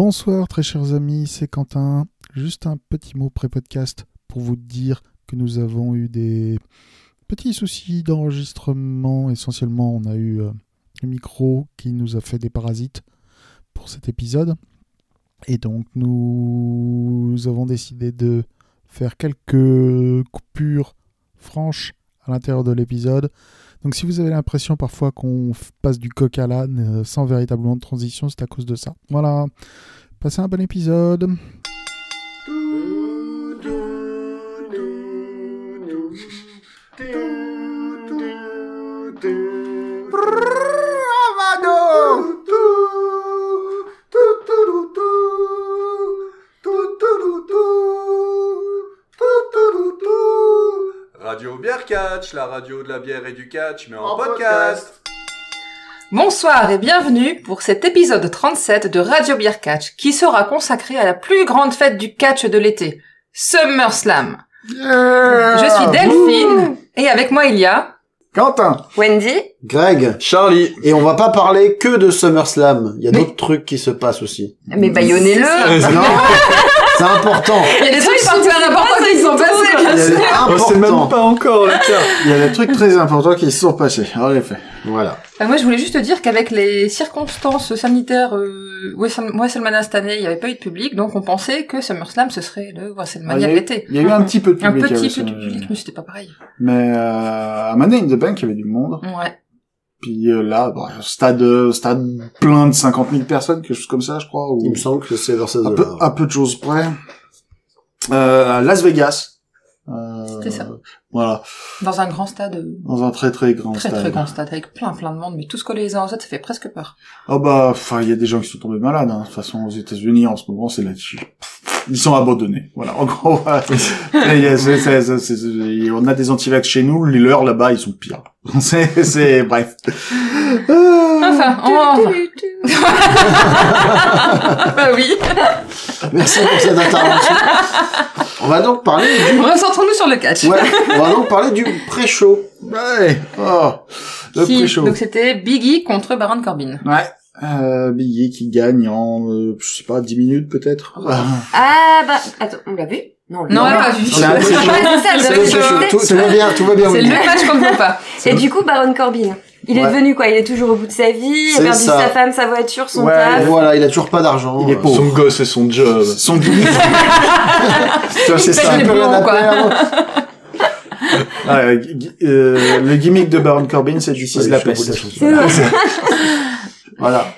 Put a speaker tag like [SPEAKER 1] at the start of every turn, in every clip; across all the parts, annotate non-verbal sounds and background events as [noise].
[SPEAKER 1] Bonsoir très chers amis, c'est Quentin. Juste un petit mot pré-podcast pour vous dire que nous avons eu des petits soucis d'enregistrement. Essentiellement, on a eu euh, le micro qui nous a fait des parasites pour cet épisode. Et donc nous avons décidé de faire quelques coupures franches à l'intérieur de l'épisode. Donc si vous avez l'impression parfois qu'on f- passe du coq à l'âne euh, sans véritablement de transition, c'est à cause de ça. Voilà. Passez un bon épisode.
[SPEAKER 2] Radio Bière Catch, la radio de la bière et du catch, mais en,
[SPEAKER 3] En
[SPEAKER 2] podcast.
[SPEAKER 4] Bonsoir et bienvenue pour cet épisode 37 de Radio Beer Catch qui sera consacré à la plus grande fête du catch de l'été, SummerSlam.
[SPEAKER 3] Ah,
[SPEAKER 4] Je suis Delphine et avec moi il y a
[SPEAKER 3] Quentin,
[SPEAKER 4] Wendy.
[SPEAKER 5] Greg,
[SPEAKER 2] Charlie,
[SPEAKER 5] et on va pas parler que de SummerSlam. Il y a d'autres trucs qui se passent aussi.
[SPEAKER 4] Mais baillonnez-le.
[SPEAKER 5] Non, c'est important.
[SPEAKER 4] Il y a des trucs super importants qui sont passés. bien
[SPEAKER 5] Il y a
[SPEAKER 4] sûr.
[SPEAKER 5] des
[SPEAKER 3] Ah,
[SPEAKER 2] Oh, c'est même
[SPEAKER 5] important.
[SPEAKER 2] pas encore le cas.
[SPEAKER 5] Il y a des trucs très importants qui se sont passés. En effet. Voilà.
[SPEAKER 4] Euh, moi je voulais juste te dire qu'avec les circonstances sanitaires euh, Wrestle- WrestleMania cette année, il n'y avait pas eu de public, donc on pensait que SummerSlam ce serait le
[SPEAKER 3] Ah, il, y
[SPEAKER 4] WrestleMania
[SPEAKER 3] a
[SPEAKER 4] de
[SPEAKER 3] eu,
[SPEAKER 4] l'été.
[SPEAKER 3] il y a eu un petit peu de
[SPEAKER 4] Un
[SPEAKER 3] public. euh,
[SPEAKER 4] petit
[SPEAKER 3] avec
[SPEAKER 4] peu de
[SPEAKER 3] ça.
[SPEAKER 4] public, mais c'était pas pareil.
[SPEAKER 3] Mais euh, à Money in the Bank, il y avait du monde.
[SPEAKER 4] Ouais.
[SPEAKER 3] Puis euh, là, bon, stade, euh, stade plein de 50 000 personnes, quelque chose comme ça, je crois.
[SPEAKER 5] Il
[SPEAKER 3] Ou
[SPEAKER 5] me semble que c'est vers ces
[SPEAKER 3] à, peu,
[SPEAKER 5] eaux-là.
[SPEAKER 3] à peu de choses près. Euh, à Las Vegas. Euh,
[SPEAKER 4] C'était ça.
[SPEAKER 3] Voilà,
[SPEAKER 4] Dans un grand stade. euh,
[SPEAKER 3] dans un très très grand
[SPEAKER 4] Très
[SPEAKER 3] stade.
[SPEAKER 4] très grand stade avec plein plein de monde, mais tous collés les uns aux autres, ça fait presque peur.
[SPEAKER 3] Oh bah, enfin, il y a des gens qui sont tombés malades. hein. De toute façon, aux États-Unis en ce moment, c'est là-dessus. Ils sont abandonnés. Voilà, en gros. [laughs] voilà. Et il y a- c'est- c'est- c'est- c'est- et on a des antivax chez nous, les leurs là-bas, ils sont pires. [laughs] C'est, c'est, bref.
[SPEAKER 4] [laughs]
[SPEAKER 3] Euh,
[SPEAKER 4] [laughs] Enfin, enfin. [laughs] bah oui.
[SPEAKER 5] [laughs] Merci pour cette intervention. On va donc parler du,
[SPEAKER 4] Recentrons-nous sur le catch. [laughs]
[SPEAKER 5] ouais, on va donc parler du pré-show.
[SPEAKER 3] ouais, oh, le
[SPEAKER 4] Qui-
[SPEAKER 3] pré-show.
[SPEAKER 4] donc c'était Biggie contre Baron Corbin.
[SPEAKER 3] Ouais. Euh, Billy qui gagne en, euh, je sais pas, 10 minutes peut-être.
[SPEAKER 6] Ah bah attends, on l'a vu Non, on l'a
[SPEAKER 4] Non, on l'a pas vu.
[SPEAKER 5] C'est un
[SPEAKER 4] Ouais,
[SPEAKER 5] pré-show.
[SPEAKER 6] ça,
[SPEAKER 4] Ah, C'est le
[SPEAKER 6] le
[SPEAKER 5] Le
[SPEAKER 6] vrai
[SPEAKER 4] pré-show.
[SPEAKER 5] pré-show,
[SPEAKER 6] sujet.
[SPEAKER 5] tout, tout va bien, tout va bien.
[SPEAKER 4] [laughs] C'est le
[SPEAKER 5] Winnie.
[SPEAKER 4] match qu'on ne voit pas.
[SPEAKER 6] Et du coup, Baron Corbin, il est
[SPEAKER 5] Ouais.
[SPEAKER 6] devenu quoi Il est toujours au bout de sa vie, il
[SPEAKER 5] C'est
[SPEAKER 6] a perdu
[SPEAKER 5] ça.
[SPEAKER 6] sa femme, sa voiture, son
[SPEAKER 3] Ouais,
[SPEAKER 6] taf.
[SPEAKER 5] Voilà, il a toujours pas d'argent.
[SPEAKER 3] Il est pauvre.
[SPEAKER 2] Son gosse et son job.
[SPEAKER 4] [laughs]
[SPEAKER 3] Son boulot.
[SPEAKER 5] Ça, c'est
[SPEAKER 4] Il pète
[SPEAKER 5] ça.
[SPEAKER 4] les
[SPEAKER 5] Il peut rien
[SPEAKER 4] plombs,
[SPEAKER 5] à
[SPEAKER 4] quoi.
[SPEAKER 5] perdre.
[SPEAKER 3] Ouais, gui- euh, le gimmick de Baron Corbin, c'est
[SPEAKER 5] Ouais,
[SPEAKER 3] d'utiliser la
[SPEAKER 5] je suis au bout de
[SPEAKER 3] peste.
[SPEAKER 5] la chanson.
[SPEAKER 6] C'est vrai.
[SPEAKER 5] Voilà.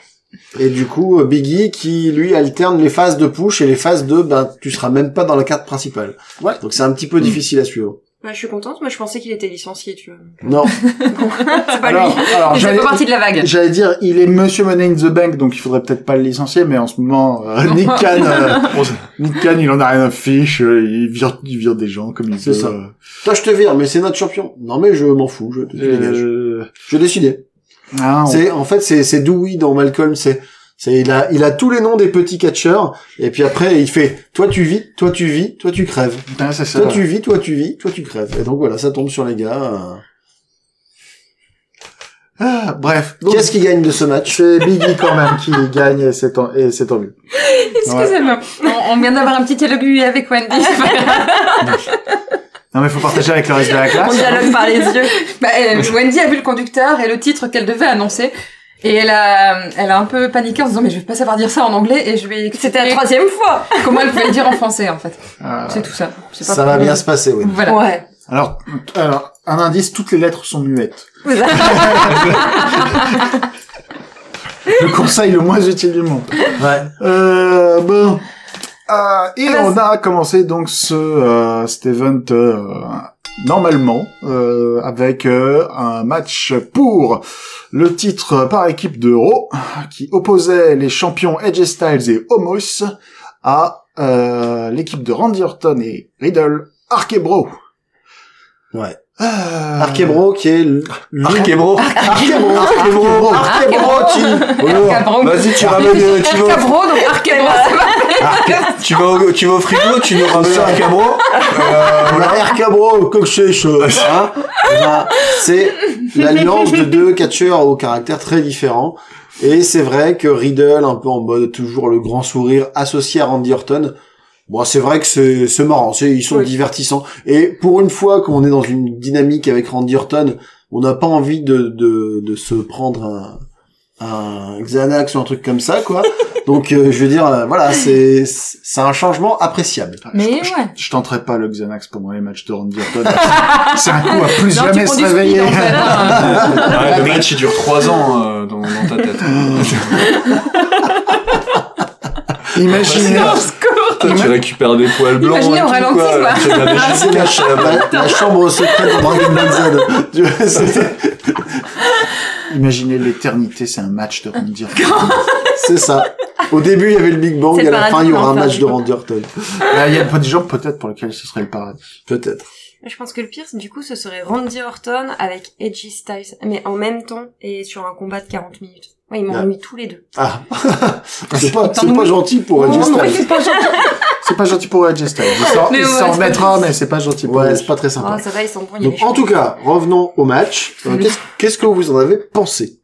[SPEAKER 5] Et du coup, euh, Biggie qui lui alterne les phases de push et les phases de ben tu seras même pas dans la carte principale.
[SPEAKER 3] Ouais. Mm.
[SPEAKER 5] Donc c'est un petit peu difficile à suivre.
[SPEAKER 6] Bah, je suis contente, moi je pensais qu'il était licencié, tu vois.
[SPEAKER 5] Non.
[SPEAKER 6] C'est pas
[SPEAKER 3] Alors,
[SPEAKER 6] lui.
[SPEAKER 3] alors,
[SPEAKER 4] Il fait
[SPEAKER 3] j'allais-
[SPEAKER 4] pas partie de la vague.
[SPEAKER 3] J'allais dire, il est Monsieur Money in the Bank, donc il faudrait peut-être pas le licencier, mais en ce moment,
[SPEAKER 5] [laughs]
[SPEAKER 3] euh, Nick Khan, euh, Nick Khan, il en a rien à fiche, euh, il vire, il vire des gens comme il
[SPEAKER 5] C'est
[SPEAKER 3] veut.
[SPEAKER 5] ça.
[SPEAKER 3] euh,
[SPEAKER 5] Toi, je te vire, mais c'est notre champion. Non, mais je m'en fous, je te je dégage.
[SPEAKER 3] euh,
[SPEAKER 5] Je décidais.
[SPEAKER 3] ah, on-
[SPEAKER 5] C'est en fait c'est c'est Dewey dans Malcolm, c'est c'est il a il a tous les noms des petits catcheurs et puis après il fait toi tu vis, toi tu vis, toi tu crèves.
[SPEAKER 3] putain, c'est ça.
[SPEAKER 5] Toi tu vis, toi tu vis, toi tu crèves. Et donc voilà, ça tombe sur les gars. euh.
[SPEAKER 3] Ah, bref.
[SPEAKER 5] euh.
[SPEAKER 3] Donc,
[SPEAKER 5] Qu'est-ce qui gagne de ce match
[SPEAKER 3] c'est Biggie quand même qui gagne et c'est tant, et c'est tant mieux.
[SPEAKER 4] Excusez-moi. On, on vient d'avoir un petit dialogue avec Wendy.
[SPEAKER 3] Non mais faut partager avec le reste de la
[SPEAKER 6] On
[SPEAKER 3] [laughs] classe.
[SPEAKER 6] dialogue par les yeux.
[SPEAKER 4] Bah, euh, Wendy a vu le conducteur et le titre qu'elle devait annoncer. Et elle a, elle a un peu paniqué en se disant, mais je vais pas savoir dire ça en anglais et je vais
[SPEAKER 6] C'était la troisième fois.
[SPEAKER 4] comment elle pouvait le dire en français, en fait.
[SPEAKER 3] Ah.
[SPEAKER 4] C'est tout ça. C'est pas
[SPEAKER 5] Ça va
[SPEAKER 4] pour-
[SPEAKER 5] bien se passer, oui.
[SPEAKER 4] Voilà.
[SPEAKER 6] Ouais.
[SPEAKER 3] Alors, t- alors, un indice, toutes les lettres sont muettes.
[SPEAKER 6] Oh,
[SPEAKER 3] Le conseil le moins utile du monde.
[SPEAKER 5] Ouais.
[SPEAKER 3] Euh, bon. Euh, et
[SPEAKER 6] Vas-y.
[SPEAKER 3] on a commencé donc ce euh, cet event euh, normalement euh, avec euh, un match pour le titre par équipe de Raw qui opposait les champions Edge Styles et Homos à euh, l'équipe de Randy Orton et Riddle, Arkebro.
[SPEAKER 5] Ouais.
[SPEAKER 3] Euh...
[SPEAKER 5] Arkebro qui est l-
[SPEAKER 2] Arkebro.
[SPEAKER 3] Ah,
[SPEAKER 5] Arkebro, Arkebro, Arkebro qui...
[SPEAKER 4] Cabron.
[SPEAKER 2] Vas-y, tu ramènes, euh, tu vas,
[SPEAKER 4] Cabro, donc Arcabro, ça va.
[SPEAKER 2] tu vas au, tu vas au frigo, tu nous ramènes
[SPEAKER 5] Ça.
[SPEAKER 2] Arkebro.
[SPEAKER 5] Voilà, Arkebro, comme je sais, je-
[SPEAKER 7] Eh ben,
[SPEAKER 5] hein. Voilà. C'est l'alliance de deux catcheurs au caractère très différent
[SPEAKER 7] Et c'est vrai que Riddle, un peu en mode toujours le grand sourire, associé à Randy Orton, bon, c'est vrai que c'est c'est marrant, c'est ils sont
[SPEAKER 6] Oui.
[SPEAKER 7] divertissants. Et pour une fois qu'on est dans une dynamique avec Randy Orton, on n'a pas envie de, de, de se prendre un, un Xanax ou un truc comme ça, quoi. Donc, euh, je veux dire, euh, voilà, c'est c'est un changement appréciable.
[SPEAKER 3] Je-
[SPEAKER 4] Mais
[SPEAKER 3] je,
[SPEAKER 4] ouais.
[SPEAKER 3] je tenterai pas le Xanax pendant les matchs de Randy Orton. [laughs] c'est un coup à plus
[SPEAKER 4] Non, tu
[SPEAKER 3] jamais
[SPEAKER 4] prends
[SPEAKER 3] se
[SPEAKER 4] du speed,
[SPEAKER 3] réveiller.
[SPEAKER 4] en
[SPEAKER 3] [laughs]
[SPEAKER 4] fait, hein.
[SPEAKER 2] Ouais, le match il dure 3 ans euh, dans, dans ta tête.
[SPEAKER 3] Imaginez,
[SPEAKER 2] Non, [laughs] Toi, tu récupères des poils blancs.
[SPEAKER 5] Imaginez
[SPEAKER 2] et
[SPEAKER 5] au
[SPEAKER 2] tout,
[SPEAKER 5] ralenti, quoi.
[SPEAKER 2] Tu as des
[SPEAKER 4] Ah,
[SPEAKER 7] C'est
[SPEAKER 2] cheveux
[SPEAKER 7] la,
[SPEAKER 2] cachés à la
[SPEAKER 7] la- la chambre secrète de Dragon Ball Z. Tu vois, c'est-
[SPEAKER 3] imaginez l'éternité, c'est un match de Randy Orton.
[SPEAKER 7] C'est ça. Au début, il y avait le Big Bang,
[SPEAKER 4] C'est
[SPEAKER 7] et à la
[SPEAKER 4] paradis
[SPEAKER 7] fin, il y aura un
[SPEAKER 4] pour
[SPEAKER 7] match de
[SPEAKER 4] l'enfer.
[SPEAKER 7] Randy Orton.
[SPEAKER 3] Là, Il y a des gens peut-être pour lesquels ce serait le paradis.
[SPEAKER 4] hein.
[SPEAKER 7] Peut-être.
[SPEAKER 6] Je pense que le pire, c'est- du coup, ce serait Randy Orton avec Edgy Styles, mais en même temps et sur un combat de 40 minutes. Ouais, ils m'ennuient tous les deux.
[SPEAKER 7] Ah. c'est pas,
[SPEAKER 5] Tant
[SPEAKER 7] c'est pas
[SPEAKER 5] mieux.
[SPEAKER 7] gentil pour Edge
[SPEAKER 6] non,
[SPEAKER 7] Styles.
[SPEAKER 3] C'est pas gentil pour Edge Styles. Il s'en-
[SPEAKER 5] Mais
[SPEAKER 3] il
[SPEAKER 5] ouais,
[SPEAKER 3] s'en
[SPEAKER 5] c'est pas
[SPEAKER 3] remettra, mais c'est pas gentil pour
[SPEAKER 7] Ouais,
[SPEAKER 3] Edge.
[SPEAKER 7] c'est pas très
[SPEAKER 6] Oh,
[SPEAKER 7] sympa.
[SPEAKER 6] ça va, ils sont bons, il y a
[SPEAKER 7] Donc,
[SPEAKER 6] des
[SPEAKER 7] en tout cas, revenons au match. Euh, Qu'est-ce qu'est-ce que vous en avez pensé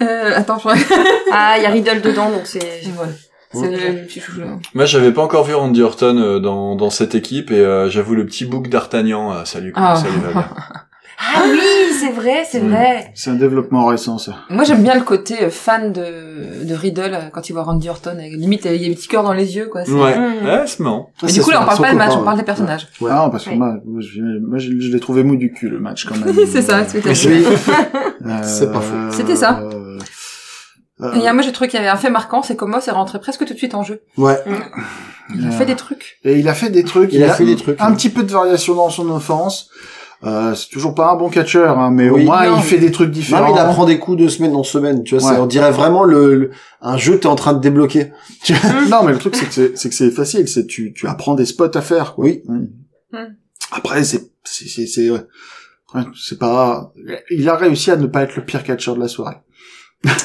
[SPEAKER 4] Euh, attends, je
[SPEAKER 6] choses. Ah, il y a Riddle dedans, donc c'est...
[SPEAKER 4] Voilà. C'est le petit chouchou.
[SPEAKER 2] Moi, j'avais pas encore vu Randy Orton euh, dans, dans cette équipe et euh, j'avoue le petit bouc d'Artagnan. euh, salut, comment
[SPEAKER 4] Ah.
[SPEAKER 2] ça lui va bien
[SPEAKER 6] Ah oui, c'est vrai, c'est
[SPEAKER 2] Mm.
[SPEAKER 6] vrai.
[SPEAKER 3] C'est un développement récent, ça.
[SPEAKER 4] Moi, j'aime bien le côté euh, fan de, de Riddle euh, quand il voit Randy Orton. avec- Limite, il y a des petits cœurs dans les yeux, quoi. [laughs] c'est-
[SPEAKER 2] Ouais,
[SPEAKER 6] Mm.
[SPEAKER 2] ouais c'est marrant.
[SPEAKER 7] Ah,
[SPEAKER 4] Mais
[SPEAKER 7] c'est
[SPEAKER 4] du coup, là,
[SPEAKER 7] son-
[SPEAKER 4] on parle
[SPEAKER 7] son
[SPEAKER 4] pas de match,
[SPEAKER 7] copain,
[SPEAKER 4] on parle
[SPEAKER 7] ouais.
[SPEAKER 4] des personnages.
[SPEAKER 7] Ouais.
[SPEAKER 3] Ah non, parce que
[SPEAKER 6] Ouais.
[SPEAKER 3] moi, moi, je, moi, je- je l'ai trouvé mou du cul, le match, quand même.
[SPEAKER 4] [laughs] c'est ça, c'est ce que t'as
[SPEAKER 7] Mais c'est-
[SPEAKER 4] dit.
[SPEAKER 3] Euh,
[SPEAKER 7] C'est pas faux.
[SPEAKER 4] C'était ça.
[SPEAKER 3] euh,
[SPEAKER 4] Et
[SPEAKER 3] euh,
[SPEAKER 4] euh, moi, j'ai trouvé qu'il y avait un fait marquant, c'est que Moss est rentré presque tout de suite en jeu. Mm.
[SPEAKER 7] Ouais.
[SPEAKER 4] Il a
[SPEAKER 3] Euh.
[SPEAKER 4] fait des trucs.
[SPEAKER 3] Et il a fait des trucs.
[SPEAKER 7] Il a fait des trucs, hein.
[SPEAKER 3] Un
[SPEAKER 7] ouais.
[SPEAKER 3] petit peu de variation dans son offense. Euh, c'est toujours pas un bon catcheur, hein, mais
[SPEAKER 7] Oui.
[SPEAKER 3] au moins
[SPEAKER 4] Non.
[SPEAKER 3] il fait des trucs différents.
[SPEAKER 7] Non, mais il apprend des coups de semaine en semaine, tu vois,
[SPEAKER 3] Ouais.
[SPEAKER 7] c'est- on dirait vraiment le, le- un jeu que t'es en train de débloquer.
[SPEAKER 3] [laughs] Non, mais le truc c'est que c'est- c'est que c'est facile, c'est tu tu apprends des spots à faire. Quoi.
[SPEAKER 7] Oui.
[SPEAKER 3] Mm.
[SPEAKER 4] Mm.
[SPEAKER 3] Après c'est c'est c'est c'est ouais. Ouais, c'est pas. Il a réussi à ne pas être le pire catcheur de la soirée.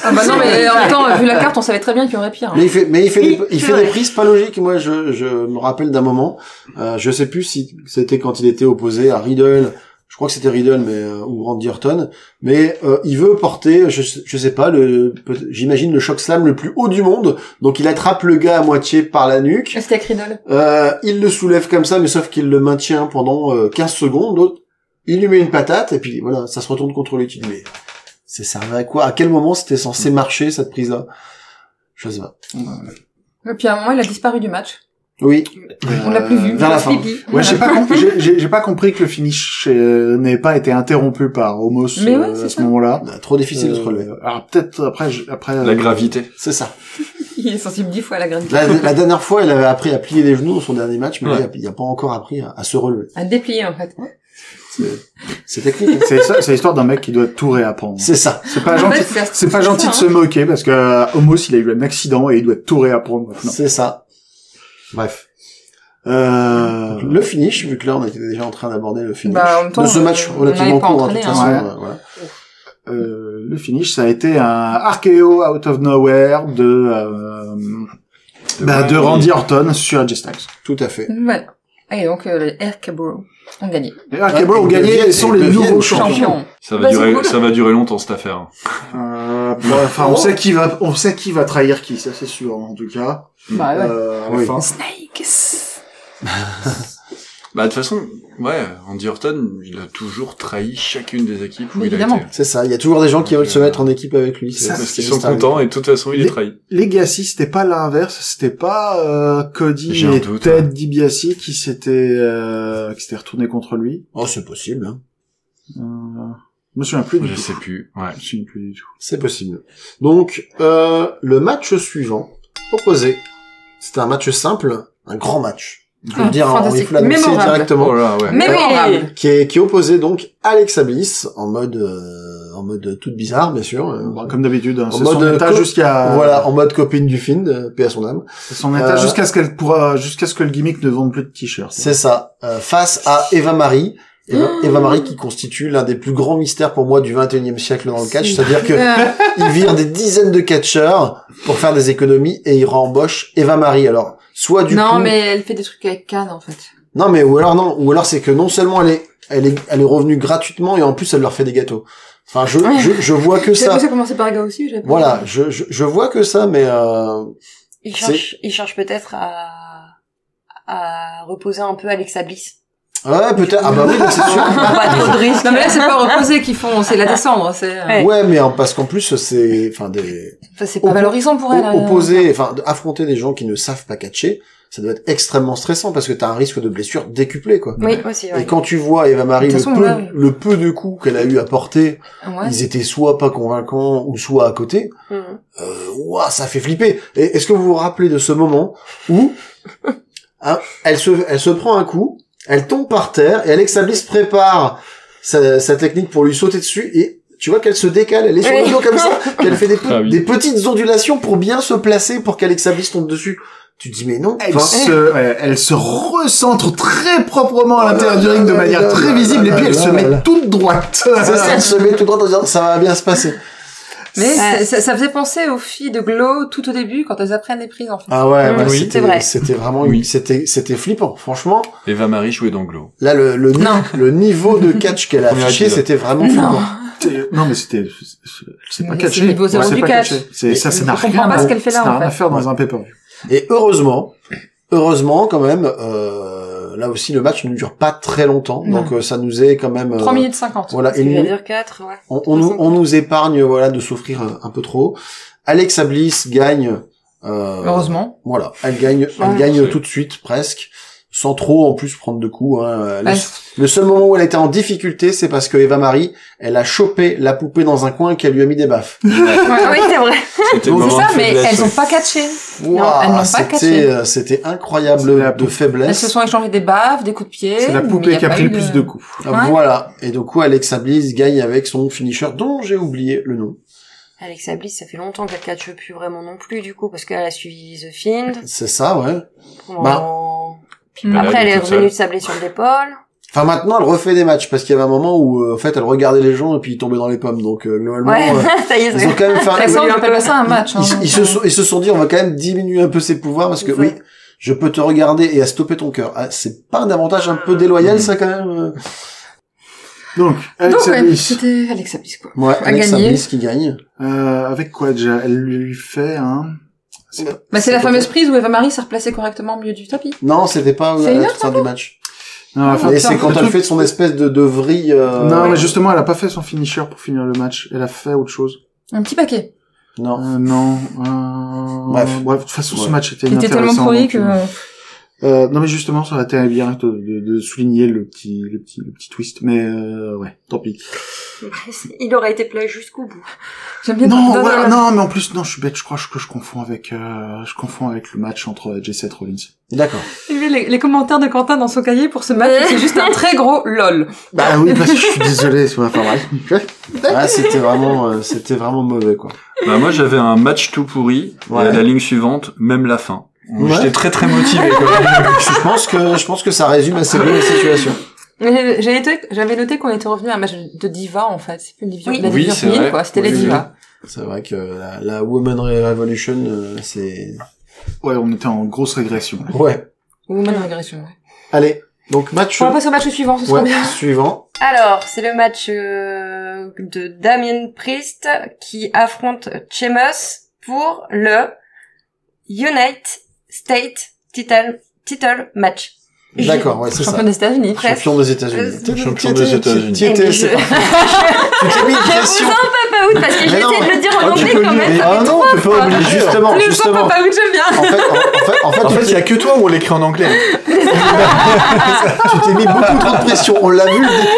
[SPEAKER 4] Ah [laughs] bah non, mais en même temps, euh, vu la carte, on savait très bien qu'il y aurait pire. hein.
[SPEAKER 7] Mais il fait, mais il fait,
[SPEAKER 6] Oui,
[SPEAKER 7] des, il
[SPEAKER 6] c'est
[SPEAKER 7] fait
[SPEAKER 6] vrai.
[SPEAKER 7] des prises pas logiques. Moi, je, je me rappelle d'un moment, euh, je sais plus si c'était quand il était opposé à Riddle. Je crois que c'était Riddle, mais euh, ou Randy Orton. Mais euh, il veut porter, je, sais- je sais pas, le, peut- j'imagine le choc slam le plus haut du monde. Donc il attrape le gars à moitié par la nuque.
[SPEAKER 4] C'était avec Riddle.
[SPEAKER 7] Euh, il le soulève comme ça, mais sauf qu'il le maintient pendant euh, 15 secondes. L'autre, il lui met une patate et puis voilà, ça se retourne contre lui. Tu te dis, mais c'est servi à quoi À quel moment c'était censé marcher cette prise-là Je sais pas.
[SPEAKER 4] Et puis à un moment, il a disparu du match.
[SPEAKER 7] Oui.
[SPEAKER 4] On l'a plus vu.
[SPEAKER 7] vers la fin.
[SPEAKER 4] Pipi. [laughs]
[SPEAKER 3] Ouais, j'ai pas compris. j'ai- J'ai j'ai pas compris que le finish euh, n'ait pas été interrompu par Homos
[SPEAKER 4] Mais
[SPEAKER 3] euh,
[SPEAKER 4] ouais, c'est
[SPEAKER 3] à ce
[SPEAKER 4] ça.
[SPEAKER 3] moment-là.
[SPEAKER 7] Bah, Trop difficile de se
[SPEAKER 3] Euh,
[SPEAKER 7] relever.
[SPEAKER 3] Alors peut-être après je- après.
[SPEAKER 2] La gravité.
[SPEAKER 7] C'est ça.
[SPEAKER 4] Il est sensible dix fois à la graine.
[SPEAKER 7] La, la dernière fois, elle avait appris à plier les genoux dans son dernier match, mais
[SPEAKER 2] Ouais.
[SPEAKER 7] là, il n'a pas encore appris à, à se relever.
[SPEAKER 4] À déplier, en fait.
[SPEAKER 7] C'est technique.
[SPEAKER 2] [laughs]
[SPEAKER 7] hein.
[SPEAKER 3] C'est ça, c'est l'histoire d'un mec qui doit tout réapprendre.
[SPEAKER 7] C'est ça.
[SPEAKER 3] C'est pas
[SPEAKER 4] En
[SPEAKER 3] gentil.
[SPEAKER 4] fait, c'est
[SPEAKER 3] C'est pas gentil de se moquer parce que euh, Homos il a eu un accident et il doit tout réapprendre maintenant.
[SPEAKER 7] C'est ça. Bref. Euh, le finish, vu que là, on était déjà en train d'aborder le finish
[SPEAKER 4] Bah, en même temps,
[SPEAKER 7] de ce
[SPEAKER 4] on-
[SPEAKER 7] match
[SPEAKER 4] on
[SPEAKER 7] relativement
[SPEAKER 4] n'avait pas
[SPEAKER 7] court, hein, de
[SPEAKER 4] entraîné,
[SPEAKER 7] toute façon,
[SPEAKER 3] hein.
[SPEAKER 7] euh, voilà.
[SPEAKER 3] Euh, le finish, ça a été un archéo out of nowhere de euh, bah, de Randy Orton sur AJ Styles.
[SPEAKER 7] Tout à fait.
[SPEAKER 4] hein. Voilà. Et donc, euh, les Air Cabro ont gagné.
[SPEAKER 3] Les Arcabros ont
[SPEAKER 7] ils
[SPEAKER 3] gagné
[SPEAKER 7] deviennent-
[SPEAKER 3] et sont
[SPEAKER 7] ils
[SPEAKER 3] les
[SPEAKER 7] deviennent
[SPEAKER 3] nouveaux champions.
[SPEAKER 4] Champion.
[SPEAKER 2] Ça va
[SPEAKER 4] Bah, c'est
[SPEAKER 2] durer,
[SPEAKER 4] cool.
[SPEAKER 2] ça va durer longtemps cette affaire. hein.
[SPEAKER 3] Euh, bah, Enfin, on sait qui va, on sait qui va trahir qui, ça c'est sûr en tout cas.
[SPEAKER 4] Bah ouais.
[SPEAKER 3] Euh,
[SPEAKER 7] Oui.
[SPEAKER 3] enfin,
[SPEAKER 4] Snakes.
[SPEAKER 2] Bah de toute façon, ouais, Randy Orton, il a toujours trahi chacune des équipes où
[SPEAKER 4] Mais
[SPEAKER 2] il
[SPEAKER 4] évidemment.
[SPEAKER 2] a été.
[SPEAKER 7] C'est ça. Il y a toujours des gens qui veulent se
[SPEAKER 2] Euh,
[SPEAKER 7] mettre en équipe avec lui.
[SPEAKER 3] ça,
[SPEAKER 7] c'est
[SPEAKER 2] Parce qu'ils
[SPEAKER 7] c'est
[SPEAKER 2] sont
[SPEAKER 7] juste un-
[SPEAKER 2] contents et de toute façon, il est
[SPEAKER 3] Les-
[SPEAKER 2] trahi.
[SPEAKER 3] Legacy, c'était pas l'inverse, c'était pas euh, Cody
[SPEAKER 2] J'ai un
[SPEAKER 3] et
[SPEAKER 2] doute,
[SPEAKER 3] Ted
[SPEAKER 2] ouais.
[SPEAKER 3] DiBiase qui s'étaient euh, qui s'étaient retournés contre lui.
[SPEAKER 7] Oh, c'est possible. hein.
[SPEAKER 3] Euh, je me souviens plus du
[SPEAKER 2] Je
[SPEAKER 3] tout.
[SPEAKER 2] sais plus. Ouais.
[SPEAKER 3] Je me souviens plus du tout.
[SPEAKER 7] C'est possible. Donc, euh, le match suivant, proposé, c'était un match simple, un grand match. Je peux
[SPEAKER 4] Ah,
[SPEAKER 7] le dire, hein,
[SPEAKER 4] fantastique.
[SPEAKER 7] il faut l'annoncer
[SPEAKER 4] Mémorable.
[SPEAKER 7] directement.
[SPEAKER 2] Oh là, ouais.
[SPEAKER 4] Mémorable.
[SPEAKER 7] Qui est, qui est opposé donc Alexa Bliss, en mode, euh, en mode toute bizarre, bien sûr. euh,
[SPEAKER 3] Bon, comme d'habitude, hein,
[SPEAKER 7] En
[SPEAKER 3] c'est
[SPEAKER 7] mode,
[SPEAKER 3] son
[SPEAKER 7] euh,
[SPEAKER 3] état
[SPEAKER 7] co-
[SPEAKER 3] jusqu'à
[SPEAKER 7] Voilà, en mode copine du film, de paix à son âme.
[SPEAKER 3] c'est son état
[SPEAKER 7] Euh,
[SPEAKER 3] jusqu'à ce qu'elle pourra jusqu'à ce que le gimmick ne vende plus de t-shirts.
[SPEAKER 7] C'est ça. Euh, face à Eva Marie. Eva,
[SPEAKER 4] Ah.
[SPEAKER 7] Eva Marie qui constitue l'un des plus grands mystères pour moi du 21e siècle dans le catch. C'est-à-dire que
[SPEAKER 4] Euh,
[SPEAKER 7] ils virent des dizaines de catcheurs pour faire des économies et ils réembauchent Eva Marie. Alors, soit du
[SPEAKER 4] non,
[SPEAKER 7] coup-
[SPEAKER 4] mais elle fait des trucs avec Cannes, en fait.
[SPEAKER 7] Non, mais ou alors non, ou alors c'est que non seulement elle est, elle est, elle est revenue gratuitement et en plus elle leur fait des gâteaux. Enfin, je, je, je vois que
[SPEAKER 6] C'est
[SPEAKER 7] ça.
[SPEAKER 6] pour ça commencer par gars aussi, j'adore.
[SPEAKER 7] Voilà, je, je, je vois que ça, mais euh,
[SPEAKER 6] Il
[SPEAKER 7] C'est-
[SPEAKER 6] cherche, il cherche peut-être à, à reposer un peu Alexa Bliss.
[SPEAKER 7] ouais, peut-être. Ah bah oui, donc c'est [laughs]
[SPEAKER 4] [laughs]
[SPEAKER 7] sûr.
[SPEAKER 6] Pas trop de risques.
[SPEAKER 4] Non mais là c'est pas reposer qu'ils font, c'est la descendre, c'est euh,
[SPEAKER 6] Ouais.
[SPEAKER 7] Ouais, mais en- parce qu'en plus c'est, enfin, des
[SPEAKER 4] enfin, c'est pas
[SPEAKER 7] Oppo-
[SPEAKER 4] valorisant pour elle.
[SPEAKER 7] o-
[SPEAKER 4] euh.
[SPEAKER 7] opposer, enfin, de- affronter des gens qui ne savent pas catcher, ça doit être extrêmement stressant parce que t'as un risque de blessure décuplé, quoi.
[SPEAKER 6] Oui, aussi,
[SPEAKER 7] Et
[SPEAKER 6] ouais.
[SPEAKER 7] quand tu vois Eva Marie
[SPEAKER 4] De
[SPEAKER 7] le,
[SPEAKER 4] toute façon,
[SPEAKER 7] peu-
[SPEAKER 4] là-
[SPEAKER 7] le peu de coups qu'elle a eu à porter,
[SPEAKER 4] Ouais.
[SPEAKER 7] ils étaient soit pas convaincants ou soit à côté.
[SPEAKER 6] Mhm.
[SPEAKER 7] euh, ouah, ça fait flipper. Et est-ce que vous vous rappelez de ce moment
[SPEAKER 4] [laughs]
[SPEAKER 7] où hein, elle se, elle se prend un coup, elle tombe par terre et Alexa Bliss prépare sa, sa technique pour lui sauter dessus et tu vois qu'elle se décale, elle est sur le
[SPEAKER 6] Oui.
[SPEAKER 7] dos
[SPEAKER 4] [laughs]
[SPEAKER 7] comme ça, qu'elle fait des, pe-
[SPEAKER 2] Ah oui.
[SPEAKER 7] des petites ondulations pour bien se placer pour qu'Alexa Bliss tombe dessus. Tu te dis mais non.
[SPEAKER 3] Elle
[SPEAKER 7] enfin,
[SPEAKER 3] se, ouais, elle se recentre très proprement à l'intérieur du ring de
[SPEAKER 7] Ah,
[SPEAKER 3] manière très visible et puis elle se met toute droite.
[SPEAKER 7] c'est ça, elle se met tout droit en disant ça va bien se passer.
[SPEAKER 4] Mais
[SPEAKER 6] Ouais.
[SPEAKER 4] c'est- ça, ça faisait penser aux filles de Glow tout au début quand elles apprennent les prises en fait.
[SPEAKER 7] Ah ouais,
[SPEAKER 6] Mm,
[SPEAKER 7] ouais,
[SPEAKER 6] oui.
[SPEAKER 7] c'était
[SPEAKER 6] C'est vrai.
[SPEAKER 7] c'était vraiment,
[SPEAKER 2] Oui.
[SPEAKER 7] une- c'était c'était flippant. Franchement,
[SPEAKER 2] Eva Marie jouait dans Glow.
[SPEAKER 7] là le le, ni-
[SPEAKER 4] Non.
[SPEAKER 7] le niveau de catch qu'elle a
[SPEAKER 2] Premier
[SPEAKER 7] affiché,
[SPEAKER 2] épisode.
[SPEAKER 7] c'était vraiment flippant.
[SPEAKER 3] C'est- Non, mais c'était, c'est pas
[SPEAKER 4] Mais
[SPEAKER 3] catché.
[SPEAKER 4] c'est niveau zéro
[SPEAKER 3] C'est
[SPEAKER 4] du
[SPEAKER 3] pas
[SPEAKER 4] catch.
[SPEAKER 3] catché. C'est, ça, ça
[SPEAKER 4] Je
[SPEAKER 3] n'a
[SPEAKER 4] comprends
[SPEAKER 3] rien
[SPEAKER 4] pas
[SPEAKER 3] à-
[SPEAKER 4] ce qu'elle fait là,
[SPEAKER 3] ça n'a
[SPEAKER 4] en
[SPEAKER 3] rien à
[SPEAKER 4] fait.
[SPEAKER 3] faire dans un pay-per-view.
[SPEAKER 7] Et heureusement, heureusement quand même, euh, là aussi le match ne dure pas très longtemps,
[SPEAKER 4] Non.
[SPEAKER 7] donc euh, ça nous est quand même. euh,
[SPEAKER 4] 3 minutes 50.
[SPEAKER 7] Voilà,
[SPEAKER 6] Il
[SPEAKER 7] il
[SPEAKER 6] va
[SPEAKER 7] nous-
[SPEAKER 6] dire 4, ouais.
[SPEAKER 7] on, on nous, on nous épargne voilà de souffrir un, un peu trop. Alexa Bliss gagne. euh,
[SPEAKER 4] Heureusement.
[SPEAKER 7] Voilà, elle gagne, elle
[SPEAKER 4] Ah,
[SPEAKER 6] Ouais.
[SPEAKER 7] gagne
[SPEAKER 2] C'est-
[SPEAKER 7] tout de suite presque, sans trop en plus prendre de coups. Hein. Elle a-
[SPEAKER 4] Elle-
[SPEAKER 7] [laughs] Le seul moment où elle était en difficulté, c'est parce que Eva Marie, elle a chopé la poupée dans un coin et qu'elle lui a mis des baffes.
[SPEAKER 6] Oui, c'est vrai.
[SPEAKER 2] C'était le
[SPEAKER 4] C'est
[SPEAKER 2] moment
[SPEAKER 4] ça,
[SPEAKER 2] de
[SPEAKER 4] mais
[SPEAKER 2] faiblesse,
[SPEAKER 4] elles
[SPEAKER 2] ouais.
[SPEAKER 4] n'ont pas catché.
[SPEAKER 7] Ouah,
[SPEAKER 4] elles l'ont pas
[SPEAKER 7] c'était,
[SPEAKER 4] catché.
[SPEAKER 7] euh, c'était
[SPEAKER 3] C'est la
[SPEAKER 7] incroyable de
[SPEAKER 3] poupée.
[SPEAKER 4] Elles
[SPEAKER 7] faiblesse.
[SPEAKER 4] se sont échangées des baffes, des coups de pied.
[SPEAKER 3] C'est la
[SPEAKER 4] mais
[SPEAKER 3] poupée
[SPEAKER 4] y
[SPEAKER 3] qui a
[SPEAKER 4] pas euh,
[SPEAKER 3] pris
[SPEAKER 4] eu
[SPEAKER 3] le plus de coups.
[SPEAKER 4] Ouais.
[SPEAKER 7] Euh, Voilà. Et du coup, Alexa Bliss gagne avec son finisher dont j'ai oublié le nom.
[SPEAKER 6] Alexa Bliss, ça fait longtemps qu'elle catche plus vraiment non plus, du coup, parce qu'elle a suivi The Fiend.
[SPEAKER 7] C'est ça, ouais.
[SPEAKER 6] pendant-
[SPEAKER 4] Mm.
[SPEAKER 2] Bah,
[SPEAKER 6] Après, elle est
[SPEAKER 2] toute
[SPEAKER 6] revenue de
[SPEAKER 2] seule.
[SPEAKER 6] sa blessure d'épaule.
[SPEAKER 7] Enfin, maintenant, elle refait des matchs parce qu'il y avait un moment où, euh, en fait, elle regardait les gens et puis ils tombaient dans les pommes. Donc, euh, globalement,
[SPEAKER 4] [laughs]
[SPEAKER 6] Ouais,
[SPEAKER 7] euh,
[SPEAKER 6] [laughs] ça y est,
[SPEAKER 7] ils ont
[SPEAKER 6] c'est
[SPEAKER 7] quand même fait
[SPEAKER 4] Elles
[SPEAKER 7] un-
[SPEAKER 4] sont, j'appelle pas ça un match. hein.
[SPEAKER 7] Ils, ils se sont, ils se sont dit, on va quand même diminuer un peu ses pouvoirs parce que
[SPEAKER 6] Ouais.
[SPEAKER 7] oui, je peux te regarder et à stopper ton cœur. Ah, c'est pas un avantage un
[SPEAKER 4] Euh,
[SPEAKER 7] peu déloyal, ça quand même. euh
[SPEAKER 3] Donc,
[SPEAKER 4] Donc,
[SPEAKER 3] Alexa
[SPEAKER 4] ouais,
[SPEAKER 3] Bliss,
[SPEAKER 4] c'était Alexa Bliss, quoi.
[SPEAKER 7] Ouais, Alexa
[SPEAKER 4] gagner.
[SPEAKER 7] Bliss qui gagne.
[SPEAKER 3] euh, avec quoi déjà Elle lui fait un. C'est pas-
[SPEAKER 4] Bah, c'est la
[SPEAKER 7] C'est
[SPEAKER 4] fameuse
[SPEAKER 7] pas-
[SPEAKER 4] prise où Eva Marie s'est replacée correctement au milieu du tapis.
[SPEAKER 7] Non, c'était pas
[SPEAKER 4] C'est
[SPEAKER 7] à
[SPEAKER 4] une
[SPEAKER 7] la
[SPEAKER 4] autre,
[SPEAKER 7] fin du match.
[SPEAKER 3] Non, à la fin-
[SPEAKER 7] Et c'est quand
[SPEAKER 3] Le
[SPEAKER 7] elle
[SPEAKER 3] truc-
[SPEAKER 7] fait son espèce de, de vrille. euh,
[SPEAKER 3] Non, mais justement, elle a pas fait son finisher pour finir le match. Elle a fait autre chose.
[SPEAKER 4] Un petit paquet.
[SPEAKER 7] non.
[SPEAKER 3] Euh, non. Euh...
[SPEAKER 7] Bref.
[SPEAKER 3] de toute façon,
[SPEAKER 7] Ouais.
[SPEAKER 3] ce match était
[SPEAKER 4] Qui était tellement
[SPEAKER 3] inintéressant.
[SPEAKER 4] pourri
[SPEAKER 3] donc,
[SPEAKER 4] que...
[SPEAKER 3] euh, Euh, non mais justement, ça aurait été bien de, de- de souligner le petit, le petit, le petit twist, mais euh, ouais, tant pis.
[SPEAKER 6] [laughs] Il aurait été plat jusqu'au bout.
[SPEAKER 4] J'aime bien...
[SPEAKER 3] Non,
[SPEAKER 4] non,
[SPEAKER 3] voilà,
[SPEAKER 4] non.
[SPEAKER 3] non, mais en plus, non, je suis bête, je crois que je confonds avec, euh, je confonds avec le match entre J7 Rollins.
[SPEAKER 7] D'accord.
[SPEAKER 4] J'ai vu les, les commentaires de Quentin dans son cahier pour ce match, c'est juste un très [laughs] gros lol.
[SPEAKER 3] Bah oui, parce
[SPEAKER 4] [laughs]
[SPEAKER 3] que je suis désolé, c'est pas vrai.
[SPEAKER 7] Ah, c'était vraiment, euh, c'était vraiment mauvais quoi.
[SPEAKER 2] Bah, moi, j'avais un match tout pourri.
[SPEAKER 7] Ouais.
[SPEAKER 2] et à la ligne suivante, même la fin.
[SPEAKER 7] Ouais.
[SPEAKER 2] J'étais très très motivé.
[SPEAKER 7] [laughs]
[SPEAKER 2] quoi.
[SPEAKER 7] je pense que, je pense que ça résume assez bien la situation.
[SPEAKER 4] Mais j'ai été- J'avais noté qu'on était revenu à un match de diva, en fait. C'est plus une division,
[SPEAKER 6] Oui.
[SPEAKER 4] la
[SPEAKER 2] Oui,
[SPEAKER 4] division
[SPEAKER 2] c'est
[SPEAKER 4] féminine,
[SPEAKER 2] vrai.
[SPEAKER 4] quoi. C'était
[SPEAKER 7] Oui,
[SPEAKER 4] les
[SPEAKER 7] oui,
[SPEAKER 4] divas.
[SPEAKER 7] C'est vrai que la, la Woman Revolution, euh, c'est,
[SPEAKER 3] Ouais, on était en grosse régression. là.
[SPEAKER 7] ouais.
[SPEAKER 4] Ou même régression.
[SPEAKER 7] Allez. Donc match
[SPEAKER 4] On va passer au match suivant, ce sera
[SPEAKER 7] ouais,
[SPEAKER 4] bien.
[SPEAKER 7] suivant.
[SPEAKER 6] Alors, c'est le match euh, de Damien Priest qui affronte Sheamus pour le United State title, title match. J'ai- [laughs]
[SPEAKER 7] D'accord, ouais, c'est ça.
[SPEAKER 4] Champion des États-Unis.
[SPEAKER 6] Presque.
[SPEAKER 7] Champion des États-Unis.
[SPEAKER 6] Presque.
[SPEAKER 2] Champion des États-Unis.
[SPEAKER 7] Tu étais, c'est
[SPEAKER 6] Je- [laughs]
[SPEAKER 7] parfait. Tu t'es mis une
[SPEAKER 6] Je
[SPEAKER 7] pression.
[SPEAKER 6] vous en papa out parce que je
[SPEAKER 7] Mais
[SPEAKER 6] vais
[SPEAKER 7] non.
[SPEAKER 6] essayer de le dire en
[SPEAKER 7] Ah, tu
[SPEAKER 6] anglais
[SPEAKER 7] peux
[SPEAKER 6] quand
[SPEAKER 7] le-
[SPEAKER 6] même. Ah,
[SPEAKER 7] Ah non, tu peux
[SPEAKER 6] fois.
[SPEAKER 7] oublier. Justement,
[SPEAKER 4] Le
[SPEAKER 7] justement.
[SPEAKER 4] papa out, j'aime bien.
[SPEAKER 7] En fait, en, en
[SPEAKER 3] Ah,
[SPEAKER 7] fait, en fait,
[SPEAKER 2] que
[SPEAKER 7] tu-
[SPEAKER 2] toi où on l'écrit en anglais.
[SPEAKER 4] Eh
[SPEAKER 7] tu t'es mis beaucoup trop de pression. On l'a vu. le dé-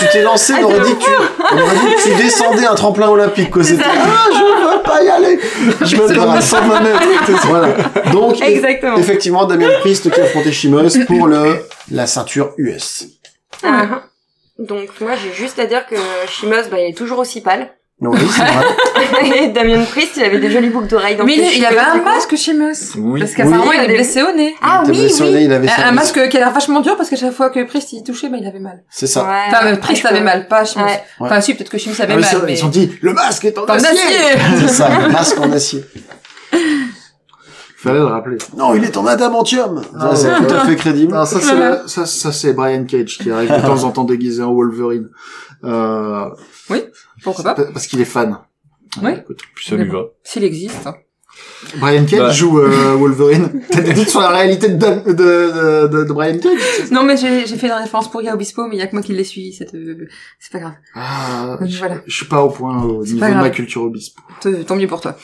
[SPEAKER 7] Tu t'es lancé, on aurait dit que tu, on aurait dit que tu descendais un tremplin olympique. quoi. C'était,
[SPEAKER 6] ça.
[SPEAKER 7] ah, je veux pas y aller. Je me perds à 100
[SPEAKER 6] [laughs]
[SPEAKER 7] mètres. Voilà. Donc, eff-
[SPEAKER 6] Exactement.
[SPEAKER 7] effectivement, Damien Priest qui a affronté Chimos pour le, la ceinture US.
[SPEAKER 6] Ah. Donc moi j'ai juste à dire que Shimos bah, il est toujours aussi pâle. [laughs]
[SPEAKER 7] Oui, c'est vrai.
[SPEAKER 6] Et Damien Priest il avait des jolies boucles d'oreilles dans
[SPEAKER 4] Mais
[SPEAKER 6] ses
[SPEAKER 4] il, il
[SPEAKER 6] cheveux,
[SPEAKER 4] avait un
[SPEAKER 6] du coup.
[SPEAKER 4] masque chez Meus.
[SPEAKER 2] Oui.
[SPEAKER 4] Parce qu'apparemment,
[SPEAKER 6] Oui.
[SPEAKER 4] il est blessé au nez.
[SPEAKER 6] Ah
[SPEAKER 7] Il était
[SPEAKER 6] oui
[SPEAKER 7] blessé au nez,
[SPEAKER 6] oui.
[SPEAKER 7] il avait
[SPEAKER 4] Un,
[SPEAKER 7] ça.
[SPEAKER 4] un masque qui a l'air vachement dur parce que chaque fois que Priest il touchait, bah, il avait mal.
[SPEAKER 7] C'est ça.
[SPEAKER 6] Ouais.
[SPEAKER 4] Enfin, euh, Priest avait mal, pas Chimus.
[SPEAKER 6] Ouais.
[SPEAKER 4] Enfin, si, peut-être que Chimus
[SPEAKER 3] Ah,
[SPEAKER 4] avait
[SPEAKER 3] mais
[SPEAKER 4] mal,
[SPEAKER 3] ça,
[SPEAKER 4] bah, mais...
[SPEAKER 3] Ils ont dit, le masque est en
[SPEAKER 4] Pas en
[SPEAKER 3] acier.
[SPEAKER 4] acier
[SPEAKER 7] C'est ça, le masque en acier.
[SPEAKER 3] Fallait le rappeler.
[SPEAKER 7] Non, il est en adamantium.
[SPEAKER 3] Ah,
[SPEAKER 7] Ça, c'est
[SPEAKER 3] ouais. Ah.
[SPEAKER 7] tout à fait crédible.
[SPEAKER 3] Non, ça c'est le- ça, ça c'est Brian Cage qui arrive de temps en temps déguisé en Wolverine. Euh,
[SPEAKER 4] [laughs] Pourquoi pas
[SPEAKER 3] pa- parce qu'il est fan.
[SPEAKER 4] Oui.
[SPEAKER 3] Ouais, écoute.
[SPEAKER 2] Puis ça lui va.
[SPEAKER 4] S'il existe. hein.
[SPEAKER 3] Brian Cage
[SPEAKER 2] Bah.
[SPEAKER 3] joue euh,
[SPEAKER 7] [laughs]
[SPEAKER 3] Wolverine. T'as des doutes sur la réalité de, Dan- de, de, de, de Brian Cage
[SPEAKER 4] Non, mais j'ai j'ai fait une référence pour Guy Obispo, mais il y a que moi qui l'ai suivi. cette, euh, C'est pas grave.
[SPEAKER 3] Ah,
[SPEAKER 4] Donc,
[SPEAKER 3] je-
[SPEAKER 4] voilà.
[SPEAKER 3] je suis pas au point au
[SPEAKER 4] C'est
[SPEAKER 3] niveau
[SPEAKER 4] pas
[SPEAKER 3] de ma
[SPEAKER 4] grave.
[SPEAKER 3] culture obispo.
[SPEAKER 4] Te- Tant mieux pour
[SPEAKER 6] [laughs]
[SPEAKER 4] toi.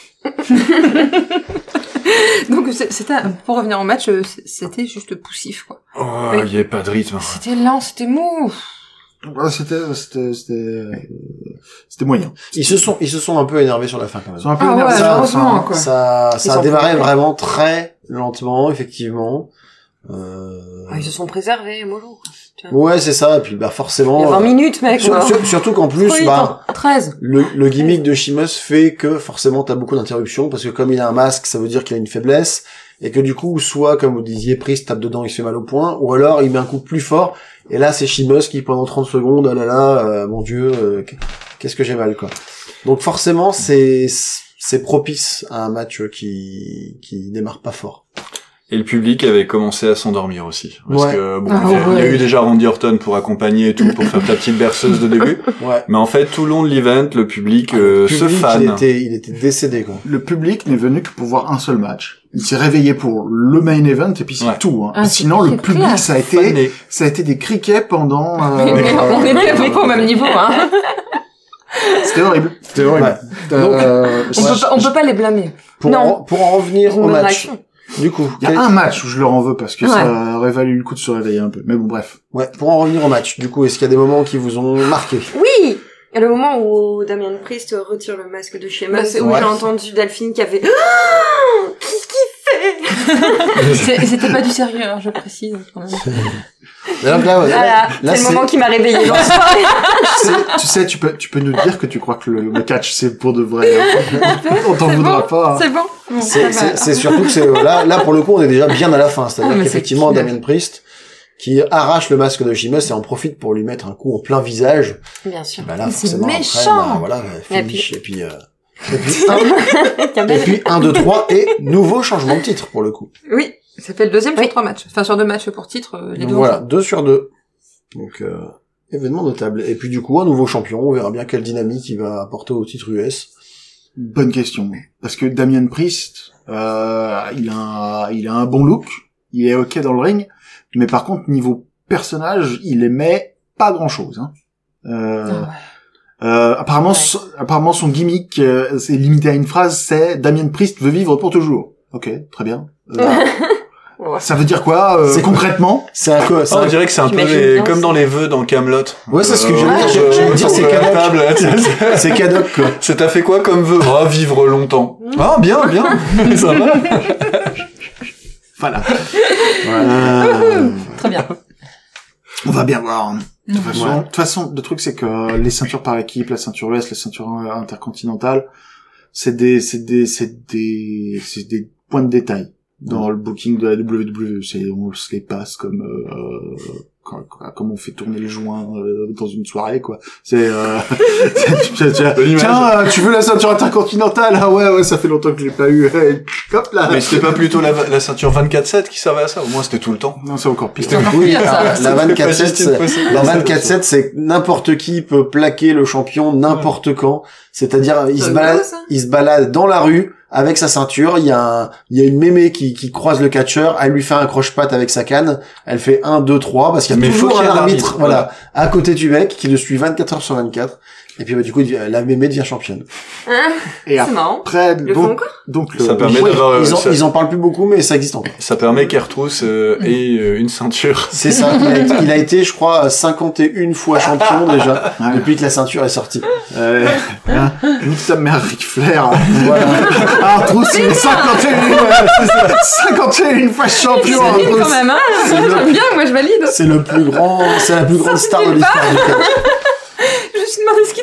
[SPEAKER 4] Donc c'est- c'était pour revenir au match, euh, c- c'était juste poussif quoi.
[SPEAKER 2] Oh,
[SPEAKER 4] Oui.
[SPEAKER 2] il n'y avait pas de rythme.
[SPEAKER 4] C'était lent, c'était mou.
[SPEAKER 3] Ouais, C'était c'était c'était euh, c'était moyen.
[SPEAKER 7] Ils se sont, ils se sont un peu énervés sur la fin, quand même.
[SPEAKER 3] Ils sont un peu
[SPEAKER 4] Ah ouais,
[SPEAKER 3] énervés.
[SPEAKER 4] heureusement
[SPEAKER 3] hein.
[SPEAKER 4] quoi.
[SPEAKER 7] Ça, ça
[SPEAKER 4] sont
[SPEAKER 7] a démarré
[SPEAKER 4] prêts.
[SPEAKER 7] vraiment très lentement, effectivement. Euh...
[SPEAKER 6] Ah, ils se sont préservés, mollo.
[SPEAKER 7] Ouais, c'est ça. Et puis, bah,
[SPEAKER 6] Il y a
[SPEAKER 7] forcément.
[SPEAKER 6] 20
[SPEAKER 7] euh,
[SPEAKER 6] minutes, mec.
[SPEAKER 7] sur-
[SPEAKER 6] quoi.
[SPEAKER 7] sur- surtout qu'en plus,
[SPEAKER 6] Trop vite,
[SPEAKER 7] bah,
[SPEAKER 6] hein.
[SPEAKER 4] 13.
[SPEAKER 7] le, le gimmick de Shimus fait que forcément t'as beaucoup d'interruptions parce que comme il a un masque, ça veut dire qu'il a une faiblesse et que du coup, soit comme vous disiez, Priest tape dedans, il se fait mal au point, ou alors il met un coup plus fort et là c'est Shimus qui pendant 30 secondes, ah là là, euh, mon dieu, euh, qu'est-ce que j'ai mal quoi. Donc forcément c'est c'est propice à un match qui qui démarre
[SPEAKER 6] [laughs]
[SPEAKER 7] pas fort.
[SPEAKER 2] Et le public avait commencé à s'endormir aussi. Parce
[SPEAKER 7] Ouais.
[SPEAKER 2] que, bon,
[SPEAKER 4] Ah,
[SPEAKER 2] il y a- il y a
[SPEAKER 4] ouais.
[SPEAKER 2] eu déjà Randy Orton pour accompagner et tout, pour faire ta petite berceuse de début.
[SPEAKER 7] Ouais.
[SPEAKER 2] Mais en fait, tout le long de l'event, le public, euh,
[SPEAKER 7] Ah, Public,
[SPEAKER 2] se fan.
[SPEAKER 7] il était il était décédé quoi.
[SPEAKER 3] Le public n'est venu que pour voir un seul match. Il s'est réveillé pour le main event et puis c'est
[SPEAKER 2] Ouais.
[SPEAKER 3] tout. hein.
[SPEAKER 4] Ah, c'est-
[SPEAKER 3] Sinon, le
[SPEAKER 4] c'est
[SPEAKER 3] public,
[SPEAKER 4] clair.
[SPEAKER 3] ça a été
[SPEAKER 2] Fané.
[SPEAKER 3] ça a été des criquets pendant. euh,
[SPEAKER 4] Mais [laughs] on était à
[SPEAKER 3] euh,
[SPEAKER 4] peu près au même niveau hein.
[SPEAKER 3] C'était horrible. C'était horrible.
[SPEAKER 7] Ouais.
[SPEAKER 3] Euh,
[SPEAKER 4] On
[SPEAKER 3] ouais.
[SPEAKER 4] peut pas, on peut pas les blâmer.
[SPEAKER 7] Pour
[SPEAKER 6] Non.
[SPEAKER 7] en, pour en revenir au
[SPEAKER 6] Une bonne
[SPEAKER 7] match.
[SPEAKER 6] réaction.
[SPEAKER 7] Du coup,
[SPEAKER 3] Il y
[SPEAKER 7] quel-
[SPEAKER 3] a un match où je leur en veux parce que ça aurait valu le coup de se réveiller un peu. Mais bon, bref.
[SPEAKER 7] ouais, pour en revenir au match. Du coup, est-ce qu'il y a des moments qui vous ont marqué
[SPEAKER 6] Oui Et le moment où Damien Priest retire le masque de chez
[SPEAKER 4] Bah,
[SPEAKER 6] Max,
[SPEAKER 4] c'est
[SPEAKER 6] où
[SPEAKER 7] ouais.
[SPEAKER 6] j'ai entendu Delphine qui avait... Ah Qu'est-ce qu'il fait
[SPEAKER 4] C'est- C'était pas du sérieux, hein, je précise. quand même.
[SPEAKER 7] Alors que là, ouais,
[SPEAKER 6] Voilà,
[SPEAKER 7] là,
[SPEAKER 6] Ah c'est le
[SPEAKER 7] c'est-
[SPEAKER 6] moment qui m'a
[SPEAKER 7] [laughs]
[SPEAKER 6] réveillée. dans ce soir.
[SPEAKER 3] tu, sais, tu sais, tu peux, tu peux nous dire que tu crois que le, le catch c'est pour de vrai. hein. On t'en
[SPEAKER 4] C'est
[SPEAKER 3] voudra pas. hein.
[SPEAKER 4] C'est bon. Bon, ça
[SPEAKER 7] C'est-
[SPEAKER 4] va,
[SPEAKER 7] C'est
[SPEAKER 4] alors.
[SPEAKER 7] c'est surtout que c'est euh, là, là pour le coup on est déjà bien à la fin,
[SPEAKER 4] Ah,
[SPEAKER 7] c'est-à-dire
[SPEAKER 4] mais
[SPEAKER 7] qu'effectivement
[SPEAKER 4] c'est clair.
[SPEAKER 7] Damien Priest qui arrache le masque de Chimus et en profite pour lui mettre un coup en plein visage.
[SPEAKER 6] Bien sûr.
[SPEAKER 7] Bah là
[SPEAKER 4] Mais c'est
[SPEAKER 7] forcément après,
[SPEAKER 4] méchant.
[SPEAKER 7] bah, voilà, euh,
[SPEAKER 6] Et
[SPEAKER 7] finish et
[SPEAKER 6] [laughs]
[SPEAKER 7] puis euh, et puis, un, et
[SPEAKER 6] Campbell.
[SPEAKER 7] puis un, deux, trois et nouveau changement de titre pour le coup.
[SPEAKER 4] Oui, ça fait le deuxième sur
[SPEAKER 6] Oui.
[SPEAKER 4] trois matchs. Enfin sur deux matchs pour titre, euh, les
[SPEAKER 7] Donc
[SPEAKER 4] deux.
[SPEAKER 7] voilà,
[SPEAKER 4] ensemble.
[SPEAKER 7] deux sur deux. Donc euh, événement notable. Et puis du coup un nouveau champion, on verra bien quelle dynamique il va apporter au titre US.
[SPEAKER 3] Bonne question. Parce que Damien Priest, euh, il a, un- il a un bon look. Il est ok dans le ring, mais par contre niveau personnage, il aimait pas grand chose. Hein. Euh,
[SPEAKER 4] Ah ouais.
[SPEAKER 3] euh, apparemment,
[SPEAKER 6] Ouais.
[SPEAKER 3] son, apparemment son gimmick, euh, c'est limité à une phrase, c'est Damien Priest veut vivre pour toujours. Ok, très bien. Euh,
[SPEAKER 4] [laughs]
[SPEAKER 3] ça veut dire quoi euh,
[SPEAKER 7] C'est-
[SPEAKER 3] concrètement
[SPEAKER 7] C'est un co- c'est
[SPEAKER 2] Ah, on
[SPEAKER 7] un-
[SPEAKER 2] dirait que c'est un peu
[SPEAKER 6] J'imagine
[SPEAKER 2] les-
[SPEAKER 6] bien,
[SPEAKER 2] comme
[SPEAKER 6] c'est-
[SPEAKER 2] dans les vœux dans Camelot.
[SPEAKER 7] Ouais, c'est ce que j'allais dire, j'allais- j'allais dire, c'est Camelot. [laughs] c'est Kadok quoi.
[SPEAKER 2] Ça t'a fait quoi comme vœu Ah, vivre longtemps. Ah, bien, bien. [laughs] Ça va.
[SPEAKER 3] [laughs] Voilà.
[SPEAKER 7] Euh,
[SPEAKER 4] Très bien.
[SPEAKER 3] On va bien voir. De toute façon,
[SPEAKER 7] Ouais.
[SPEAKER 3] de toute façon, le truc c'est que les ceintures par équipe, la ceinture US, la ceinture euh, intercontinentale, c'est des, c'est des, c'est des, c'est des points de détail dans le booking de la WWE. C'est, on se les passe comme, euh, comme, comme on fait tourner le joint euh, dans une soirée quoi. C'est, euh, [laughs] tu- tu- tu-
[SPEAKER 2] Bonne image.
[SPEAKER 3] tiens, euh, tu veux la ceinture intercontinentale Ah ouais, ouais, ça fait longtemps que je l'ai pas eu. Hop
[SPEAKER 7] Ah,
[SPEAKER 3] là.
[SPEAKER 2] Mais c'était pas plutôt la, la ceinture 24-7 qui servait à ça Au moins, c'était tout le temps.
[SPEAKER 3] Non, c'est encore pire.
[SPEAKER 7] Oui,
[SPEAKER 4] pire, ça.
[SPEAKER 7] la- la 24-7, c'est-
[SPEAKER 2] possible.
[SPEAKER 7] la 24-7, c'est que n'importe qui peut plaquer le champion n'importe quand. C'est-à-dire, il se
[SPEAKER 4] C'est
[SPEAKER 7] balade,
[SPEAKER 4] beau, ça.
[SPEAKER 7] il se balade dans la rue avec sa ceinture. Il y a un- il y a une mémé qui, qui croise le catcheur. Elle lui fait un croche-patte avec sa canne. Elle fait 1, 2, 3 parce qu'il y a
[SPEAKER 2] Mais faut
[SPEAKER 7] toujours
[SPEAKER 2] qu'il y ait
[SPEAKER 7] un
[SPEAKER 2] un
[SPEAKER 7] arbitre,
[SPEAKER 2] arbitre,
[SPEAKER 7] voilà, à côté du mec qui le suit 24 heures sur 24. Et puis, bah, du coup, il devient- la mémé devient championne.
[SPEAKER 6] Hein
[SPEAKER 3] Et
[SPEAKER 6] C'est marrant.
[SPEAKER 3] après,
[SPEAKER 6] Le font
[SPEAKER 3] donc,
[SPEAKER 6] encore
[SPEAKER 3] donc
[SPEAKER 2] Ça
[SPEAKER 3] le-
[SPEAKER 2] permet
[SPEAKER 3] ouais,
[SPEAKER 2] d'avoir. euh,
[SPEAKER 7] ils, en,
[SPEAKER 2] ça,
[SPEAKER 7] ils en parlent plus beaucoup, mais ça existe encore.
[SPEAKER 2] ça permet qu'Airtrousse euh,
[SPEAKER 6] Mm.
[SPEAKER 2] ait euh, une ceinture.
[SPEAKER 7] [laughs] C'est ça. Il a, été, il a été, je crois, 51 fois champion
[SPEAKER 2] [laughs]
[SPEAKER 7] déjà
[SPEAKER 3] Ouais.
[SPEAKER 7] depuis que la ceinture est sortie.
[SPEAKER 3] Euh, hein, nique ta mère, Ric Flair. hein.
[SPEAKER 4] [laughs]
[SPEAKER 7] Voilà.
[SPEAKER 3] Ah, Arthur, il est 51, 51 fois champion.
[SPEAKER 4] C'est valide
[SPEAKER 3] Arthur.
[SPEAKER 4] quand même, hein J'aime bien, moi je valide.
[SPEAKER 7] C'est le plus grand, c'est la plus grande
[SPEAKER 4] Ça
[SPEAKER 7] star de
[SPEAKER 4] suffit
[SPEAKER 7] l'histoire du club.
[SPEAKER 4] Je me suis demandé ce qui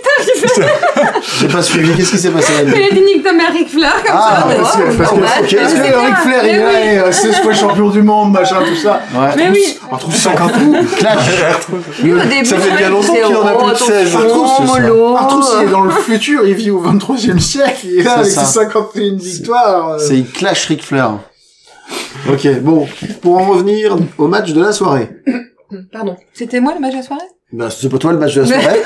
[SPEAKER 4] t'arrivait.
[SPEAKER 7] J'ai pas suivi. Qu'est-ce qui s'est passé là
[SPEAKER 4] Il a dit nique ta mère Ric Flair, comme
[SPEAKER 7] Ah,
[SPEAKER 4] ça.
[SPEAKER 3] Ah,
[SPEAKER 4] mais-
[SPEAKER 3] parce que, parce que,
[SPEAKER 4] Ouais,
[SPEAKER 3] parce que
[SPEAKER 4] mais
[SPEAKER 3] parce que
[SPEAKER 4] c'est Eh
[SPEAKER 3] Ric
[SPEAKER 4] bien,
[SPEAKER 3] Flair, il
[SPEAKER 4] mais
[SPEAKER 3] est euh, 16 fois champion du monde, machin, tout ça.
[SPEAKER 4] Mais oui.
[SPEAKER 3] Arthur, 51.
[SPEAKER 7] Clash.
[SPEAKER 6] Lui, au début,
[SPEAKER 2] Ça fait bien longtemps
[SPEAKER 6] il
[SPEAKER 2] qu'il en a
[SPEAKER 6] disait,
[SPEAKER 2] plus de
[SPEAKER 6] oh,
[SPEAKER 2] 16.
[SPEAKER 6] attention,
[SPEAKER 7] Arthur, c'est ça.
[SPEAKER 4] Oh.
[SPEAKER 6] mollo.
[SPEAKER 3] Arthur, il est dans le futur, il vit au 23e siècle, il est là
[SPEAKER 7] C'est
[SPEAKER 3] avec
[SPEAKER 7] ça.
[SPEAKER 3] ses 51 victoires. euh.
[SPEAKER 7] C'est il clash Ric Flair. Ok, bon, pour en revenir au match de la soirée.
[SPEAKER 4] Pardon.
[SPEAKER 5] C'était moi le match à soirée
[SPEAKER 7] Ben, c'est pas toi le match de
[SPEAKER 6] [laughs]
[SPEAKER 7] la soirée.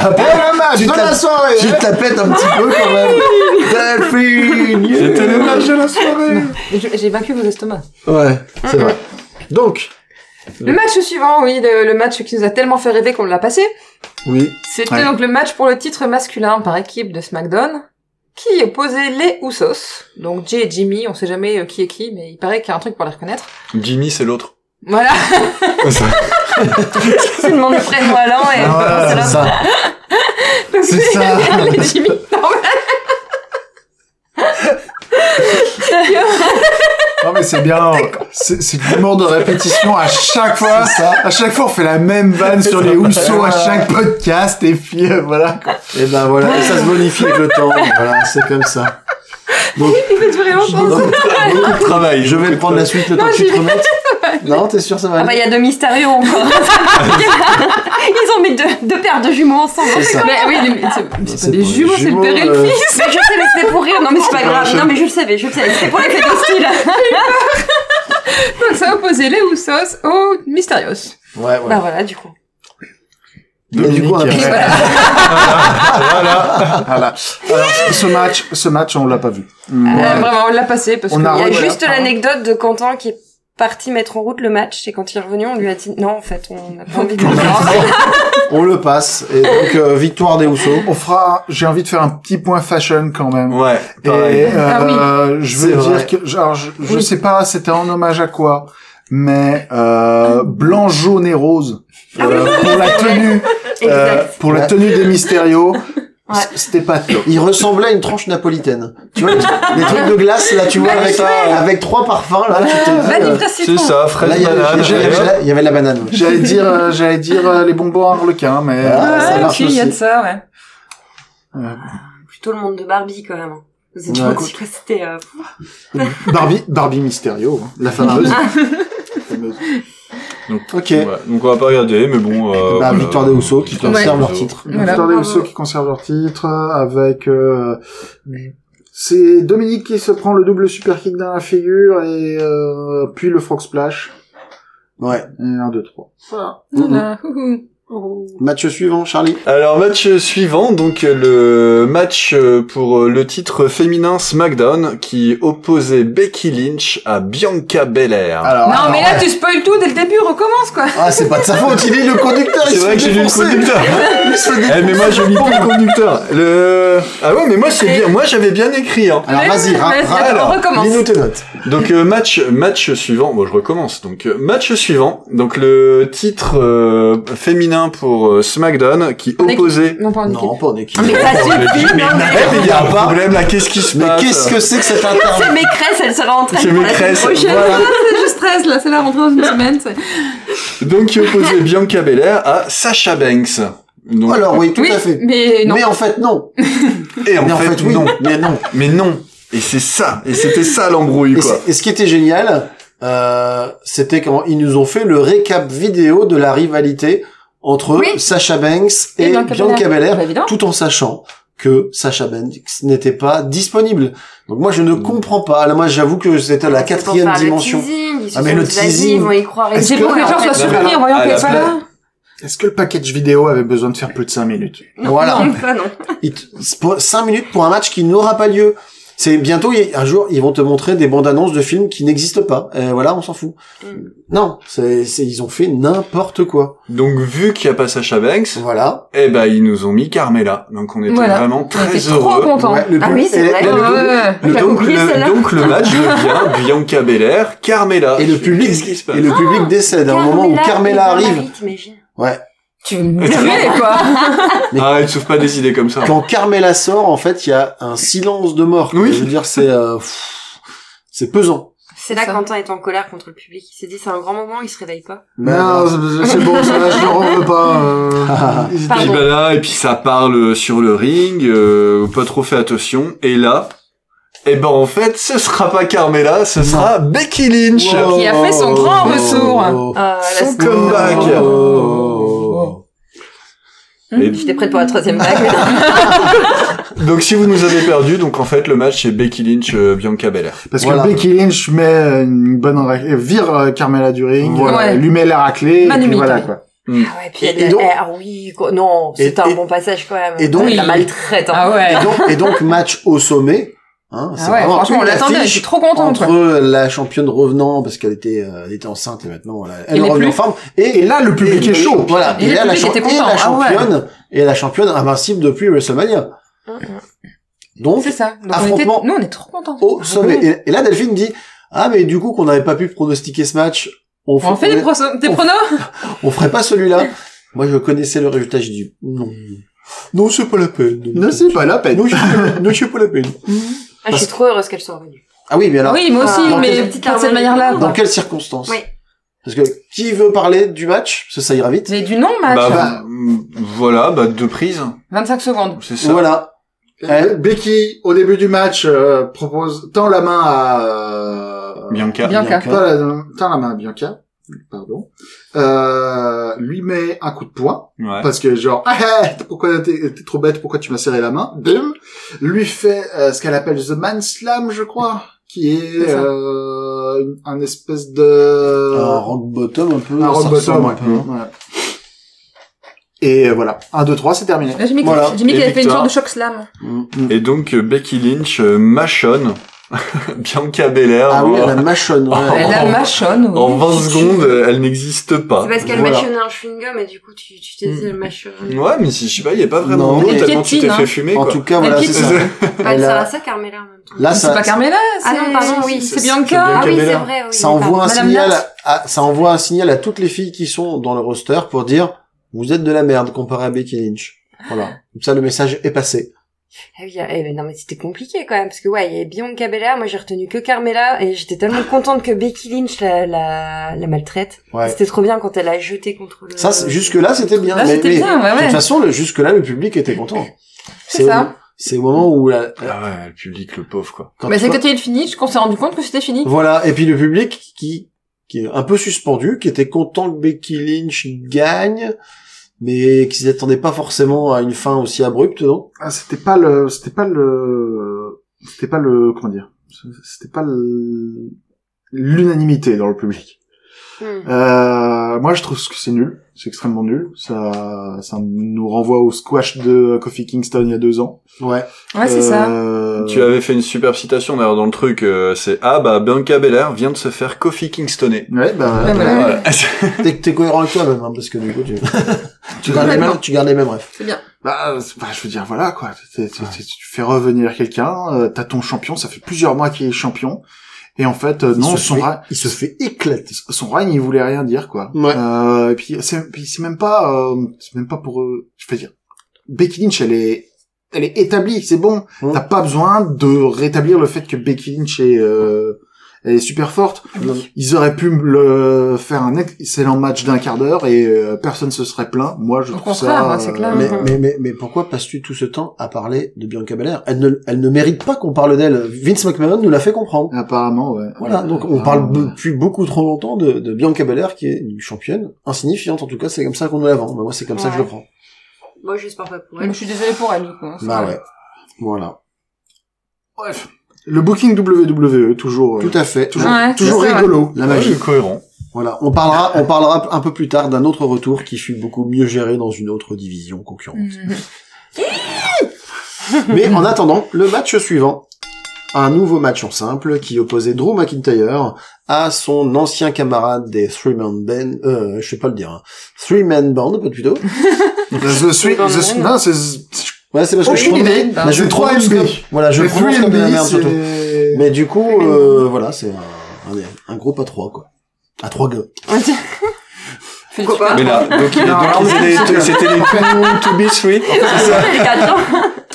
[SPEAKER 7] Après, le match de la soirée Tu te la pètes un petit peu quand
[SPEAKER 6] [laughs]
[SPEAKER 7] même. Delphine yeah.
[SPEAKER 2] C'était le match de la soirée.
[SPEAKER 4] Je- J'ai vaincu vos estomacs.
[SPEAKER 7] Ouais, c'est vrai. Donc,
[SPEAKER 5] Le match suivant, oui, le, le match qui nous a tellement fait rêver qu'on l'a passé.
[SPEAKER 7] oui,
[SPEAKER 5] C'était
[SPEAKER 3] Ouais.
[SPEAKER 5] donc le match pour le titre masculin par équipe de SmackDown, qui opposait les Usos. Donc Jay et Jimmy, on sait jamais euh, qui est qui, mais il paraît qu'il y a un truc pour les reconnaître.
[SPEAKER 2] Jimmy, c'est l'autre.
[SPEAKER 5] Voilà, [laughs]
[SPEAKER 6] Tu demandes le prénom à l'un et
[SPEAKER 7] Ah,
[SPEAKER 6] c'est
[SPEAKER 7] c'est
[SPEAKER 6] l'autre.
[SPEAKER 7] ça.
[SPEAKER 5] Donc,
[SPEAKER 6] [laughs]
[SPEAKER 7] C'est ça.
[SPEAKER 5] [laughs] les Jimmy. Non,
[SPEAKER 3] Non mais c'est bien, c'est c'est de l'humour de répétition à chaque fois. Ça. À chaque fois, on fait la même vanne sur les housseaux à chaque podcast et puis euh, voilà. quoi.
[SPEAKER 7] Et ben voilà, et ça se bonifie avec le temps. Voilà, c'est comme ça. Donc,
[SPEAKER 5] mais c'est vraiment
[SPEAKER 7] je-
[SPEAKER 5] pas-
[SPEAKER 2] Beaucoup de travail.
[SPEAKER 7] je vais prendre la suite le temps que tu
[SPEAKER 5] j'y
[SPEAKER 7] te remettes. Non, t'es sûr, ça
[SPEAKER 6] Ah
[SPEAKER 7] va
[SPEAKER 6] bah,
[SPEAKER 7] aller
[SPEAKER 6] il y a deux mystérieux encore. Ils ont mis deux, deux paires de jumeaux ensemble.
[SPEAKER 7] C'est ça.
[SPEAKER 4] Ah, Mais oui, les- c'est- c'est pas
[SPEAKER 7] C'est
[SPEAKER 4] des
[SPEAKER 7] pas des
[SPEAKER 4] jumeaux, c'est le
[SPEAKER 7] jumeaux,
[SPEAKER 4] père et le
[SPEAKER 7] euh,
[SPEAKER 4] fils.
[SPEAKER 6] Mais je sais, mais c'était pour rire. Non, mais c'est
[SPEAKER 7] Bah,
[SPEAKER 6] pas grave. Non, mais je le savais, je le savais. C'était pour les fêtes de style.
[SPEAKER 5] Donc [laughs] ça opposait les Usos aux Mysterios.
[SPEAKER 7] Ouais, ouais.
[SPEAKER 6] Bah voilà, du coup.
[SPEAKER 7] Mais du coup, on a-
[SPEAKER 3] Dominique, ouais. Voilà. Alors, ce- ce match, ce match, on l'a pas vu.
[SPEAKER 4] Ah,
[SPEAKER 3] Mm.
[SPEAKER 5] Euh, vraiment, on l'a passé parce
[SPEAKER 3] On
[SPEAKER 5] qu'il y
[SPEAKER 3] a
[SPEAKER 6] Il y a
[SPEAKER 3] voilà,
[SPEAKER 6] juste
[SPEAKER 3] pardon.
[SPEAKER 6] l'anecdode de Quentin qui est parti mettre en route le match et quand il est revenu, on lui a dit non, en fait, on n'a pas envie de le voir.
[SPEAKER 7] on le passe. Et donc, euh, victoire des Housseaux.
[SPEAKER 3] On fera. J'ai envie de faire un petit point fashion quand même.
[SPEAKER 2] Ouais.
[SPEAKER 3] Et
[SPEAKER 2] pareil.
[SPEAKER 3] euh, je
[SPEAKER 7] C'est
[SPEAKER 3] veux
[SPEAKER 7] vrai.
[SPEAKER 3] dire que genre, je, je sais pas, c'était en hommage à quoi, mais euh, blanc, jaune et rose euh, pour la tenue, euh, pour la
[SPEAKER 7] Ouais.
[SPEAKER 3] tenue des Mystérios,
[SPEAKER 6] Ouais.
[SPEAKER 3] c'était pas top.
[SPEAKER 7] Il ressemblait à une tranche napolitaine. Tu vois, les trucs- les trucs de glace, là, tu vois, avec, avec trois parfums, là, tu te dis, euh,
[SPEAKER 2] C'est ça, fraise
[SPEAKER 7] Là, il y avait-
[SPEAKER 2] banane.
[SPEAKER 7] il y avait- il y avait la banane. ouais.
[SPEAKER 3] J'allais dire, euh, j'allais dire euh, les bonbons arlequins, mais
[SPEAKER 7] Ah,
[SPEAKER 3] euh,
[SPEAKER 7] ça
[SPEAKER 4] Ouais,
[SPEAKER 7] marche
[SPEAKER 4] ok, il y a de
[SPEAKER 7] aussi.
[SPEAKER 4] ça, ouais.
[SPEAKER 6] Plutôt le monde de Barbie quand même. hein. Vous étiez
[SPEAKER 7] Ouais.
[SPEAKER 6] en complexité. euh,
[SPEAKER 3] Barbie, Barbie Mysterio, hein, la fameuse.
[SPEAKER 4] Ah.
[SPEAKER 7] Ok.
[SPEAKER 2] Ouais, donc on va pas regarder, mais bon. Euh,
[SPEAKER 7] bah,
[SPEAKER 2] voilà.
[SPEAKER 7] victoire des Housseaux qui
[SPEAKER 2] Victoire des
[SPEAKER 7] conservent leur
[SPEAKER 2] Housseaux.
[SPEAKER 7] titre.
[SPEAKER 3] Voilà.
[SPEAKER 4] Voilà.
[SPEAKER 3] ceux qui conservent leur titre euh, avec euh, c'est Dominique qui se prend le double super kick dans la figure et euh, puis le frog splash
[SPEAKER 7] Ouais.
[SPEAKER 3] et un deux trois.
[SPEAKER 4] Voilà, houhou.
[SPEAKER 7] Match suivant, Charlie.
[SPEAKER 2] Alors match suivant, donc euh, le match euh, pour euh, le titre féminin SmackDown qui opposait Becky Lynch à Bianca Belair.
[SPEAKER 7] Alors,
[SPEAKER 4] non, mais là, tu spoil tout dès le début, recommence, quoi.
[SPEAKER 7] ah, c'est pas de sa faute, il est le conducteur, il
[SPEAKER 2] c'est
[SPEAKER 7] se
[SPEAKER 2] vrai
[SPEAKER 7] fait
[SPEAKER 2] que j'ai lu le
[SPEAKER 7] défoncer.
[SPEAKER 2] conducteur.
[SPEAKER 7] Il se fait
[SPEAKER 2] Eh mais moi je lis pas
[SPEAKER 7] [laughs]
[SPEAKER 2] le conducteur. Le ah ouais mais moi c'est bien, moi j'avais bien écrit. Hein.
[SPEAKER 7] Alors, vas-y, ra-
[SPEAKER 4] Vas-y,
[SPEAKER 7] ra-
[SPEAKER 4] attends,
[SPEAKER 2] alors,
[SPEAKER 4] recommence.
[SPEAKER 7] lis-nous tes notes.
[SPEAKER 2] Donc euh, match match suivant, bon je recommence. Donc euh, match suivant, donc le titre euh, féminin pour euh, SmackDown qui
[SPEAKER 4] On est-
[SPEAKER 7] [laughs]
[SPEAKER 2] opposait.
[SPEAKER 4] Non, pas en équipe.
[SPEAKER 7] Non, pas en équipe.
[SPEAKER 6] Mais ça
[SPEAKER 2] mais-
[SPEAKER 6] suffit, non,
[SPEAKER 2] Eh
[SPEAKER 6] mais...
[SPEAKER 2] mais il y a un
[SPEAKER 7] pas-
[SPEAKER 2] problème là, qu'est-ce qui se
[SPEAKER 7] Mais
[SPEAKER 2] passe
[SPEAKER 7] qu'est-ce que c'est que cet
[SPEAKER 6] C'est
[SPEAKER 7] interdit
[SPEAKER 6] Mécresse, elle sera en train
[SPEAKER 2] C'est
[SPEAKER 6] de la semaine
[SPEAKER 2] Mécresse,
[SPEAKER 6] prochaine.
[SPEAKER 2] voilà.
[SPEAKER 4] C'est juste 13, là, c'est la rentrée dans une semaine. c'est-
[SPEAKER 2] Donc qui opposait Bianca Belair à Sasha Banks. Donc,
[SPEAKER 7] Alors, oui, tout
[SPEAKER 4] oui,
[SPEAKER 7] à fait.
[SPEAKER 4] mais non.
[SPEAKER 7] Mais en fait, non.
[SPEAKER 2] et en,
[SPEAKER 7] Mais
[SPEAKER 2] fait,
[SPEAKER 7] oui.
[SPEAKER 2] non.
[SPEAKER 7] Mais non.
[SPEAKER 2] Mais non. Et c'est ça. Et c'était ça l'embrouille
[SPEAKER 7] Et,
[SPEAKER 2] quoi.
[SPEAKER 7] c'est- et ce qui était génial, euh, c'était quand ils nous ont fait le récap vidéo de la rivalité entre
[SPEAKER 4] Oui.
[SPEAKER 7] Sasha Banks et, Bianca, Belair,
[SPEAKER 4] Bah, évidemment.
[SPEAKER 7] tout en sachant que Sasha Banks n'était pas disponible. Donc moi je
[SPEAKER 6] Hmm.
[SPEAKER 7] ne comprends pas. Là, moi j'avoue que c'était la quatrième dimension.
[SPEAKER 6] [laughs]
[SPEAKER 7] Ah,
[SPEAKER 6] Ah,
[SPEAKER 7] mais
[SPEAKER 6] mais
[SPEAKER 7] le teasing.
[SPEAKER 6] Ils vont y croire.
[SPEAKER 3] Est-ce
[SPEAKER 4] C'est
[SPEAKER 3] que-
[SPEAKER 4] pour que les gens soient surpris en
[SPEAKER 7] Ah,
[SPEAKER 4] voyant
[SPEAKER 2] à la
[SPEAKER 4] qu'elle soit
[SPEAKER 2] place-
[SPEAKER 4] là.
[SPEAKER 3] Est-ce que le package vidéo avait besoin de faire plus de 5 minutes
[SPEAKER 7] Voilà.
[SPEAKER 6] Non, ça, non.
[SPEAKER 7] Il te- c'est pas- Cinq minutes pour un match qui n'aura pas lieu. C'est bientôt il y a- un jour ils vont te montrer des bandes annonces de films qui n'existent pas. Et voilà, on s'en fout.
[SPEAKER 6] Mm.
[SPEAKER 7] Non, c'est c'est- ils ont fait n'importe quoi.
[SPEAKER 2] Donc vu qu'il n'y a pas Sasha Banks,
[SPEAKER 7] Voilà.
[SPEAKER 2] eh ben ils nous ont mis Carmela. Donc on était
[SPEAKER 4] Voilà.
[SPEAKER 2] vraiment
[SPEAKER 4] On
[SPEAKER 2] très
[SPEAKER 4] était trop
[SPEAKER 2] heureux.
[SPEAKER 4] contents.
[SPEAKER 7] Ouais, le
[SPEAKER 6] Ah
[SPEAKER 7] pub-
[SPEAKER 6] oui, c'est
[SPEAKER 7] et-
[SPEAKER 6] vrai.
[SPEAKER 7] et le-
[SPEAKER 4] Ouais, ouais, ouais.
[SPEAKER 2] Le-
[SPEAKER 6] Je la
[SPEAKER 2] donc,
[SPEAKER 6] comprends,
[SPEAKER 2] le,
[SPEAKER 6] celle-là.
[SPEAKER 2] donc le match devient Bianca Belair, Carmela.
[SPEAKER 7] Et le public,
[SPEAKER 2] Qu'est-ce qui se passe
[SPEAKER 7] et le public décède
[SPEAKER 6] Ah,
[SPEAKER 7] à un moment où Carmela arrive.
[SPEAKER 6] t'imagines
[SPEAKER 7] Ouais.
[SPEAKER 4] Tu veux me
[SPEAKER 7] [laughs]
[SPEAKER 4] tuer, quoi.
[SPEAKER 2] Arrête, Ah, sauve pas des idées comme
[SPEAKER 3] Ah.
[SPEAKER 2] ça.
[SPEAKER 7] Quand Carmela sort, en fait, il y a un silence de mort.
[SPEAKER 2] Oui.
[SPEAKER 7] Je veux dire, c'est euh, pff, c'est pesant.
[SPEAKER 6] C'est là
[SPEAKER 4] Ça.
[SPEAKER 6] que Quentin est en colère contre le public. Il s'est dit, c'est un grand moment, il se réveille pas.
[SPEAKER 7] Bah,
[SPEAKER 3] Bah, Non, euh, c'est- c'est bon, ça là, je le reveux pas. euh, ils étaient-
[SPEAKER 2] Et
[SPEAKER 6] Pardon.
[SPEAKER 2] ben là, et puis ça parle sur le ring, euh, pas trop fait attention. Et là, eh ben en fait, ce sera pas Carmela, ce sera Becky Lynch.
[SPEAKER 7] ben
[SPEAKER 4] Qui a fait son
[SPEAKER 6] Euh,
[SPEAKER 4] grand retour.
[SPEAKER 7] Oh.
[SPEAKER 6] Ah,
[SPEAKER 2] Son comeback.
[SPEAKER 7] Oh.
[SPEAKER 2] Et
[SPEAKER 6] J'étais prête pour la troisième
[SPEAKER 7] Ah
[SPEAKER 6] vague.
[SPEAKER 2] donc si vous nous avez perdu, donc en fait le match c'est Becky Lynch, euh, Bianca Belair.
[SPEAKER 3] [laughs] Parce
[SPEAKER 7] Voilà.
[SPEAKER 3] que Becky Lynch met une bonne ra- vire euh, Carmela During,
[SPEAKER 4] Voilà.
[SPEAKER 3] euh, lui met la raclée, et
[SPEAKER 4] Manu
[SPEAKER 3] puis voilà
[SPEAKER 4] Militari.
[SPEAKER 3] quoi.
[SPEAKER 6] Ah ouais, puis
[SPEAKER 7] Et-
[SPEAKER 6] elle-
[SPEAKER 7] et donc-
[SPEAKER 6] eh, ah oui, quoi. non,
[SPEAKER 7] Et-
[SPEAKER 6] c'était un
[SPEAKER 7] et-
[SPEAKER 6] bon passage quand même.
[SPEAKER 7] et donc-
[SPEAKER 6] la
[SPEAKER 4] Oui.
[SPEAKER 6] maltraite. hein.
[SPEAKER 4] Ah ouais.
[SPEAKER 7] Et donc, et donc, match au sommet. Hein,
[SPEAKER 4] Ah
[SPEAKER 7] c'est
[SPEAKER 4] ouais,
[SPEAKER 7] vraiment
[SPEAKER 4] franchement, on
[SPEAKER 7] une
[SPEAKER 4] l'attendait, je
[SPEAKER 7] affiche
[SPEAKER 4] suis trop contente. quoi.
[SPEAKER 7] entre la championne revenant parce qu'elle était, euh, elle était enceinte et maintenant elle, elle
[SPEAKER 4] Elle est
[SPEAKER 7] revient
[SPEAKER 4] plus.
[SPEAKER 7] en forme. Et,
[SPEAKER 3] Et là, le public
[SPEAKER 7] et-
[SPEAKER 3] est chaud.
[SPEAKER 7] Voilà.
[SPEAKER 4] Et
[SPEAKER 7] Et,
[SPEAKER 4] le
[SPEAKER 7] là, la,
[SPEAKER 4] public
[SPEAKER 7] cha-
[SPEAKER 4] était
[SPEAKER 7] et
[SPEAKER 4] content,
[SPEAKER 7] la
[SPEAKER 4] ah ouais. Mm,
[SPEAKER 7] championne, et la championne invincible depuis WrestleMania. Donc,
[SPEAKER 4] C'est ça. Donc on était,
[SPEAKER 7] Affrontement.
[SPEAKER 4] nous on est trop contents.
[SPEAKER 7] au sommet. Oh, Et, et là, Delphine dit, ah, mais du coup, qu'on n'avait pas pu pronostiquer ce match, on,
[SPEAKER 4] On fait des, pronos- des
[SPEAKER 7] on-
[SPEAKER 4] pronos
[SPEAKER 7] on ferait pas celui-là. Moi, je connaissais le résultat, j'ai dit, non. Non, c'est pas la peine.
[SPEAKER 3] Ne c'est pas la peine.
[SPEAKER 7] Non, c'est pas la- non, c'est pas la peine.
[SPEAKER 6] Ah, je suis trop heureuse qu'elle soit revenue.
[SPEAKER 7] Ah oui, mais alors,
[SPEAKER 4] Oui, moi aussi,
[SPEAKER 6] Ah, dans
[SPEAKER 4] mais
[SPEAKER 6] quelle-
[SPEAKER 4] pas de cette manière-là.
[SPEAKER 7] dans
[SPEAKER 4] quoi.
[SPEAKER 7] quelles circonstances
[SPEAKER 6] Oui.
[SPEAKER 7] Parce que qui veut parler du match Parce que ça ira vite.
[SPEAKER 4] Mais du non-match.
[SPEAKER 2] Bah,
[SPEAKER 7] bah.
[SPEAKER 2] vous- voilà, bah deux prises,
[SPEAKER 4] 25 secondes.
[SPEAKER 2] c'est ça.
[SPEAKER 7] Voilà.
[SPEAKER 3] Euh, Becky, au début du match, euh, propose, tend la main à...
[SPEAKER 2] Bianca.
[SPEAKER 7] Ah,
[SPEAKER 4] Bien. Bianca.
[SPEAKER 3] Tend la, tend la main à Bianca. Pardon. Euh, lui met un coup de poing.
[SPEAKER 2] Ouais.
[SPEAKER 3] Parce que genre, ah, ah, pourquoi t'es t'es trop bête, pourquoi tu m'as serré la main Boum. Lui fait euh, ce qu'elle appelle The Man Slam, je crois, qui est
[SPEAKER 4] C'est ça.
[SPEAKER 3] euh, une- un espèce
[SPEAKER 7] Un
[SPEAKER 3] de...
[SPEAKER 7] rock bottom un peu.
[SPEAKER 3] Un
[SPEAKER 7] ça
[SPEAKER 3] rock bottom,
[SPEAKER 7] ressemble
[SPEAKER 3] ouais.
[SPEAKER 7] un peu.
[SPEAKER 3] Ouais. Et euh, voilà, 1, 2, 3, c'est terminé.
[SPEAKER 4] Là, j'ai mis
[SPEAKER 7] Voilà.
[SPEAKER 4] j'ai mis
[SPEAKER 2] Et
[SPEAKER 4] qu'elle avait fait une
[SPEAKER 2] victoire.
[SPEAKER 4] sorte de choc slam.
[SPEAKER 2] Et donc euh, Becky Lynch euh, mâchonne [laughs] Bianca Belair.
[SPEAKER 7] Ah oui,
[SPEAKER 2] en-
[SPEAKER 7] la mâchonne. ouais.
[SPEAKER 4] Elle a mâchonne, oui.
[SPEAKER 2] en 20 secondes, euh, elle n'existe pas.
[SPEAKER 6] C'est parce qu'elle
[SPEAKER 7] Ah, Voilà. Mm.
[SPEAKER 6] mâchonnait un chewing-gum et du coup, tu, tu t'es dit, elle mâchonnait.
[SPEAKER 2] Ouais, mais si je sais pas, il y a pas vraiment
[SPEAKER 7] Non,
[SPEAKER 2] de
[SPEAKER 7] mais-
[SPEAKER 2] mot tellement tu t'es
[SPEAKER 4] Piétine,
[SPEAKER 2] fait
[SPEAKER 4] hein.
[SPEAKER 2] fumer
[SPEAKER 7] En
[SPEAKER 2] quoi.
[SPEAKER 7] tout cas,
[SPEAKER 4] Elle
[SPEAKER 7] voilà, c'est
[SPEAKER 2] [laughs]
[SPEAKER 4] quitte.
[SPEAKER 7] Ah, ça.
[SPEAKER 6] Pas
[SPEAKER 7] Elle
[SPEAKER 6] de
[SPEAKER 7] a-
[SPEAKER 6] Sarah Carmela en même temps.
[SPEAKER 7] Là,
[SPEAKER 4] C'est
[SPEAKER 7] ça,
[SPEAKER 4] pas Carmela,
[SPEAKER 6] Ah non,
[SPEAKER 4] c'est-
[SPEAKER 6] pardon, oui.
[SPEAKER 4] C'est Bianca.
[SPEAKER 6] Ah oui,
[SPEAKER 2] Carmela.
[SPEAKER 6] c'est vrai. Oui,
[SPEAKER 7] ça
[SPEAKER 6] oui,
[SPEAKER 7] envoie un
[SPEAKER 6] pardon.
[SPEAKER 4] Madame
[SPEAKER 7] signal,
[SPEAKER 4] Nat.
[SPEAKER 7] à, ça envoie un signal à toutes les filles qui sont dans le roster pour dire vous êtes de la merde comparé à Becky Lynch. Voilà. Comme ça, le message est passé.
[SPEAKER 6] Ah oui, eh, mais non, mais c'était compliqué quand même, parce que ouais, il y avait Bianca Belair, moi j'ai retenu que Carmela, et j'étais tellement contente que Becky Lynch la, la, la maltraite.
[SPEAKER 7] Ouais.
[SPEAKER 6] C'était trop bien quand elle a jeté contre le...
[SPEAKER 7] Ça, c'est- jusque-là, c'était bien.
[SPEAKER 4] Là,
[SPEAKER 7] mais,
[SPEAKER 4] Euh, bah, c'était
[SPEAKER 7] mais-
[SPEAKER 4] bien, ouais,
[SPEAKER 7] De toute
[SPEAKER 4] ouais.
[SPEAKER 7] façon, le- jusque-là, le public était content.
[SPEAKER 4] C'est
[SPEAKER 7] au-
[SPEAKER 4] ça.
[SPEAKER 7] C'est au moment où la,
[SPEAKER 2] Ah ouais, le public, le pauvre quoi.
[SPEAKER 7] quand-
[SPEAKER 4] Bah, c'est quand il y a eu le finish qu'on s'est rendu compte que c'était fini.
[SPEAKER 7] Voilà, et puis le public qui qui est un peu suspendu, qui était content que Becky Lynch gagne, mais qui s'attendait pas forcément à une fin aussi abrupte, non
[SPEAKER 3] Ah, c'était pas le, c'était pas le, c'était pas le, comment dire, c'était pas le- l'unanimité dans le public.
[SPEAKER 6] Hmm.
[SPEAKER 3] Euh, moi, je trouve que c'est nul, c'est extrêmement nul. Ça, ça nous renvoie au squash de Kofi Kingston il y a deux ans.
[SPEAKER 7] Ouais.
[SPEAKER 4] Ouais, Ah, c'est ça.
[SPEAKER 3] Euh,
[SPEAKER 2] Tu avais fait une super citation d'ailleurs dans le truc, euh, c'est Ah bah Bianca Belair vient de se faire Kofi Kingstonner.
[SPEAKER 3] Ouais, bah,
[SPEAKER 4] Ouais, voilà.
[SPEAKER 2] Voilà. [laughs]
[SPEAKER 7] T'es t'es cohérent avec toi-même, hein, parce que du coup, tu, [laughs] tu, gardes les
[SPEAKER 4] Complètement.
[SPEAKER 7] mêmes, tu gardes les mêmes rêves.
[SPEAKER 4] C'est bien.
[SPEAKER 3] bah, c'est- bah, je veux dire, voilà, quoi. C'est- c'est- c'est- Tu fais revenir quelqu'un, euh, t'as ton champion, ça fait plusieurs mois qu'il est champion. Et en fait, euh, non,
[SPEAKER 7] il, se
[SPEAKER 3] son,
[SPEAKER 7] fait,
[SPEAKER 3] ra-
[SPEAKER 7] il se fait éclater.
[SPEAKER 3] son règne il voulait rien dire quoi
[SPEAKER 7] Ouais.
[SPEAKER 3] euh, et puis c'est puis c'est même pas euh, c'est même pas pour euh, je veux dire Becky Lynch elle est elle est établie c'est bon
[SPEAKER 7] Mm.
[SPEAKER 3] t'as pas besoin de rétablir le fait que Becky Lynch est euh, elle est super forte ils auraient pu le faire un excellent match d'un quart d'heure et euh, personne se serait plaint moi je
[SPEAKER 4] Au
[SPEAKER 3] trouve
[SPEAKER 4] contraire,
[SPEAKER 3] ça
[SPEAKER 4] hein, c'est clair.
[SPEAKER 7] Mais, mais, mais, mais pourquoi passes-tu tout ce temps à parler de Bianca Belair elle ne, elle ne mérite pas qu'on parle d'elle. Vince McMahon nous l'a fait comprendre.
[SPEAKER 3] Euh, apparemment ouais
[SPEAKER 7] Voilà, donc on
[SPEAKER 3] Apparemment,
[SPEAKER 7] parle
[SPEAKER 3] ouais.
[SPEAKER 7] depuis beaucoup trop longtemps de, de Bianca Belair qui est une championne insignifiante en tout cas, c'est comme ça qu'on nous la vend. Bah, moi c'est comme ça que je le
[SPEAKER 6] Ouais.
[SPEAKER 7] prends.
[SPEAKER 6] Moi, j'espère pas pour
[SPEAKER 4] Mais
[SPEAKER 6] elle.
[SPEAKER 4] Je suis désolée pour elle. quoi.
[SPEAKER 7] Bah ouais. Voilà.
[SPEAKER 3] bref le booking WWE toujours euh,
[SPEAKER 7] Tout à fait. Bah
[SPEAKER 3] toujours,
[SPEAKER 4] Ouais,
[SPEAKER 3] toujours
[SPEAKER 4] c'est ça,
[SPEAKER 3] rigolo
[SPEAKER 7] La
[SPEAKER 2] Ouais,
[SPEAKER 7] magie.
[SPEAKER 2] c'est cohérent.
[SPEAKER 7] Voilà. On parlera, on parlera un peu plus tard d'un autre retour qui fut beaucoup mieux géré dans une autre division concurrente.
[SPEAKER 4] Mhm.
[SPEAKER 7] [laughs] Mais en attendant, le match suivant. Un nouveau match en simple qui opposait Drew McIntyre à son ancien camarade des Three Man Band, euh, je sais pas le dire, hein. Three Man Band, plutôt.
[SPEAKER 3] The Sweet The Sweet- non c'est
[SPEAKER 7] Ouais, c'est parce que je
[SPEAKER 3] Aucune
[SPEAKER 7] prononce-
[SPEAKER 3] idée.
[SPEAKER 7] Bah, je
[SPEAKER 3] C'est
[SPEAKER 7] prononce
[SPEAKER 3] 3 MB.
[SPEAKER 7] comme- Voilà, Ah, je
[SPEAKER 3] Mais
[SPEAKER 7] prononce
[SPEAKER 3] Free
[SPEAKER 7] comme de la
[SPEAKER 3] NB,
[SPEAKER 7] merde
[SPEAKER 3] c'est-
[SPEAKER 7] surtout. Mais du coup, euh, voilà, c'est un, un- un groupe à trois, quoi. À trois gars.
[SPEAKER 4] Fais le
[SPEAKER 6] Pourquoi
[SPEAKER 4] truc.
[SPEAKER 2] Mais là, donc, il est-
[SPEAKER 3] Non,
[SPEAKER 2] donc,
[SPEAKER 3] non,
[SPEAKER 2] c'était
[SPEAKER 3] c'est-
[SPEAKER 2] les- c'était les two- to be sweet.
[SPEAKER 6] Les gars, non.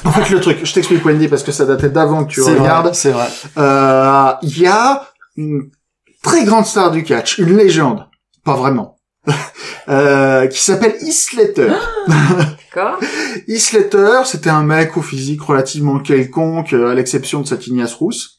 [SPEAKER 3] En fait, le truc, je t'explique Wendy parce que ça datait d'avant que tu
[SPEAKER 7] C'est vrai,
[SPEAKER 3] regardes.
[SPEAKER 7] C'est vrai.
[SPEAKER 3] Euh, Il y a une très grande star du catch, une légende, pas vraiment, [laughs] euh, qui s'appelle Islater.
[SPEAKER 6] D'accord.
[SPEAKER 3] Islater, c'était un mec au physique relativement quelconque, euh, à l'exception de sa tignasse rousse.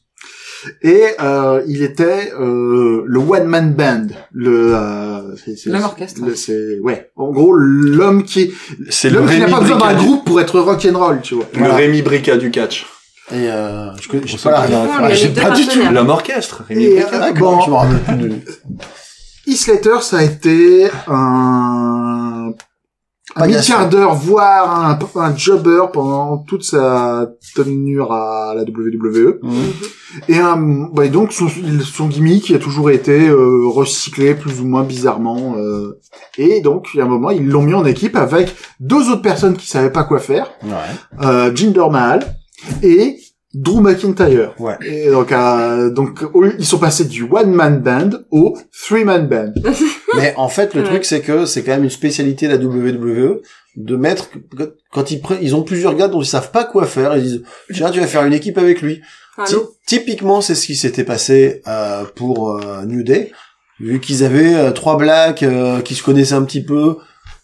[SPEAKER 3] Et euh, il était euh, le one man band, le euh, c'est- c'est-
[SPEAKER 4] L'homme orchestre.
[SPEAKER 3] le- C'est ouais, en gros l'homme qui
[SPEAKER 2] [laughs] C'est le
[SPEAKER 3] l'homme qui
[SPEAKER 2] Rémi
[SPEAKER 3] n'a pas besoin d'un
[SPEAKER 2] Brica.
[SPEAKER 3] groupe pour être rock'n'roll, tu vois.
[SPEAKER 2] Le
[SPEAKER 3] Voilà.
[SPEAKER 2] Rémi Brica du catch.
[SPEAKER 7] Et euh, je connais, j'ai
[SPEAKER 2] On
[SPEAKER 7] pas la
[SPEAKER 2] sait
[SPEAKER 7] référence.
[SPEAKER 2] qu'il y a
[SPEAKER 6] on a
[SPEAKER 7] J'ai
[SPEAKER 6] les deux
[SPEAKER 7] pas du tout.
[SPEAKER 6] partenaires.
[SPEAKER 2] L'homme orchestre, Rémi
[SPEAKER 3] Et,
[SPEAKER 2] Brica.
[SPEAKER 3] euh,
[SPEAKER 7] D'accord,
[SPEAKER 3] bon.
[SPEAKER 7] je me rappelle
[SPEAKER 3] [laughs]
[SPEAKER 7] plus de lui.
[SPEAKER 3] Slater, ça a été un, un
[SPEAKER 7] Pagasse.
[SPEAKER 3] milliardaire, voire un, un jobber pendant toute sa tenure à la WWE. Et, un, bah, et donc, son, son gimmick a toujours été euh, recyclé plus ou moins bizarrement. euh. et donc, il y a un moment, ils l'ont mis en équipe avec deux autres personnes qui savaient pas quoi faire.
[SPEAKER 7] Ouais.
[SPEAKER 3] euh, Jinder Mahal et Drew McIntyre.
[SPEAKER 7] Ouais.
[SPEAKER 3] Et donc, euh, donc au- ils sont passés du one man band au three man band.
[SPEAKER 7] Mais en fait, le
[SPEAKER 6] Ouais.
[SPEAKER 7] truc, c'est que c'est quand même une spécialité de la WWE de mettre quand ils pre- ils ont plusieurs gars dont ils savent pas quoi faire, ils disent tiens tu vas faire une équipe avec lui. Ty- typiquement, c'est ce qui s'était passé euh, pour euh, New Day, vu qu'ils avaient euh, trois blacks euh, qui se connaissaient un petit peu.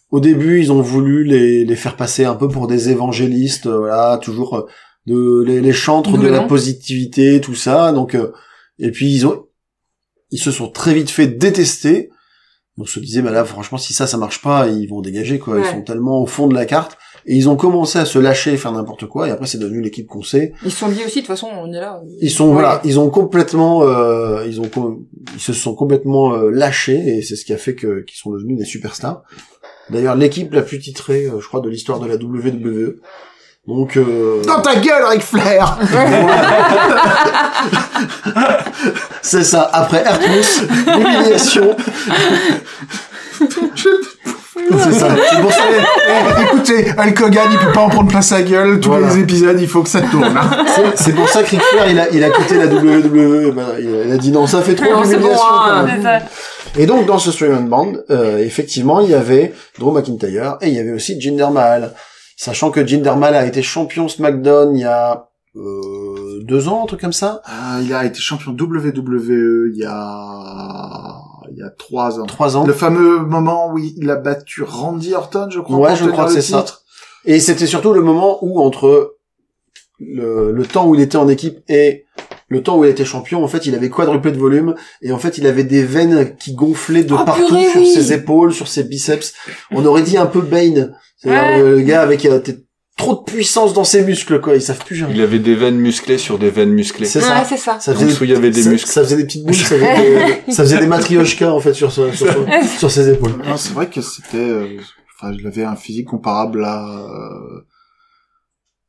[SPEAKER 7] Au début, ils ont voulu les, les faire passer un peu pour des évangélistes, euh, voilà, toujours euh, de, les, les chantres
[SPEAKER 4] D'où
[SPEAKER 7] de
[SPEAKER 4] le
[SPEAKER 7] la
[SPEAKER 4] nom.
[SPEAKER 7] positivité, tout ça. Donc, euh, et puis ils ont, ils se sont très vite fait détester. On se disait, bah là, franchement, si ça, ça marche pas, ils vont dégager quoi. Ils
[SPEAKER 6] Ouais.
[SPEAKER 7] sont tellement au fond de la carte. Et ils ont commencé à se lâcher, faire n'importe quoi. Et après, c'est devenu l'équipe qu'on sait.
[SPEAKER 4] Ils sont liés aussi, de toute façon, on est là.
[SPEAKER 7] Ils sont voilà, ils ont complètement, euh, ils ont, com- ils se sont complètement euh, lâchés et c'est ce qui a fait que qu'ils sont devenus des superstars. D'ailleurs, l'équipe la plus titrée, euh, je crois, de l'histoire de la WWE. Donc, euh,
[SPEAKER 3] Dans ta gueule, Ric Flair
[SPEAKER 7] c'est ça. Après Ertus, [laughs] l'humiliation, c'est ça. C'est pour ça que-
[SPEAKER 3] Écoutez, Hulk Hogan, il peut pas en prendre plein sa gueule. Tous
[SPEAKER 7] Voilà.
[SPEAKER 3] les épisodes, il faut que ça tourne. hein.
[SPEAKER 7] c'est- C'est pour ça que Ric Flair, il a, il a quitté la WWE. Ben, il, a, il a dit non, ça fait trop
[SPEAKER 4] Non, c'est bon,
[SPEAKER 7] d'humiliation.
[SPEAKER 4] hein.
[SPEAKER 7] quand même.
[SPEAKER 6] C'est ça.
[SPEAKER 7] Et donc dans ce Stream Band, euh, effectivement, il y avait Drew McIntyre et il y avait aussi Jinder Mahal. Sachant que Jinder Mahal a été champion SmackDown il y a euh, deux ans, un truc comme ça, Ah,
[SPEAKER 3] Euh, il a été [laughs] champion WWE il y a il y a trois ans.
[SPEAKER 7] trois ans.
[SPEAKER 3] Le fameux moment où il a battu Randy Orton, je crois.
[SPEAKER 7] Ouais,
[SPEAKER 3] pour
[SPEAKER 7] je
[SPEAKER 3] tenir
[SPEAKER 7] crois que
[SPEAKER 3] le
[SPEAKER 7] c'est ça.
[SPEAKER 3] titre.
[SPEAKER 7] Et c'était surtout le moment où entre le, le temps où il était en équipe et le temps où il était champion, en fait, il avait quadruplé de volume et en fait, il avait des veines qui gonflaient de
[SPEAKER 4] Oh,
[SPEAKER 7] partout
[SPEAKER 4] purée,
[SPEAKER 7] sur
[SPEAKER 4] oui.
[SPEAKER 7] ses épaules, sur ses biceps. On aurait dit un peu Bane, c'est-à-dire
[SPEAKER 6] Ouais.
[SPEAKER 7] le, le gars avec euh, t- trop de puissance dans ses muscles, quoi. Ils savent plus gérer.
[SPEAKER 2] Il avait des veines musclées sur des veines musclées.
[SPEAKER 7] C'est ça.
[SPEAKER 4] Ouais, c'est ça.
[SPEAKER 7] Ça
[SPEAKER 2] En dessous, il y avait des
[SPEAKER 7] ça-
[SPEAKER 2] muscles.
[SPEAKER 7] Ça faisait des petites boules, ça faisait des, ça faisait des matrioshkas, en fait, sur, ce- sur, son- sur ses épaules.
[SPEAKER 3] Non, Ah, c'est vrai que c'était. euh, Enfin, il avait un physique comparable à. euh,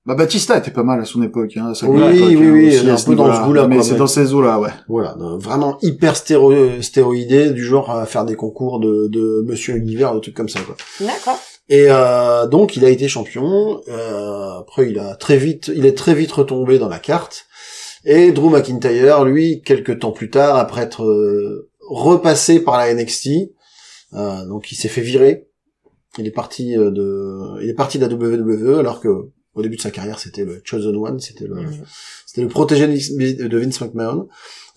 [SPEAKER 3] Bah, Batista était pas mal à son époque. Hein, à sa
[SPEAKER 7] Oui,
[SPEAKER 3] grande époque,
[SPEAKER 7] oui,
[SPEAKER 3] hein,
[SPEAKER 7] oui,
[SPEAKER 3] aussi,
[SPEAKER 7] elle est
[SPEAKER 3] à
[SPEAKER 7] un peu dans
[SPEAKER 3] niveau-là.
[SPEAKER 7] ce goût-là,
[SPEAKER 3] Mais
[SPEAKER 7] quoi,
[SPEAKER 3] c'est
[SPEAKER 7] mais-
[SPEAKER 3] dans ces eaux-là, ouais.
[SPEAKER 7] Voilà, euh, vraiment hyper stéro- euh, stéroïdé, du genre à faire des concours de, de Monsieur Univers, des trucs comme ça, quoi.
[SPEAKER 6] D'accord.
[SPEAKER 7] Et euh, donc, il a été champion. euh, après, il a très vite, il est très vite retombé dans la carte. Et Drew McIntyre, lui, quelques temps plus tard, après être euh, repassé par la NXT, euh, donc il s'est fait virer. Il est parti euh, de, il est parti de la WWE alors que au début de sa carrière, c'était le chosen one, c'était le, c'était le protégé de Vince- de Vince McMahon.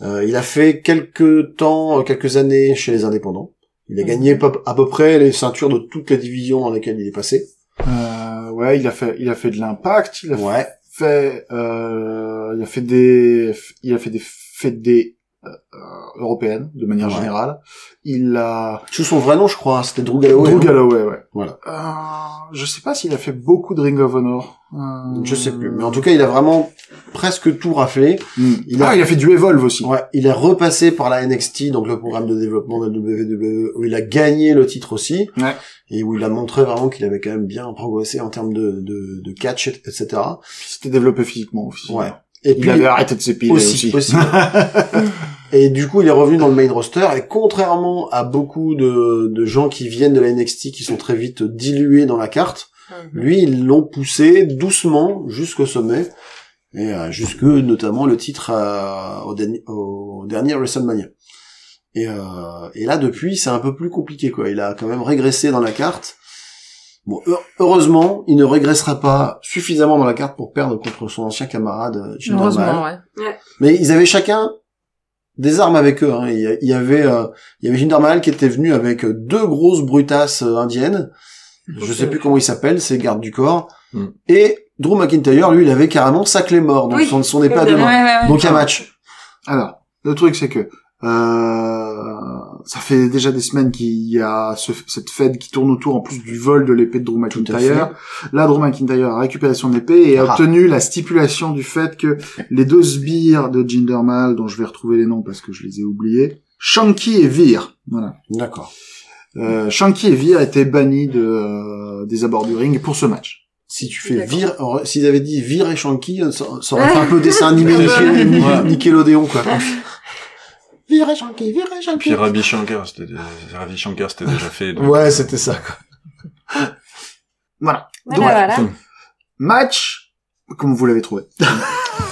[SPEAKER 7] Euh, il a fait quelques temps, euh, quelques années chez les indépendants. Il a gagné
[SPEAKER 3] Mhm.
[SPEAKER 7] pop- à peu près les ceintures de toutes les divisions dans lesquelles il est passé.
[SPEAKER 3] Euh, ouais, il a fait, il a fait de l'impact. Il a
[SPEAKER 7] Ouais.
[SPEAKER 3] fait, euh, il a fait des, il a fait des, fait des euh, euh, européennes de manière
[SPEAKER 7] Ouais.
[SPEAKER 3] générale. Il a.
[SPEAKER 7] Sous son vrai nom, je crois, hein, c'était Drew Galloway.
[SPEAKER 3] Drew
[SPEAKER 7] hein.
[SPEAKER 3] Galloway, ouais.
[SPEAKER 7] Voilà.
[SPEAKER 3] Euh, je sais pas s'il a fait beaucoup de Ring of Honor. Euh,
[SPEAKER 7] Je sais plus. Mais en tout cas, il a vraiment presque tout raflé.
[SPEAKER 3] Hmm.
[SPEAKER 7] il a-
[SPEAKER 3] Ah, il a fait du Evolve aussi.
[SPEAKER 7] Ouais, il est repassé par la NXT, donc le programme de développement de la WWE, où il a gagné le titre aussi,
[SPEAKER 3] Ouais.
[SPEAKER 7] et où il a montré vraiment qu'il avait quand même bien progressé en termes de, de, de catch, et- etc.
[SPEAKER 3] C'était développé physiquement aussi.
[SPEAKER 7] Ouais. Et
[SPEAKER 3] Il avait arrêté de s'épiler aussi.
[SPEAKER 7] aussi. [laughs] et du coup, il est revenu dans le main roster, et contrairement à beaucoup de, de gens qui viennent de la NXT, qui sont très vite dilués dans la carte, lui, ils l'ont poussé doucement jusqu'au sommet, et euh, jusque notamment le titre euh, au, derni- au dernier WrestleMania. Et, euh, et là, depuis, c'est un peu plus compliqué, quoi. Il a quand même régressé dans la carte. Bon, heu- heureusement, il ne régressera pas suffisamment dans la carte pour perdre contre son ancien camarade euh, Jinder Mahal.
[SPEAKER 4] Heureusement, ouais.
[SPEAKER 7] Mais ils avaient chacun des armes avec eux. hein. Il y a- il y avait, euh, il y avait Jinder Mahal qui était venu avec euh, deux grosses brutasses euh, indiennes. Je sais plus comment il s'appelle, c'est garde du corps.
[SPEAKER 2] Mm.
[SPEAKER 7] Et Drew McIntyre, lui, il avait carrément sa clé mort, donc
[SPEAKER 6] Oui,
[SPEAKER 7] son, son épée à
[SPEAKER 6] c'est
[SPEAKER 7] deux
[SPEAKER 6] vrai.
[SPEAKER 7] mains.
[SPEAKER 4] ouais, ouais.
[SPEAKER 7] Donc un match.
[SPEAKER 3] Alors, le truc c'est que euh, ça fait déjà des semaines qu'il y a ce- cette fête qui tourne autour en plus du vol de l'épée de Drew
[SPEAKER 7] Tout à
[SPEAKER 3] McIntyre. Là, Drew McIntyre a récupéré son épée et a
[SPEAKER 7] Ah.
[SPEAKER 3] obtenu la stipulation du fait que les deux sbires de Jindermal, dont je vais retrouver les noms parce que je les ai oubliés, Shanky et Veer, voilà.
[SPEAKER 7] D'accord.
[SPEAKER 3] Euh, Shanky et Veer étaient bannis de, euh, des abords du ring pour ce match.
[SPEAKER 7] Si tu fais
[SPEAKER 6] D'accord.
[SPEAKER 7] vire, or- s'ils avaient dit vire et Shanky, euh, ça, ça aurait fait un peu dessin animé Nickel-
[SPEAKER 2] Ouais.
[SPEAKER 7] Nickelodeon, quoi. vire et Shanky, vire et Shanky.
[SPEAKER 2] Puis Ravi Shankar, c'était dé- Ravi Shankar, c'était déjà fait. donc-
[SPEAKER 7] Ouais, c'était ça, quoi.
[SPEAKER 3] Voilà.
[SPEAKER 6] Voilà,
[SPEAKER 3] Ouais.
[SPEAKER 6] voilà.
[SPEAKER 3] Match, comme vous l'avez trouvé.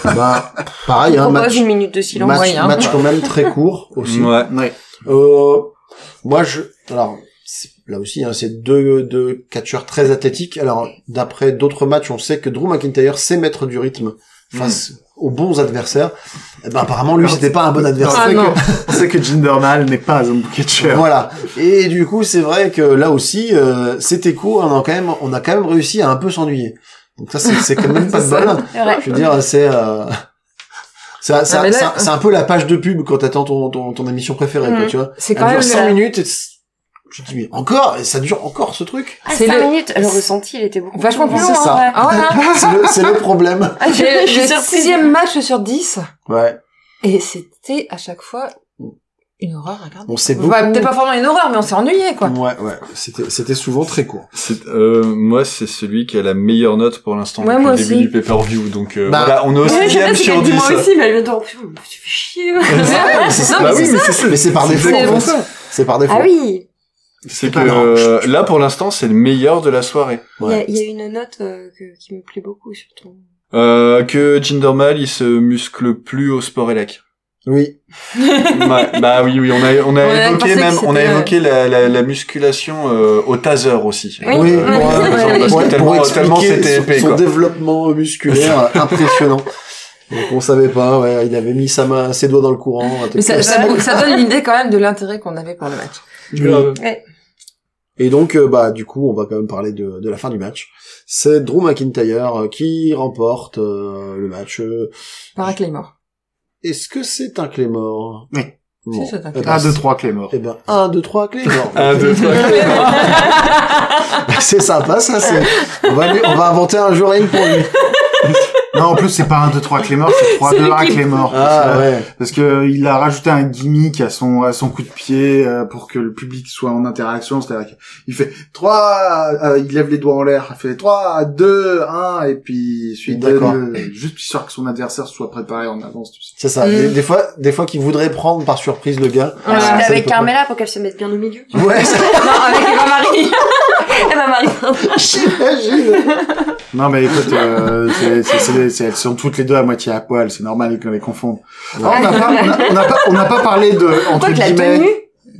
[SPEAKER 7] bah, pareil,
[SPEAKER 6] On
[SPEAKER 7] hein,
[SPEAKER 6] propose
[SPEAKER 7] match,
[SPEAKER 6] une minute de silence.
[SPEAKER 7] match,
[SPEAKER 4] moyen.
[SPEAKER 7] match quand même très court, aussi. [laughs]
[SPEAKER 2] Ouais.
[SPEAKER 3] Ouais.
[SPEAKER 7] Euh, moi, je, alors, c'est- là aussi, hein, c'est deux, deux catcheurs très athlétiques. Alors, d'après d'autres matchs, on sait que Drew McIntyre sait mettre du rythme face aux bons adversaires. Eh ben, apparemment, lui, c'était pas un bon
[SPEAKER 3] On
[SPEAKER 4] Ah
[SPEAKER 7] adversaire.
[SPEAKER 3] sait que- on sait que Jindermal n'est pas un catcher.
[SPEAKER 7] Voilà. Et du coup, c'est vrai que là aussi, euh, c'était court. On a quand même, on a quand même réussi à un peu s'ennuyer. Donc ça, c'est c'est quand même pas de bol.
[SPEAKER 6] C'est vrai.
[SPEAKER 7] Je veux dire, c'est euh, ça, ça,
[SPEAKER 4] mais là-
[SPEAKER 7] ça- c'est un peu la page de pub quand t'attends ton, ton, ton émission préférée, quoi,
[SPEAKER 6] Mhm.
[SPEAKER 7] tu vois.
[SPEAKER 4] C'est
[SPEAKER 7] Elle
[SPEAKER 4] quand
[SPEAKER 7] dure
[SPEAKER 4] même
[SPEAKER 7] 100
[SPEAKER 4] la-
[SPEAKER 7] minutes. Et t's- je me dis, mais encore, et ça dure encore ce truc.
[SPEAKER 6] Ah,
[SPEAKER 4] C'est
[SPEAKER 6] 5
[SPEAKER 4] le-
[SPEAKER 6] minutes. Le ressenti, il était beaucoup
[SPEAKER 4] Vachement
[SPEAKER 6] plus
[SPEAKER 4] plus,
[SPEAKER 6] long.
[SPEAKER 7] c'est ça.
[SPEAKER 6] hein, ouais.
[SPEAKER 4] Ah voilà.
[SPEAKER 7] C'est le, c'est le problème.
[SPEAKER 6] Ah,
[SPEAKER 4] [laughs]
[SPEAKER 6] je- [laughs]
[SPEAKER 4] J'ai
[SPEAKER 6] je suis
[SPEAKER 4] le
[SPEAKER 6] surprise.
[SPEAKER 4] sixième match sur 10
[SPEAKER 7] Ouais.
[SPEAKER 4] et c'était à chaque fois une horreur à regarder.
[SPEAKER 7] On s'est beaucoup.
[SPEAKER 4] Bah, peut-être pas forcément une horreur, mais on s'est ennuyé quoi.
[SPEAKER 7] Ouais, ouais. C'était, c'était souvent très court.
[SPEAKER 2] C'est- euh, moi, c'est celui qui a la meilleure note pour l'instant
[SPEAKER 4] Ouais,
[SPEAKER 2] depuis
[SPEAKER 4] moi
[SPEAKER 2] le début
[SPEAKER 4] aussi.
[SPEAKER 2] du pay-per-view. Donc euh,
[SPEAKER 7] Bah,
[SPEAKER 2] voilà, on est au
[SPEAKER 6] Ouais, je sais pas
[SPEAKER 2] sixième
[SPEAKER 6] si
[SPEAKER 2] sur
[SPEAKER 6] elle dit
[SPEAKER 2] 10.
[SPEAKER 6] moi aussi, mais elle vient de dire, Pfiou, tu fais chier.
[SPEAKER 4] Mais Ah ouais,
[SPEAKER 7] Mais c'est-
[SPEAKER 4] non,
[SPEAKER 7] bah
[SPEAKER 4] mais
[SPEAKER 7] oui,
[SPEAKER 4] c'est
[SPEAKER 7] mais
[SPEAKER 4] ça.
[SPEAKER 7] c'est- mais c'est par
[SPEAKER 2] C'est
[SPEAKER 7] défaut.
[SPEAKER 4] bon
[SPEAKER 7] en fait.
[SPEAKER 4] ça.
[SPEAKER 7] C'est par défaut.
[SPEAKER 6] Ah oui.
[SPEAKER 2] C'est que
[SPEAKER 7] Ah non,
[SPEAKER 2] euh, là, pour l'instant, c'est le meilleur de la soirée.
[SPEAKER 6] Il y a-
[SPEAKER 7] Ouais.
[SPEAKER 6] il y, a une note euh, que- qui me plaît beaucoup, surtout.
[SPEAKER 2] Euh, que Jindermal, il se muscle plus au sport [laughs] élec.
[SPEAKER 7] Oui.
[SPEAKER 2] Ouais, bah oui, oui, on a, on a
[SPEAKER 4] On a
[SPEAKER 2] évoqué
[SPEAKER 4] pensé que
[SPEAKER 2] même, on a
[SPEAKER 4] c'était, euh,
[SPEAKER 2] évoqué la, la, la musculation euh, au taser aussi.
[SPEAKER 6] Oui.
[SPEAKER 7] Oui,
[SPEAKER 2] Euh,
[SPEAKER 7] pour-
[SPEAKER 2] parce que
[SPEAKER 7] pour-
[SPEAKER 2] tellement,
[SPEAKER 7] pour
[SPEAKER 2] tellement
[SPEAKER 7] expliquer
[SPEAKER 2] c'était
[SPEAKER 7] son,
[SPEAKER 2] épais,
[SPEAKER 7] son
[SPEAKER 2] quoi.
[SPEAKER 7] développement musculaire [laughs] impressionnant. Donc on savait pas, ouais, il avait mis sa main, ses doigts dans le courant. un truc
[SPEAKER 4] Mais ça,
[SPEAKER 7] comme
[SPEAKER 4] ça, ça donne une idée quand même de l'intérêt qu'on avait pour le match.
[SPEAKER 2] Grave.
[SPEAKER 7] Et donc euh, bah du coup on va quand même parler de, de la fin du match. C'est Drew McIntyre euh, qui remporte euh, le match. Euh,
[SPEAKER 4] Par un Claymore.
[SPEAKER 7] Est-ce que c'est un clé mort
[SPEAKER 3] Oui.
[SPEAKER 7] Bon.
[SPEAKER 4] Si, c'est un
[SPEAKER 7] Eh
[SPEAKER 4] clé
[SPEAKER 7] ben,
[SPEAKER 3] Un, deux, trois, clés morts.
[SPEAKER 7] Eh ben un, deux, trois clés morts.
[SPEAKER 2] Un, deux, trois.
[SPEAKER 7] [laughs] c'est sympa ça. C'est... On, va lui- on va inventer un jour rien que pour lui.
[SPEAKER 3] Non, en plus, c'est pas 1, 2, 3 clés morts,
[SPEAKER 7] [laughs]
[SPEAKER 3] c'est 3,
[SPEAKER 6] C'est
[SPEAKER 3] 2,
[SPEAKER 6] lui
[SPEAKER 3] 1
[SPEAKER 6] qui-
[SPEAKER 3] clés
[SPEAKER 1] Oh,
[SPEAKER 3] morts.
[SPEAKER 7] Ah ouais.
[SPEAKER 3] Parce que euh, il a rajouté un gimmick à son, à son coup de pied, euh, pour que le public soit en interaction. C'est-à-dire qu'il fait 3, il lève les doigts en l'air, il fait 3, 2, 1, et puis, suite
[SPEAKER 7] D'accord.
[SPEAKER 3] juste histoire que son adversaire soit préparé en avance, tu sais.
[SPEAKER 7] C'est ça.
[SPEAKER 4] Mm.
[SPEAKER 7] Des, des fois, des fois qu'il voudrait prendre par surprise le gars. Ah,
[SPEAKER 4] Ouais.
[SPEAKER 7] Ça,
[SPEAKER 6] J'étais
[SPEAKER 7] ça
[SPEAKER 6] Ah, avec
[SPEAKER 7] peut pas.
[SPEAKER 6] Carmela pour qu'elle se mette bien au milieu.
[SPEAKER 7] [laughs] Ouais.
[SPEAKER 4] [laughs] Non, avec Eva Marie. [laughs]
[SPEAKER 6] Eh ben, Marie,
[SPEAKER 7] [laughs] J'imagine.
[SPEAKER 3] Non, mais écoute, euh, c'est- c'est- c'est- c'est- elles sont toutes les deux à moitié à poil, c'est normal qu'on les confonde. Alors, on n'a pas, on a- on n'a pas, on n'a pas parlé de, entre
[SPEAKER 6] Quoi que la Ah,
[SPEAKER 3] guillemets,
[SPEAKER 6] tenue.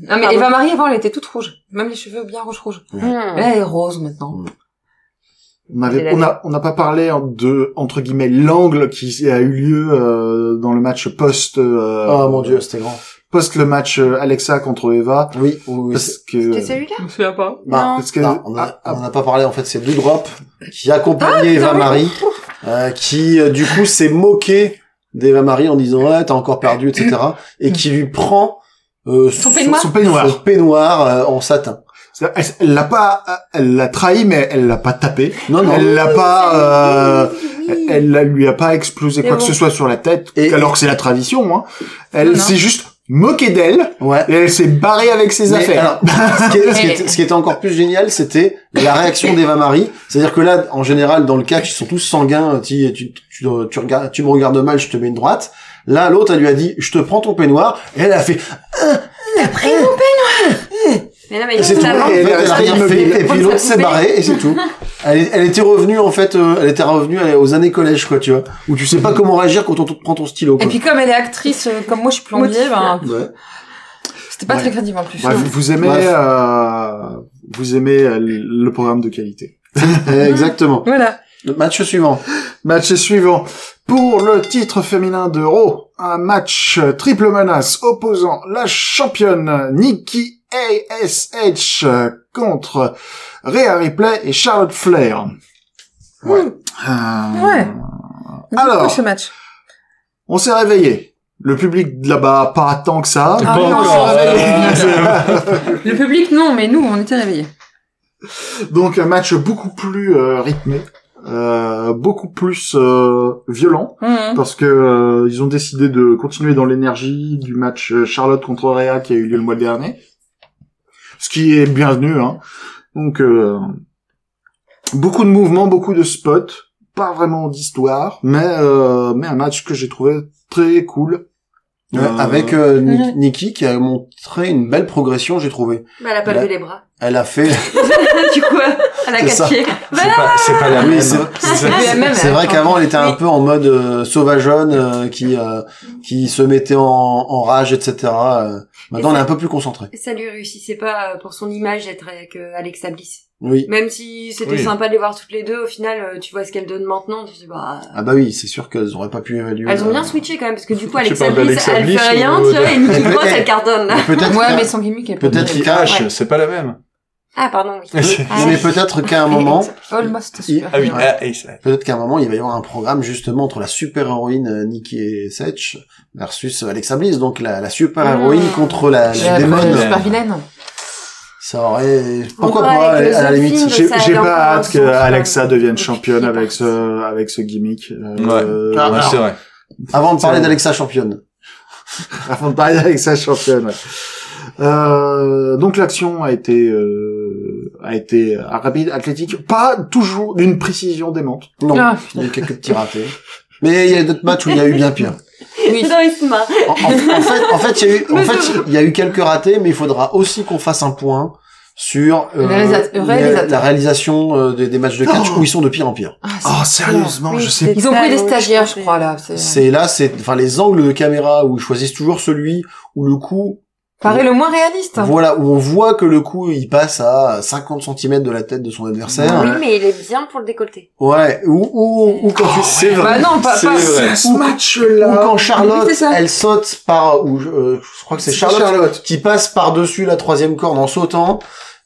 [SPEAKER 4] Non, mais Eva Marie avant, elle était toute rouge. Même les cheveux bien rouge-rouge.
[SPEAKER 6] Hmm.
[SPEAKER 4] Elle est rose maintenant.
[SPEAKER 3] On
[SPEAKER 6] Et
[SPEAKER 3] avait,
[SPEAKER 6] la-
[SPEAKER 3] on a, on n'a pas parlé en- de entre guillemets l'angle qui a eu lieu euh, dans le match post. euh,
[SPEAKER 7] Oh mon dieu, c'était grand.
[SPEAKER 3] Post le match euh, Alexa contre Eva,
[SPEAKER 7] Oui, oui, oui.
[SPEAKER 3] parce que.
[SPEAKER 6] C'était celui-là
[SPEAKER 4] Je me souviens pas.
[SPEAKER 7] Non,
[SPEAKER 3] Parce que
[SPEAKER 7] non, on
[SPEAKER 3] ah, ah,
[SPEAKER 7] n'en a pas parlé en fait, c'est deux drops qui accompagnaient Eva
[SPEAKER 4] Ah, oui. [laughs]
[SPEAKER 7] Marie, euh, qui euh, du coup s'est moqué d'Eva Marie en disant ouais t'as encore perdu etc et qui lui prend euh,
[SPEAKER 4] Son peignoir.
[SPEAKER 3] son peignoir.
[SPEAKER 7] son peignoir, euh, en satin.
[SPEAKER 3] c'est- elle- elle l'a pas, elle l'a trahi, mais elle l'a pas tapé.
[SPEAKER 6] Oh,
[SPEAKER 7] Non non.
[SPEAKER 3] elle l'a pas, euh,
[SPEAKER 6] Oui, oui, oui.
[SPEAKER 3] elle, elle l'a- lui a pas explosé
[SPEAKER 6] Et
[SPEAKER 3] quoi que
[SPEAKER 6] bon.
[SPEAKER 3] ce soit sur la tête,
[SPEAKER 7] Et-
[SPEAKER 3] alors que c'est la tradition. Hein. Elle
[SPEAKER 4] Non.
[SPEAKER 3] s'est juste moquée d'elle
[SPEAKER 7] Ouais.
[SPEAKER 3] et elle s'est barrée avec ses
[SPEAKER 7] Mais
[SPEAKER 3] affaires.
[SPEAKER 7] alors, ce, qui est- ce qui était, ce qui était encore plus génial, c'était la réaction d'Eva Marie. C'est-à-dire que là, en général, dans le catch, ils sont tous sanguins. euh, Tu, tu, tu, tu regardes, tu me regardes mal, je te mets une droite. Là, l'autre, elle lui a dit, je te prends ton peignoir. Et elle a fait,
[SPEAKER 6] Mais non, mais
[SPEAKER 7] Et c'est
[SPEAKER 6] juste
[SPEAKER 7] tout. Et
[SPEAKER 6] avant.
[SPEAKER 7] elle est
[SPEAKER 3] elle a
[SPEAKER 7] restée
[SPEAKER 3] rien
[SPEAKER 7] immobile.
[SPEAKER 3] fait.
[SPEAKER 7] Et puis l'autre s'est barrée et c'est tout. Elle, est- elle était revenue en fait, euh, elle était revenue elle est aux années collège quoi, tu vois, où tu sais pas comment réagir quand on te prend ton stylo.
[SPEAKER 4] Et
[SPEAKER 7] Quoi.
[SPEAKER 4] puis comme elle est actrice, euh, comme moi je suis plombier, ben,
[SPEAKER 7] Ouais.
[SPEAKER 4] c'était pas
[SPEAKER 3] Ouais.
[SPEAKER 4] très crédible en plus.
[SPEAKER 3] Bref, vous aimez,
[SPEAKER 7] Bref.
[SPEAKER 3] euh, vous aimez euh, le programme de qualité.
[SPEAKER 7] Eh, Exactement.
[SPEAKER 4] Voilà.
[SPEAKER 7] Le match suivant.
[SPEAKER 3] Match suivant. Pour le titre féminin de Raw, un match euh, triple menace opposant la championne Nikki ASH euh, contre Rhea Ripley et Charlotte Flair.
[SPEAKER 7] Ouais.
[SPEAKER 3] Euh,
[SPEAKER 4] Ouais.
[SPEAKER 3] Alors.
[SPEAKER 4] ce match.
[SPEAKER 3] On s'est réveillé. Le public de là-bas, pas tant que ça.
[SPEAKER 4] Ah,
[SPEAKER 2] Pas
[SPEAKER 4] non,
[SPEAKER 2] encore.
[SPEAKER 4] ça
[SPEAKER 2] euh,
[SPEAKER 4] Le public, non, mais nous, on était réveillés.
[SPEAKER 3] Donc un match beaucoup plus euh, rythmé, euh, beaucoup plus euh, violent,
[SPEAKER 4] Mhm.
[SPEAKER 3] parce que euh, ils ont décidé de continuer dans l'énergie du match euh, Charlotte contre Réa qui a eu lieu le mois dernier, ce qui est bienvenu. Hein. Donc euh, beaucoup de mouvements, beaucoup de spots, pas vraiment d'histoire, mais euh, mais un match que j'ai trouvé très cool.
[SPEAKER 7] Ouais,
[SPEAKER 3] Euh,
[SPEAKER 7] Avec euh, Ni-
[SPEAKER 6] Mhm.
[SPEAKER 7] Nikki qui a montré une belle progression, j'ai trouvé.
[SPEAKER 6] Bah, elle a pas
[SPEAKER 7] Là.
[SPEAKER 6] levé les bras.
[SPEAKER 7] Elle a fait.
[SPEAKER 6] [laughs] du coup, euh, elle a
[SPEAKER 7] C'est ça.
[SPEAKER 6] catché.
[SPEAKER 2] C'est pas, c'est pas la
[SPEAKER 7] Oui,
[SPEAKER 2] même.
[SPEAKER 7] c'est-
[SPEAKER 2] C'est-
[SPEAKER 4] Ah, mais même,
[SPEAKER 7] C'est vrai
[SPEAKER 4] attends.
[SPEAKER 7] qu'avant, elle était un peu en mode euh, sauvageonne, euh, qui euh, qui se mettait en, en rage, etc. euh. maintenant,
[SPEAKER 6] Et
[SPEAKER 7] on est
[SPEAKER 6] ça-
[SPEAKER 7] un peu plus concentré.
[SPEAKER 6] Ça lui réussissait pas euh, pour son image d'être avec euh, Alexa Bliss.
[SPEAKER 7] Oui.
[SPEAKER 6] Même si c'était
[SPEAKER 2] Oui.
[SPEAKER 6] sympa de les voir toutes les deux, au final, euh, tu vois ce qu'elles donnent maintenant, tu te dis bah.
[SPEAKER 7] Ah bah oui, c'est sûr qu'elles auraient pas pu évaluer.
[SPEAKER 6] Elles ont
[SPEAKER 7] euh,
[SPEAKER 6] bien switché quand même, parce que du coup,
[SPEAKER 2] Tu
[SPEAKER 6] Alexa
[SPEAKER 2] parles
[SPEAKER 6] Bliss,
[SPEAKER 2] d'Alexa
[SPEAKER 6] elle
[SPEAKER 2] Bliss
[SPEAKER 6] fait rien,
[SPEAKER 2] ou
[SPEAKER 6] tu
[SPEAKER 2] de-
[SPEAKER 6] vois, et une petite grosse, elle cardonne, là.
[SPEAKER 7] mais Peut-être.
[SPEAKER 4] euh, [laughs] Ouais,
[SPEAKER 7] qu'à-
[SPEAKER 4] mais son gimmick est pas
[SPEAKER 7] Peut-être
[SPEAKER 2] Qui
[SPEAKER 7] qu'à-
[SPEAKER 2] hache,
[SPEAKER 6] Ouais.
[SPEAKER 2] c'est pas la même.
[SPEAKER 6] Ah, pardon, oui.
[SPEAKER 2] C'est-
[SPEAKER 6] Ah,
[SPEAKER 7] [laughs] mais peut-être qu'à un moment,
[SPEAKER 4] Almost super.
[SPEAKER 2] [laughs] Ah oui,
[SPEAKER 7] Ouais.
[SPEAKER 2] ah, et ça-
[SPEAKER 7] peut-être qu'à un moment, il va y avoir un programme justement entre la super héroïne Nikki et Setch versus euh, Alexa Bliss, donc la, la super héroïne
[SPEAKER 4] Mhm.
[SPEAKER 7] contre la,
[SPEAKER 4] J'ai
[SPEAKER 7] la
[SPEAKER 2] Ouais,
[SPEAKER 4] appris
[SPEAKER 7] démon.
[SPEAKER 4] une
[SPEAKER 2] ouais.
[SPEAKER 4] super vilaine.
[SPEAKER 7] Ça aurait. Pourquoi
[SPEAKER 6] Encore
[SPEAKER 7] pas
[SPEAKER 6] avec
[SPEAKER 7] à,
[SPEAKER 6] les
[SPEAKER 7] à la
[SPEAKER 6] autres
[SPEAKER 7] limite.
[SPEAKER 6] films.
[SPEAKER 7] je-
[SPEAKER 3] J'ai
[SPEAKER 6] ça
[SPEAKER 3] j'ai
[SPEAKER 6] avait encore
[SPEAKER 3] pas
[SPEAKER 6] un
[SPEAKER 3] hâte que
[SPEAKER 6] sens, quoi.
[SPEAKER 3] Alexa devienne championne
[SPEAKER 4] qui
[SPEAKER 3] avec
[SPEAKER 4] part.
[SPEAKER 3] ce avec ce gimmick.
[SPEAKER 2] Ouais.
[SPEAKER 3] ah,
[SPEAKER 2] Ouais,
[SPEAKER 3] alors,
[SPEAKER 2] c'est vrai.
[SPEAKER 7] Avant de parler d'Alexa championne.
[SPEAKER 3] [laughs] avant de parler d'Alexa championne. ouais. Euh, donc l'action a été euh, a été euh, rapide, athlétique, pas toujours d'une précision démente.
[SPEAKER 7] Non,
[SPEAKER 4] Ah.
[SPEAKER 7] il y a eu quelques petits ratés. Mais il y a d'autres matchs où il y a eu bien pire.
[SPEAKER 4] Oui.
[SPEAKER 6] Non, il se marre.
[SPEAKER 7] En, en- en fait, en fait, il y a eu, en
[SPEAKER 6] Mais
[SPEAKER 7] fait, il y a eu quelques ratés, mais il faudra aussi qu'on fasse un point sur euh,
[SPEAKER 4] Le réalisa- le réalisateur.
[SPEAKER 7] la, la réalisation euh, des, des matchs de catch
[SPEAKER 3] Oh.
[SPEAKER 7] où ils sont de pire en pire.
[SPEAKER 4] Ah, c'est-
[SPEAKER 3] Oh sérieusement,
[SPEAKER 6] Oui,
[SPEAKER 3] je sais.
[SPEAKER 6] c'est
[SPEAKER 4] Ils ont
[SPEAKER 6] ça,
[SPEAKER 4] pris des
[SPEAKER 6] oui,
[SPEAKER 4] stagiaires, je
[SPEAKER 6] pense,
[SPEAKER 4] crois, là. C'est
[SPEAKER 7] C'est là, c'est enfin les angles de caméra où ils choisissent toujours celui où le coup,
[SPEAKER 4] paraît le moins réaliste. hein.
[SPEAKER 7] voilà, où on voit que le coup il passe à 50 cm de la tête de son adversaire.
[SPEAKER 6] Oui, mais il est bien pour le décolleté.
[SPEAKER 7] Ouais, ou ou, ou quand tu
[SPEAKER 2] C'est
[SPEAKER 4] Bah
[SPEAKER 2] vrai.
[SPEAKER 4] non, pas,
[SPEAKER 2] C'est
[SPEAKER 4] pas.
[SPEAKER 2] vrai.
[SPEAKER 3] Ce match là.
[SPEAKER 7] ou quand Charlotte,
[SPEAKER 4] Oui, c'est ça.
[SPEAKER 7] elle saute par ou je, euh, je crois que c'est Charlotte, qui passe par-dessus la troisième corde en sautant.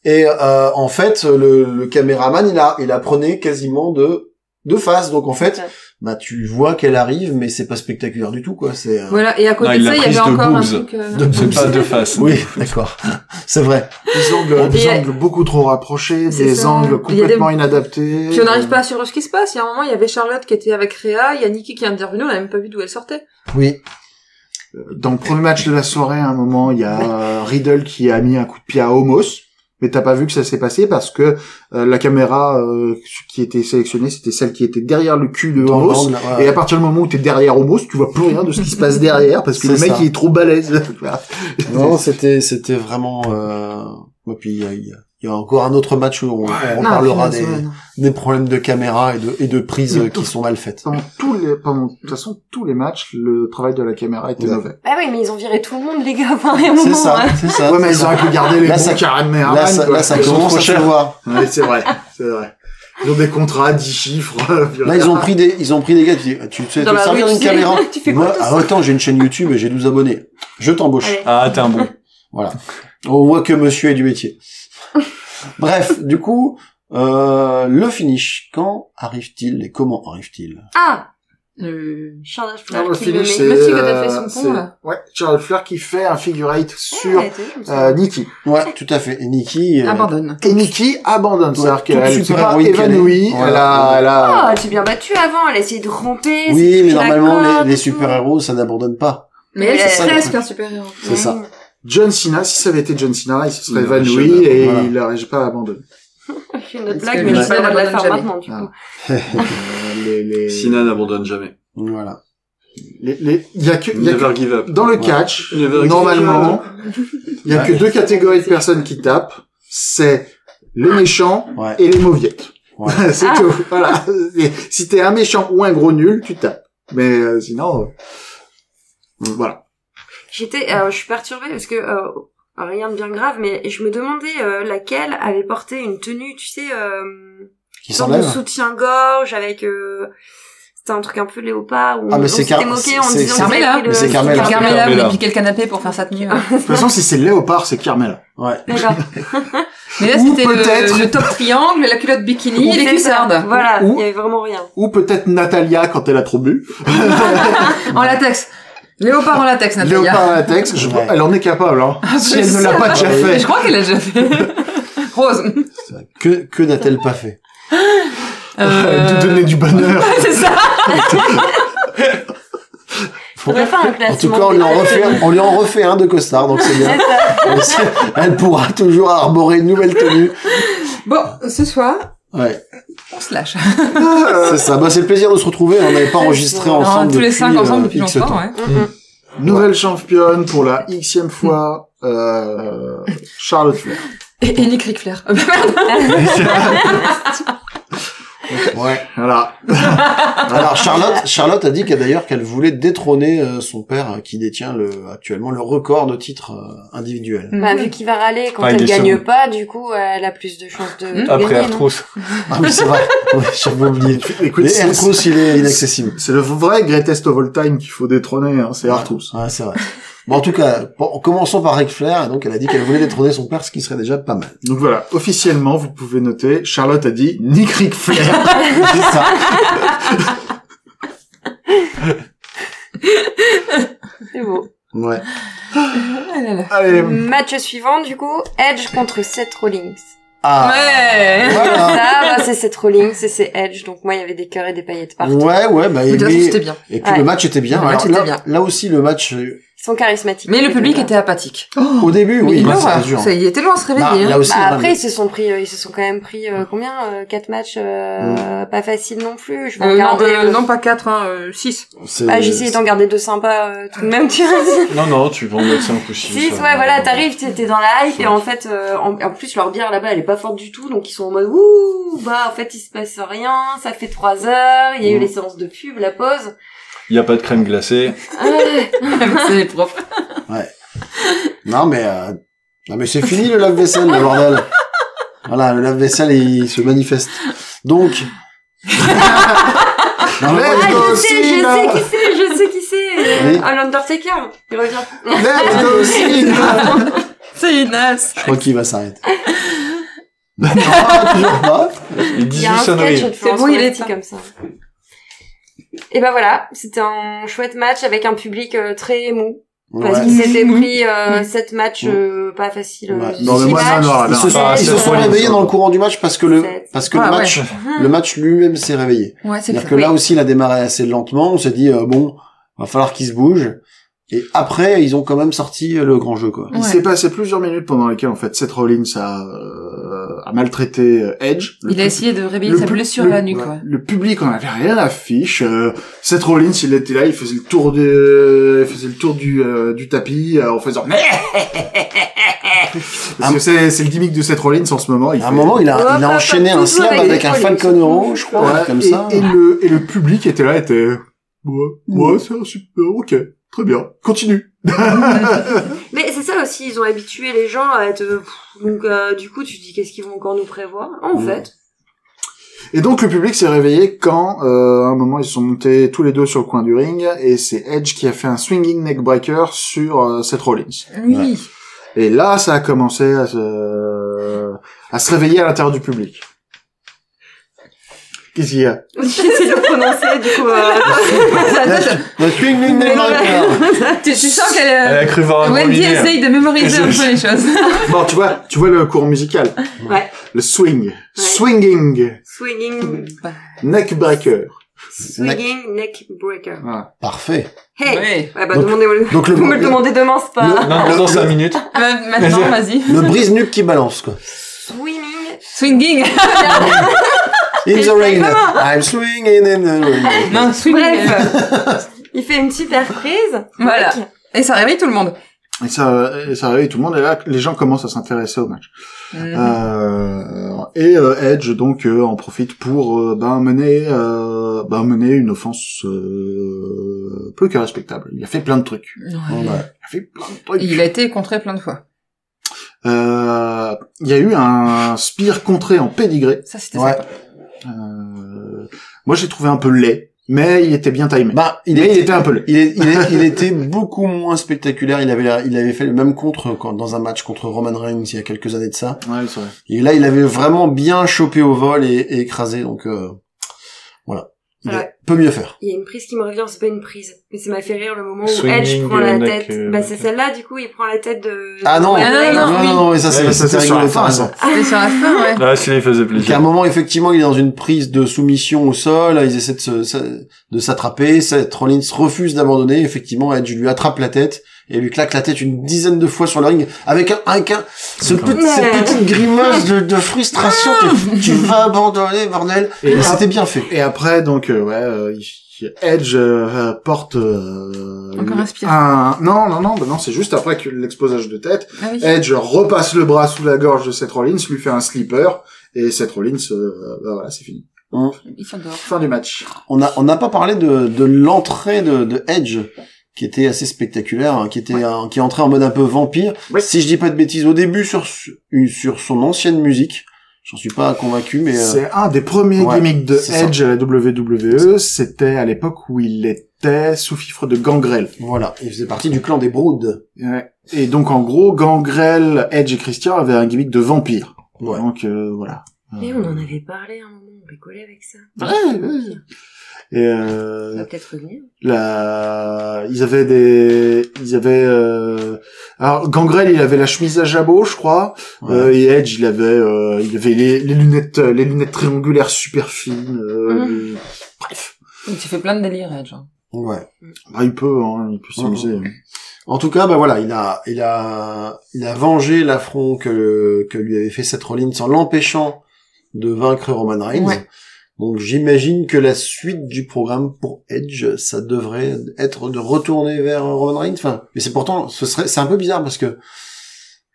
[SPEAKER 7] Et euh, en fait, le, le caméraman, il a, il la prenait quasiment de de face. Donc en fait,
[SPEAKER 6] Ouais.
[SPEAKER 7] bah tu vois qu'elle arrive, mais c'est pas spectaculaire du tout, quoi. C'est euh,
[SPEAKER 4] Voilà, et à côté
[SPEAKER 2] Non, il
[SPEAKER 4] de
[SPEAKER 2] l'a
[SPEAKER 4] ça, il y
[SPEAKER 2] prise
[SPEAKER 4] avait
[SPEAKER 2] de
[SPEAKER 4] encore un
[SPEAKER 2] boobs.
[SPEAKER 4] truc. euh,
[SPEAKER 2] C'est pas de face.
[SPEAKER 7] oui, d'accord, c'est vrai.
[SPEAKER 3] Des angles, euh, des
[SPEAKER 4] Et-
[SPEAKER 3] angles beaucoup trop rapprochés,
[SPEAKER 4] C'est
[SPEAKER 3] des
[SPEAKER 4] ça.
[SPEAKER 3] angles
[SPEAKER 4] Il y a des-
[SPEAKER 3] complètement inadaptés.
[SPEAKER 4] Puis on n'arrive pas à suivre ce qui se passe. Il y a un moment, il y avait Charlotte qui était avec Réa, il y a Nikki qui est intervenue, on n'a même pas vu d'où elle sortait.
[SPEAKER 7] Oui,
[SPEAKER 3] Dans le premier match de la soirée, à un moment, il y a euh, Riddle qui a mis un coup de pied à Homos, mais t'as pas vu que ça s'est passé parce que euh, la caméra euh, qui était sélectionnée, c'était celle qui était derrière le cul de
[SPEAKER 7] Dans
[SPEAKER 3] Homos.
[SPEAKER 7] l'angle, ouais.
[SPEAKER 3] Et à partir du moment où t'es derrière Homos, tu vois plus rien de ce qui se passe derrière parce que le
[SPEAKER 7] C'est
[SPEAKER 3] mec
[SPEAKER 7] ça.
[SPEAKER 3] il est trop balèze. [laughs] Voilà.
[SPEAKER 7] Non, c'était c'était vraiment. Euh... Et puis il y a, il y a- il y a encore un autre match où on, on reparlera
[SPEAKER 4] Ah,
[SPEAKER 7] des,
[SPEAKER 4] finalement,
[SPEAKER 7] des problèmes de caméra et de et de prise
[SPEAKER 3] Mais
[SPEAKER 7] qui
[SPEAKER 3] tout-
[SPEAKER 7] sont mal
[SPEAKER 4] [laughs]
[SPEAKER 7] faites.
[SPEAKER 3] Pendant tous les, pendant, de toute façon, tous les matchs, le travail de la caméra était
[SPEAKER 7] Ouais.
[SPEAKER 3] mauvais.
[SPEAKER 6] Ah oui, mais ils ont viré tout le monde, les gars, par un moment.
[SPEAKER 7] C'est ça,
[SPEAKER 6] hein.
[SPEAKER 7] c'est ça.
[SPEAKER 3] Ouais, mais
[SPEAKER 7] c'est
[SPEAKER 3] ils
[SPEAKER 7] ça.
[SPEAKER 3] auraient pu garder les
[SPEAKER 7] Là,
[SPEAKER 3] bons
[SPEAKER 7] ça-
[SPEAKER 3] caméramans,
[SPEAKER 7] Là, ça,
[SPEAKER 3] quoi.
[SPEAKER 7] là, ça
[SPEAKER 2] Ils sont
[SPEAKER 7] commence
[SPEAKER 2] trop
[SPEAKER 7] à se
[SPEAKER 2] chers.
[SPEAKER 7] voir.
[SPEAKER 3] Ouais, c'est vrai, c'est vrai. Ils ont des contrats à 10 chiffres. [laughs]
[SPEAKER 7] Là, ils ont pris des, ils ont pris des gars qui, tu sais,
[SPEAKER 4] Dans
[SPEAKER 7] te
[SPEAKER 4] la
[SPEAKER 7] servir
[SPEAKER 4] rue,
[SPEAKER 7] d'une
[SPEAKER 4] tu sais,
[SPEAKER 7] caméra.
[SPEAKER 4] [laughs] tu fais
[SPEAKER 7] Moi,
[SPEAKER 4] quoi, toi,
[SPEAKER 7] ah, attends, j'ai une chaîne YouTube et j'ai 12 abonnés. Je t'embauche.
[SPEAKER 6] Allez.
[SPEAKER 2] Ah, t'es un bon.
[SPEAKER 7] Voilà. On voit que monsieur est
[SPEAKER 6] [laughs]
[SPEAKER 7] du métier. Bref, du coup, euh, le finish, quand arrive-t-il et comment arrive-t-il?
[SPEAKER 6] Ah!
[SPEAKER 4] euh,
[SPEAKER 6] Charles
[SPEAKER 3] Non,
[SPEAKER 6] Flair
[SPEAKER 3] Ah, le
[SPEAKER 6] qui
[SPEAKER 3] finish,
[SPEAKER 6] le
[SPEAKER 3] c'est,
[SPEAKER 6] met.
[SPEAKER 4] Mathieu qui a
[SPEAKER 3] euh,
[SPEAKER 4] fait son pont,
[SPEAKER 3] c'est-
[SPEAKER 4] là.
[SPEAKER 3] Ouais, Charles Fleur qui fait un figure eight sur
[SPEAKER 6] Ouais, t'as vu, comme ça.
[SPEAKER 3] euh, Nikki.
[SPEAKER 7] Ouais, tout à fait. Et Nikki,
[SPEAKER 6] Ah,
[SPEAKER 7] euh,
[SPEAKER 4] Abandonne.
[SPEAKER 3] Et Nikki abandonne, c'est-à-dire
[SPEAKER 7] toute
[SPEAKER 3] qu'elle s'est pas
[SPEAKER 7] super-héroïne qu'elle est.
[SPEAKER 3] évanouie,
[SPEAKER 7] Voilà.
[SPEAKER 3] elle a, elle a...
[SPEAKER 6] Oh, elle s'est bien battue avant, elle a essayé de ramper.
[SPEAKER 7] Ah. oui,
[SPEAKER 6] c'est
[SPEAKER 7] mais
[SPEAKER 6] tout la
[SPEAKER 7] normalement, les,
[SPEAKER 6] corde
[SPEAKER 7] les
[SPEAKER 6] et tout.
[SPEAKER 7] super-héros, ça n'abandonne pas.
[SPEAKER 4] Mais elle,
[SPEAKER 6] C'est
[SPEAKER 4] c'est
[SPEAKER 7] ça, le
[SPEAKER 4] presque
[SPEAKER 7] truc.
[SPEAKER 4] un super-héros.
[SPEAKER 7] C'est ça.
[SPEAKER 3] John Cena, si ça avait été John Cena, il se serait
[SPEAKER 7] Il aurait
[SPEAKER 3] évanoui
[SPEAKER 7] jamais-
[SPEAKER 3] et
[SPEAKER 7] voilà.
[SPEAKER 3] il n'aurait pas abandonné.
[SPEAKER 6] Je fais une
[SPEAKER 4] Parce que
[SPEAKER 6] autre blague, mais je
[SPEAKER 4] le
[SPEAKER 6] sais pas de la
[SPEAKER 4] Batman
[SPEAKER 6] faire
[SPEAKER 4] jamais.
[SPEAKER 6] maintenant, du
[SPEAKER 7] Ah.
[SPEAKER 6] coup.
[SPEAKER 3] Euh, les, les...
[SPEAKER 2] Sina n'abandonne jamais.
[SPEAKER 7] Voilà.
[SPEAKER 3] les, les... Il y a que, il y a que-
[SPEAKER 2] Never give up.
[SPEAKER 3] Dans le
[SPEAKER 7] Ouais.
[SPEAKER 3] catch,
[SPEAKER 2] Never
[SPEAKER 3] normalement, il y a que
[SPEAKER 7] Ouais.
[SPEAKER 3] deux catégories de personnes qui tapent, c'est les méchants
[SPEAKER 7] Ouais.
[SPEAKER 3] et les mauviettes.
[SPEAKER 7] Ouais.
[SPEAKER 3] [laughs] c'est tout. Voilà. Et Si t'es un méchant ou un gros nul, tu tapes. Mais euh, sinon, euh, voilà.
[SPEAKER 6] J'étais, euh, je suis perturbée parce que euh, rien de bien grave, mais je me demandais euh, laquelle avait porté une tenue, tu sais, euh,
[SPEAKER 7] Qui
[SPEAKER 6] sorte de
[SPEAKER 7] s'enlève.
[SPEAKER 6] soutien-gorge avec. Euh, c'était un truc un peu léopard où
[SPEAKER 7] Ah, mais
[SPEAKER 6] on
[SPEAKER 7] c'est
[SPEAKER 6] s'était
[SPEAKER 7] Car-
[SPEAKER 6] moqué en disant.
[SPEAKER 7] c'est- c'est
[SPEAKER 6] que
[SPEAKER 4] Carmela.
[SPEAKER 6] c'était le-
[SPEAKER 7] Mais c'est Carmela.
[SPEAKER 6] Car-
[SPEAKER 4] Carmela
[SPEAKER 2] Carmela.
[SPEAKER 4] voulait piquer le canapé pour faire sa [laughs] tenue. hein.
[SPEAKER 3] De toute façon, si c'est léopard, c'est Carmela.
[SPEAKER 7] Ouais.
[SPEAKER 6] D'accord.
[SPEAKER 4] Mais là,
[SPEAKER 3] Ou
[SPEAKER 4] c'était
[SPEAKER 3] peut-être-
[SPEAKER 4] le, le top triangle, la culotte bikini et les
[SPEAKER 6] C'est ça.
[SPEAKER 7] Ah
[SPEAKER 4] cuissardes.
[SPEAKER 6] Voilà,
[SPEAKER 3] Ou-
[SPEAKER 6] il y avait vraiment rien.
[SPEAKER 3] Ou peut-être Natalia quand elle a trop bu.
[SPEAKER 4] En latex.
[SPEAKER 5] Léopard en latex, Natalia. [laughs]
[SPEAKER 3] Léopard latex, je...
[SPEAKER 7] Ouais.
[SPEAKER 3] elle en est capable, hein. si elle ne l'a pas déjà
[SPEAKER 5] Mais
[SPEAKER 3] fait.
[SPEAKER 5] je crois qu'elle l'a déjà
[SPEAKER 7] [laughs]
[SPEAKER 5] fait. Rose.
[SPEAKER 7] Ça, Que, que n'a-t-elle pas fait
[SPEAKER 3] De donner du bonheur.
[SPEAKER 5] Euh, [laughs] C'est ça.
[SPEAKER 6] Faudrait faire un
[SPEAKER 7] En tout
[SPEAKER 6] classement.
[SPEAKER 7] cas, on lui en
[SPEAKER 6] des-
[SPEAKER 7] refait, on lui en refait un de costard, donc c'est
[SPEAKER 6] [laughs]
[SPEAKER 7] bien. Elle sait- Elle pourra toujours arborer une nouvelle tenue.
[SPEAKER 4] Bon, ce soir,
[SPEAKER 7] Ouais,
[SPEAKER 5] On se lâche. Euh,
[SPEAKER 7] c'est ça. Bah, c'est le plaisir de se retrouver. On n'avait pas enregistré
[SPEAKER 6] Non,
[SPEAKER 7] ensemble
[SPEAKER 5] Non, tous les
[SPEAKER 7] depuis,
[SPEAKER 5] cinq ensemble
[SPEAKER 7] euh,
[SPEAKER 5] depuis
[SPEAKER 7] X
[SPEAKER 5] longtemps,
[SPEAKER 7] temps.
[SPEAKER 5] ouais.
[SPEAKER 7] [laughs]
[SPEAKER 6] Mhm.
[SPEAKER 7] Mm.
[SPEAKER 3] Nouvelle championne pour la xème fois, euh, Charlotte Flair.
[SPEAKER 4] et, et Nick
[SPEAKER 5] [laughs]
[SPEAKER 4] Ric Flair.
[SPEAKER 5] [laughs]
[SPEAKER 7] Ouais.
[SPEAKER 3] Voilà.
[SPEAKER 7] Alors Charlotte, Charlotte a dit qu'elle d'ailleurs qu'elle voulait détrôner euh, son père euh, qui détient le, actuellement le record de titres euh, individuels.
[SPEAKER 6] Bah, vu qu'il va râler quand
[SPEAKER 2] Enfin, Ah, il
[SPEAKER 6] elle
[SPEAKER 2] est
[SPEAKER 6] gagne
[SPEAKER 2] second.
[SPEAKER 6] pas, du coup, elle a plus de chances de. de
[SPEAKER 2] Après
[SPEAKER 6] gagner, non
[SPEAKER 2] Artrousse.
[SPEAKER 7] Ah oui c'est vrai.
[SPEAKER 3] [laughs]
[SPEAKER 7] Ouais, J'avais oublié.
[SPEAKER 3] Écoute,
[SPEAKER 7] Mais
[SPEAKER 3] c'est-
[SPEAKER 7] Hercus, il est inaccessible.
[SPEAKER 3] c'est le vrai greatest of all time qu'il faut détrôner, hein, c'est Artus.
[SPEAKER 7] Ouais, c'est vrai. Bon en tout cas, bon, commençons par Ric Flair. Donc elle a dit qu'elle voulait détrôner son père, ce qui serait déjà pas mal.
[SPEAKER 3] Donc voilà, officiellement, vous pouvez noter, Charlotte a dit Nick Ric Flair.
[SPEAKER 7] [laughs] C'est ça.
[SPEAKER 6] C'est beau. [laughs]
[SPEAKER 7] Ouais.
[SPEAKER 4] Ah là là.
[SPEAKER 3] Allez,
[SPEAKER 6] Match suivant, du coup, Edge contre Seth Rollins.
[SPEAKER 7] Ah.
[SPEAKER 5] Ouais.
[SPEAKER 7] Voilà.
[SPEAKER 6] Ça, bah, c'est Seth Rollins et c'est Edge, donc moi, il y avait des cœurs et des paillettes partout.
[SPEAKER 7] Ouais, ouais, bah,
[SPEAKER 5] De
[SPEAKER 7] et,
[SPEAKER 5] toute façon,
[SPEAKER 7] mais-
[SPEAKER 5] c'était bien.
[SPEAKER 7] et puis
[SPEAKER 6] Ouais.
[SPEAKER 7] le match était bien.
[SPEAKER 5] Le match
[SPEAKER 7] Alors,
[SPEAKER 5] était
[SPEAKER 7] là,
[SPEAKER 5] bien.
[SPEAKER 7] là aussi, le match, euh,
[SPEAKER 6] Ils sont charismatiques.
[SPEAKER 5] Mais le
[SPEAKER 6] les
[SPEAKER 5] public
[SPEAKER 6] deux, là.
[SPEAKER 5] était apathique.
[SPEAKER 7] au début,
[SPEAKER 5] Oh, Mais
[SPEAKER 7] oui,
[SPEAKER 5] il
[SPEAKER 7] bah,
[SPEAKER 5] aura-
[SPEAKER 7] c'était dur.
[SPEAKER 5] ça, il était loin à se
[SPEAKER 7] Bah,
[SPEAKER 5] réveiller.
[SPEAKER 7] là
[SPEAKER 5] hein.
[SPEAKER 7] aussi,
[SPEAKER 6] Bah,
[SPEAKER 7] non,
[SPEAKER 6] après,
[SPEAKER 7] mais-
[SPEAKER 6] ils se sont pris, euh, ils se sont quand même pris euh, combien euh, Quatre matchs, euh,
[SPEAKER 7] Mm.
[SPEAKER 6] pas facile non plus. Je vais
[SPEAKER 5] Euh, non,
[SPEAKER 6] regarder.
[SPEAKER 5] euh,
[SPEAKER 6] euh,
[SPEAKER 5] non, pas 4, hein,
[SPEAKER 4] [laughs]
[SPEAKER 5] 6.
[SPEAKER 7] c'est-
[SPEAKER 6] Bah, j'essayais d'en garder deux sympas euh, tout de même, tu vois.
[SPEAKER 2] Non, non, tu vas en mettre 5 ou 6.
[SPEAKER 6] Six, ouais, voilà, t'arrives, t'es t'es dans la hype, et en fait, euh, en, en plus, leur bière là-bas, elle est pas forte du tout, donc ils sont en mode, ouh, bah, en fait, il se passe rien, ça fait trois heures, il y a eu
[SPEAKER 7] Mm.
[SPEAKER 6] les séances de pub, la pause.
[SPEAKER 2] Il y a pas de crème glacée.
[SPEAKER 5] C'est les profs.
[SPEAKER 7] Non, mais, euh, non, mais c'est fini le lave-vaisselle, le bordel. Voilà, le lave-vaisselle, il se manifeste.
[SPEAKER 6] [laughs]
[SPEAKER 7] Donc. Non, mais-
[SPEAKER 6] ah,
[SPEAKER 3] go,
[SPEAKER 6] je sais, je
[SPEAKER 3] Cena
[SPEAKER 6] sais qui c'est, je sais qui c'est,
[SPEAKER 7] Oui.
[SPEAKER 6] euh, un Undertaker, il revient.
[SPEAKER 4] Ah,
[SPEAKER 5] [laughs]
[SPEAKER 3] let's go, Cena.
[SPEAKER 5] C'est une as.
[SPEAKER 7] Je crois qu'il
[SPEAKER 6] [laughs]
[SPEAKER 7] va s'arrêter. non, toujours pas.
[SPEAKER 2] Il
[SPEAKER 6] Il
[SPEAKER 2] 18
[SPEAKER 6] y a un sketch,
[SPEAKER 2] sonneries.
[SPEAKER 6] on fait
[SPEAKER 5] C'est
[SPEAKER 6] un
[SPEAKER 5] bon, il est
[SPEAKER 6] petit
[SPEAKER 5] temps.
[SPEAKER 6] comme ça. Et bah voilà, c'était un chouette match avec un public euh, très mou, parce
[SPEAKER 7] Ouais.
[SPEAKER 6] qu'ils s'étaient pris euh, sept matchs euh, pas faciles. euh,
[SPEAKER 7] Ouais.
[SPEAKER 6] six
[SPEAKER 3] Dans le mois hein.
[SPEAKER 6] matchs.
[SPEAKER 3] noir,
[SPEAKER 7] Ils
[SPEAKER 3] là.
[SPEAKER 7] se sont,
[SPEAKER 2] Ah,
[SPEAKER 7] ils se
[SPEAKER 2] c'est
[SPEAKER 7] sont
[SPEAKER 2] vrai.
[SPEAKER 7] réveillés dans le courant du match parce que le,
[SPEAKER 6] C'est-
[SPEAKER 7] parce que
[SPEAKER 5] Ah,
[SPEAKER 7] le match,
[SPEAKER 6] Mhm.
[SPEAKER 7] le match lui-même s'est réveillé.
[SPEAKER 4] Ouais, c'est
[SPEAKER 7] C'est-à-dire
[SPEAKER 4] clair.
[SPEAKER 7] que là aussi, il a démarré assez lentement. On s'est dit, euh, bon, va falloir qu'il se bouge. Et après, ils ont quand même sorti euh, le grand jeu, quoi.
[SPEAKER 3] Il s'est passé plusieurs minutes pendant lesquelles, en fait, Seth Rollins a, euh, a maltraité euh, Edge. Le
[SPEAKER 4] Il a
[SPEAKER 3] pub-
[SPEAKER 4] essayé de réveiller
[SPEAKER 3] le
[SPEAKER 4] sa
[SPEAKER 3] pub-
[SPEAKER 4] blessure
[SPEAKER 3] le-
[SPEAKER 4] à la nuque, ouais.
[SPEAKER 3] Le public en avait rien à fiche. Euh, Seth Rollins, il était là, il faisait le tour de, il faisait le tour du, euh, du tapis euh, en faisant. Parce que c'est c'est le gimmick de Seth Rollins en ce moment. Il
[SPEAKER 7] À un
[SPEAKER 3] fait-
[SPEAKER 7] moment, il
[SPEAKER 6] Ouais,
[SPEAKER 7] a, il a
[SPEAKER 6] pas-
[SPEAKER 7] enchaîné
[SPEAKER 6] pas
[SPEAKER 7] un
[SPEAKER 6] toujours
[SPEAKER 7] slam
[SPEAKER 6] avec
[SPEAKER 7] avec
[SPEAKER 6] les
[SPEAKER 7] un
[SPEAKER 6] poils,
[SPEAKER 7] Falcon
[SPEAKER 6] ils sont
[SPEAKER 7] Euro, je crois,
[SPEAKER 3] Ouais,
[SPEAKER 7] comme
[SPEAKER 3] et,
[SPEAKER 7] ça.
[SPEAKER 3] Et le, et le public était là, était. Ouais, ouais, c'est un super. Ok, très bien. Continue.
[SPEAKER 6] Mais c'est ça aussi, ils ont habitué les gens à être. euh, pff, Donc euh, du coup, tu te dis qu'est-ce qu'ils vont encore nous prévoir En
[SPEAKER 7] Mm.
[SPEAKER 6] fait, [laughs]
[SPEAKER 3] Et donc le public s'est réveillé quand, euh, à un moment, ils sont montés tous les deux sur le coin du ring et c'est Edge qui a fait un swinging neckbreaker sur euh, Seth Rollins.
[SPEAKER 4] [laughs] Oui.
[SPEAKER 3] Et là, ça a commencé à se, à se réveiller à l'intérieur du public. Qu'est-ce qu'il y a
[SPEAKER 6] j'ai essayé de le prononcer. Du coup,
[SPEAKER 7] [laughs]
[SPEAKER 6] euh,
[SPEAKER 7] Le swing, swing, swing, swing.
[SPEAKER 4] [laughs] tu, tu sens qu'elle
[SPEAKER 2] Elle
[SPEAKER 4] euh,
[SPEAKER 2] a cru voir un hein. gros
[SPEAKER 4] Wendy
[SPEAKER 2] lunaire.
[SPEAKER 4] essaye de [laughs] mémoriser un peu les choses.
[SPEAKER 3] Bon, tu vois, tu vois le cours musical.
[SPEAKER 6] Ouais.
[SPEAKER 3] Le swing, swinging,
[SPEAKER 7] Mm.
[SPEAKER 6] swinging,
[SPEAKER 3] neckbreaker.
[SPEAKER 6] swinging neck breaker.
[SPEAKER 3] Voilà.
[SPEAKER 7] Parfait.
[SPEAKER 6] Hey.
[SPEAKER 4] Ouais.
[SPEAKER 6] Ouais, bah
[SPEAKER 7] Donc-
[SPEAKER 6] demandez-moi le. [laughs]
[SPEAKER 3] [laughs]
[SPEAKER 7] donc le-
[SPEAKER 6] Vous me le demandez demain, c'est pas.
[SPEAKER 2] Non, non, dans 5 minutes.
[SPEAKER 4] Ma- Maintenant, vas-y.
[SPEAKER 7] Le brise-nuque qui balance, quoi.
[SPEAKER 6] Swimming.
[SPEAKER 4] Swinging.
[SPEAKER 7] In the rain. I'm swinging in the rain.
[SPEAKER 4] [laughs] Non, swinging.
[SPEAKER 6] Bref, il fait une super prise.
[SPEAKER 4] [laughs] Voilà.
[SPEAKER 6] Mec.
[SPEAKER 4] Et ça réveille tout le monde.
[SPEAKER 3] Et ça, et ça réveille tout le monde et là, les gens commencent à s'intéresser au match.
[SPEAKER 4] Mhm.
[SPEAKER 3] Euh, et euh, Edge donc euh, en profite pour euh, ben mener euh, ben mener une offense euh, plus que respectable. Il a fait plein de trucs. bah.
[SPEAKER 4] Ouais.
[SPEAKER 7] Ouais.
[SPEAKER 3] Il a fait plein de trucs.
[SPEAKER 4] Et Il a été contré plein de fois.
[SPEAKER 3] Euh, il y a eu un spear contré en pédigré.
[SPEAKER 4] Ça, c'était
[SPEAKER 7] Ouais.
[SPEAKER 4] sympa.
[SPEAKER 3] Euh, moi j'ai trouvé un peu laid, mais il était bien timé.
[SPEAKER 7] Bah, il
[SPEAKER 3] Mais
[SPEAKER 7] est,
[SPEAKER 3] il était un peu laid.
[SPEAKER 7] Il, est- il, est- il était beaucoup moins spectaculaire. Il avait, la- il avait fait le même contre quand, dans un match contre Roman Reigns il y a quelques années de ça.
[SPEAKER 3] Ouais, c'est vrai.
[SPEAKER 7] Et là, il avait vraiment bien chopé au vol et, et écrasé. Donc euh, voilà. il
[SPEAKER 6] Ouais.
[SPEAKER 7] est- peut mieux faire.
[SPEAKER 6] Il y a une prise qui me revient, c'est pas une prise. Mais ça m'a fait rire le moment où
[SPEAKER 2] Swinging,
[SPEAKER 6] Edge prend la
[SPEAKER 2] euh, neck,
[SPEAKER 6] tête.
[SPEAKER 2] euh,
[SPEAKER 6] bah, c'est celle-là, du coup, il prend la tête de...
[SPEAKER 7] Ah non,
[SPEAKER 6] de
[SPEAKER 4] Ah non,
[SPEAKER 6] Blaine.
[SPEAKER 4] non,
[SPEAKER 7] non,
[SPEAKER 4] oui.
[SPEAKER 7] non, mais ça c'est
[SPEAKER 2] Ouais,
[SPEAKER 7] ça,
[SPEAKER 3] ça,
[SPEAKER 7] c'est
[SPEAKER 3] c'est sur
[SPEAKER 7] rigolo,
[SPEAKER 3] la fin,
[SPEAKER 7] t'as
[SPEAKER 3] ça.
[SPEAKER 7] raison.
[SPEAKER 4] C'était sur la fin,
[SPEAKER 3] [laughs]
[SPEAKER 4] ouais.
[SPEAKER 2] Ah, ça lui faisait
[SPEAKER 7] Parce qu'à un
[SPEAKER 2] plaisir.
[SPEAKER 7] moment, effectivement, il est dans une prise de soumission au sol, ils essaient de se- se- de s'attraper, Seth Rollins refuse d'abandonner, effectivement, Edge lui attrape la tête, et lui claque la tête une dizaine de fois sur le ring, avec un, avec un, ce
[SPEAKER 2] D'accord.
[SPEAKER 7] petit- cette petite grimace de, de frustration, tu, tu vas abandonner, bordel,
[SPEAKER 3] Et
[SPEAKER 7] et
[SPEAKER 3] là-
[SPEAKER 7] c'était bien fait.
[SPEAKER 3] Et après, donc, euh, ouais, euh, il- Edge euh, euh, porte euh,
[SPEAKER 4] Encore un spear.
[SPEAKER 3] un... Non, non, non, bah non, c'est juste après que l'exposage de tête.
[SPEAKER 4] Ah oui.
[SPEAKER 3] Edge repasse le bras sous la gorge de Seth Rollins, lui fait un slipper, et Seth Rollins, euh, bah voilà, c'est fini.
[SPEAKER 4] Ils sont dehors.
[SPEAKER 3] Fin du match.
[SPEAKER 7] On a on n'a pas parlé de, de l'entrée de, de Edge qui était assez spectaculaire, hein, qui était un- qui est entré en mode un peu vampire.
[SPEAKER 3] Oui.
[SPEAKER 7] Si je dis pas de bêtises, au début sur sur son ancienne musique, j'en suis pas convaincu, mais euh,
[SPEAKER 3] C'est un des premiers
[SPEAKER 7] ouais,
[SPEAKER 3] gimmicks de
[SPEAKER 7] c'est ça.
[SPEAKER 3] Edge à la WWE, c'était à l'époque où il était sous fifre de Gangrel.
[SPEAKER 7] voilà, euh, il faisait partie du clan des Broods.
[SPEAKER 3] Ouais. Et donc, en gros, Gangrel, Edge et Christian avaient un gimmick de vampire.
[SPEAKER 7] Ouais.
[SPEAKER 3] Donc, euh, voilà.
[SPEAKER 6] Mais on en avait parlé à un moment, on rigolait avec ça.
[SPEAKER 3] Ouais, ouais. Et euh,
[SPEAKER 6] Ça va peut-être revenir.
[SPEAKER 3] la ils avaient des ils avaient euh... alors Gangrel il avait la chemise à jabot je crois Euh, et Edge il avait euh, il avait les, les lunettes euh, les lunettes triangulaires super fines euh, les- bref
[SPEAKER 4] Donc tu fais plein de délire, Edge. hein.
[SPEAKER 7] ouais.
[SPEAKER 3] bah, il peut hein, il peut s'amuser
[SPEAKER 7] En tout cas, bah voilà, il a, il a, il a vengé l'affront que, que lui avait fait Seth Rollins en l'empêchant de vaincre Roman Reigns.
[SPEAKER 4] Ouais.
[SPEAKER 7] Donc j'imagine que la suite du programme pour Edge, ça devrait être de retourner vers Roman Reigns. Enfin, mais c'est pourtant, ce serait, c'est un peu bizarre parce que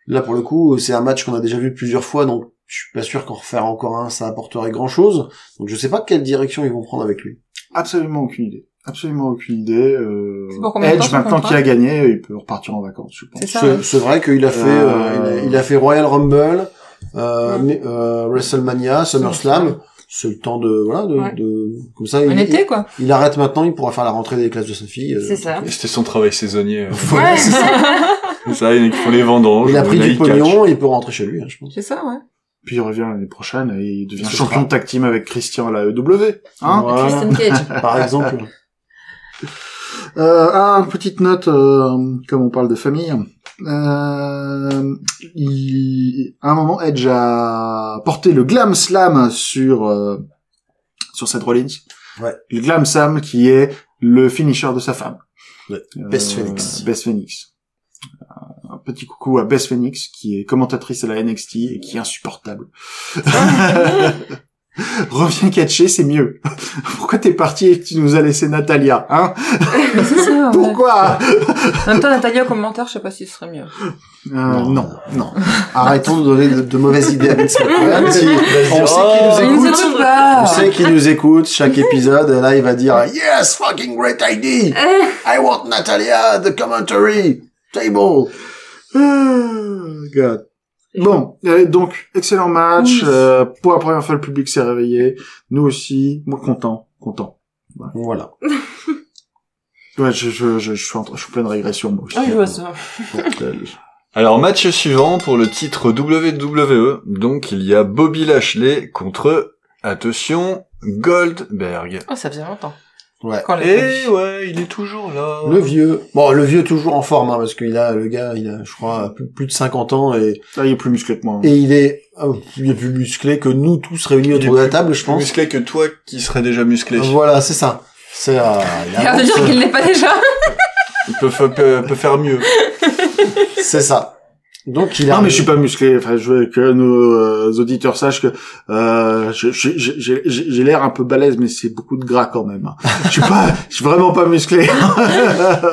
[SPEAKER 7] là pour le coup, c'est un match qu'on a déjà vu plusieurs fois, donc je suis pas sûr qu'en refaire encore un, ça apporterait grand chose. Donc je sais pas quelle direction ils vont prendre avec lui.
[SPEAKER 3] absolument aucune idée absolument aucune idée euh,
[SPEAKER 4] C'est pour combien de temps
[SPEAKER 3] Edge
[SPEAKER 4] son
[SPEAKER 3] maintenant
[SPEAKER 4] contrat
[SPEAKER 3] qu'il a gagné il peut repartir en vacances je pense
[SPEAKER 4] C'est ça. hein.
[SPEAKER 7] C'est c'est vrai qu'il a fait, euh,
[SPEAKER 3] Euh,
[SPEAKER 7] il, a, il a fait Royal Rumble, euh,
[SPEAKER 4] Ouais.
[SPEAKER 7] mais- euh, WrestleMania, SummerSlam. C'est le temps de voilà, de,
[SPEAKER 4] Ouais.
[SPEAKER 7] de comme ça.
[SPEAKER 4] Un
[SPEAKER 7] il,
[SPEAKER 4] été, quoi.
[SPEAKER 7] il- il arrête maintenant, il pourra faire la rentrée des classes de sa fille. euh,
[SPEAKER 6] C'est ça.
[SPEAKER 7] donc,
[SPEAKER 2] C'était son travail saisonnier. euh.
[SPEAKER 7] [laughs] voilà, c'est ça.
[SPEAKER 2] C'est ça, il y en a qui font les vendanges.
[SPEAKER 7] Il a pris
[SPEAKER 2] là,
[SPEAKER 7] du
[SPEAKER 2] ils catchent.
[SPEAKER 7] pognon, il peut rentrer chez lui, hein, je pense.
[SPEAKER 4] C'est ça, ouais.
[SPEAKER 3] puis il revient l'année prochaine et il devient
[SPEAKER 7] Ce
[SPEAKER 3] champion
[SPEAKER 7] sera-
[SPEAKER 3] de tag team avec Christian à la EW hein
[SPEAKER 7] Voilà.
[SPEAKER 4] Christian Cage.
[SPEAKER 7] Par exemple.
[SPEAKER 3] Euh, ah, petite note, euh, comme on parle de famille. Euh, il- à un moment, Edge a porté le glam slam sur euh, sur Seth Rollins.
[SPEAKER 7] Ouais.
[SPEAKER 3] Le glam slam qui est le finisher de sa femme.
[SPEAKER 7] Ouais. Bess Phoenix.
[SPEAKER 3] Bess Phoenix. Euh, Un petit coucou à Bess Phoenix qui est commentatrice à la NXT et qui est
[SPEAKER 4] [laughs]
[SPEAKER 3] insupportable. [laughs] Reviens catcher, c'est mieux. [laughs] Pourquoi t'es parti et que tu nous as laissé Natalia, hein
[SPEAKER 4] [laughs] Ah, Mais c'est ça, ouais.
[SPEAKER 3] pourquoi
[SPEAKER 4] En même temps, Natalia commentaire, je sais pas si ce serait mieux.
[SPEAKER 3] euh, Non, non.
[SPEAKER 7] Arrêtons de donner de, de mauvaises idées à Vince McMahon. Si- on sait
[SPEAKER 4] Mais
[SPEAKER 7] qu'il
[SPEAKER 4] il
[SPEAKER 7] nous
[SPEAKER 4] nous
[SPEAKER 7] écoute.
[SPEAKER 4] écoute pas. Oh,
[SPEAKER 7] On sait qu'il nous écoute chaque
[SPEAKER 4] Mhm.
[SPEAKER 7] épisode. et Là, il va dire Yes, fucking great
[SPEAKER 4] Eh.
[SPEAKER 7] idea. I want Natalia at the commentary table.
[SPEAKER 4] Ah.
[SPEAKER 3] Euh, God. Bon, euh, donc excellent match.
[SPEAKER 4] Oui.
[SPEAKER 3] Euh, pour la première fois, le public s'est réveillé. Nous aussi, moi content, content.
[SPEAKER 7] Voilà.
[SPEAKER 3] [laughs] Ouais, je, je, je, je suis en, train- je suis en pleine régression moi aussi.
[SPEAKER 4] Ah, je vois ça.
[SPEAKER 3] Mortel.
[SPEAKER 2] Alors, match suivant pour le titre WWE. Donc, il y a Bobby Lashley contre, attention, Goldberg.
[SPEAKER 4] Oh, ça faisait longtemps.
[SPEAKER 7] Ouais.
[SPEAKER 4] Quand
[SPEAKER 2] Et ouais, il est toujours là.
[SPEAKER 7] Le vieux. Bon, le vieux toujours en forme, hein, parce qu'il a, le gars, il a, je crois, plus, plus de 50 ans et,
[SPEAKER 3] Là, Ah, il est plus musclé que moi. hein.
[SPEAKER 7] et il est, oh, il est plus musclé que nous tous réunis autour de la table, je
[SPEAKER 2] Plus
[SPEAKER 7] pense.
[SPEAKER 2] musclé que toi qui serais déjà musclé.
[SPEAKER 7] Voilà, c'est ça. C'est, euh,
[SPEAKER 4] [laughs]
[SPEAKER 7] il
[SPEAKER 4] Il a
[SPEAKER 7] a-
[SPEAKER 4] l'air de dire qu'il l'est pas déjà.
[SPEAKER 2] Il peut, fa- peut- peut faire mieux.
[SPEAKER 7] c'est ça. Donc, il a.
[SPEAKER 3] Non mais je suis pas musclé. Enfin, je veux que nos euh, auditeurs sachent que euh, je- je- je- j'ai j'ai- j'ai l'air un peu balèze, mais c'est beaucoup de gras quand
[SPEAKER 7] [laughs]
[SPEAKER 3] même. hein. Je suis pas, je suis vraiment pas musclé.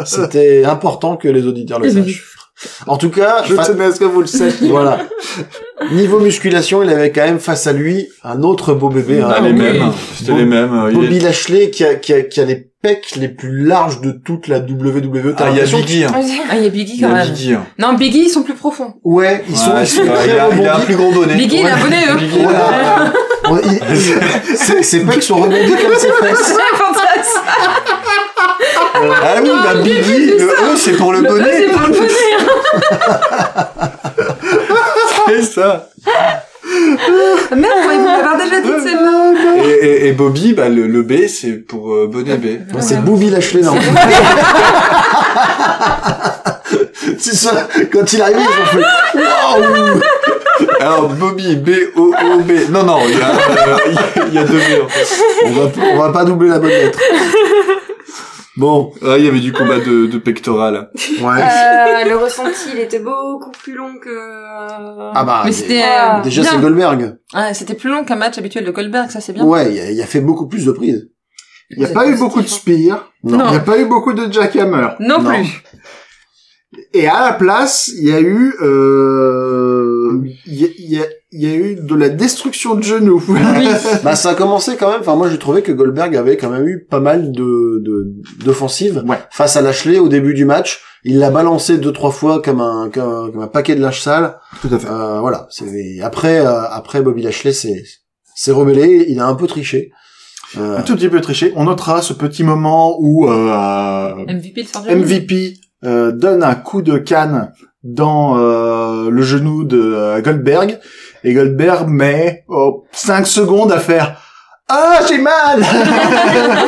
[SPEAKER 7] C'était important que les auditeurs le sachent. En tout cas,
[SPEAKER 3] [laughs] Je
[SPEAKER 7] fa-
[SPEAKER 3] tenais à ce que vous le sachiez.
[SPEAKER 7] voilà. Niveau musculation, il avait quand même face à lui un autre beau bébé. hein.
[SPEAKER 2] Ah, les
[SPEAKER 4] oui.
[SPEAKER 2] mêmes. C'était les mêmes. euh, Il
[SPEAKER 7] Bobby
[SPEAKER 2] est...
[SPEAKER 7] Lashley qui a, qui, a, qui a les pecs les plus larges de toute la WWE. T'as
[SPEAKER 2] Ah, il y a
[SPEAKER 7] l'impression
[SPEAKER 2] Biggie. hein.
[SPEAKER 4] [laughs] Ah, il y a Biggie
[SPEAKER 2] Il y
[SPEAKER 4] quand
[SPEAKER 2] a
[SPEAKER 4] même.
[SPEAKER 2] Biggie. hein.
[SPEAKER 4] Non, Biggie, ils sont plus profonds.
[SPEAKER 7] Ouais, ils sont,
[SPEAKER 2] Ouais,
[SPEAKER 7] ils sont
[SPEAKER 2] c'est vrai, il,
[SPEAKER 7] très
[SPEAKER 2] a, il a un
[SPEAKER 7] rebondis.
[SPEAKER 2] plus gros bonnet.
[SPEAKER 4] Biggie, il hein. a un bonnet, [laughs] eux.
[SPEAKER 2] Biggie, il a-
[SPEAKER 7] Ouais, il- il- Ses ses pecs sont rebondis comme ses fesses.
[SPEAKER 2] Ah oui, bah Biggie, le E c'est pour le
[SPEAKER 4] Ah,
[SPEAKER 2] bonnet.
[SPEAKER 4] c'est pour le bonnet.
[SPEAKER 2] C'est ça.
[SPEAKER 4] Merde, vous m'avez déjà dit c'est là.
[SPEAKER 2] Et, et- et Bobby, bah, le, le B, c'est pour euh, Bonnet B.
[SPEAKER 7] Moi, c'est Booby Lashley, non. [laughs] C'est ça, quand il arrive, ils ont fait, waouh!
[SPEAKER 2] Alors, Bobby, B-O-O-B. Non, non, il y a, euh, [laughs] il y a- il y a deux B, en fait.
[SPEAKER 7] On va, on va pas doubler la bonne lettre. Bon.
[SPEAKER 2] Ah, il y avait du combat de, de pectoral.
[SPEAKER 7] Ouais.
[SPEAKER 6] Euh, le ressenti, il était beaucoup plus long que...
[SPEAKER 7] Ah bah.
[SPEAKER 4] Mais
[SPEAKER 7] dé-
[SPEAKER 4] c'était euh,
[SPEAKER 7] Déjà,
[SPEAKER 4] bien.
[SPEAKER 7] c'est Goldberg.
[SPEAKER 4] Ouais, c'était plus long qu'un match habituel de Goldberg, ça c'est bien.
[SPEAKER 7] Ouais, il a, il a fait beaucoup plus de prises.
[SPEAKER 3] Il n'y a pas eu beaucoup de
[SPEAKER 4] hein.
[SPEAKER 3] spears. Il
[SPEAKER 4] Non.
[SPEAKER 3] n'y a pas eu beaucoup de jackhammer.
[SPEAKER 4] Non,
[SPEAKER 7] Non.
[SPEAKER 4] plus.
[SPEAKER 3] Et à la place, il y a eu, euh, il y a- il y, a, il y a eu de la destruction de genoux. [laughs]
[SPEAKER 7] Bah, ça a commencé quand même. Enfin, moi, j'ai trouvé que Goldberg avait quand même eu pas mal de, de, d'offensives.
[SPEAKER 3] Ouais.
[SPEAKER 7] Face à Lashley au début du match. Il l'a balancé deux, trois fois comme un, comme un, comme un paquet de linge sale.
[SPEAKER 3] Tout à fait.
[SPEAKER 7] Euh, voilà. C'est- Après, euh, après Bobby Lashley s'est s'est rebellé. Il a un peu triché. Euh,
[SPEAKER 3] Un tout petit peu triché. On notera ce petit moment où euh,
[SPEAKER 4] MVP le sort du ring.
[SPEAKER 3] MVP euh, donne un coup de canne dans euh, le genou de euh, Goldberg et Goldberg met 5 secondes à faire ah j'ai mal [laughs]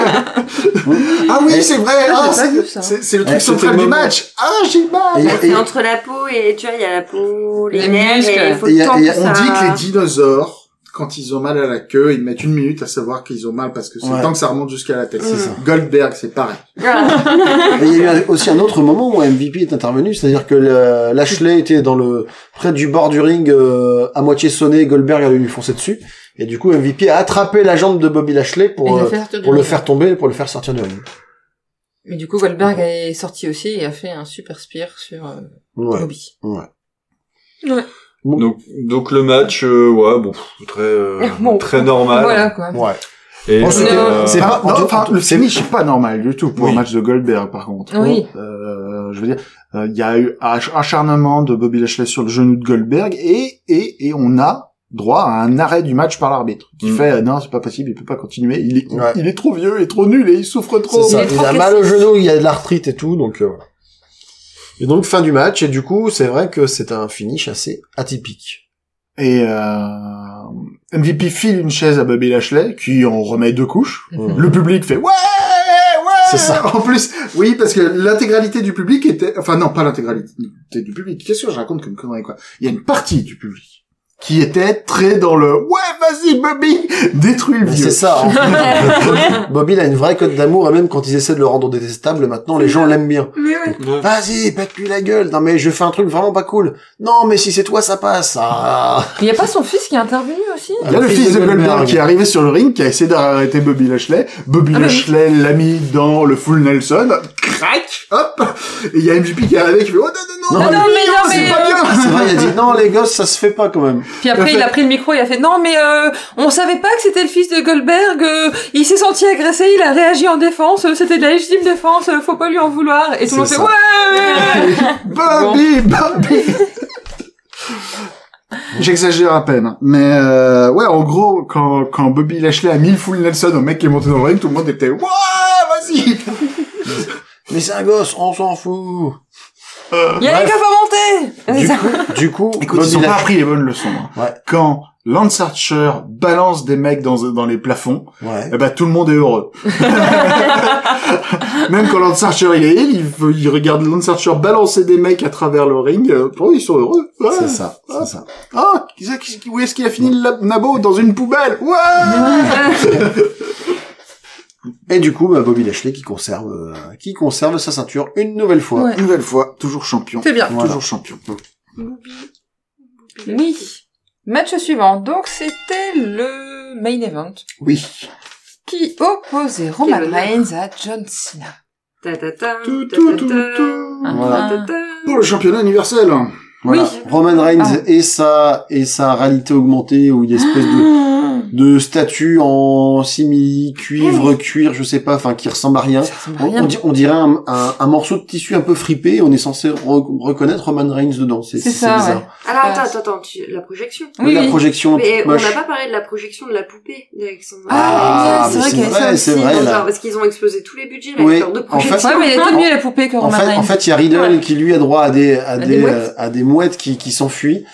[SPEAKER 3] ah oui
[SPEAKER 7] Et-
[SPEAKER 3] c'est vrai
[SPEAKER 4] Ah,
[SPEAKER 3] ah,
[SPEAKER 4] j'ai pas
[SPEAKER 3] c'est-
[SPEAKER 4] vu ça.
[SPEAKER 3] c'est c'est le
[SPEAKER 7] Ouais,
[SPEAKER 3] truc
[SPEAKER 7] c'était
[SPEAKER 3] central
[SPEAKER 7] le
[SPEAKER 3] du
[SPEAKER 7] moment.
[SPEAKER 3] match ah j'ai mal
[SPEAKER 7] et-
[SPEAKER 6] C'est
[SPEAKER 7] et-
[SPEAKER 6] euh, entre la peau et tu vois, il y a la peau, les,
[SPEAKER 4] Les
[SPEAKER 6] nerfs,
[SPEAKER 4] muscles.
[SPEAKER 6] et il faut
[SPEAKER 7] Et y
[SPEAKER 6] le
[SPEAKER 7] a-
[SPEAKER 6] temps
[SPEAKER 7] et y a-
[SPEAKER 6] que
[SPEAKER 3] on
[SPEAKER 6] ça...
[SPEAKER 3] dit que les dinosaures quand ils ont mal à la queue ils mettent une minute à savoir qu'ils ont mal parce que c'est
[SPEAKER 7] Ouais.
[SPEAKER 3] le temps que ça remonte jusqu'à la tête
[SPEAKER 6] C'est ça.
[SPEAKER 3] Goldberg c'est pareil
[SPEAKER 6] Voilà.
[SPEAKER 7] Mais il y a eu aussi un autre moment où MVP est intervenu, c'est-à-dire que le- Lashley était dans le près du bord du ring euh, à moitié sonné, Goldberg allait lui foncer dessus, et du coup MVP a attrapé la jambe de Bobby Lashley
[SPEAKER 4] Et
[SPEAKER 7] pour
[SPEAKER 4] il a
[SPEAKER 7] euh,
[SPEAKER 4] fait sortir du
[SPEAKER 7] pour le
[SPEAKER 4] ring.
[SPEAKER 7] faire tomber, pour le faire sortir du ring.
[SPEAKER 4] Mais du coup, Goldberg est sorti aussi et a fait un super spear sur euh,
[SPEAKER 7] Ouais.
[SPEAKER 4] Bobby.
[SPEAKER 2] Donc, donc le match, euh, ouais, bon, pff, très, euh,
[SPEAKER 4] [laughs] Bon.
[SPEAKER 2] très normal.
[SPEAKER 4] Voilà quoi.
[SPEAKER 7] Ouais.
[SPEAKER 2] Et,
[SPEAKER 3] Ensuite,
[SPEAKER 2] euh,
[SPEAKER 7] c'est-
[SPEAKER 3] Ah,
[SPEAKER 7] pas- en
[SPEAKER 3] non,
[SPEAKER 7] tout-
[SPEAKER 3] enfin, le finish est pas normal du tout pour
[SPEAKER 2] Oui.
[SPEAKER 3] un match de Goldberg, par contre. hein.
[SPEAKER 4] Oui.
[SPEAKER 3] Euh, je veux dire, euh, il y a eu ach- acharnement de Bobby Lashley sur le genou de Goldberg et et et on a droit à un arrêt du match par l'arbitre qui
[SPEAKER 2] Mm.
[SPEAKER 3] fait euh, non c'est pas possible il peut pas continuer il est
[SPEAKER 7] Ouais.
[SPEAKER 3] il est trop vieux il est trop nul et il souffre
[SPEAKER 7] C'est
[SPEAKER 3] trop
[SPEAKER 4] Il
[SPEAKER 7] ça.
[SPEAKER 4] est
[SPEAKER 7] Il
[SPEAKER 4] trop
[SPEAKER 7] a mal au genou, il a de l'arthrite et tout, donc euh, voilà. Et donc fin du match, et du coup c'est vrai que c'est un finish assez atypique.
[SPEAKER 3] et euh, MVP file une chaise à Bobby Lashley qui en remet deux couches
[SPEAKER 7] Ouais.
[SPEAKER 3] le public fait ouais ouais
[SPEAKER 7] C'est ça.
[SPEAKER 3] en plus oui parce que l'intégralité du public était enfin non pas l'intégralité du public qu'est-ce que je raconte comme connerie quoi il y a une partie du public qui était très dans le ouais vas-y Bobby détruis le
[SPEAKER 7] Mais
[SPEAKER 3] vieux
[SPEAKER 7] C'est ça. en fait. Bobby il a une vraie cote d'amour et même quand ils essaient de le rendre détestable, maintenant les gens l'aiment bien.
[SPEAKER 3] Mm.
[SPEAKER 6] Mais ouais.
[SPEAKER 2] ouais.
[SPEAKER 7] Vas-y, pète-lui la gueule. Non mais je fais un truc vraiment pas cool. Non mais si c'est toi, ça passe. Ah.
[SPEAKER 4] Il y a pas son fils qui est intervenu aussi
[SPEAKER 3] il y a le fils de Goldberg, qui est arrivé sur le ring, qui a essayé d'arrêter Bobby Lashley. Bobby
[SPEAKER 4] Ah, mais oui.
[SPEAKER 3] Lashley l'a mis dans le full Nelson. Crac! Hop! Et il y a MVP qui est arrivé qui fait, oh non, non, non,
[SPEAKER 4] Ah Non, non, mais non,
[SPEAKER 3] c'est
[SPEAKER 4] mais- euh,
[SPEAKER 3] pas bien!
[SPEAKER 7] Ah C'est vrai,
[SPEAKER 3] [laughs]
[SPEAKER 7] il a dit non les gosses, ça se fait pas quand même.
[SPEAKER 4] Puis après, il a pris le micro, il a fait non, mais euh, on savait pas que c'était le fils de Goldberg. euh, il s'est senti agressé, il a réagi en défense. euh, c'était de la légitime défense. euh, faut pas lui en vouloir. Et tout le monde
[SPEAKER 7] C'est
[SPEAKER 4] fait
[SPEAKER 7] ça. [laughs]
[SPEAKER 4] ouais.
[SPEAKER 3] Bobby, Bobby. J'exagère à peine, mais euh, ouais, en gros, quand, quand Bobby Lashley a mis le full Nelson au mec qui est monté dans le ring, tout le monde était waouh, vas-y.
[SPEAKER 7] Mais c'est un gosse, on s'en fout.
[SPEAKER 4] Il y a les
[SPEAKER 7] Bref.
[SPEAKER 4] gars pas monter.
[SPEAKER 7] Du coup, du coup,
[SPEAKER 3] Écoute,
[SPEAKER 7] Bobby
[SPEAKER 3] ils ont pas
[SPEAKER 7] Lash-
[SPEAKER 3] appris les bonnes leçons. hein.
[SPEAKER 7] Ouais.
[SPEAKER 3] Quand Lance Archer balance des mecs dans dans les plafonds,
[SPEAKER 7] Ouais.
[SPEAKER 3] eh ben tout le monde est heureux. Même quand Lance Archer il est ill, il, veut- il regarde Lance Archer balancer des mecs à travers le ring, euh, oh ils sont heureux. Ouais.
[SPEAKER 7] C'est ça, c'est ça.
[SPEAKER 3] Ah, qui c'est qui- où est-ce qu'il a fini le lab- nabo dans une poubelle Ouais
[SPEAKER 7] Et du coup, bah, Bobby Lashley qui conserve, euh, qui conserve sa ceinture une nouvelle fois.
[SPEAKER 4] Ouais.
[SPEAKER 3] Une Nouvelle fois, toujours champion.
[SPEAKER 4] C'est bien.
[SPEAKER 7] Voilà.
[SPEAKER 3] Toujours champion.
[SPEAKER 4] Oui. Match suivant. Donc c'était le main event
[SPEAKER 3] Oui.
[SPEAKER 4] qui opposait Roman
[SPEAKER 6] Quel honneur.
[SPEAKER 4] Reigns à John Cena.
[SPEAKER 6] Ta ta ta,
[SPEAKER 3] Tout,
[SPEAKER 6] ta
[SPEAKER 3] tout,
[SPEAKER 6] ta
[SPEAKER 3] tout,
[SPEAKER 6] ta,
[SPEAKER 3] tout.
[SPEAKER 4] Ah.
[SPEAKER 7] Voilà.
[SPEAKER 6] ta ta ta.
[SPEAKER 3] Pour le championnat universel.
[SPEAKER 7] Voilà.
[SPEAKER 4] Oui.
[SPEAKER 7] Roman Reigns
[SPEAKER 4] Ah.
[SPEAKER 7] et sa et sa réalité augmentée où il y a une espèce de
[SPEAKER 4] Ah.
[SPEAKER 7] de statue en simili cuivre cuir je sais pas enfin qui ressemble à rien
[SPEAKER 4] Ça ressemble Ah à
[SPEAKER 7] on,
[SPEAKER 4] rien.
[SPEAKER 7] on di- on dirait un, un- un morceau de tissu un peu fripé et on est censé re- reconnaître Roman Reigns dedans c'est
[SPEAKER 4] C'est
[SPEAKER 7] c'est
[SPEAKER 4] ça,
[SPEAKER 7] bizarre
[SPEAKER 4] ouais.
[SPEAKER 6] Alors
[SPEAKER 4] Ah,
[SPEAKER 6] attends,
[SPEAKER 4] c'est-
[SPEAKER 6] attends, attends, tu- la projection.
[SPEAKER 7] Mais
[SPEAKER 4] Oui,
[SPEAKER 7] la
[SPEAKER 4] oui.
[SPEAKER 7] projection
[SPEAKER 6] Mais eh, on
[SPEAKER 7] moche.
[SPEAKER 6] n'a pas parlé de la projection de la poupée d'Alexandre.
[SPEAKER 4] Ah,
[SPEAKER 7] mais
[SPEAKER 4] c'est vrai qu'il y avait ça
[SPEAKER 7] vrai c'est
[SPEAKER 4] aussi,
[SPEAKER 7] vrai
[SPEAKER 6] Attends,
[SPEAKER 7] là.
[SPEAKER 6] parce qu'ils ont explosé tous les budgets là,
[SPEAKER 7] Oui,
[SPEAKER 6] avec leur deux
[SPEAKER 7] en fait-
[SPEAKER 6] projections.
[SPEAKER 4] Ouais, mais elle était mieux la poupée que
[SPEAKER 7] En
[SPEAKER 4] Roman
[SPEAKER 7] fait,
[SPEAKER 4] Reigns.
[SPEAKER 7] en fait, il y a Riddle
[SPEAKER 6] Ouais.
[SPEAKER 7] qui lui a droit à des à,
[SPEAKER 4] des
[SPEAKER 7] des,
[SPEAKER 4] mouettes.
[SPEAKER 7] euh, à des mouettes qui qui s'enfuient.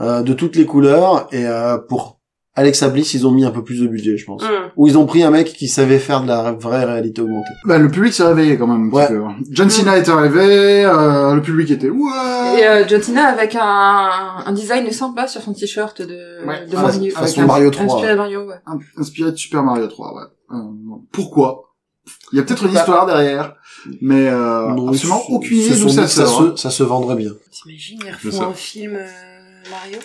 [SPEAKER 7] euh, de toutes les couleurs et euh, pour Alexa Bliss, ils ont mis un peu plus de budget, je pense.
[SPEAKER 6] Hmm.
[SPEAKER 7] Ou ils ont pris un mec qui savait faire de la vraie réalité augmentée.
[SPEAKER 3] Bah, le public s'est réveillé quand même un petit
[SPEAKER 7] Ouais.
[SPEAKER 3] peu. hein. John Cena est arrivé, euh, le public était ouais.
[SPEAKER 4] Mm. Et euh, John Cena avec un, un design sympa sur son t-shirt de,
[SPEAKER 3] Ouais.
[SPEAKER 4] de
[SPEAKER 3] Ah,
[SPEAKER 4] Mario.
[SPEAKER 3] façon
[SPEAKER 4] avec un-
[SPEAKER 7] Mario 3,
[SPEAKER 4] Inspiré de Mario, ouais.
[SPEAKER 3] In- Inspiré de Super Mario 3, ouais. Euh, bon. pourquoi Il y a
[SPEAKER 4] Bah.
[SPEAKER 3] peut-être une histoire derrière, mais euh,
[SPEAKER 7] Non,
[SPEAKER 3] absolument
[SPEAKER 7] ils se-
[SPEAKER 3] aucune
[SPEAKER 7] se
[SPEAKER 3] idée
[SPEAKER 7] sont
[SPEAKER 3] d'où
[SPEAKER 7] dit
[SPEAKER 3] ça
[SPEAKER 7] que ça
[SPEAKER 3] sort. hein.
[SPEAKER 7] se, ça se vendrait bien.
[SPEAKER 6] T'imagines, ils
[SPEAKER 2] Je sais.
[SPEAKER 6] refont un film euh, Mario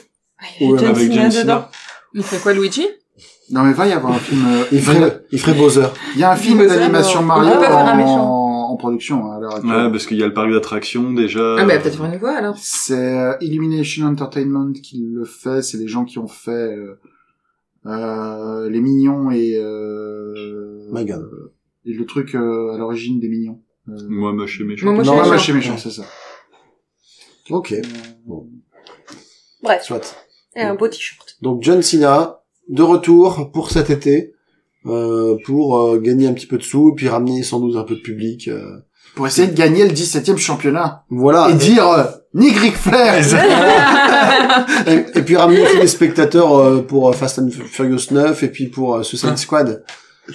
[SPEAKER 7] Ouais,
[SPEAKER 6] John
[SPEAKER 2] avec
[SPEAKER 6] Cena
[SPEAKER 2] John Cena.
[SPEAKER 6] dedans.
[SPEAKER 4] Il fait quoi, Luigi
[SPEAKER 3] Non
[SPEAKER 4] Ah,
[SPEAKER 3] mais va y avoir un film. euh,
[SPEAKER 7] Il ferait, il ferait Bowser.
[SPEAKER 3] Il y a un film
[SPEAKER 4] Bowser,
[SPEAKER 3] d'animation
[SPEAKER 4] euh,
[SPEAKER 3] Mario
[SPEAKER 4] on peut pas faire un
[SPEAKER 3] en,
[SPEAKER 4] méchant.
[SPEAKER 3] en production hein, à l'heure actuelle.
[SPEAKER 2] Ouais, parce qu'il y a le parc d'attractions déjà.
[SPEAKER 4] Ah, bah, peut-être une nouveau, alors.
[SPEAKER 3] C'est euh, Illumination Entertainment qui le fait. C'est les gens qui ont fait euh, euh, les Mignons et euh,
[SPEAKER 7] My God.
[SPEAKER 3] et le truc euh, à l'origine des Mignons. Euh,
[SPEAKER 2] Moi, moche et méchant.
[SPEAKER 4] Moi, moi, je
[SPEAKER 3] non,
[SPEAKER 4] suis
[SPEAKER 3] Maman
[SPEAKER 4] méchant.
[SPEAKER 3] chez méchant, [laughs] c'est ça.
[SPEAKER 7] Ok,
[SPEAKER 3] Euh,
[SPEAKER 6] Bref,
[SPEAKER 7] soit.
[SPEAKER 6] et un beau t-shirt.
[SPEAKER 7] Donc John Cena de retour pour cet été euh, pour euh, gagner un petit peu de sous puis ramener sans doute un peu de public. euh.
[SPEAKER 3] Pour essayer de gagner le 17e championnat
[SPEAKER 7] Voilà.
[SPEAKER 3] et dire euh, ni Ric Flair.
[SPEAKER 7] Et, et puis ramener aussi des spectateurs euh, pour euh, Fast and Furious 9 et puis pour euh, Suicide Squad.
[SPEAKER 3] Ah.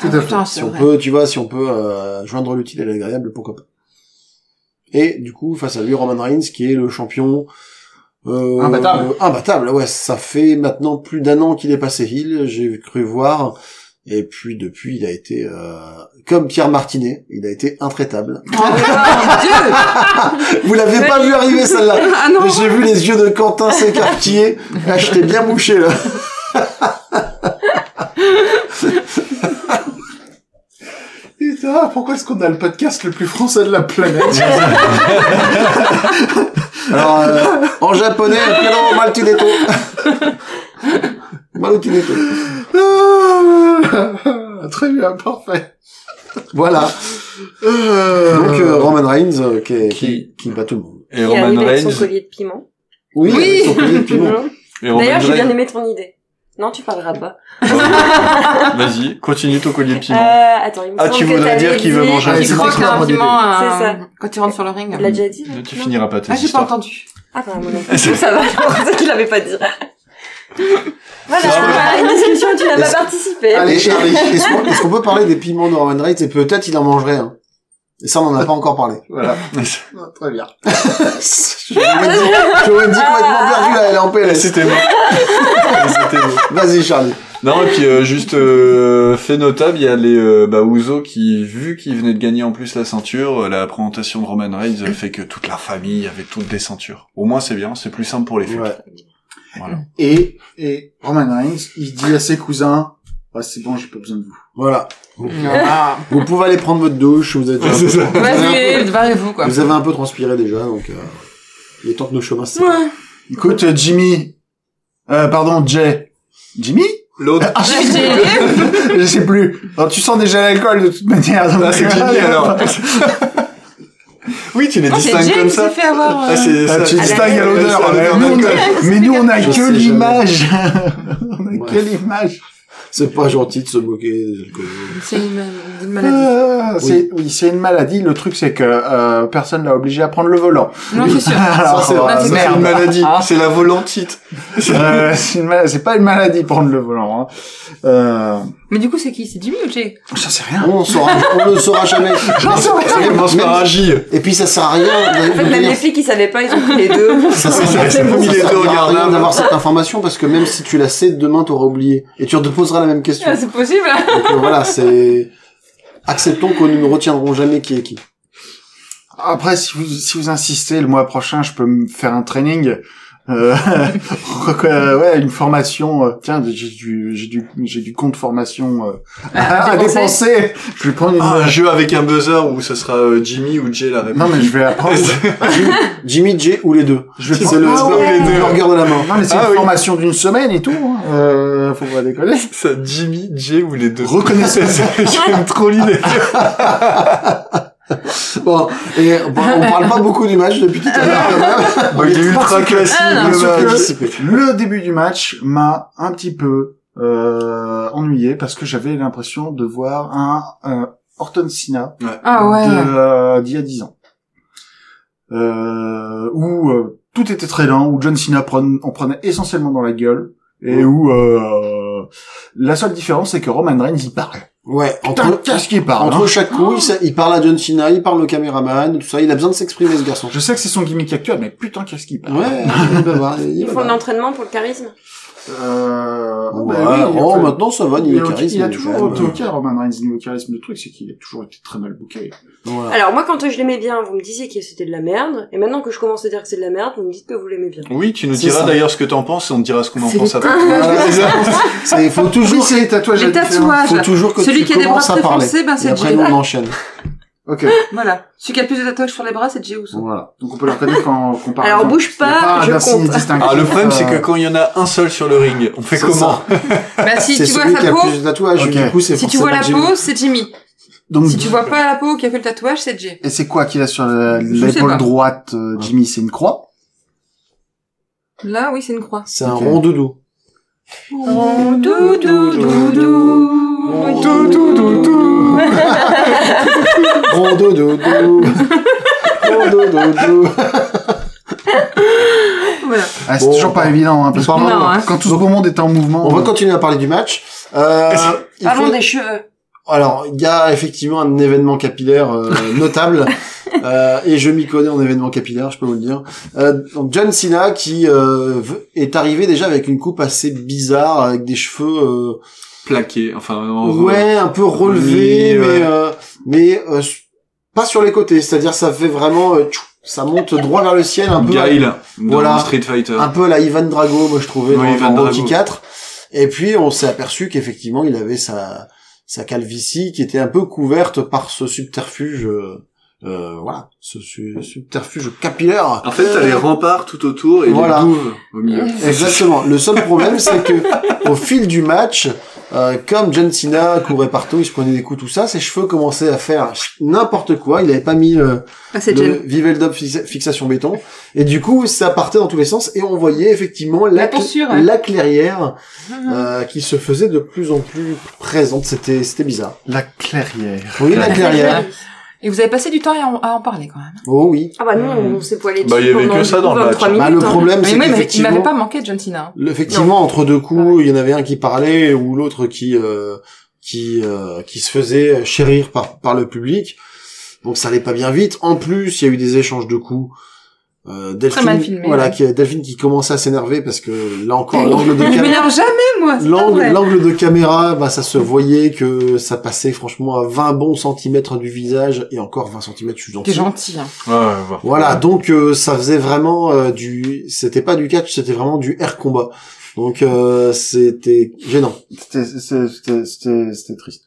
[SPEAKER 3] Tout à
[SPEAKER 4] Ah,
[SPEAKER 3] fait.
[SPEAKER 4] putain, c'est
[SPEAKER 7] Si on
[SPEAKER 4] vrai.
[SPEAKER 7] peut, tu vois, si on peut euh, joindre l'utile à l'agréable, pourquoi pas. Et du coup, face à lui, Roman Reigns, qui est le champion euh,
[SPEAKER 3] Imbattable.
[SPEAKER 7] euh, imbattable, ouais, ça fait maintenant plus d'un an qu'il est passé heel, j'ai cru voir. Et puis depuis, il a été euh, comme Pierre Martinet, il a été intraitable.
[SPEAKER 4] Oh,
[SPEAKER 7] [laughs] Vous l'avez pas vu arriver celle-là.
[SPEAKER 4] [laughs] Ah non
[SPEAKER 7] Mais j'ai vu les yeux de
[SPEAKER 3] [laughs]
[SPEAKER 7] Quentin s'écarquiller. Là, je t'ai bien mouché là.
[SPEAKER 3] Eh, Putain, pourquoi est-ce qu'on a le podcast le plus français de la planète
[SPEAKER 7] Alors, euh, en japonais, le prénom Maltineto. [laughs] Maltineto.
[SPEAKER 3] Ah, Très bien, parfait.
[SPEAKER 7] Voilà.
[SPEAKER 3] Euh,
[SPEAKER 7] Donc euh, Roman Reigns euh, qui, est-
[SPEAKER 2] Qui-
[SPEAKER 7] qui qui bat tout le monde.
[SPEAKER 2] Et
[SPEAKER 6] Qui est arrivé
[SPEAKER 2] Roman
[SPEAKER 6] avec son
[SPEAKER 2] Reigns.
[SPEAKER 6] collier de piment.
[SPEAKER 7] Oui.
[SPEAKER 4] Oui.
[SPEAKER 7] Son collier de piment.
[SPEAKER 6] Mhm.
[SPEAKER 2] Et Roman
[SPEAKER 6] D'ailleurs, j'ai bien
[SPEAKER 2] Reigns.
[SPEAKER 6] aimé ton idée. Non, tu parleras pas.
[SPEAKER 2] [laughs] Vas-y, continue ton collier de
[SPEAKER 6] Euh,
[SPEAKER 2] piment.
[SPEAKER 6] attends, il me
[SPEAKER 2] Ah,
[SPEAKER 6] semble
[SPEAKER 2] tu
[SPEAKER 6] que
[SPEAKER 2] voudrais
[SPEAKER 6] t'avais
[SPEAKER 2] dire qu'il veut
[SPEAKER 6] dit-
[SPEAKER 2] manger
[SPEAKER 3] un
[SPEAKER 4] Il
[SPEAKER 3] C'est
[SPEAKER 4] croque
[SPEAKER 3] clairement
[SPEAKER 4] un
[SPEAKER 3] mon
[SPEAKER 4] piment
[SPEAKER 6] idée.
[SPEAKER 4] euh, quand il rentre sur le ring.
[SPEAKER 6] Il l'a déjà dit.
[SPEAKER 2] Ne- Tu
[SPEAKER 6] non
[SPEAKER 2] finiras pas tes
[SPEAKER 4] Ah, j'ai pas
[SPEAKER 2] histoires.
[SPEAKER 4] entendu.
[SPEAKER 6] Ah, bah, moi non plus. ça va, je pensais qu'il avait pas dit. voilà, une discussion, où tu n'as pas
[SPEAKER 7] Est-ce-
[SPEAKER 6] participé.
[SPEAKER 3] [laughs]
[SPEAKER 7] Allez,
[SPEAKER 3] Allez,
[SPEAKER 7] Charlie.
[SPEAKER 3] Charlie.
[SPEAKER 7] Est-ce qu'on est-ce qu'on peut parler des piments de Roman Reigns et peut-être il en mangerait un. Et ça, on n'en a pas
[SPEAKER 3] [laughs]
[SPEAKER 7] encore parlé.
[SPEAKER 2] Voilà.
[SPEAKER 3] ah, Très bien.
[SPEAKER 7] J'aurais dit, j'aurais dit complètement perdu là, elle est en
[SPEAKER 2] [laughs]
[SPEAKER 7] PLS.
[SPEAKER 2] C'était moi. C'était moi.
[SPEAKER 7] Vas-y Charlie.
[SPEAKER 2] Non, et puis euh, juste euh, fait notable, il y a les euh, bah, Ouzo qui, vu qu'ils venaient de gagner en plus la ceinture, euh, la présentation de Roman Reigns euh, fait que toute la famille avait toutes des ceintures. Au moins c'est bien, c'est plus simple pour les flics.
[SPEAKER 7] Ouais.
[SPEAKER 2] Voilà.
[SPEAKER 3] Et, et Roman Reigns, il dit à ses cousins, Ah, c'est bon, j'ai pas besoin de vous.
[SPEAKER 7] Voilà. Vous pouvez aller prendre votre douche, vous êtes déjà-
[SPEAKER 2] C'est ça.
[SPEAKER 7] vous avez un
[SPEAKER 4] Vas-y, barrez-vous,
[SPEAKER 7] peu-
[SPEAKER 4] quoi.
[SPEAKER 7] vous avez un peu transpiré déjà, donc euh, il est temps que nos chemins se séparent.
[SPEAKER 4] Ouais.
[SPEAKER 3] Écoute, euh, Jimmy, euh, pardon, Jay. Jimmy?
[SPEAKER 2] L'autre,
[SPEAKER 3] Ah,
[SPEAKER 4] J'ai- j'ai-
[SPEAKER 3] je sais plus. Alors, tu sens déjà l'alcool de toute manière. donc- euh,
[SPEAKER 2] Ah, c'est Jimmy
[SPEAKER 3] [laughs]
[SPEAKER 2] alors. oui, tu les
[SPEAKER 4] Non, Ah, c'est
[SPEAKER 2] distingues
[SPEAKER 4] Jay
[SPEAKER 2] comme
[SPEAKER 4] qui s'est
[SPEAKER 2] ça.
[SPEAKER 4] fait avoir. euh,
[SPEAKER 2] Ah, c'est
[SPEAKER 3] Ah,
[SPEAKER 2] ça.
[SPEAKER 3] tu
[SPEAKER 6] la-
[SPEAKER 3] distingues à
[SPEAKER 6] la-
[SPEAKER 3] l'odeur.
[SPEAKER 2] la-
[SPEAKER 3] Mais
[SPEAKER 2] la-
[SPEAKER 3] nous, on
[SPEAKER 2] la-
[SPEAKER 3] a- Mais nous, on a
[SPEAKER 7] Je
[SPEAKER 3] que
[SPEAKER 7] sais
[SPEAKER 3] l'image. [laughs] On a que
[SPEAKER 7] Ouais.
[SPEAKER 3] l'image.
[SPEAKER 7] C'est pas gentil de se moquer des alcools.
[SPEAKER 4] C'est une, ma- une maladie.
[SPEAKER 3] Ah, c'est- Oui, c'est une maladie. Le truc, c'est que euh, personne l'a obligé à prendre le volant.
[SPEAKER 4] Non, c'est sûr.
[SPEAKER 3] Alors,
[SPEAKER 2] Ça, c'est
[SPEAKER 7] Ah,
[SPEAKER 3] euh,
[SPEAKER 2] ça, c'est
[SPEAKER 3] merde.
[SPEAKER 2] une maladie, c'est la volantite.
[SPEAKER 3] Euh, c'est une mal- c'est pas une maladie prendre le volant. Hein. Euh,
[SPEAKER 4] Mais du coup, c'est qui C'est Jimmy ou Jay
[SPEAKER 3] J'en sais rien.
[SPEAKER 7] On saura, on le saura jamais.
[SPEAKER 3] J'en sais rien.
[SPEAKER 2] Ça commence par un J.
[SPEAKER 7] Et puis ça sert à rien. de-
[SPEAKER 6] En fait,
[SPEAKER 7] de
[SPEAKER 6] même
[SPEAKER 7] dire-
[SPEAKER 6] les flics, ils savaient pas, ils ont pris les deux.
[SPEAKER 7] ça sert
[SPEAKER 2] C'est- c'est Ah, pas mis
[SPEAKER 7] Ah, ça
[SPEAKER 2] les
[SPEAKER 7] sert
[SPEAKER 2] deux
[SPEAKER 7] à rien
[SPEAKER 2] regardables.
[SPEAKER 7] d'avoir cette information parce que même si tu la sais, demain t'auras oublié et tu te poseras la
[SPEAKER 4] [laughs]
[SPEAKER 7] même question.
[SPEAKER 4] Ah, C'est possible. hein
[SPEAKER 7] Donc euh, voilà, c'est acceptons qu'on ne retiendrons jamais qui est qui.
[SPEAKER 3] Après, si vous, si vous insistez, le mois prochain, je peux me faire un training. Euh, [laughs] euh, ouais, une formation. euh, tiens, j'ai du, j'ai du, j'ai du compte formation euh, à, à dépenser. Je vais prendre une.
[SPEAKER 2] Ah, un jeu avec un buzzer où ce sera euh, Jimmy ou Jay la réponse.
[SPEAKER 3] Non
[SPEAKER 2] [laughs]
[SPEAKER 3] mais je vais apprendre.
[SPEAKER 7] Jimmy, Jay ou les deux.
[SPEAKER 3] Je vais
[SPEAKER 2] C'est
[SPEAKER 3] prendre
[SPEAKER 2] le-
[SPEAKER 3] Ah
[SPEAKER 2] c'est
[SPEAKER 3] ouais.
[SPEAKER 2] les deux.
[SPEAKER 7] Burger de la mort.
[SPEAKER 3] Non mais c'est
[SPEAKER 2] Ah
[SPEAKER 3] une
[SPEAKER 2] oui.
[SPEAKER 3] formation d'une semaine et tout. hein. Euh, faut pas déconner.
[SPEAKER 2] Ça, Jimmy, Jay ou les deux.
[SPEAKER 3] Reconnaissez.
[SPEAKER 2] [laughs] J'aime trop l'idée.
[SPEAKER 7] Ah, Bon, et bon, on parle pas beaucoup du match depuis tout à l'heure. quand même.
[SPEAKER 2] Ok, ultra classique.
[SPEAKER 4] Ah,
[SPEAKER 7] Bien sûr que-
[SPEAKER 3] Euh,
[SPEAKER 2] dommage.
[SPEAKER 3] Le début du match m'a un petit peu euh, ennuyé parce que j'avais l'impression de voir euh, un, un Horton Cena
[SPEAKER 4] Ah ouais.
[SPEAKER 3] de, euh, d'il y a 10 ans. euh, où euh, tout était très lent, où John Cena prenait, en prenait essentiellement dans la gueule, et où euh, la seule différence c'est que Roman Reigns il parle.
[SPEAKER 7] Ouais,
[SPEAKER 3] Putain,
[SPEAKER 7] entre,
[SPEAKER 3] qu'est-ce qu'il parle
[SPEAKER 7] entre
[SPEAKER 3] hein.
[SPEAKER 7] chaque coup, il, s'a- il parle à John Cena, il parle au caméraman, tout ça. Il a besoin de s'exprimer, ce garçon.
[SPEAKER 3] Je sais que c'est son gimmick actuel, mais putain qu'est-ce qu'il parle
[SPEAKER 7] Ouais, il va voir. Il
[SPEAKER 6] Ils
[SPEAKER 7] va
[SPEAKER 6] font
[SPEAKER 7] voir.
[SPEAKER 6] un entraînement pour le charisme.
[SPEAKER 3] Euh,
[SPEAKER 7] Ouais,
[SPEAKER 3] bah oui,
[SPEAKER 7] oh,
[SPEAKER 3] enfin,
[SPEAKER 7] maintenant ça va,
[SPEAKER 3] il,
[SPEAKER 7] niveau
[SPEAKER 3] a,
[SPEAKER 7] charisme.
[SPEAKER 3] il a
[SPEAKER 7] est
[SPEAKER 3] toujours
[SPEAKER 7] quand même,
[SPEAKER 3] été ok Roman Reigns niveau charisme. Le truc c'est qu'il a toujours été très mal booké.
[SPEAKER 7] euh,
[SPEAKER 4] Ah,
[SPEAKER 7] voilà.
[SPEAKER 6] Alors moi, quand je l'aimais bien, vous me disiez que c'était de la merde, et maintenant que je commence à dire que c'est de la merde, vous me dites que vous l'aimez bien.
[SPEAKER 2] Oui, tu nous
[SPEAKER 7] C'est
[SPEAKER 2] diras
[SPEAKER 7] ça.
[SPEAKER 2] d'ailleurs ce que t'en penses et on te dira ce qu'on en pense après.
[SPEAKER 7] Voilà, c'est ça. C'est- faut toujours,
[SPEAKER 3] c'est les tatouages
[SPEAKER 4] Les
[SPEAKER 3] à différents-
[SPEAKER 4] tatouages.
[SPEAKER 7] faut toujours que
[SPEAKER 4] Celui
[SPEAKER 7] tu
[SPEAKER 4] qui a des bras
[SPEAKER 7] commences à
[SPEAKER 4] très
[SPEAKER 7] parler.
[SPEAKER 4] foncés, ben
[SPEAKER 7] Et
[SPEAKER 4] c'est
[SPEAKER 7] après,
[SPEAKER 4] Jay.
[SPEAKER 7] nous, on enchaîne.
[SPEAKER 3] Ok,
[SPEAKER 4] Voilà. Celui qui a le plus de tatouages sur les bras, c'est Jey Uso.
[SPEAKER 7] Voilà.
[SPEAKER 3] donc on peut leur reconnaître quand on parle.
[SPEAKER 6] Alors, bouge pas, je compte.
[SPEAKER 2] Ah, le problème, c'est que quand il y en a un seul sur le ring, on fait
[SPEAKER 7] C'est
[SPEAKER 2] comment
[SPEAKER 4] Bah, si
[SPEAKER 7] C'est
[SPEAKER 4] tu vois
[SPEAKER 7] celui qui
[SPEAKER 4] sa
[SPEAKER 7] a le
[SPEAKER 4] peau,
[SPEAKER 7] plus de tatouages.
[SPEAKER 3] Ok.
[SPEAKER 7] Du coup, c'est
[SPEAKER 4] si tu vois la
[SPEAKER 7] forcément
[SPEAKER 4] peau, c'est Jimmy.
[SPEAKER 3] Donc,
[SPEAKER 4] Si tu vois pas la peau, qui a que le tatouage, c'est Jay.
[SPEAKER 3] Et c'est quoi qu'il a sur la-
[SPEAKER 4] Je sais
[SPEAKER 3] l'épaule
[SPEAKER 4] pas.
[SPEAKER 3] droite, euh, Jimmy C'est une croix
[SPEAKER 4] Là, oui, c'est une croix.
[SPEAKER 7] Jimmy. C'est un
[SPEAKER 3] Ok.
[SPEAKER 7] rond doudou.
[SPEAKER 4] Doudou, doudou, doudou.
[SPEAKER 7] Doudou, doudou. rond
[SPEAKER 3] [laughs]
[SPEAKER 7] doudou. Rond doudou.
[SPEAKER 4] Voilà.
[SPEAKER 3] ah, C'est
[SPEAKER 7] Bon.
[SPEAKER 3] toujours pas évident, hein, parce que
[SPEAKER 7] Non,
[SPEAKER 3] quand-
[SPEAKER 4] hein.
[SPEAKER 3] quand tout ce beau monde est en mouvement...
[SPEAKER 7] On va continuer à parler du match. Euh, il
[SPEAKER 6] Parlons
[SPEAKER 7] faut-
[SPEAKER 6] des cheveux.
[SPEAKER 7] Alors, il y a effectivement un événement
[SPEAKER 2] [laughs]
[SPEAKER 7] capillaire euh, notable, euh, et je m'y connais en événement capillaire, je peux vous le dire. Euh, donc John Cena qui euh, veut- est arrivé déjà avec une coupe assez bizarre, avec des cheveux
[SPEAKER 2] Plaqué, enfin,
[SPEAKER 7] euh,
[SPEAKER 2] en-
[SPEAKER 7] ouais un peu relevés,
[SPEAKER 2] Oui, ouais.
[SPEAKER 7] mais euh, mais euh, s- pas sur les côtés, c'est-à-dire ça fait vraiment euh, tchou, ça monte droit vers le ciel un peu,
[SPEAKER 2] Gail, dans
[SPEAKER 7] Voilà.
[SPEAKER 2] Street Fighter.
[SPEAKER 7] un peu à la Ivan Drago, moi je trouvais
[SPEAKER 2] Oui,
[SPEAKER 7] dans,
[SPEAKER 2] Ivan
[SPEAKER 7] dans
[SPEAKER 2] Drago.
[SPEAKER 7] Rocky 4. Et puis on s'est aperçu qu'effectivement il avait sa sa calvitie qui était un peu couverte par ce subterfuge, euh, euh, voilà, ce su- subterfuge capillaire.
[SPEAKER 2] En fait, t'as les remparts tout autour et
[SPEAKER 7] Voilà.
[SPEAKER 2] les douves au milieu.
[SPEAKER 7] Euh, Exactement. Le seul problème, c'est que au fil du match, euh, comme John Cena courait partout, il se prenait des coups, tout ça, ses cheveux commençaient à faire n'importe quoi. Il avait pas mis euh, le,
[SPEAKER 4] Ah, c'est
[SPEAKER 7] le
[SPEAKER 4] Jay.
[SPEAKER 7] Viveldop fixa- fixation béton. Et du coup, ça partait dans tous les sens et on voyait effectivement la,
[SPEAKER 4] La tonsure,
[SPEAKER 7] cl-
[SPEAKER 4] hein. [laughs]
[SPEAKER 7] la clairière euh, qui se faisait de plus en plus présente. C'était c'était bizarre.
[SPEAKER 3] La clairière.
[SPEAKER 7] Oui, la clairière.
[SPEAKER 4] Et vous avez passé du temps à en, à en parler, quand même.
[SPEAKER 7] Oh oui.
[SPEAKER 6] Ah bah non, on s'est poilé dessus
[SPEAKER 2] Bah, il y avait
[SPEAKER 6] pendant
[SPEAKER 2] que ça dans le
[SPEAKER 6] 23
[SPEAKER 2] match.
[SPEAKER 7] Bah, le
[SPEAKER 6] minutes, hein.
[SPEAKER 7] problème,
[SPEAKER 4] Mais
[SPEAKER 7] c'est
[SPEAKER 4] moi, il m'avait- il m'avait
[SPEAKER 7] qu'effectivement,
[SPEAKER 4] pas manqué, John Cena.
[SPEAKER 7] le- effectivement, entre deux coups, il y en avait un qui parlait ou l'autre qui euh, qui euh, qui se faisait chérir par par le public. Donc ça allait pas bien vite. En plus, il y a eu des échanges de coups. Euh, Delphine,
[SPEAKER 4] mal filmé,
[SPEAKER 7] voilà,
[SPEAKER 4] ouais.
[SPEAKER 7] qui, Delphine qui commençait à s'énerver parce que
[SPEAKER 4] [laughs]
[SPEAKER 7] là encore l'angle de
[SPEAKER 4] Je
[SPEAKER 7] caméra,
[SPEAKER 4] m'énerve jamais, moi. c'est pas
[SPEAKER 7] L'angle,
[SPEAKER 4] vrai.
[SPEAKER 7] l'angle de caméra, bah, ça se voyait que ça passait franchement à 20 bons centimètres du visage et encore 20 centimètres, je suis gentil.
[SPEAKER 4] T'es gentil, hein.
[SPEAKER 2] Ouais, ouais, ouais.
[SPEAKER 7] Voilà, donc euh, ça faisait vraiment euh, du, c'était pas du catch, c'était vraiment du air combat. Donc euh, c'était gênant.
[SPEAKER 3] C'était c'était- c'était- c'était- c'était triste.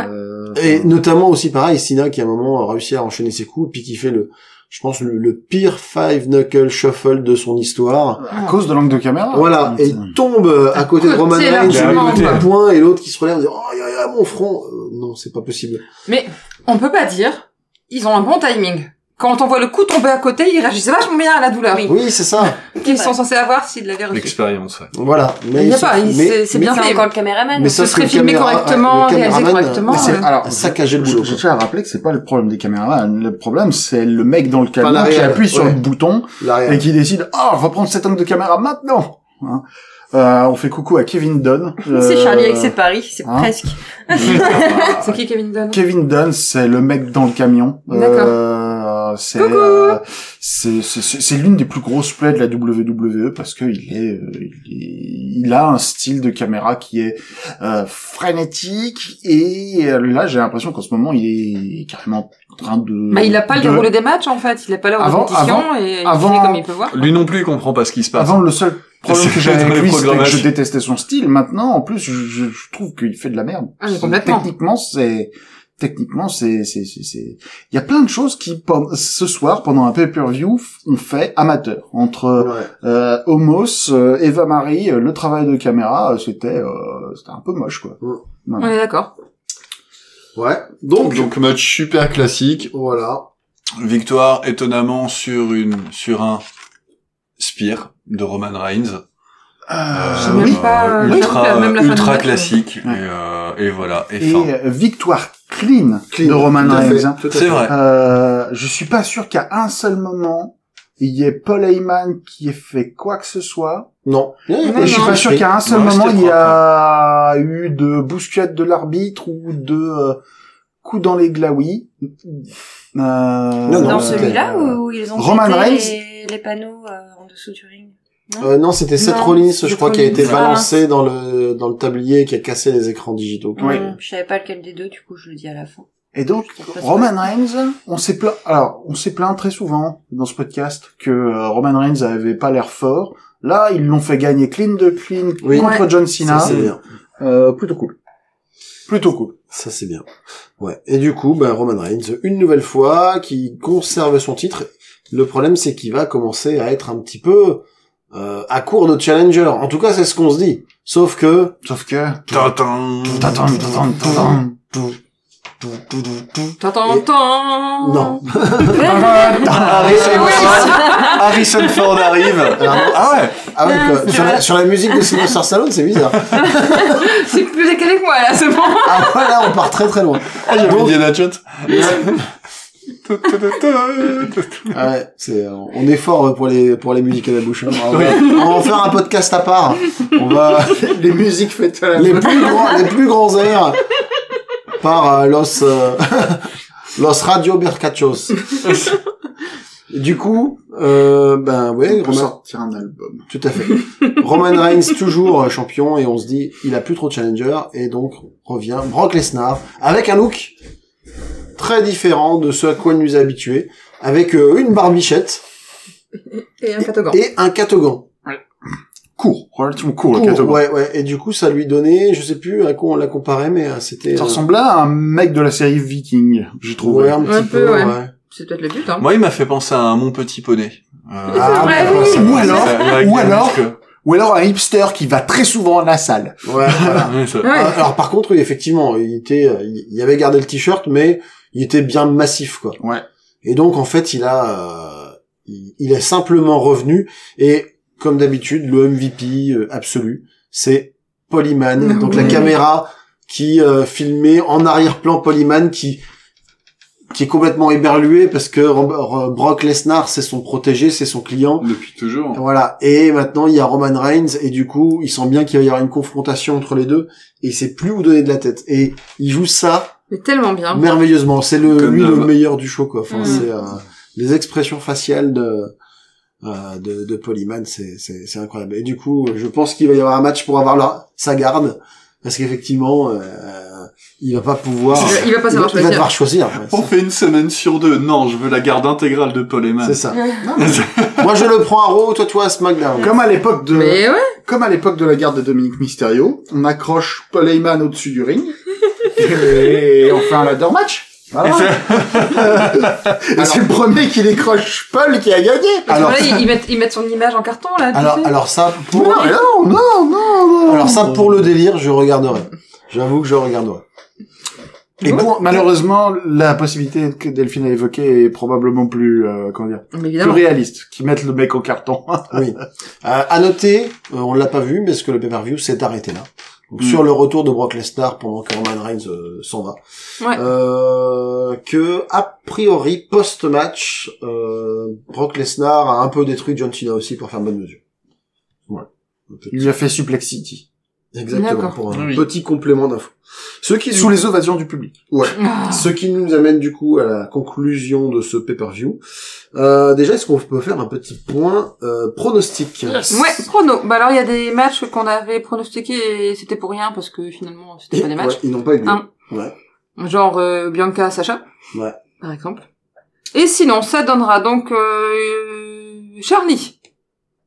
[SPEAKER 3] Euh,
[SPEAKER 7] Et notamment aussi pareil, Sina qui à un moment a réussi à enchaîner ses coups, puis qui fait le, je pense le, le pire five knuckle shuffle de son histoire.
[SPEAKER 3] À cause de l'angle de caméra
[SPEAKER 7] Voilà, et il tombe euh, à côté de Roman
[SPEAKER 4] Côté, là,
[SPEAKER 7] Reigns,
[SPEAKER 2] tu vois,
[SPEAKER 7] un
[SPEAKER 2] ouais.
[SPEAKER 7] point, et l'autre qui se relève, et dit, oh, y'a, y'a, mon front. Euh, non, c'est pas possible.
[SPEAKER 4] On peut pas dire. Ils ont un bon timing. Quand on voit le coup tomber à côté, ils réagissent vachement bien à la douleur
[SPEAKER 7] Oui, c'est ça.
[SPEAKER 4] qu'ils sont censés avoir s'ils l'avaient reçu.
[SPEAKER 2] L'expérience, ouais.
[SPEAKER 7] Voilà. Mais
[SPEAKER 4] Il y a
[SPEAKER 7] sauf-
[SPEAKER 4] pas, il-
[SPEAKER 7] mais-
[SPEAKER 4] c'est- c'est
[SPEAKER 7] mais-
[SPEAKER 4] bien
[SPEAKER 6] C'est
[SPEAKER 4] fait.
[SPEAKER 6] encore le caméraman.
[SPEAKER 7] Mais
[SPEAKER 4] Ce
[SPEAKER 7] ça
[SPEAKER 4] serait filmé correctement, réalisé correctement. euh.
[SPEAKER 3] Mais c'est-
[SPEAKER 4] Ouais.
[SPEAKER 3] alors,
[SPEAKER 7] Saccager le
[SPEAKER 3] je,
[SPEAKER 7] boulot.
[SPEAKER 3] je tiens à rappeler que c'est pas le problème des caméramans. Le problème, c'est le mec dans le camion
[SPEAKER 7] la
[SPEAKER 3] qui
[SPEAKER 7] réelle,
[SPEAKER 3] appuie sur
[SPEAKER 7] ouais.
[SPEAKER 3] le bouton et qui décide « Ah, on va prendre cet angle de caméra maintenant Hein. Euh, On fait coucou à
[SPEAKER 4] [laughs]
[SPEAKER 3] Kevin Dunn.
[SPEAKER 6] C'est
[SPEAKER 3] Euh,
[SPEAKER 6] Charlie avec ses paris, c'est
[SPEAKER 3] hein.
[SPEAKER 6] presque.
[SPEAKER 4] C'est qui Kevin Dunn
[SPEAKER 3] [laughs] Kevin Dunn, c'est le mec dans le camion.
[SPEAKER 4] D'accord.
[SPEAKER 3] Euh, c'est
[SPEAKER 4] Coucou.
[SPEAKER 3] euh, c'est c'est- c'est- c'est l'une des plus grosses plaies de la WWE parce que il est, euh, il est- il a un style de caméra qui est euh, frénétique et euh, là j'ai l'impression qu'en ce moment il est carrément en train de.
[SPEAKER 4] Bah, il a pas le
[SPEAKER 3] de-
[SPEAKER 4] déroulé des matchs, en fait. Il a pas la
[SPEAKER 3] Avant-
[SPEAKER 4] répétition
[SPEAKER 3] avant-
[SPEAKER 4] et il
[SPEAKER 3] avant-
[SPEAKER 4] fait comme il peut voir.
[SPEAKER 2] Lui non plus, il comprend pas ce qui se passe.
[SPEAKER 3] Avant le seul problème que j'avais
[SPEAKER 2] Dans
[SPEAKER 3] avec
[SPEAKER 2] les
[SPEAKER 3] lui c'était que
[SPEAKER 2] programmations.
[SPEAKER 3] je détestais son style. Maintenant en plus je, je- je trouve qu'il fait de la merde.
[SPEAKER 4] Ah, mais complètement.
[SPEAKER 3] Techniquement c'est techniquement c'est c'est c'est c'est- il y a plein de choses qui pen- ce soir pendant un pay-per-view f- on fait amateur entre euh, Homos, euh, Eva Marie, euh, le travail de caméra, euh, c'était euh, c'était un peu moche quoi.
[SPEAKER 4] On est d'accord.
[SPEAKER 7] Ouais. Donc,
[SPEAKER 2] Donc, match super classique.
[SPEAKER 7] voilà.
[SPEAKER 2] Victoire étonnamment sur une, sur un spear de Roman Reigns.
[SPEAKER 4] J'ai même pas, euh,
[SPEAKER 2] ultra,
[SPEAKER 4] j'avoue, même la fin du
[SPEAKER 2] ultra
[SPEAKER 4] match,
[SPEAKER 2] classique.
[SPEAKER 3] ouais.
[SPEAKER 2] Et, euh, et voilà, et,
[SPEAKER 3] Et
[SPEAKER 2] fin.
[SPEAKER 3] euh, victoire clean,
[SPEAKER 7] Clean.
[SPEAKER 3] de Roman
[SPEAKER 7] Tout à fait,
[SPEAKER 3] Reigns. hein.
[SPEAKER 7] tout à fait.
[SPEAKER 2] C'est vrai.
[SPEAKER 3] Euh, je suis pas sûr qu'à un seul moment, il y ait Paul Heyman qui ait fait quoi que ce soit.
[SPEAKER 7] Non.
[SPEAKER 3] et je suis pas sûr qu'à un seul
[SPEAKER 2] Non,
[SPEAKER 3] moment,
[SPEAKER 2] c'était
[SPEAKER 3] il y a eu de bousculade de l'arbitre ou de euh, coups dans les glaouis. Euh,
[SPEAKER 7] Non,
[SPEAKER 6] Dans
[SPEAKER 7] euh,
[SPEAKER 6] celui-là où ils ont
[SPEAKER 3] Roman
[SPEAKER 6] pété
[SPEAKER 3] Reigns
[SPEAKER 6] les, les panneaux euh, en dessous du ring.
[SPEAKER 7] Euh, non, c'était Seth
[SPEAKER 5] Non,
[SPEAKER 7] Rollins, je
[SPEAKER 5] Seth
[SPEAKER 7] crois, qui a
[SPEAKER 5] Rollins.
[SPEAKER 7] été
[SPEAKER 5] Ah.
[SPEAKER 7] balancé dans le dans le tablier, qui a cassé les écrans digitaux.
[SPEAKER 3] Oui.
[SPEAKER 6] Hum, Je savais pas lequel des deux, du coup je le dis à la fin.
[SPEAKER 3] Et donc,
[SPEAKER 6] Je trouve pas ça
[SPEAKER 3] Roman Reigns, on s'est plaint, alors, on s'est plaint très souvent dans ce podcast que euh, Roman Reigns avait pas l'air fort. Là, ils l'ont fait gagner clean de clean
[SPEAKER 7] Oui.
[SPEAKER 3] contre John
[SPEAKER 7] Ça,
[SPEAKER 3] Cena.
[SPEAKER 7] c'est bien.
[SPEAKER 3] Euh, plutôt cool. Plutôt cool.
[SPEAKER 7] Ça, c'est bien. Ouais. Et du coup, ben, Roman Reigns, une nouvelle fois, qui conserve son titre. Le problème, c'est qu'il va commencer à être un petit peu euh, à court de challenger. En tout cas, c'est ce qu'on se dit. Sauf que...
[SPEAKER 3] Sauf que...
[SPEAKER 2] Tintin.
[SPEAKER 3] Tintin, tintin, tintin.
[SPEAKER 5] T'entends, t'entends.
[SPEAKER 7] Non.
[SPEAKER 5] [laughs]
[SPEAKER 3] Ah,
[SPEAKER 2] Ah, Harrison [laughs] Ford. Harrison Ford arrive.
[SPEAKER 7] Alors, non.
[SPEAKER 2] Ah ouais.
[SPEAKER 7] Ah ouais, quoi. Sur, la, sur la musique de Sylvester Stallone, c'est bizarre.
[SPEAKER 5] C'est plus décalé que moi, là, c'est bon.
[SPEAKER 7] Ah ouais, là, on part très très loin.
[SPEAKER 2] Ah, j'avais
[SPEAKER 7] Donc-
[SPEAKER 2] Indiana Jones. [laughs]
[SPEAKER 7] Ah ouais, c'est, euh, on est fort pour les, pour les musiques à la bouche. hein. On, va, on va en faire un podcast à part. On va,
[SPEAKER 3] [laughs] Les musiques faites à la
[SPEAKER 7] les plus grands, les plus grands airs par euh, los, euh, [laughs] los radio bercachos. Du coup, euh, ben ouais,
[SPEAKER 3] pour
[SPEAKER 7] Roman,
[SPEAKER 3] sortir un album.
[SPEAKER 7] tout à fait. Roman Reigns toujours euh, champion et on se dit il a plus trop de challenger et donc revient Brock Lesnar avec un look très différent de ce à quoi il nous est habitué, avec euh, une barbichette
[SPEAKER 5] Et un catogan.
[SPEAKER 7] et un catogan.
[SPEAKER 3] Court. Relativement court,
[SPEAKER 7] Court,
[SPEAKER 3] le catalogue.
[SPEAKER 7] ouais, ouais. Et du coup, ça lui donnait, je sais plus à quoi on l'a comparé, mais euh, c'était.
[SPEAKER 3] Ça
[SPEAKER 7] euh,
[SPEAKER 3] ressemblait à un mec de la série Viking, j'ai trouvé.
[SPEAKER 7] ouais, un petit
[SPEAKER 5] Un
[SPEAKER 7] peu,
[SPEAKER 5] peu,
[SPEAKER 7] ouais.
[SPEAKER 5] ouais. C'est peut-être le but, hein.
[SPEAKER 2] Ah Moi, il m'a fait penser à un Mon Petit Poney. Euh, [laughs]
[SPEAKER 7] Ah,
[SPEAKER 5] vrai,
[SPEAKER 7] d'accord,
[SPEAKER 5] oui.
[SPEAKER 7] c'est
[SPEAKER 3] Ou
[SPEAKER 7] vrai.
[SPEAKER 3] alors,
[SPEAKER 2] la- la-
[SPEAKER 3] ou
[SPEAKER 2] la- [laughs]
[SPEAKER 3] alors-
[SPEAKER 2] que-
[SPEAKER 3] Ou alors un hipster qui va très souvent à la salle.
[SPEAKER 7] Ouais, voilà.
[SPEAKER 2] Ouais, ça-
[SPEAKER 5] Ouais.
[SPEAKER 7] Ah, Alors par contre, oui, effectivement, il était, euh, il il avait gardé le t-shirt, mais il était bien massif, quoi.
[SPEAKER 3] Ouais.
[SPEAKER 7] Et donc, en fait, il a, euh, il, il est simplement revenu. Et comme d'habitude, le MVP euh, absolu, c'est Polyman. Donc la
[SPEAKER 5] Oui.
[SPEAKER 7] caméra qui euh, filmait en arrière-plan Polyman qui qui est complètement éberlué parce que Rob- Ro- Brock Lesnar, c'est son protégé, c'est son client.
[SPEAKER 2] Depuis toujours.
[SPEAKER 7] Voilà. Et maintenant, il y a Roman Reigns, et du coup, il sent bien qu'il va y avoir une confrontation entre les deux, et il sait plus où donner de la tête. Et il joue ça
[SPEAKER 5] Mais tellement bien.
[SPEAKER 7] merveilleusement. C'est le,
[SPEAKER 2] Comme
[SPEAKER 7] lui, le
[SPEAKER 2] d'hab.
[SPEAKER 7] meilleur du show, quoi. Enfin,
[SPEAKER 5] Ah Mm.
[SPEAKER 7] c'est, euh, les expressions faciales de, euh, de, de Polyman, c'est, c'est, c'est incroyable. Et du coup, je pense qu'il va y avoir un match pour avoir la, sa garde, parce qu'effectivement, euh, il va pas pouvoir,
[SPEAKER 5] Il va- il va pas savoir
[SPEAKER 7] il va
[SPEAKER 5] choisir.
[SPEAKER 7] devoir choisir. ouais,
[SPEAKER 2] On fait une semaine sur deux. Non, je veux la garde intégrale de Paul Heyman.
[SPEAKER 7] c'est ça. Moi, je le prends à Raw, toi, toi, à SmackDown.
[SPEAKER 3] Comme à l'époque de,
[SPEAKER 5] Mais ouais.
[SPEAKER 3] comme à l'époque de la garde de Dominique Mysterio, on accroche Paul Heyman au-dessus du ring, et on fait un ladder match. Voilà. [laughs] Et c'est le premier qui décroche Paul qui a gagné.
[SPEAKER 5] Alors,
[SPEAKER 7] Alors-
[SPEAKER 5] là, ils, ils mettent, ils mettent son image en carton, là, tu
[SPEAKER 7] Alors,
[SPEAKER 5] sais.
[SPEAKER 7] alors ça, pour,
[SPEAKER 3] Non, non, non, non, non.
[SPEAKER 7] Alors ça, pour le délire, je regarderai. J'avoue que je regarderai.
[SPEAKER 3] Et pour, malheureusement, la possibilité que Delphine a évoquée est probablement plus, euh, comment dire,
[SPEAKER 5] Mais
[SPEAKER 3] plus
[SPEAKER 5] évidemment.
[SPEAKER 3] réaliste, qui mettent le mec
[SPEAKER 4] [laughs]
[SPEAKER 3] au carton.
[SPEAKER 7] Oui. Euh, à noter, euh, on l'a pas vu, mais ce que le pay-per-view s'est arrêté là. Donc,
[SPEAKER 3] Mm.
[SPEAKER 7] Sur le retour de Brock Lesnar pendant que Roman Reigns euh, s'en va.
[SPEAKER 5] Ouais.
[SPEAKER 7] Euh, que a priori post-match, euh, Brock Lesnar a un peu détruit John Cena aussi pour faire bonne mesure.
[SPEAKER 3] Il lui a fait Suplex City.
[SPEAKER 7] Exactement.
[SPEAKER 5] D'accord.
[SPEAKER 7] Pour un
[SPEAKER 2] Oui.
[SPEAKER 7] petit complément d'info. Ce qui
[SPEAKER 3] Sous les ovations du public.
[SPEAKER 7] Ouais.
[SPEAKER 5] Ah.
[SPEAKER 7] Ce qui nous amène du coup à la conclusion de ce pay-per-view. Euh, déjà, est-ce qu'on peut faire un petit point euh, pronostic
[SPEAKER 5] Ouais, prono. Bah alors, il y a des matchs qu'on avait pronostiqués et c'était pour rien parce que finalement, c'était pas des
[SPEAKER 7] Ouais,
[SPEAKER 5] matchs.
[SPEAKER 7] ils n'ont pas eu lieu.
[SPEAKER 5] Un.
[SPEAKER 7] Ouais.
[SPEAKER 5] Genre euh, Bianca Sacha.
[SPEAKER 7] Ouais.
[SPEAKER 5] Par exemple. Et sinon, ça donnera donc euh, Charny.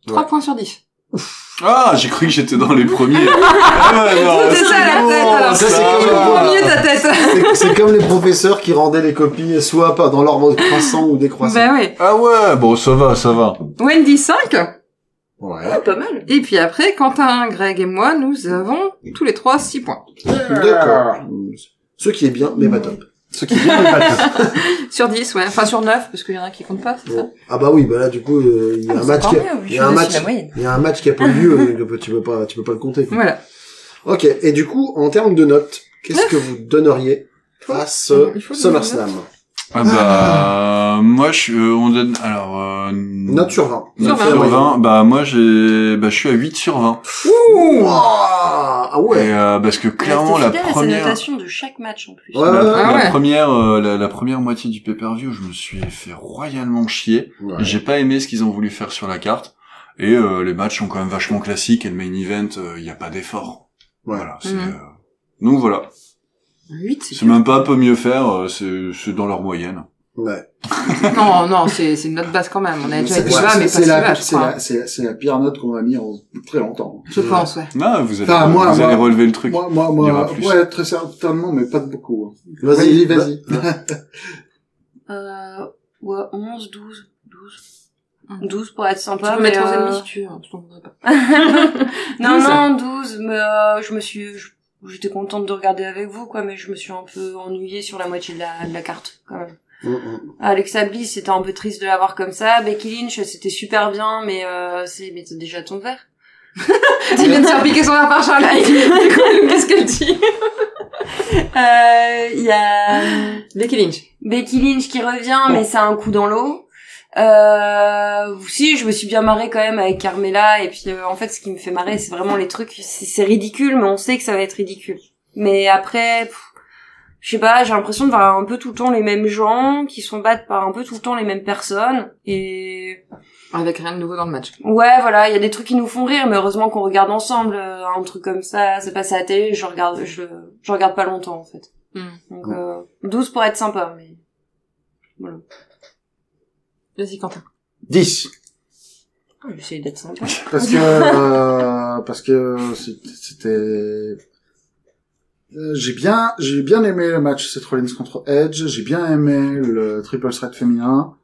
[SPEAKER 5] 3 points sur 10.
[SPEAKER 2] [laughs] Ah, j'ai cru que j'étais dans les premiers. [laughs] Ah ouais, non,
[SPEAKER 5] C'était ça, la
[SPEAKER 2] bon,
[SPEAKER 5] tête, alors.
[SPEAKER 7] Ça, c'est
[SPEAKER 2] va.
[SPEAKER 7] comme Ah, le
[SPEAKER 5] Premier de ta tête.
[SPEAKER 7] C'est- C'est comme les professeurs qui rendaient les copies soit pas dans l'ordre croissant ou décroissant.
[SPEAKER 5] Bah ouais.
[SPEAKER 2] Ah ouais, bon, ça va, ça va.
[SPEAKER 5] Wendy 5. Bah.
[SPEAKER 7] Ouais.
[SPEAKER 4] Pas mal.
[SPEAKER 5] Et puis après, Quentin, Greg et moi, nous avons tous les trois 6 points.
[SPEAKER 7] D'accord. Ce qui est bien, mais pas top.
[SPEAKER 3] Ce qui vient de battre.
[SPEAKER 5] Sur 10, ouais. Enfin, sur 9, parce qu'il y en a qui comptent pas, c'est ça Ah,
[SPEAKER 7] Bon. Ah bah oui, bah là du coup, euh, il y a un match qui a, il y a un match, il y a un match qui a pas eu lieu, euh, donc tu peux pas, tu peux pas le compter. quoi.
[SPEAKER 5] Voilà.
[SPEAKER 7] Ok. Et du coup, en termes de notes, qu'est-ce que vous donneriez à ce
[SPEAKER 5] Il faut donner une
[SPEAKER 7] SummerSlam
[SPEAKER 2] Ah bah [laughs] moi je suis- euh, on donne alors euh,
[SPEAKER 7] Note sur 20.
[SPEAKER 2] note
[SPEAKER 5] sur
[SPEAKER 2] sur
[SPEAKER 7] 20.
[SPEAKER 2] 20, bah moi j'ai bah je suis à 8 sur 20
[SPEAKER 7] Ouh Ah ah ouais
[SPEAKER 2] et euh, parce que clairement la
[SPEAKER 6] Restez fidèle à ces
[SPEAKER 2] première
[SPEAKER 6] notations de chaque match en plus.
[SPEAKER 7] Ouais,
[SPEAKER 2] la,
[SPEAKER 7] ouais,
[SPEAKER 2] la
[SPEAKER 5] Ah ouais.
[SPEAKER 2] première euh, la, la première moitié du pay-per-view, je me suis fait royalement chier.
[SPEAKER 7] ouais.
[SPEAKER 2] J'ai pas aimé ce qu'ils ont voulu faire sur la carte et euh, les matchs sont quand même vachement classiques et le main event, il y a pas d'effort.
[SPEAKER 7] Ouais.
[SPEAKER 2] Voilà, c'est
[SPEAKER 5] Mhm.
[SPEAKER 2] euh, donc voilà,
[SPEAKER 6] 8, c'est
[SPEAKER 2] c'est même pas peut mieux faire, euh, c'est c'est dans leur moyenne.
[SPEAKER 7] Ouais.
[SPEAKER 4] Non, non, c'est c'est une note basse quand même. On a déjà
[SPEAKER 3] C'est
[SPEAKER 4] été bas,
[SPEAKER 3] c'est-
[SPEAKER 4] mais pas
[SPEAKER 3] c'est
[SPEAKER 4] si
[SPEAKER 3] la,
[SPEAKER 4] bas, je
[SPEAKER 3] c'est
[SPEAKER 4] crois.
[SPEAKER 3] la, c'est la- c'est la pire note qu'on m'a mis en très longtemps.
[SPEAKER 4] Je pense, ouais.
[SPEAKER 2] Non, Ah, vous allez
[SPEAKER 3] Enfin, moi,
[SPEAKER 2] vous
[SPEAKER 3] moi-
[SPEAKER 2] allez relever le truc.
[SPEAKER 3] Moi, moi,
[SPEAKER 2] Il y aura
[SPEAKER 3] moi,
[SPEAKER 2] plus.
[SPEAKER 3] ouais, très certainement, mais pas de beaucoup. hein.
[SPEAKER 7] Vas-y,
[SPEAKER 3] Vas-y, vas-y.
[SPEAKER 4] [laughs]
[SPEAKER 6] Euh, ouais, 11, 12, 12. 12 pour être
[SPEAKER 5] Hum. Tu
[SPEAKER 6] sympa.
[SPEAKER 5] peux
[SPEAKER 6] mais
[SPEAKER 5] mettre 11 et
[SPEAKER 6] [laughs] euh,
[SPEAKER 5] demi si tu veux. hein, tu t'en voudrais pas.
[SPEAKER 6] non,
[SPEAKER 5] 12.
[SPEAKER 6] non, 12, mais euh, je me suis... je- J'étais contente de regarder avec vous, quoi, mais je me suis un peu ennuyée sur la moitié de la, de la carte, quand même.
[SPEAKER 3] Hum,
[SPEAKER 6] Alexa Bliss, c'était un peu triste de l'avoir comme ça. Becky Lynch, c'était super bien, mais euh, c'est mais t'as déjà ton verre.
[SPEAKER 4] Il vient de se faire piquer son verre
[SPEAKER 6] Ah,
[SPEAKER 5] [laughs]
[SPEAKER 4] par Charlie.
[SPEAKER 6] [laughs]
[SPEAKER 5] Qu'est-ce qu'elle dit
[SPEAKER 6] Euh, Il y a...
[SPEAKER 4] Becky Lynch.
[SPEAKER 6] Becky Lynch qui revient, mais c'est un coup dans l'eau. Euh, si, je me suis bien marrée quand même avec Carmela. Et puis, euh, en fait, ce qui me fait marrer, c'est vraiment les trucs. C'est c'est ridicule, mais on sait que ça va être ridicule. Mais après, pff, je sais pas, j'ai l'impression de voir un peu tout le temps les mêmes gens qui sont battus par un peu tout le temps les mêmes personnes. Et
[SPEAKER 4] Avec rien de nouveau dans le match.
[SPEAKER 6] Ouais, voilà, il y a des trucs qui nous font rire, mais heureusement qu'on regarde ensemble euh, un truc comme ça, c'est passé à la télé, je regarde, je, je regarde pas longtemps en fait.
[SPEAKER 4] Hmm.
[SPEAKER 6] Donc euh, 12 pour être sympa, mais voilà.
[SPEAKER 4] Vas-y, Quentin.
[SPEAKER 7] 10.
[SPEAKER 6] Ah, J'essaye d'être sympa.
[SPEAKER 3] Parce que, euh, parce que [laughs] c'est- c'était, Euh, j'ai bien, j'ai bien aimé le match Seth Rollins contre Edge, j'ai bien aimé le triple threat féminin.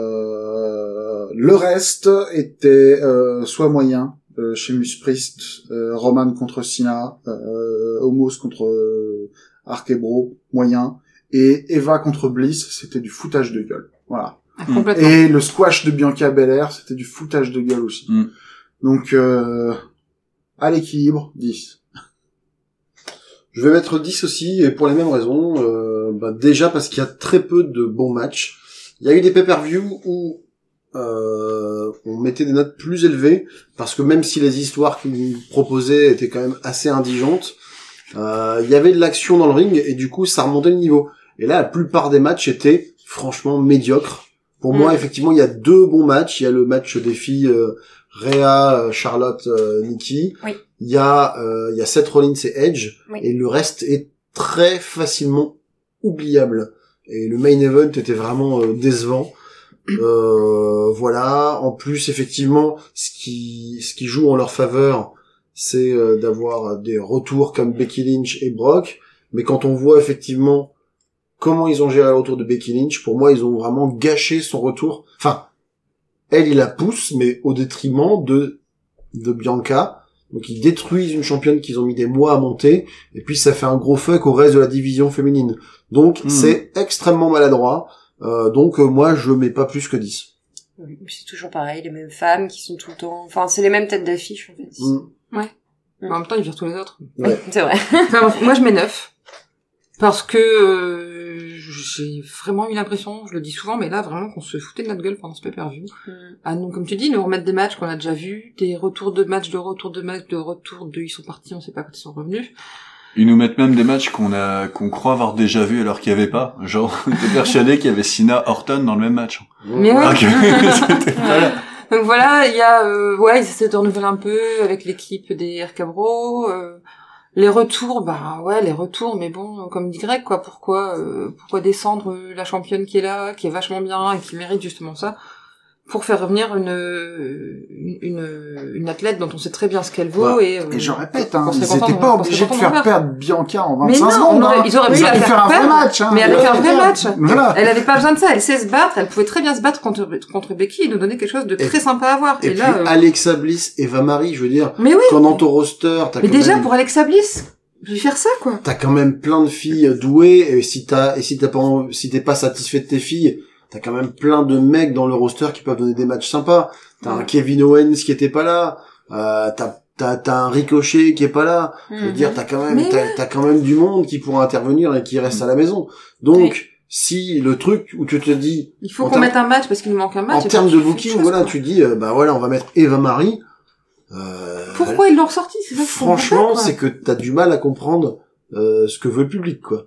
[SPEAKER 3] Euh, le reste était euh, soit moyen, euh, Sheamus Priest, euh, Roman contre Cena, euh, Homos contre euh, Arkebro, moyen, et Eva contre Bliss, c'était du foutage de gueule. Voilà.
[SPEAKER 4] Ah,
[SPEAKER 2] Mm.
[SPEAKER 4] Complètement.
[SPEAKER 3] Et le squash de Bianca Belair, c'était du foutage de gueule aussi.
[SPEAKER 2] Mm.
[SPEAKER 3] Donc, euh, à l'équilibre, 10.
[SPEAKER 7] Je vais mettre 10 aussi, et pour les mêmes raisons. Euh, bah, déjà parce qu'il y a très peu de bons matchs. Il y a eu des pay-per-view où euh, on mettait des notes plus élevées, parce que même si les histoires qu'ils nous proposaient étaient quand même assez indigentes, euh, il y avait de l'action dans le ring, et du coup ça remontait le niveau. Et là, la plupart des matchs étaient franchement médiocres. Pour
[SPEAKER 4] Mm.
[SPEAKER 7] moi, effectivement, il y a deux bons matchs. Il y a le match des filles euh, Rhea, euh, Charlotte, euh, Nikki.
[SPEAKER 6] Oui.
[SPEAKER 7] Il y a euh, il y a Seth Rollins et Edge.
[SPEAKER 6] Oui.
[SPEAKER 7] Et le reste est très facilement oubliable. Et le main event était vraiment euh, décevant. Euh, voilà. En plus, effectivement, ce qui ce qui joue en leur faveur, c'est euh, d'avoir des retours comme Becky Lynch et Brock. Mais quand on voit effectivement comment ils ont géré le retour de Becky Lynch, pour moi, ils ont vraiment gâché son retour. Enfin, elle, il la pousse, mais au détriment de de Bianca. Donc ils détruisent une championne qu'ils ont mis des mois à monter, et puis ça fait un gros fuck au reste de la division féminine. Donc
[SPEAKER 2] Mhm.
[SPEAKER 7] c'est extrêmement maladroit. Euh, donc euh, moi je mets pas plus que 10.
[SPEAKER 6] Oui, C'est toujours pareil, les mêmes femmes qui sont tout le temps. Enfin, c'est les mêmes têtes d'affiche en fait.
[SPEAKER 7] Mhm.
[SPEAKER 4] Mais En même temps, ils virent tous les autres.
[SPEAKER 6] C'est vrai.
[SPEAKER 4] Enfin, bref, moi, je mets 9. Parce que euh, j'ai vraiment eu l'impression, je le dis souvent, mais là, vraiment, qu'on se foutait de notre gueule pendant ce pay-per-view.
[SPEAKER 6] Hmm.
[SPEAKER 4] Ah non, comme tu dis, nous remettre des matchs qu'on a déjà vus, des retours de matchs, de retours de matchs, de retours de... Ils sont partis, on sait pas quand ils sont revenus.
[SPEAKER 2] Ils nous mettent même des matchs qu'on a qu'on croit avoir déjà vu alors qu'il y avait pas. Genre, [laughs] on était persuadé qu'il y avait Cena Orton dans le même match.
[SPEAKER 4] Mais ouais.
[SPEAKER 2] Ah, que- [laughs]
[SPEAKER 4] [laughs]
[SPEAKER 2] c'était pas là.
[SPEAKER 4] Donc voilà, il y a... Euh, ouais, ils essaient de renouveler un peu avec l'équipe des RKBRO. euh, les retours, bah ouais, les retours, mais bon, comme dit Greg, quoi, pourquoi, euh, pourquoi descendre euh, la championne qui est là, qui est vachement bien et qui mérite justement ça, pour faire revenir une euh, une, une, une athlète dont on sait très bien ce qu'elle vaut et, euh,
[SPEAKER 3] Et je répète, hein,
[SPEAKER 4] qu'on
[SPEAKER 3] ils
[SPEAKER 4] serait content
[SPEAKER 3] étaient
[SPEAKER 4] de-
[SPEAKER 3] pas
[SPEAKER 4] qu'on serait
[SPEAKER 3] obligés de
[SPEAKER 4] content
[SPEAKER 3] faire perdre Bianca en
[SPEAKER 4] Mais
[SPEAKER 3] 25
[SPEAKER 4] non,
[SPEAKER 3] secondes.
[SPEAKER 4] on aurait-
[SPEAKER 3] hein.
[SPEAKER 4] ils auraient pu
[SPEAKER 3] ils
[SPEAKER 4] la
[SPEAKER 3] auraient pu
[SPEAKER 4] faire
[SPEAKER 3] faire un vrai
[SPEAKER 4] perdre,
[SPEAKER 3] match. Hein.
[SPEAKER 4] mais elle
[SPEAKER 3] Ils
[SPEAKER 4] a fait un
[SPEAKER 3] auraient
[SPEAKER 4] vrai
[SPEAKER 3] pu
[SPEAKER 4] match.
[SPEAKER 3] perdre. Voilà.
[SPEAKER 4] Elle avait pas besoin de ça, elle sait se battre, elle pouvait très bien se battre contre contre Becky et nous donner quelque chose de
[SPEAKER 7] Et-
[SPEAKER 4] très sympa à voir.
[SPEAKER 7] Et,
[SPEAKER 4] Et,
[SPEAKER 7] puis
[SPEAKER 4] là, euh,
[SPEAKER 7] Alexa Bliss, Eva Marie, je veux dire,
[SPEAKER 4] mais oui,
[SPEAKER 7] quand dans ton roster, t'as
[SPEAKER 4] mais
[SPEAKER 7] quand
[SPEAKER 4] déjà
[SPEAKER 7] même-
[SPEAKER 4] pour Alexa Bliss, je vais faire ça quoi.
[SPEAKER 7] t'as quand même plein de filles douées et si t'as et si t'as pas en- si t'es pas satisfait de tes filles t'as quand même plein de mecs dans le roster qui peuvent donner des matchs sympas t'as un Kevin Owens qui était pas là euh, t'as t'as t'as un ricochet qui est pas là. Je veux dire, t'as quand même
[SPEAKER 4] Mhm. Mais
[SPEAKER 7] t'as t'as quand même du monde qui pourra intervenir et qui reste à la maison. Donc si le truc où tu te dis
[SPEAKER 4] Il faut
[SPEAKER 7] En
[SPEAKER 4] qu'on
[SPEAKER 7] termes-
[SPEAKER 4] mette un match parce qu'il nous manque un match. et
[SPEAKER 7] en
[SPEAKER 4] puis
[SPEAKER 7] termes
[SPEAKER 4] tu
[SPEAKER 7] de
[SPEAKER 4] fais
[SPEAKER 7] booking,
[SPEAKER 4] quelque chose,
[SPEAKER 7] voilà,
[SPEAKER 4] quoi.
[SPEAKER 7] tu dis euh, bah voilà, on va mettre Eva Marie. Euh,
[SPEAKER 4] Pourquoi ils l'ont ressorti C'est ça que je comprends pas,
[SPEAKER 7] Franchement,
[SPEAKER 4] quoi.
[SPEAKER 7] c'est que t'as du mal à comprendre euh, ce que veut le public, quoi.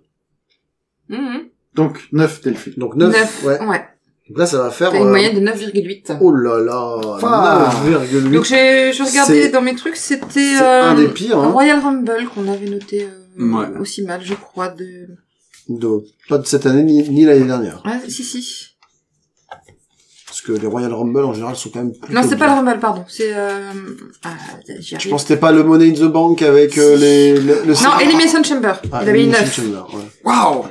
[SPEAKER 4] Mhm.
[SPEAKER 3] Donc, 9 Delphine.
[SPEAKER 7] Donc 9,
[SPEAKER 4] Neuf,
[SPEAKER 7] ouais.
[SPEAKER 4] ouais.
[SPEAKER 7] Donc là, ça va faire...
[SPEAKER 4] T'as une
[SPEAKER 7] euh,
[SPEAKER 4] moyenne de 9,8.
[SPEAKER 7] Oh là là,
[SPEAKER 3] Enfin,
[SPEAKER 7] 9,8.
[SPEAKER 4] Donc j'ai je
[SPEAKER 7] C'est-
[SPEAKER 4] regardais dans mes trucs, c'était
[SPEAKER 7] C'est
[SPEAKER 4] euh,
[SPEAKER 7] un des pires, hein.
[SPEAKER 4] Royal Rumble qu'on avait noté euh,
[SPEAKER 2] Ouais.
[SPEAKER 4] aussi mal, je crois. De...
[SPEAKER 7] Donc, pas de cette année ni, ni l'année dernière.
[SPEAKER 4] Ah, si, si.
[SPEAKER 7] Parce que les Royal Rumble, en général, sont quand même plutôt
[SPEAKER 4] Non, c'est pas le
[SPEAKER 7] bien.
[SPEAKER 4] Rumble, pardon. C'est... Euh... Ah, j'y
[SPEAKER 7] Je
[SPEAKER 4] arrive.
[SPEAKER 7] pense que c'était pas le Money in the Bank avec euh, les... Le, le-
[SPEAKER 4] Non, Elimination Chamber.
[SPEAKER 7] Ah,
[SPEAKER 4] Il avait une
[SPEAKER 7] Elimination
[SPEAKER 4] 9.
[SPEAKER 7] Chamber, ouais.
[SPEAKER 2] Waouh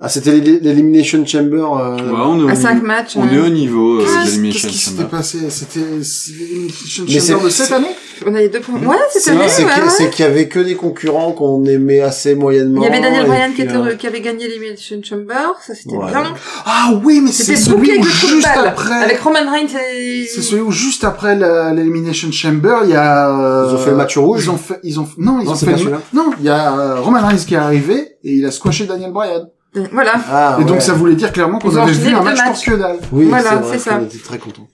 [SPEAKER 7] Ah, c'était l'Eli- l'Elimination Chamber... euh,
[SPEAKER 2] Ouais, on est au
[SPEAKER 4] À
[SPEAKER 2] niveau-
[SPEAKER 3] Ah,
[SPEAKER 4] 5 matchs.
[SPEAKER 2] on est
[SPEAKER 4] euh,
[SPEAKER 2] au niveau euh, de
[SPEAKER 3] Qu'est-ce
[SPEAKER 2] l'Elimination
[SPEAKER 3] qu'est-ce qui s'était
[SPEAKER 2] Chamber.
[SPEAKER 3] passé C'était c'est l'Elimination
[SPEAKER 7] Mais
[SPEAKER 3] Chamber
[SPEAKER 7] c'est-
[SPEAKER 3] de cette année
[SPEAKER 4] On a les deux points. Ouais, c'était
[SPEAKER 7] C'est
[SPEAKER 4] vrai,
[SPEAKER 7] c'est
[SPEAKER 4] ouais,
[SPEAKER 7] qu'il
[SPEAKER 4] ouais.
[SPEAKER 7] c'est qu'il y avait que des concurrents qu'on aimait assez moyennement.
[SPEAKER 4] Il y avait Daniel
[SPEAKER 7] et
[SPEAKER 4] Bryan qui,
[SPEAKER 7] puis,
[SPEAKER 4] était-
[SPEAKER 7] euh,
[SPEAKER 4] qui avait gagné l'Elimination Chamber, ça c'était
[SPEAKER 7] Ouais.
[SPEAKER 4] bien.
[SPEAKER 3] Ah oui, mais c'est
[SPEAKER 4] C'était
[SPEAKER 3] celui
[SPEAKER 4] booké
[SPEAKER 3] où
[SPEAKER 4] avec le trou de
[SPEAKER 3] juste
[SPEAKER 4] balle.
[SPEAKER 3] après...
[SPEAKER 4] Avec Roman Reigns et...
[SPEAKER 3] C'est celui où juste après la- l'Elimination Chamber, il y a... euh,
[SPEAKER 7] Ils ont fait le match rouge
[SPEAKER 3] Ils ont fait... Ils ont... Non, ils
[SPEAKER 7] Non,
[SPEAKER 3] ont
[SPEAKER 7] c'est
[SPEAKER 3] fait...
[SPEAKER 7] pas
[SPEAKER 3] le-
[SPEAKER 7] celui-là.
[SPEAKER 3] Non, il y a euh, Roman Reigns qui est arrivé et il a squashé Daniel Bryan.
[SPEAKER 4] Voilà.
[SPEAKER 7] Ah,
[SPEAKER 3] et donc
[SPEAKER 7] ouais.
[SPEAKER 3] ça voulait dire clairement qu'on
[SPEAKER 4] Ils ont
[SPEAKER 3] avait
[SPEAKER 4] enchaîné
[SPEAKER 3] vu un
[SPEAKER 4] les deux
[SPEAKER 3] match pour
[SPEAKER 4] matchs.
[SPEAKER 3] que dalle.
[SPEAKER 7] Oui,
[SPEAKER 4] Voilà,
[SPEAKER 7] c'est
[SPEAKER 4] c'est ça.
[SPEAKER 7] vrai, on était très contents.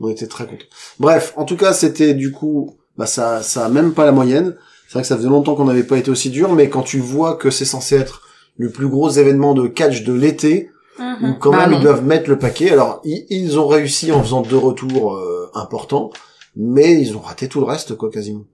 [SPEAKER 7] On était très contents. Bref, en tout cas, c'était du coup, bah ça, ça a même pas la moyenne. C'est vrai que ça faisait longtemps qu'on n'avait pas été aussi dur, mais quand tu vois que c'est censé être le plus gros événement de catch de l'été, où quand
[SPEAKER 4] Bah
[SPEAKER 7] même ils
[SPEAKER 4] non.
[SPEAKER 7] doivent mettre le paquet. Alors, i- ils ont réussi en faisant deux retours euh, importants, mais ils ont raté tout le reste, quoi, quasiment.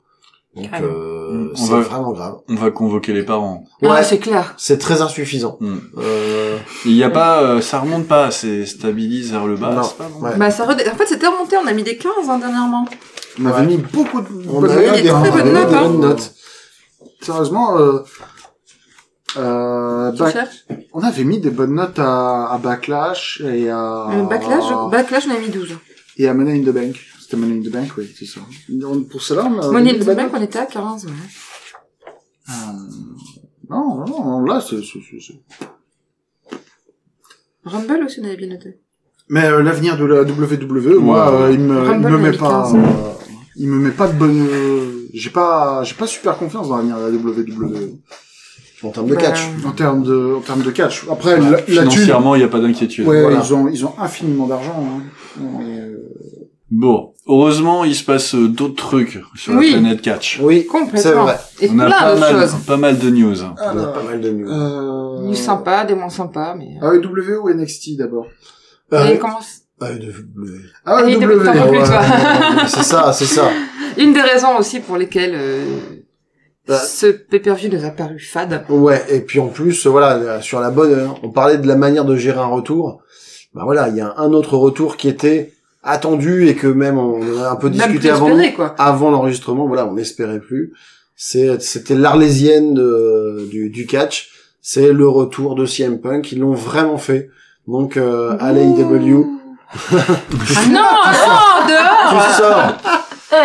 [SPEAKER 7] Donc,
[SPEAKER 5] Carrément.
[SPEAKER 7] euh,
[SPEAKER 2] Mm. On
[SPEAKER 7] c'est
[SPEAKER 2] va-
[SPEAKER 7] vraiment grave.
[SPEAKER 2] On va convoquer les parents.
[SPEAKER 4] Ah,
[SPEAKER 7] Ouais,
[SPEAKER 4] c'est clair.
[SPEAKER 7] c'est très insuffisant.
[SPEAKER 2] Mm.
[SPEAKER 7] Euh,
[SPEAKER 2] Il y a pas, euh, ça remonte pas, c'est stabilise vers le bas.
[SPEAKER 7] Non.
[SPEAKER 2] c'est pas bon.
[SPEAKER 7] Ouais.
[SPEAKER 4] Bah, ça redé- En fait, c'était remonté, on a mis des 15 hein, dernièrement.
[SPEAKER 3] On avait
[SPEAKER 7] Ouais.
[SPEAKER 3] mis beaucoup de
[SPEAKER 7] on
[SPEAKER 3] bonnes
[SPEAKER 7] a eu
[SPEAKER 3] notes,
[SPEAKER 7] des,
[SPEAKER 4] très
[SPEAKER 3] hein.
[SPEAKER 7] on a eu
[SPEAKER 4] bonnes notes,
[SPEAKER 7] des
[SPEAKER 4] hein.
[SPEAKER 7] bonnes notes.
[SPEAKER 3] Sérieusement, euh, euh,
[SPEAKER 4] Tu
[SPEAKER 3] Back-
[SPEAKER 4] cherches
[SPEAKER 3] on avait mis des bonnes notes à, à Backlash et à
[SPEAKER 4] Euh, Backlash,
[SPEAKER 7] Ah.
[SPEAKER 4] je- Backlash, on a mis 12.
[SPEAKER 3] et à Money in the Bank. C'était Money in the Bank, oui, c'est ça. On- pour cela, on
[SPEAKER 7] Ah,
[SPEAKER 3] a
[SPEAKER 4] Money in
[SPEAKER 3] des
[SPEAKER 4] the
[SPEAKER 3] bonnes
[SPEAKER 4] Bank,
[SPEAKER 3] notes.
[SPEAKER 4] on était à 15. Ouais.
[SPEAKER 3] Euh, Non, non, non, là, c'est, c'est, c'est- c'est-
[SPEAKER 4] Rumble aussi, on avait bien noté.
[SPEAKER 3] Mais euh, l'avenir de la WWE,
[SPEAKER 2] Ouais.
[SPEAKER 3] moi, euh, il me, il
[SPEAKER 4] Rumble hein.
[SPEAKER 3] me met pas,
[SPEAKER 4] 2015.
[SPEAKER 3] euh, il me met pas de bonne. euh, j'ai pas, j'ai pas super confiance dans l'avenir de la WWE
[SPEAKER 7] En termes de
[SPEAKER 4] Bah,
[SPEAKER 7] catch.
[SPEAKER 3] en termes de, en termes de catch. Après, la, la thune,
[SPEAKER 2] Financièrement, il n'y a pas d'inquiétude.
[SPEAKER 3] ouais,
[SPEAKER 7] voilà.
[SPEAKER 3] ils ont, ils ont infiniment d'argent. Hein. Mais, euh,
[SPEAKER 2] Bon, heureusement, il se passe euh, d'autres trucs sur
[SPEAKER 4] Oui.
[SPEAKER 2] la planète catch.
[SPEAKER 7] Oui, c'est
[SPEAKER 4] Complètement.
[SPEAKER 7] vrai.
[SPEAKER 4] Et
[SPEAKER 2] On a
[SPEAKER 4] plein
[SPEAKER 2] pas
[SPEAKER 4] de
[SPEAKER 2] mal,
[SPEAKER 4] choses.
[SPEAKER 2] pas mal de news. hein.
[SPEAKER 4] Ah,
[SPEAKER 7] On a pas
[SPEAKER 3] alors,
[SPEAKER 7] mal de news.
[SPEAKER 3] euh,
[SPEAKER 4] Des sympas, des moins sympas, mais...
[SPEAKER 3] AEW ou NXT d'abord
[SPEAKER 4] Et
[SPEAKER 7] Euh,
[SPEAKER 4] comment-
[SPEAKER 7] AEW.
[SPEAKER 4] AEW,
[SPEAKER 7] Ah
[SPEAKER 4] Plus,
[SPEAKER 7] ouais,
[SPEAKER 4] toi.
[SPEAKER 7] ouais, c'est ça, c'est ça.
[SPEAKER 4] [laughs] Une des raisons aussi pour lesquelles euh,
[SPEAKER 7] Bah.
[SPEAKER 4] ce pay-per-view nous a paru fade.
[SPEAKER 7] Ouais, et puis en plus, voilà, sur la bonne heure, on parlait de la manière de gérer un retour. Bah voilà, il y a un autre retour qui était attendu et que même on en a un peu
[SPEAKER 4] Même
[SPEAKER 7] discuté
[SPEAKER 4] plus
[SPEAKER 7] avant,
[SPEAKER 4] espéré, quoi.
[SPEAKER 7] avant l'enregistrement, voilà, on n'espérait plus. C'est, c'était l'arlésienne de- du, du catch. C'est le retour de CM Punk. Ils l'ont vraiment fait. Donc, euh, à l'AEW,
[SPEAKER 4] Ah non, non,
[SPEAKER 7] tu
[SPEAKER 4] dehors
[SPEAKER 7] sors.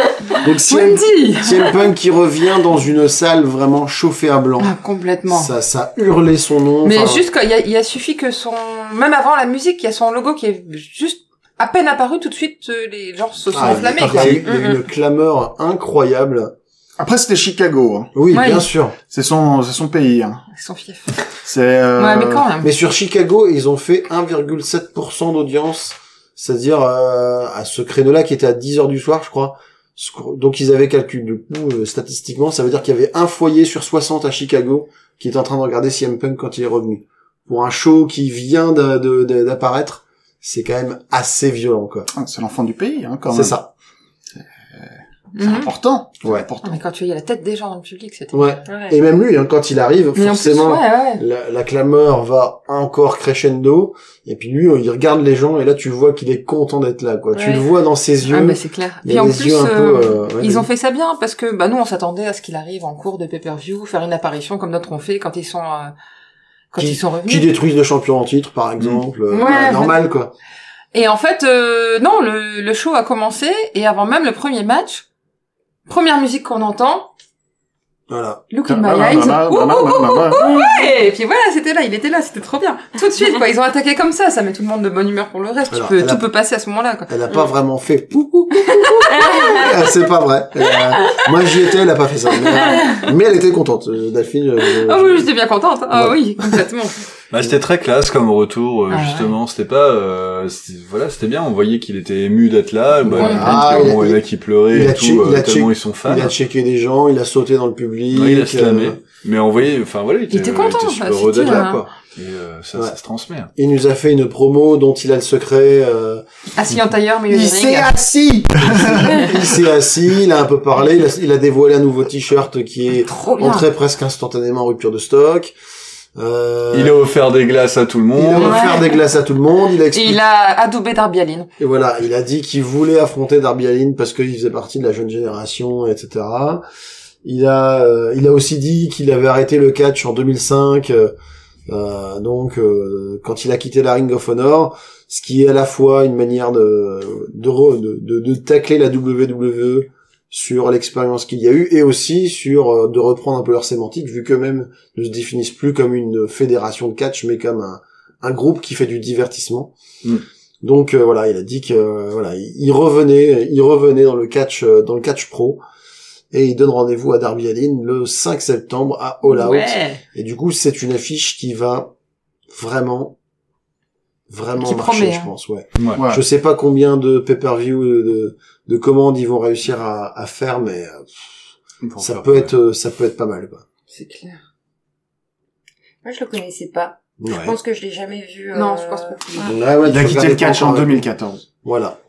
[SPEAKER 7] Donc CM,
[SPEAKER 4] Ah. Wendy
[SPEAKER 7] CM Punk qui revient dans une salle vraiment chauffée à blanc.
[SPEAKER 4] Ah, complètement.
[SPEAKER 7] Ça, ça hurlait son nom.
[SPEAKER 4] Mais
[SPEAKER 7] enfin,
[SPEAKER 4] juste, quand il y a, il y a suffi que son... Même avant la musique, il y a son logo qui est juste à peine apparu, tout de suite, euh, les gens se sont
[SPEAKER 7] ah, il y a-
[SPEAKER 4] enflammés,
[SPEAKER 7] il y
[SPEAKER 4] quoi.
[SPEAKER 7] a eu il y a eu
[SPEAKER 4] Mm,
[SPEAKER 7] une clameur incroyable.
[SPEAKER 3] Après, c'était Chicago. Hein.
[SPEAKER 7] Oui,
[SPEAKER 4] Ouais,
[SPEAKER 7] bien
[SPEAKER 4] il-
[SPEAKER 7] sûr.
[SPEAKER 3] C'est son, c'est son pays. Hein.
[SPEAKER 4] mm. Ils sont fiefs.
[SPEAKER 3] C'est. euh,
[SPEAKER 4] Ouais, mais quand même.
[SPEAKER 7] Mais sur Chicago, ils ont fait 1,7% d'audience, c'est-à-dire euh, à ce créneau-là qui était à 10 heures du soir, je crois. Ce que- Donc ils avaient calculé du coup euh, statistiquement, ça veut dire qu'il y avait un foyer sur 60 à Chicago qui est en train de regarder CM Punk quand il est revenu. Pour un show qui vient d'a- de- de- d'apparaître, c'est quand même assez violent quoi.
[SPEAKER 3] ah, C'est l'enfant du pays, hein, quand
[SPEAKER 7] C'est
[SPEAKER 3] même.
[SPEAKER 7] ça.
[SPEAKER 3] C'est
[SPEAKER 4] Mhm.
[SPEAKER 3] important. C'est
[SPEAKER 7] Ouais.
[SPEAKER 4] Ah,
[SPEAKER 3] important.
[SPEAKER 4] mais quand tu voyais la tête des gens dans le public, c'était...
[SPEAKER 7] Ouais.
[SPEAKER 5] Ouais.
[SPEAKER 7] Et même lui, hein, quand il arrive,
[SPEAKER 4] Mais en plus,
[SPEAKER 7] forcément,
[SPEAKER 4] ouais, ouais.
[SPEAKER 7] la, la clameur va encore crescendo, et puis lui, il regarde les gens, et là, tu vois qu'il est content d'être là, quoi. Tu
[SPEAKER 5] Ouais.
[SPEAKER 7] le vois dans ses yeux.
[SPEAKER 4] Ah, mais c'est clair.
[SPEAKER 7] il y
[SPEAKER 4] Puis
[SPEAKER 7] a
[SPEAKER 4] en
[SPEAKER 7] des
[SPEAKER 4] plus,
[SPEAKER 7] yeux un peu,
[SPEAKER 4] euh,
[SPEAKER 7] euh, ouais,
[SPEAKER 4] ils ont
[SPEAKER 7] oui.
[SPEAKER 4] fait ça bien parce que bah nous on s'attendait à ce qu'il arrive en cours de pay-per-view, faire une apparition comme d'autres ont fait quand ils sont euh, quand ils sont revenus.
[SPEAKER 7] Qui détruisent le champion en titre, par exemple. euh,
[SPEAKER 4] Ouais,
[SPEAKER 7] voilà,
[SPEAKER 4] ouais.
[SPEAKER 7] normal, quoi.
[SPEAKER 4] Et en fait, euh, non, le, le show a commencé et avant même le premier match, première musique qu'on entend,
[SPEAKER 7] Voilà.
[SPEAKER 4] Look in my eyes. Ouh, ouh, ouh, ouais Et puis voilà, c'était là, il était là, c'était trop bien. Tout de suite, quoi. Ils ont attaqué comme ça, ça met tout le monde de bonne humeur pour le reste.
[SPEAKER 7] Alors,
[SPEAKER 4] tu peux,
[SPEAKER 7] elle
[SPEAKER 4] tout
[SPEAKER 7] a-
[SPEAKER 4] peut passer à ce moment-là, quoi.
[SPEAKER 7] Elle a pas vraiment fait pou, pou, pou, pou, pou.
[SPEAKER 4] [laughs]
[SPEAKER 7] Ah, C'est pas vrai. Elle a- moi j'y étais, elle a pas fait ça. Mais, mais elle était contente, euh, Delphine. euh,
[SPEAKER 4] Ah
[SPEAKER 7] je-
[SPEAKER 4] oui, j'étais bien contente. Ah
[SPEAKER 7] Ouais.
[SPEAKER 4] oui,
[SPEAKER 3] [laughs]
[SPEAKER 4] complètement.
[SPEAKER 2] Bah, c'était très classe comme retour, euh,
[SPEAKER 4] Ah ouais.
[SPEAKER 2] justement. C'était pas, euh, c'était- voilà, c'était bien. On voyait qu'il était ému d'être là. Bah,
[SPEAKER 7] Ouais.
[SPEAKER 2] limite, il
[SPEAKER 7] Ah,
[SPEAKER 2] y a-
[SPEAKER 7] il a-
[SPEAKER 2] bon, il y en a qui pleuraient
[SPEAKER 7] il a
[SPEAKER 2] et tout,
[SPEAKER 7] check-
[SPEAKER 2] euh,
[SPEAKER 7] il a
[SPEAKER 2] tellement
[SPEAKER 7] check-
[SPEAKER 2] ils sont fans.
[SPEAKER 7] Il a checké des gens, il a sauté dans le public.
[SPEAKER 2] Ouais, il a slamé.
[SPEAKER 7] euh,
[SPEAKER 2] Mais on voyait, enfin voilà, il était,
[SPEAKER 4] Il était content,
[SPEAKER 2] super
[SPEAKER 4] bah,
[SPEAKER 2] heureux
[SPEAKER 4] c'est
[SPEAKER 2] d'être
[SPEAKER 4] sûr,
[SPEAKER 2] là,
[SPEAKER 4] hein.
[SPEAKER 2] quoi. Et euh, ça,
[SPEAKER 7] Ouais.
[SPEAKER 2] ça se transmet. hein.
[SPEAKER 7] il nous a fait une promo dont il a le secret. euh,
[SPEAKER 4] Assis en tailleur, milieu
[SPEAKER 7] il
[SPEAKER 4] du ring. Ah,
[SPEAKER 7] s'est assis. il s'est assis. Il a un peu parlé. Il a, il a dévoilé un nouveau t-shirt qui est
[SPEAKER 4] Trop bien.
[SPEAKER 7] entré presque instantanément en rupture de stock. Euh,
[SPEAKER 2] Il a offert des glaces à tout le
[SPEAKER 7] il a
[SPEAKER 2] monde.
[SPEAKER 7] offert
[SPEAKER 4] Ouais.
[SPEAKER 7] des glaces à tout le monde. Il a
[SPEAKER 4] Et
[SPEAKER 7] expliqué
[SPEAKER 4] il a adoubé Darby Allin.
[SPEAKER 7] Et voilà, il a dit qu'il voulait affronter Darby Allin parce qu'il faisait partie de la jeune génération, etc. Il a, euh, il a aussi dit qu'il avait arrêté le catch en 2005, euh, euh, donc euh, quand il a quitté la Ring of Honor, ce qui est à la fois une manière de de, re- de, de, de tacler la WWE sur l'expérience qu'il y a eu et aussi sur euh, de reprendre un peu leur sémantique vu qu'eux-mêmes ne se définissent plus comme une fédération de catch mais comme un, un groupe qui fait du divertissement.
[SPEAKER 2] Mm.
[SPEAKER 7] Donc euh, voilà, il a dit que euh, voilà, il il revenait, il revenait dans le catch euh, dans le catch pro et il donne rendez-vous à Darby Allin le 5 septembre à All Out. Et du coup, c'est une affiche qui va vraiment vraiment
[SPEAKER 4] Qui
[SPEAKER 7] marcher,
[SPEAKER 4] promet,
[SPEAKER 7] je
[SPEAKER 4] hein.
[SPEAKER 7] pense, ouais.
[SPEAKER 2] Ouais.
[SPEAKER 3] Ouais.
[SPEAKER 7] Je sais pas combien de pay-per-view de, de, de commandes ils vont réussir à, à faire, mais euh,
[SPEAKER 2] Pour
[SPEAKER 7] ça
[SPEAKER 2] faire-
[SPEAKER 7] peut être euh, ça peut être pas mal. Quoi.
[SPEAKER 4] C'est clair.
[SPEAKER 6] Moi, je le connaissais pas.
[SPEAKER 7] Ouais.
[SPEAKER 6] Je pense que je l'ai jamais vu. euh,
[SPEAKER 4] Non, je pense pas.
[SPEAKER 7] Donc là, ouais,
[SPEAKER 3] Il a
[SPEAKER 7] faut
[SPEAKER 3] quitté
[SPEAKER 7] regarder
[SPEAKER 3] le catch en
[SPEAKER 7] encore.
[SPEAKER 3] 2014.
[SPEAKER 7] Voilà.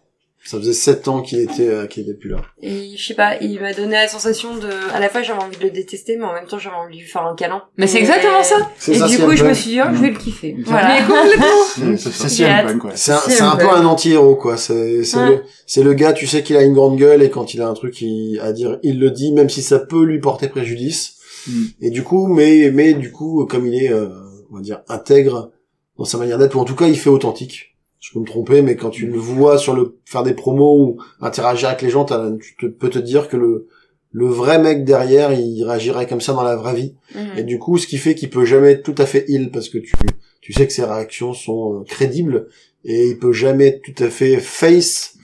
[SPEAKER 7] Ça faisait sept ans qu'il était euh, qu'il était plus là.
[SPEAKER 6] Et je sais pas, il m'a donné la sensation de. À la fois, j'avais envie de le détester, mais en même temps, j'avais envie de lui faire un câlin.
[SPEAKER 4] Mais c'est exactement ça.
[SPEAKER 7] C'est Mm.
[SPEAKER 6] Et
[SPEAKER 7] ça,
[SPEAKER 6] du
[SPEAKER 7] CM
[SPEAKER 6] coup, je
[SPEAKER 7] Punk.
[SPEAKER 6] me suis dit, oh, je vais le kiffer. Voilà.
[SPEAKER 4] Mais
[SPEAKER 7] [laughs]
[SPEAKER 4] complètement.
[SPEAKER 2] Mmh, c'est ça.
[SPEAKER 3] C'est CM
[SPEAKER 6] J'ai
[SPEAKER 3] Punk, ouais.
[SPEAKER 7] C'est un,
[SPEAKER 6] C'est
[SPEAKER 7] c'est un
[SPEAKER 6] vrai.
[SPEAKER 7] peu un anti-héros, quoi. C'est c'est
[SPEAKER 6] Ouais.
[SPEAKER 7] le, c'est le gars, tu sais qu'il a une grande gueule et quand il a un truc il- à dire, il le dit, même si ça peut lui porter préjudice.
[SPEAKER 2] Mm.
[SPEAKER 7] Et du coup, mais, mais du coup, comme il est, euh, on va dire, intègre dans sa manière d'être, ou en tout cas, il fait authentique. Je peux me tromper, mais quand tu le vois sur le, faire des promos ou interagir avec les gens, t'as- tu te- peux te dire que le, le vrai mec derrière, il réagirait comme ça dans la vraie vie.
[SPEAKER 4] Mm.
[SPEAKER 6] Mhm.
[SPEAKER 7] Et du coup, ce qui fait qu'il peut jamais être tout à fait heal parce que tu, tu sais que ses réactions sont euh, crédibles et il peut jamais être tout à fait face,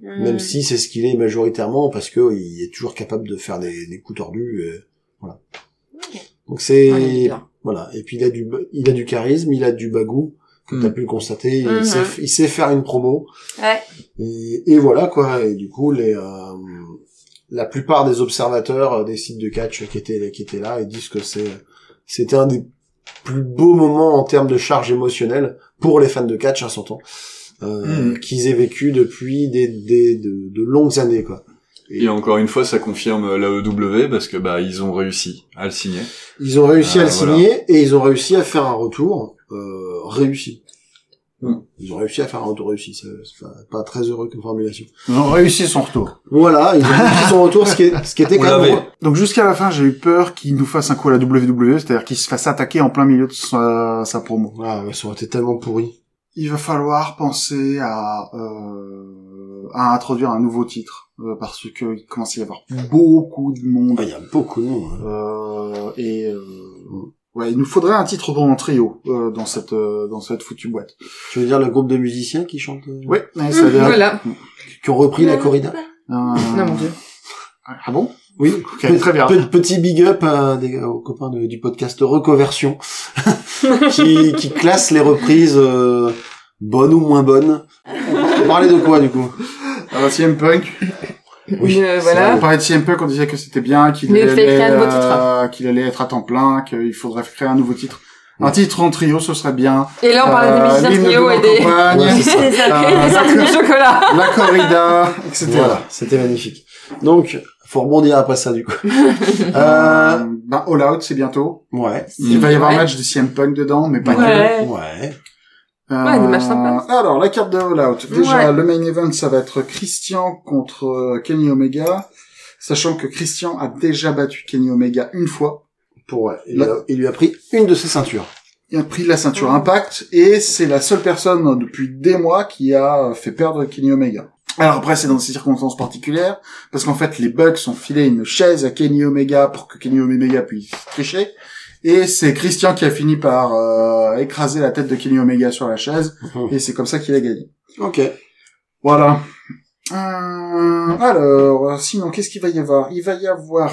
[SPEAKER 4] Mm.
[SPEAKER 6] Mhm.
[SPEAKER 7] même si c'est ce qu'il est majoritairement parce que il est toujours capable de faire des, des coups tordus. et voilà.
[SPEAKER 6] Ok.
[SPEAKER 7] Donc c'est
[SPEAKER 4] Ouais, il est bien.
[SPEAKER 7] voilà. Et puis il a du ba- il a du charisme, il a du bagou. comme
[SPEAKER 2] Mm.
[SPEAKER 7] T'as pu le constater.
[SPEAKER 6] Mhm.
[SPEAKER 7] Il, sait, f- il sait faire une promo.
[SPEAKER 6] Ouais.
[SPEAKER 7] Et, et voilà quoi. Et du coup, les, euh, la plupart des observateurs euh, des sites de catch qui étaient qui étaient là, ils disent que c'est c'était un des plus beaux moments en termes de charge émotionnelle pour les fans de catch à 100 ans euh, qu'ils aient vécu depuis des, des de, de longues années quoi.
[SPEAKER 2] Et encore une fois, ça confirme l'AEW parce que bah ils ont réussi à le signer.
[SPEAKER 7] Ils ont réussi à
[SPEAKER 2] Ah,
[SPEAKER 7] le
[SPEAKER 2] voilà.
[SPEAKER 7] signer et ils ont réussi à faire un retour euh, réussi.
[SPEAKER 2] Mm.
[SPEAKER 7] Ils ont réussi à faire un retour réussi. C'est c'est pas, pas très heureux comme formulation.
[SPEAKER 3] Ils ont réussi son retour.
[SPEAKER 7] Voilà, ils ont réussi son retour, ce qui, est- ce qui était
[SPEAKER 2] On
[SPEAKER 7] quand même
[SPEAKER 2] l'avait.
[SPEAKER 3] Donc jusqu'à la fin, j'ai eu peur qu'il nous fasse un coup à la WWE, c'est-à-dire qu'il se fasse attaquer en plein milieu de sa, sa promo.
[SPEAKER 7] Ah, ouais, ça aurait été tellement pourri.
[SPEAKER 3] Il va falloir penser à, euh, à introduire un nouveau titre, euh, parce que il commence à y avoir beaucoup de monde.
[SPEAKER 7] Ah, Il y a beaucoup de monde. hein.
[SPEAKER 3] Euh, et euh, ouais, il nous faudrait un titre pour en trio euh, dans cette euh, dans cette foutue boîte.
[SPEAKER 7] Tu veux dire le groupe de musiciens qui chantent euh,
[SPEAKER 3] Ouais, ouais, ça a l'air-
[SPEAKER 4] Mmh, Voilà.
[SPEAKER 7] Qui ont repris la corrida
[SPEAKER 3] Euh,
[SPEAKER 4] Non, mon dieu.
[SPEAKER 3] Ah bon
[SPEAKER 7] Oui,
[SPEAKER 3] Ok, très bien.
[SPEAKER 7] Pe- petit big up à des, aux copains de- du podcast Recoversion [laughs] qui, qui classe les reprises euh, bonnes ou moins bonnes. On parlait de quoi du coup
[SPEAKER 3] Alors CM bah, Punk.
[SPEAKER 7] Oui,
[SPEAKER 4] Euh,
[SPEAKER 7] c'est
[SPEAKER 4] voilà.
[SPEAKER 3] On
[SPEAKER 7] vrai.
[SPEAKER 3] parlait de CM Punk, on disait que c'était bien, qu'il
[SPEAKER 4] Mais faites
[SPEAKER 3] allait,
[SPEAKER 4] créer un nouveau
[SPEAKER 3] euh, qu'il allait être à temps plein, qu'il faudrait créer un nouveau titre. Un
[SPEAKER 7] Ouais.
[SPEAKER 3] titre en trio, ce serait bien.
[SPEAKER 4] Et là, on parlait
[SPEAKER 3] Euh,
[SPEAKER 4] des musiciens
[SPEAKER 3] l'hymne
[SPEAKER 4] trio
[SPEAKER 3] de
[SPEAKER 4] et
[SPEAKER 3] la
[SPEAKER 4] [laughs] des...
[SPEAKER 3] campagne,
[SPEAKER 7] Ouais, c'est ça.
[SPEAKER 6] C'est ça.
[SPEAKER 3] euh,
[SPEAKER 4] des sorties de chocolat.
[SPEAKER 3] la corrida, etc.
[SPEAKER 7] Voilà, c'était magnifique. Donc, faut rebondir après ça [laughs] du coup. Euh,
[SPEAKER 3] Euh, ben, All Out, c'est bientôt.
[SPEAKER 7] ouais.
[SPEAKER 3] Il va y avoir un
[SPEAKER 4] Ouais.
[SPEAKER 3] match de CM Punk dedans, mais pas que.
[SPEAKER 4] Ouais.
[SPEAKER 7] Ouais.
[SPEAKER 4] Ouais, des matchs sympas.
[SPEAKER 3] Euh, Alors, la carte de All Out. Déjà,
[SPEAKER 4] Ouais.
[SPEAKER 3] le main event, ça va être Christian contre euh, Kenny Omega. Sachant que Christian a déjà battu Kenny Omega une fois.
[SPEAKER 7] Pour, ouais. Il, lui a, il lui a pris une de ses ceintures.
[SPEAKER 3] Il a pris la ceinture Impact. Et c'est la seule personne euh, depuis des mois qui a euh, fait perdre Kenny Omega. Alors après, c'est dans des circonstances particulières, parce qu'en fait, les Bucks ont filé une chaise à Kenny Omega pour que Kenny Omega puisse tricher. Et c'est Christian qui a fini par euh, écraser la tête de Kenny Omega sur la chaise, et c'est comme ça qu'il a gagné.
[SPEAKER 7] Ok.
[SPEAKER 3] Voilà. Euh, alors, sinon, qu'est-ce qu'il va y avoir Il va y avoir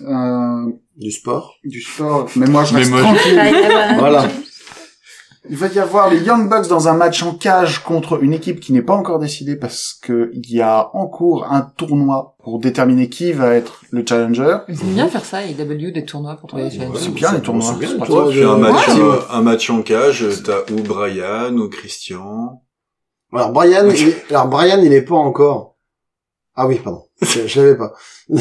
[SPEAKER 3] euh,
[SPEAKER 7] Du sport.
[SPEAKER 3] du sport, mais moi je
[SPEAKER 2] Mais
[SPEAKER 3] reste
[SPEAKER 2] moi, je-
[SPEAKER 6] Bah, eh
[SPEAKER 3] tranquille.
[SPEAKER 6] ben, [laughs]
[SPEAKER 7] Voilà.
[SPEAKER 3] Il va y avoir les Young Bucks dans un match en cage contre une équipe qui n'est pas encore décidée parce que il y a en cours un tournoi pour déterminer qui va être le challenger.
[SPEAKER 4] Ils aiment bien faire ça, AEW, des tournois pour trouver les chaînes.
[SPEAKER 3] c'est bien, les tournois.
[SPEAKER 7] C'est bien,
[SPEAKER 3] C'est
[SPEAKER 7] les
[SPEAKER 3] pas
[SPEAKER 7] tournois.
[SPEAKER 2] Puis un
[SPEAKER 7] de-
[SPEAKER 2] match,
[SPEAKER 7] Ouais.
[SPEAKER 2] euh, un match en cage, euh, t'as ou Brian, ou Christian.
[SPEAKER 7] Alors Brian, il est- alors Brian, il est pas encore. Ah oui,
[SPEAKER 3] [laughs]
[SPEAKER 7] pardon. Je, je l'avais pas. [laughs]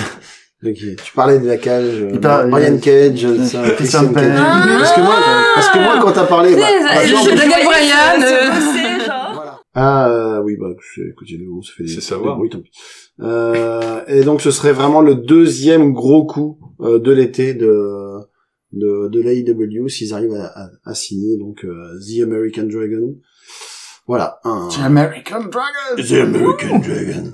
[SPEAKER 7] Ok, Tu parlais de la cage. euh,
[SPEAKER 3] Il parle-
[SPEAKER 7] Brian
[SPEAKER 3] il-
[SPEAKER 7] Cage,
[SPEAKER 3] il-
[SPEAKER 7] ça,
[SPEAKER 3] Christian
[SPEAKER 7] Christian Cage.
[SPEAKER 3] Page.
[SPEAKER 7] Ah parce que moi, parce que moi, quand t'as parlé, bah,
[SPEAKER 4] Ah,
[SPEAKER 7] genre,
[SPEAKER 4] je- Brian,
[SPEAKER 6] euh.
[SPEAKER 7] ah euh, oui, bah c'est- écoutez, on se fait des,
[SPEAKER 2] C'est
[SPEAKER 7] des
[SPEAKER 2] savoir.
[SPEAKER 7] bruits, tant pis. Euh, et donc, ce serait vraiment le deuxième gros coup euh, de l'été de de, de l'AEW s'ils arrivent à, à- à signer donc euh, The American Dragon. Voilà. Un...
[SPEAKER 3] The American Dragon.
[SPEAKER 7] The American Dragon.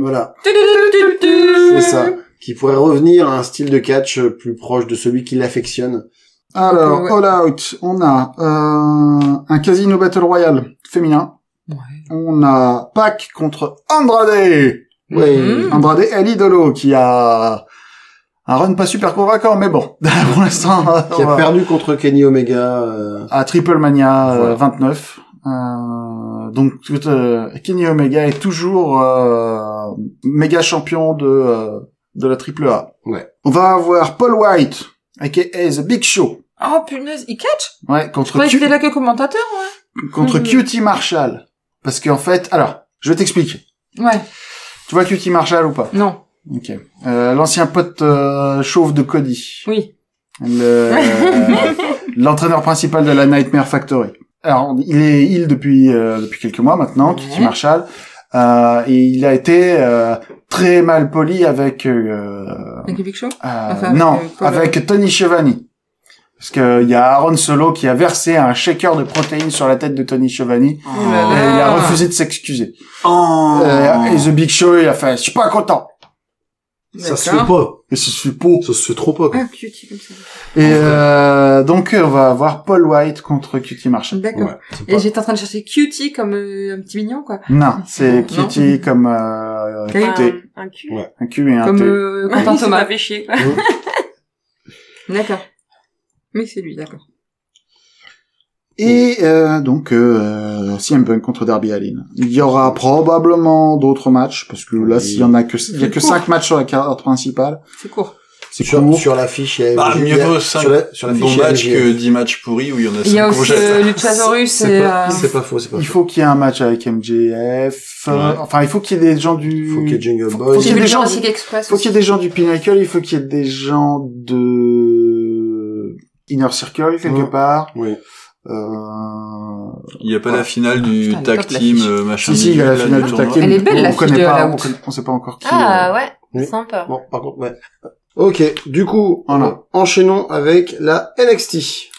[SPEAKER 7] Voilà, c'est ça. Qui pourrait revenir à un style de catch euh, plus proche de celui qui l'affectionne.
[SPEAKER 3] Alors,
[SPEAKER 4] Ouais.
[SPEAKER 3] All Out, on a euh, un Casino Battle Royale féminin.
[SPEAKER 4] Ouais.
[SPEAKER 3] On a Pac contre Andrade.
[SPEAKER 7] Ouais.
[SPEAKER 4] Mhm.
[SPEAKER 3] Andrade El Idolo qui a un run pas super convaincant, mais bon, [laughs] pour l'instant,
[SPEAKER 7] Qui
[SPEAKER 3] on va-
[SPEAKER 7] a perdu contre Kenny Omega. euh,
[SPEAKER 3] à Triple Mania euh,
[SPEAKER 7] Voilà.
[SPEAKER 3] 29. Euh, donc tout, euh, Kenny Omega est toujours euh, méga champion de euh, de la Triple A.
[SPEAKER 7] Ouais.
[SPEAKER 3] On va avoir Paul White, aka The Big Show,
[SPEAKER 4] Oh punaise, il catch
[SPEAKER 3] ouais,
[SPEAKER 4] Je
[SPEAKER 3] contre
[SPEAKER 4] croyais
[SPEAKER 3] Q-
[SPEAKER 4] qu'il était là que commentateur.
[SPEAKER 3] contre
[SPEAKER 4] Mhm.
[SPEAKER 3] Cutie Marshall, parce qu'en fait, alors je t'explique.
[SPEAKER 4] Ouais,
[SPEAKER 3] Tu vois Cutie Marshall ou pas
[SPEAKER 4] non,
[SPEAKER 3] Ok. Euh, L'ancien pote euh, chauve de Cody.
[SPEAKER 4] oui. [laughs]
[SPEAKER 3] le- euh, l'entraîneur principal de la Nightmare Factory. Alors, il est il depuis euh, depuis quelques mois maintenant, Kiki
[SPEAKER 4] Ouais.
[SPEAKER 3] Marshall, euh, et il a été euh, très mal poli avec euh,
[SPEAKER 4] Avec le Big Show
[SPEAKER 3] euh,
[SPEAKER 4] Enfin,
[SPEAKER 3] non
[SPEAKER 4] avec, euh, Paul-
[SPEAKER 3] avec Tony Schiavone. Parce que il y a Aaron Solo qui a versé un shaker de protéines sur la tête de Tony Schiavone
[SPEAKER 4] Oh là
[SPEAKER 3] et il a
[SPEAKER 4] là.
[SPEAKER 3] refusé de s'excuser.
[SPEAKER 2] Oh.
[SPEAKER 3] Euh, et The Big Show il a fait je suis pas content.
[SPEAKER 7] ça se fait
[SPEAKER 4] D'accord.
[SPEAKER 7] pas.
[SPEAKER 3] Et ce suis pauvre.
[SPEAKER 7] Ça se fait trop pas. quoi.
[SPEAKER 4] Ah, cutie comme ça.
[SPEAKER 3] Et euh, donc on va avoir Paul White contre Cutie Marshall.
[SPEAKER 4] D'accord.
[SPEAKER 7] Ouais, c'est pas-
[SPEAKER 4] Et j'étais en train de chercher cutie comme euh, un petit mignon, quoi.
[SPEAKER 3] Non, c'est
[SPEAKER 4] Non.
[SPEAKER 3] Cutie comme euh,
[SPEAKER 4] Comme-
[SPEAKER 3] T.
[SPEAKER 6] Ah, Un cul.
[SPEAKER 7] Ouais.
[SPEAKER 3] Un Q et un
[SPEAKER 4] Comme
[SPEAKER 3] T.
[SPEAKER 4] euh, Quentin
[SPEAKER 6] Il s'est pas
[SPEAKER 4] Thomas.
[SPEAKER 6] fait chier, quoi.
[SPEAKER 4] D'accord. Mais c'est lui, d'accord.
[SPEAKER 3] Et euh, donc euh, CM Punk contre Darby Allin. Il y aura probablement d'autres match parce que là
[SPEAKER 7] Oui.
[SPEAKER 3] s'il y en a que il y a que
[SPEAKER 4] C'est
[SPEAKER 3] cinq matchs sur la carte principale,
[SPEAKER 4] C'est court.
[SPEAKER 3] c'est
[SPEAKER 7] Sur,
[SPEAKER 3] court.
[SPEAKER 7] sur l'affiche, il y a
[SPEAKER 2] Bah,
[SPEAKER 7] il y
[SPEAKER 2] mieux
[SPEAKER 7] a-
[SPEAKER 2] vaut cinq
[SPEAKER 7] sur la, sur
[SPEAKER 2] un bon
[SPEAKER 7] l'affiche,
[SPEAKER 2] match
[SPEAKER 7] il y a-
[SPEAKER 2] que 10 matchs pourris où il y en a
[SPEAKER 4] Il y a
[SPEAKER 2] 5
[SPEAKER 4] aussi euh, Luchasaurus
[SPEAKER 7] C'est
[SPEAKER 4] et...
[SPEAKER 7] pas,
[SPEAKER 4] euh,
[SPEAKER 7] c'est pas faux, c'est pas
[SPEAKER 3] Il
[SPEAKER 7] faux.
[SPEAKER 3] faut qu'il y ait un match avec MJF. euh,
[SPEAKER 2] Ouais.
[SPEAKER 3] Enfin, il faut qu'il y ait des gens du.
[SPEAKER 7] Il faut qu'il y ait Jungle
[SPEAKER 3] faut-
[SPEAKER 7] Boy.
[SPEAKER 3] faut qu'il y ait des gens.
[SPEAKER 4] Jurassic Express
[SPEAKER 3] faut qu'il y ait des gens du Pinnacle. Il faut qu'il y ait des gens de Inner Circle quelque
[SPEAKER 7] Ouais.
[SPEAKER 3] part.
[SPEAKER 7] Oui.
[SPEAKER 3] euh,
[SPEAKER 2] Il n'y a pas la finale du
[SPEAKER 4] Putain, elle est
[SPEAKER 2] tag
[SPEAKER 4] top, la
[SPEAKER 2] team,
[SPEAKER 4] fiche.
[SPEAKER 2] euh, machin.
[SPEAKER 3] Si, si, il y a la
[SPEAKER 2] là,
[SPEAKER 3] finale
[SPEAKER 2] du
[SPEAKER 3] du
[SPEAKER 2] tournoi.
[SPEAKER 3] tag team.
[SPEAKER 4] Elle est belle,
[SPEAKER 3] On
[SPEAKER 4] la fille
[SPEAKER 3] connaît
[SPEAKER 4] de
[SPEAKER 3] pas,
[SPEAKER 4] la
[SPEAKER 3] on,
[SPEAKER 4] route.
[SPEAKER 3] connaît- on sait pas encore qui.
[SPEAKER 6] Ah
[SPEAKER 3] euh,
[SPEAKER 6] ouais,
[SPEAKER 7] Oui.
[SPEAKER 6] sympa.
[SPEAKER 7] Bon, par contre, ouais. Ok, du coup,
[SPEAKER 3] Voilà.
[SPEAKER 7] euh, enchaînons avec la NXT.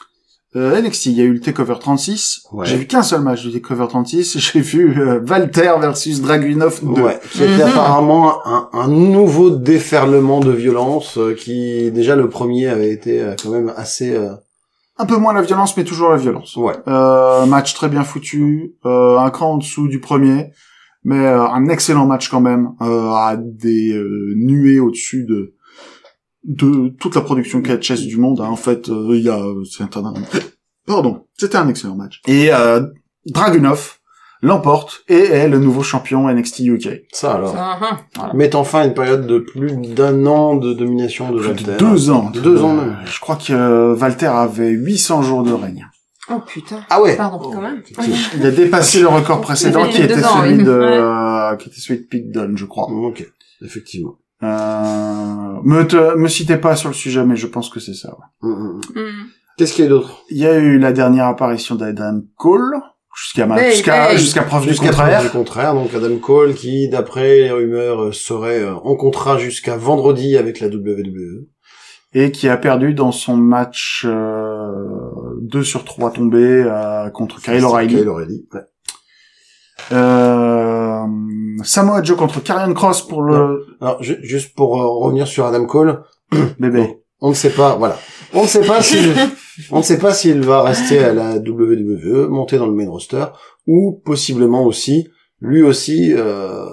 [SPEAKER 3] euh, NXT, il y a eu le Takeover 36.
[SPEAKER 7] Ouais.
[SPEAKER 3] J'ai vu qu'un seul match du Takeover 36. J'ai vu euh, Walter versus Dragunov 2.
[SPEAKER 7] Ouais, qui était
[SPEAKER 4] Mhm.
[SPEAKER 7] apparemment un, un nouveau déferlement de violence euh, qui, déjà, le premier avait été euh, quand même assez... euh,
[SPEAKER 3] Un peu moins la violence, mais toujours la violence.
[SPEAKER 7] Ouais.
[SPEAKER 3] Euh, match très bien foutu, euh, un cran en dessous du premier, mais euh, un excellent match quand même, euh, à des euh, nuées au-dessus de de toute la production catchaise du monde. hein. En fait, euh, il y a euh, c'est un [coughs] pardon, c'était un excellent match. Et euh, Dragunov l'emporte et est le nouveau champion NXT UK.
[SPEAKER 7] Ça, alors.
[SPEAKER 4] Ah, ah.
[SPEAKER 7] Mettant fin à une période de plus d'un an de domination de
[SPEAKER 3] Plus
[SPEAKER 7] Walter.
[SPEAKER 3] de deux ans.
[SPEAKER 7] De deux ans même.
[SPEAKER 3] Je crois que euh, Walter avait 800 jours de règne.
[SPEAKER 4] Oh putain.
[SPEAKER 7] Ah ouais
[SPEAKER 4] Pardon.
[SPEAKER 7] Oh,
[SPEAKER 4] Quand même.
[SPEAKER 7] effectivement.
[SPEAKER 3] Il a dépassé le record précédent
[SPEAKER 4] Il
[SPEAKER 3] qui
[SPEAKER 4] y a deux
[SPEAKER 3] était
[SPEAKER 4] ans,
[SPEAKER 3] celui
[SPEAKER 4] oui.
[SPEAKER 3] de
[SPEAKER 4] Ouais.
[SPEAKER 3] euh, qui était celui de Pete Dunne, je crois.
[SPEAKER 7] Ok, effectivement.
[SPEAKER 3] Euh, me te- me citez pas sur le sujet, mais je pense que c'est ça. ouais.
[SPEAKER 7] Mhm.
[SPEAKER 4] Hmm.
[SPEAKER 7] Qu'est-ce qu'il y a d'autre
[SPEAKER 3] Il y a eu la dernière apparition d'Adam Cole jusqu'à ma-
[SPEAKER 4] Hey,
[SPEAKER 3] jusqu'à
[SPEAKER 4] hey.
[SPEAKER 3] jusqu'à preuve du
[SPEAKER 7] Ah, Jusqu'à preuve du
[SPEAKER 3] contraire.
[SPEAKER 7] contraire, donc Adam Cole qui, d'après les rumeurs, euh, serait euh, en contrat jusqu'à vendredi avec la E. WWE.
[SPEAKER 3] et qui a perdu dans son match euh, 2 sur 3 tombé euh, contre Kyle
[SPEAKER 7] C'est
[SPEAKER 3] O'Reilly.
[SPEAKER 7] Kyle O'Reilly. ouais.
[SPEAKER 3] Euh, Samoa Joe contre Karrion Cross pour le
[SPEAKER 7] Alors, ju- juste pour euh, revenir sur Adam Cole,
[SPEAKER 3] bébé.
[SPEAKER 7] on ne sait pas, voilà. On ne sait pas si,
[SPEAKER 3] [laughs]
[SPEAKER 7] on ne sait pas s'il va rester à la WWE, monter dans le main roster, ou possiblement aussi, lui aussi, euh,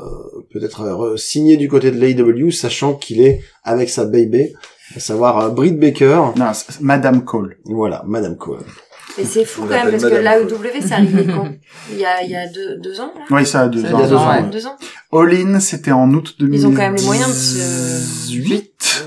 [SPEAKER 7] peut-être euh, re- signer du côté de l'AEW, sachant qu'il est avec sa baby, à savoir euh, Britt Baker,
[SPEAKER 3] Non, c'est- c'est Madame Cole.
[SPEAKER 7] voilà, Madame Cole.
[SPEAKER 6] Et c'est fou
[SPEAKER 2] On
[SPEAKER 6] quand même,
[SPEAKER 2] l'appelle
[SPEAKER 6] parce que
[SPEAKER 2] Madame
[SPEAKER 6] l'AEW, c'est
[SPEAKER 7] [laughs]
[SPEAKER 6] arrivé quand Il y a, il y a deux, deux ans, là
[SPEAKER 3] Oui, ça a deux
[SPEAKER 5] C'est
[SPEAKER 3] ans.
[SPEAKER 7] il y a deux ans,
[SPEAKER 6] Ouais,
[SPEAKER 7] ouais.
[SPEAKER 6] Deux ans.
[SPEAKER 3] All In, c'était en août 2018.
[SPEAKER 6] Ils ont quand même les moyens de se-
[SPEAKER 3] 18.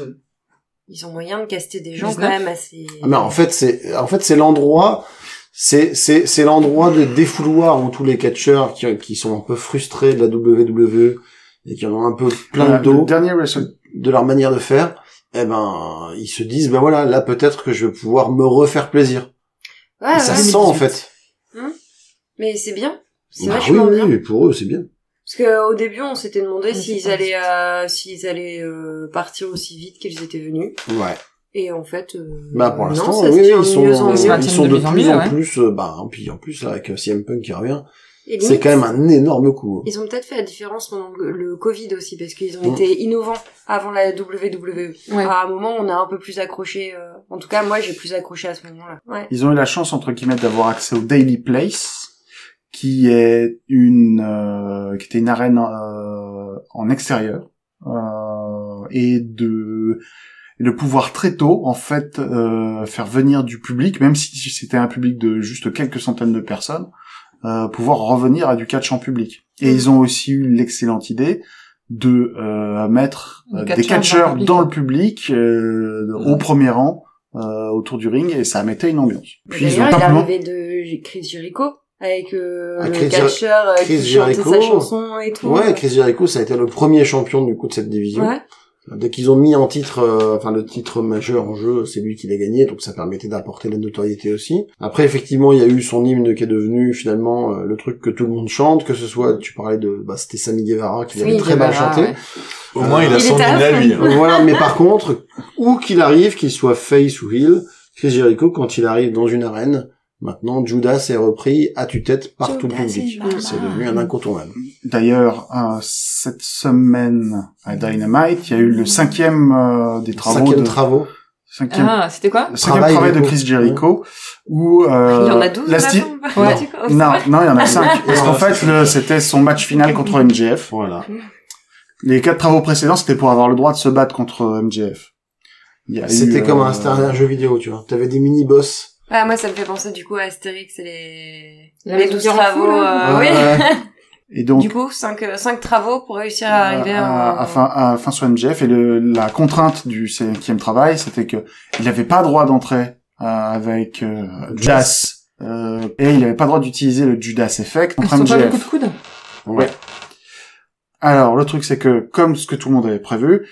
[SPEAKER 6] Ils ont moyen de caster des gens
[SPEAKER 5] 19.
[SPEAKER 6] quand même assez...
[SPEAKER 7] Ah, Mais en fait, c'est en fait c'est l'endroit, c'est c'est c'est l'endroit de défouloir où tous les catcheurs qui qui sont un peu frustrés de la WWE et qui en ont un peu plein
[SPEAKER 3] Voilà,
[SPEAKER 7] le dos
[SPEAKER 3] Euh, le dernier Wrestle.
[SPEAKER 7] de leur manière de faire. Eh ben, ils se disent ben voilà, là peut-être que je vais pouvoir me refaire plaisir.
[SPEAKER 6] Ouais,
[SPEAKER 7] et
[SPEAKER 6] Ah,
[SPEAKER 7] ça
[SPEAKER 6] ouais.
[SPEAKER 7] se sent en fait.
[SPEAKER 6] Mais c'est bien. C'est
[SPEAKER 7] Bah oui,
[SPEAKER 6] vachement
[SPEAKER 7] oui,
[SPEAKER 6] bien.
[SPEAKER 7] oui, pour eux c'est bien.
[SPEAKER 6] Parce qu'au début, on s'était demandé
[SPEAKER 5] Ouais,
[SPEAKER 6] s'ils
[SPEAKER 5] c'est pas
[SPEAKER 6] allaient, euh, s'ils allaient euh, partir aussi vite qu'ils étaient venus.
[SPEAKER 7] Ouais.
[SPEAKER 6] Et en fait, euh,
[SPEAKER 7] Bah pour
[SPEAKER 6] non,
[SPEAKER 7] l'instant,
[SPEAKER 6] ça
[SPEAKER 7] oui,
[SPEAKER 6] se
[SPEAKER 7] oui,
[SPEAKER 6] tient
[SPEAKER 7] ils
[SPEAKER 6] de
[SPEAKER 7] sont
[SPEAKER 6] mieux en
[SPEAKER 7] ils
[SPEAKER 5] se
[SPEAKER 6] mieux.
[SPEAKER 5] maintient
[SPEAKER 7] sont de
[SPEAKER 5] de mieux en
[SPEAKER 7] plus
[SPEAKER 5] mieux,
[SPEAKER 7] en
[SPEAKER 5] ouais.
[SPEAKER 7] plus. euh, Bah puis en plus là avec euh, CM Punk qui revient,
[SPEAKER 6] Et
[SPEAKER 7] c'est
[SPEAKER 6] limite,
[SPEAKER 7] quand même un énorme coup.
[SPEAKER 6] Ils ont peut-être fait la différence pendant le- le Covid aussi, parce qu'ils ont
[SPEAKER 7] Mm.
[SPEAKER 6] été innovants avant la WWE.
[SPEAKER 4] Ouais.
[SPEAKER 7] Ah,
[SPEAKER 6] À un moment, on a un peu plus accroché. euh, En tout cas, moi, j'ai plus accroché à ce moment-là. Ouais.
[SPEAKER 3] Ils ont eu la chance, entre guillemets, d'avoir accès au Daily Place, qui est une, euh, qui était une arène, euh, en extérieur, euh, et de, et de pouvoir très tôt, en fait, euh, faire venir du public, même si c'était un public de juste quelques centaines de personnes, euh, pouvoir revenir à du catch en public. Et ils ont aussi eu l'excellente idée de euh, mettre
[SPEAKER 4] Des
[SPEAKER 3] euh, des
[SPEAKER 4] catcheurs
[SPEAKER 3] catcheurs
[SPEAKER 4] dans le public.
[SPEAKER 3] dans le public, euh, au premier rang, euh, autour du ring, et ça mettait une ambiance. Puis ils ont
[SPEAKER 6] D'ailleurs, il est
[SPEAKER 3] simplement...
[SPEAKER 6] arrivé de Chris Jericho avec euh,
[SPEAKER 7] Ah,
[SPEAKER 6] le
[SPEAKER 7] Chris Jer-
[SPEAKER 6] catcheur euh,
[SPEAKER 7] Chris
[SPEAKER 6] qui chantait
[SPEAKER 7] Jericho.
[SPEAKER 6] sa chanson et tout.
[SPEAKER 7] Ouais, Chris Jericho, ça a été le premier champion du coup de cette division.
[SPEAKER 6] Ouais.
[SPEAKER 7] Dès qu'ils ont mis en titre, euh, enfin le titre majeur en jeu, c'est lui qui l'a gagné, donc ça permettait d'apporter la notoriété aussi. Après, effectivement, il y a eu son hymne qui est devenu finalement euh, le truc que tout le monde chante, que ce soit, tu parlais de, bah, c'était Sammy Guevara qui l'avait
[SPEAKER 6] Oui,
[SPEAKER 7] très mal chanté.
[SPEAKER 2] Au moins, il a
[SPEAKER 6] Il
[SPEAKER 2] son
[SPEAKER 6] était à
[SPEAKER 2] hymne à
[SPEAKER 6] fond.
[SPEAKER 2] lui. hein.
[SPEAKER 7] Euh, voilà, mais par contre, où qu'il arrive, qu'il soit face ou heel, Chris Jericho, quand il arrive dans une arène, maintenant Judas est repris à tue-tête par tout le
[SPEAKER 4] Judas
[SPEAKER 7] public.
[SPEAKER 4] et Barbara.
[SPEAKER 7] C'est devenu un incontournable.
[SPEAKER 3] D'ailleurs, euh, cette semaine à Dynamite, il y a eu le cinquième euh, des travaux
[SPEAKER 7] Cinquième
[SPEAKER 3] de...
[SPEAKER 7] travaux.
[SPEAKER 3] cinquième...
[SPEAKER 4] Ah, c'était quoi
[SPEAKER 3] cinquième
[SPEAKER 7] Travail
[SPEAKER 3] travail,
[SPEAKER 7] de
[SPEAKER 3] de
[SPEAKER 7] Chris.
[SPEAKER 3] Chris Jericho, où... euh,
[SPEAKER 6] il y en a 12
[SPEAKER 3] la sti-
[SPEAKER 4] Ouais.
[SPEAKER 3] Non, non, il y en a cinq. Parce qu'en
[SPEAKER 2] Non, c'est
[SPEAKER 3] fait, le- c'était son match final contre MJF.
[SPEAKER 7] Voilà.
[SPEAKER 3] Les quatre travaux précédents, c'était pour avoir le droit de se battre contre MJF. Il y a
[SPEAKER 7] C'était
[SPEAKER 3] eu,
[SPEAKER 7] comme
[SPEAKER 3] euh,
[SPEAKER 7] un, c'était un jeu vidéo, tu vois. T'avais des mini-boss.
[SPEAKER 6] Ah, moi, ça me fait penser du coup à Astérix et les,
[SPEAKER 4] La
[SPEAKER 6] les
[SPEAKER 4] maison
[SPEAKER 6] 12
[SPEAKER 4] du
[SPEAKER 6] travaux.
[SPEAKER 4] fou,
[SPEAKER 6] euh,
[SPEAKER 4] là.
[SPEAKER 6] oui.
[SPEAKER 3] Et donc,
[SPEAKER 6] [laughs] Du coup, 5 cinq travaux pour réussir à
[SPEAKER 4] Ah,
[SPEAKER 7] Euh,
[SPEAKER 3] Euh,
[SPEAKER 6] arriver
[SPEAKER 3] à,
[SPEAKER 6] à...
[SPEAKER 3] à fin, à fin sur MJF. Et le, la contrainte du cinquième travail, c'était que il n'avait pas droit d'entrer euh, avec euh, Judas. Euh, et il n'avait pas droit d'utiliser le Judas Effect
[SPEAKER 4] Ils sont
[SPEAKER 3] contre
[SPEAKER 4] pas beaucoup de coudes
[SPEAKER 3] MJF.
[SPEAKER 7] Ouais.
[SPEAKER 3] Alors, le truc, c'est que, comme ce que tout le monde avait prévu,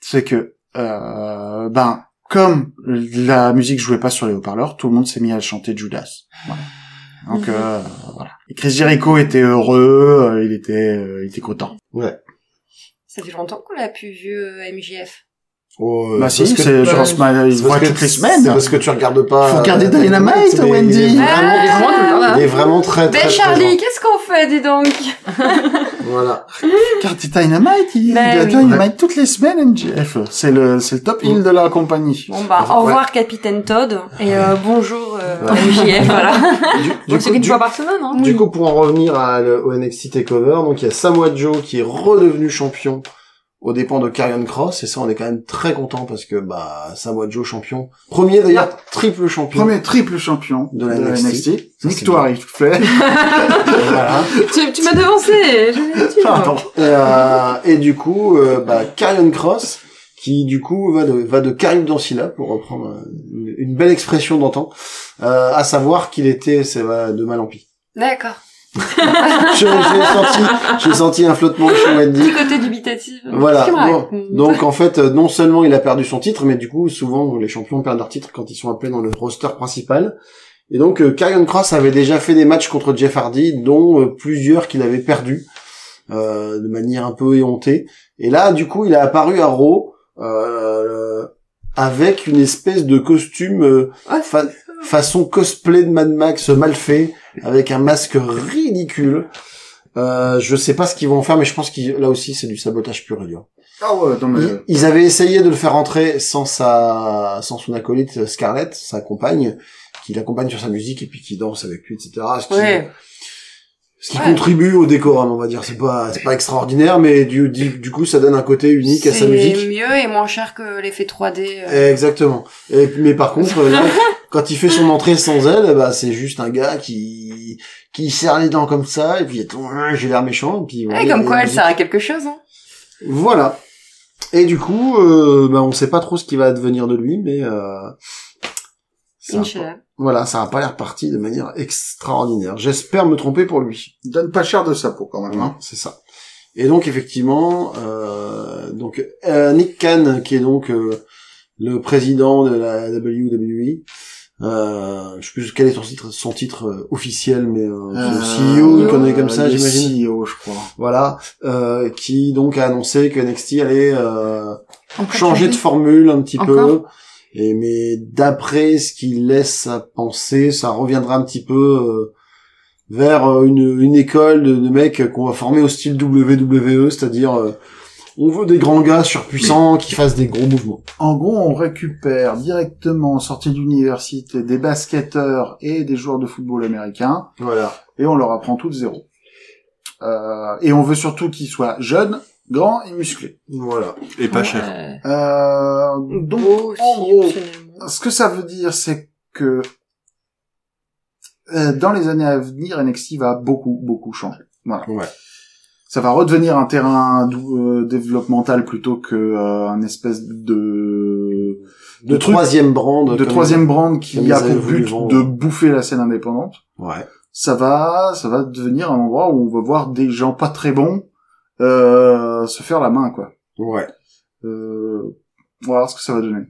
[SPEAKER 3] c'est que, euh, ben, comme la musique jouait pas sur les haut-parleurs, tout le monde s'est mis à chanter Judas. Voilà. Donc,
[SPEAKER 4] Mhm.
[SPEAKER 3] euh, voilà. Et Chris Jericho était heureux, euh, il était, euh, il était content.
[SPEAKER 6] Ça fait longtemps qu'on l'a plus vu euh, MJF.
[SPEAKER 7] Oh, euh,
[SPEAKER 3] bah si,
[SPEAKER 7] parce que-
[SPEAKER 3] c'est,
[SPEAKER 7] parce
[SPEAKER 3] genre, il se voit
[SPEAKER 7] que-
[SPEAKER 3] toutes les semaines.
[SPEAKER 7] C'est parce que tu regardes pas.
[SPEAKER 3] Faut regarder
[SPEAKER 7] euh,
[SPEAKER 3] Dynamite,
[SPEAKER 7] mais
[SPEAKER 3] Wendy.
[SPEAKER 7] Il est
[SPEAKER 6] Ah,
[SPEAKER 7] vraiment,
[SPEAKER 4] Il est loin, tout le temps, là.
[SPEAKER 7] il est vraiment très, très.
[SPEAKER 6] Mais Charlie, qu'est-ce qu'on fait, dis donc
[SPEAKER 7] présent. Voilà.
[SPEAKER 3] Cardi Dynamite, il,
[SPEAKER 6] Ben
[SPEAKER 3] il a
[SPEAKER 6] oui.
[SPEAKER 3] Dynamite toutes les semaines, MJF. C'est le, c'est le top heel de la compagnie.
[SPEAKER 6] Bon bah, au
[SPEAKER 7] Ouais.
[SPEAKER 6] revoir Capitaine Todd, et euh, bonjour euh, MJF, voilà.
[SPEAKER 7] Du,
[SPEAKER 4] C'est
[SPEAKER 7] coup,
[SPEAKER 4] qu'une
[SPEAKER 7] du-
[SPEAKER 4] fois par semaine, hein
[SPEAKER 7] du coup, pour en revenir à, le- au NXT Takeover, donc il y a Samoa Joe qui est redevenu champion aux dépens de Karrion Cross, et ça, on est quand même très content parce que, bah, Samoa Joe champion. Premier d'ailleurs, triple champion.
[SPEAKER 3] Premier triple champion de
[SPEAKER 7] De
[SPEAKER 3] la
[SPEAKER 7] la
[SPEAKER 3] NXT.
[SPEAKER 7] NXT. Ça, c'est
[SPEAKER 3] Victoire, il fait. [laughs]
[SPEAKER 7] Voilà.
[SPEAKER 4] Tu, tu m'as devancé je- tu-
[SPEAKER 3] Pardon.
[SPEAKER 7] Et, euh, et du coup, euh, bah, Karrion Cross, qui du coup va de, va de Karim Dansila, pour reprendre euh, une, une belle expression d'antan, euh, à savoir qu'il était, ça va de mal en pis.
[SPEAKER 6] D'accord.
[SPEAKER 7] J'ai j'ai senti, j'ai senti un flottement chez Wendy.
[SPEAKER 6] Petit côté dubitatif.
[SPEAKER 7] Voilà.
[SPEAKER 6] Qu'est-ce qu'il me
[SPEAKER 7] Bon.
[SPEAKER 6] raconte
[SPEAKER 7] Donc en fait, euh, non seulement il a perdu son titre, mais du coup, souvent les champions perdent leur titre quand ils sont appelés dans le roster principal. Et donc, euh, Karrion Cross avait déjà fait des matchs contre Jeff Hardy, dont euh, plusieurs qu'il avait perdus euh, de manière un peu éhontée. Et là, du coup, il a apparu à Raw euh, avec une espèce de costume euh,
[SPEAKER 4] Oh, c'est
[SPEAKER 7] fa- façon cosplay de Mad Max mal fait, avec un masque ridicule. Euh, je sais pas ce qu'ils vont en faire, mais je pense que là aussi c'est du sabotage pur et dur.
[SPEAKER 3] Ah ouais, non mais...
[SPEAKER 7] Ils, ils avaient essayé de le faire entrer sans sa, sans son acolyte euh, Scarlett, sa compagne, qui l'accompagne sur sa musique et puis qui danse avec lui, etc. Ce qui,
[SPEAKER 4] Ouais.
[SPEAKER 7] ce qui
[SPEAKER 4] Ouais.
[SPEAKER 7] contribue au décorum, on va dire. C'est pas, c'est pas extraordinaire, mais du, du, du coup, ça donne un côté unique à sa
[SPEAKER 6] C'est
[SPEAKER 7] musique.
[SPEAKER 6] mieux et moins cher que l'effet 3D. euh.
[SPEAKER 7] Exactement. Et, mais par contre, euh,
[SPEAKER 6] [laughs]
[SPEAKER 7] là, quand il fait son entrée sans elle, bah, c'est juste un gars qui, qui serre les dents comme ça, et puis il est tout, Hum, j'ai l'air méchant, et puis
[SPEAKER 6] Ouais,
[SPEAKER 7] voilà, il y a
[SPEAKER 6] comme quoi,
[SPEAKER 7] la
[SPEAKER 6] elle
[SPEAKER 7] musique.
[SPEAKER 6] sert à quelque chose. Hein.
[SPEAKER 7] Voilà. Et du coup, euh, bah, on sait pas trop ce qui va advenir de lui, mais euh, ça a pas-
[SPEAKER 6] Inch'Allah.
[SPEAKER 7] voilà, ça a pas l'air parti de manière extraordinaire. J'espère me tromper pour lui.
[SPEAKER 3] Il donne pas cher de sa peau quand même.
[SPEAKER 7] Voilà,
[SPEAKER 3] Hein.
[SPEAKER 7] c'est ça. Et donc effectivement, euh, donc euh, Nick Khan, qui est donc euh, le président de la WWE, euh, je sais plus quel est son titre, son titre euh, officiel, mais euh, c'est CEO, une connerie comme ça,
[SPEAKER 3] Euh,
[SPEAKER 7] j'imagine
[SPEAKER 3] CEO, je crois.
[SPEAKER 7] voilà, euh, qui donc a annoncé que NXT allait euh,
[SPEAKER 4] Encore
[SPEAKER 7] changer de
[SPEAKER 4] changer.
[SPEAKER 7] formule un petit peu.
[SPEAKER 4] Encore
[SPEAKER 7] Et mais d'après ce qui laisse à penser, ça reviendra un petit peu euh, vers euh, une, une école de, de mecs qu'on va former au style WWE, c'est-à-dire euh, on veut des grands gars surpuissants qui fassent des gros mouvements.
[SPEAKER 3] En gros, on récupère directement, sortie d'université, des basketteurs et des joueurs de football américains,
[SPEAKER 7] Voilà.
[SPEAKER 3] et on leur apprend tout de zéro. Euh, et on veut surtout qu'ils soient jeunes, grands et musclés.
[SPEAKER 7] Voilà.
[SPEAKER 2] Et pas cher.
[SPEAKER 4] Ouais.
[SPEAKER 3] Euh, donc,
[SPEAKER 6] Beau aussi,
[SPEAKER 3] en gros,
[SPEAKER 6] optionnellement.
[SPEAKER 3] ce que ça veut dire, c'est que euh, dans les années à venir, NXT va beaucoup, beaucoup changer. Voilà.
[SPEAKER 7] Ouais.
[SPEAKER 3] Ça va redevenir un terrain dou- euh, développental plutôt que euh, un espèce de
[SPEAKER 7] De
[SPEAKER 3] De trucs-
[SPEAKER 7] troisième brand.
[SPEAKER 3] de
[SPEAKER 7] comme-
[SPEAKER 3] troisième brand
[SPEAKER 7] comme
[SPEAKER 3] qui a
[SPEAKER 7] ils avaient
[SPEAKER 3] pour
[SPEAKER 7] voulu
[SPEAKER 3] but
[SPEAKER 7] vendre.
[SPEAKER 3] de bouffer la scène indépendante.
[SPEAKER 7] Ouais.
[SPEAKER 3] Ça va, ça va devenir un endroit où on va voir des gens pas très bons euh, se faire la main, quoi.
[SPEAKER 7] Ouais.
[SPEAKER 3] Euh, on va voir ce que ça va donner.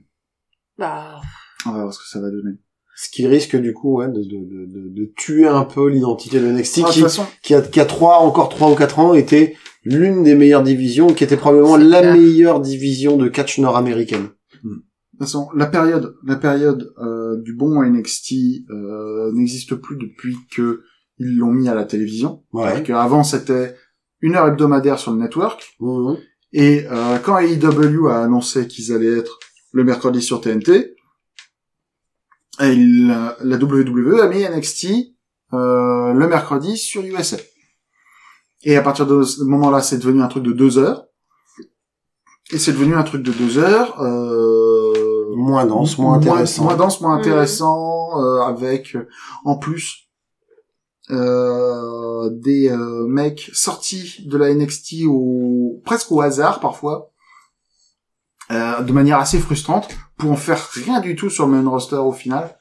[SPEAKER 6] Bah,
[SPEAKER 3] On va voir ce que ça va donner.
[SPEAKER 7] Ce qui risque du coup ouais, de, de, de, de- de tuer un peu l'identité de NXT
[SPEAKER 3] Ah, de
[SPEAKER 7] qui,
[SPEAKER 3] toute façon,
[SPEAKER 7] qui a, qui a trois, encore trois ou quatre ans, était l'une des meilleures divisions, qui était probablement
[SPEAKER 4] C'est
[SPEAKER 7] la
[SPEAKER 4] clair.
[SPEAKER 7] meilleure division de catch nord-américaine.
[SPEAKER 3] De toute façon, la période, la période euh, du bon NXT euh, n'existe plus depuis que ils l'ont mis à la télévision.
[SPEAKER 7] Ouais.
[SPEAKER 3] C'est-à-dire qu'avant c'était une heure hebdomadaire sur le network,
[SPEAKER 7] Mhm.
[SPEAKER 3] et euh, quand AEW a annoncé qu'ils allaient être le mercredi sur TNT, et il- la la WWE a mis NXT euh, le mercredi sur USA. Et à partir de ce moment-là, c'est devenu un truc de deux heures. Et c'est devenu un truc de deux heures. Euh...
[SPEAKER 7] Moins dense, moins intéressant.
[SPEAKER 3] Moins, dense, moins intéressant, euh, avec euh, en plus euh, des euh, mecs sortis de la NXT au presque au hasard parfois, euh, de manière assez frustrante, pour en faire rien du tout sur le main roster au final.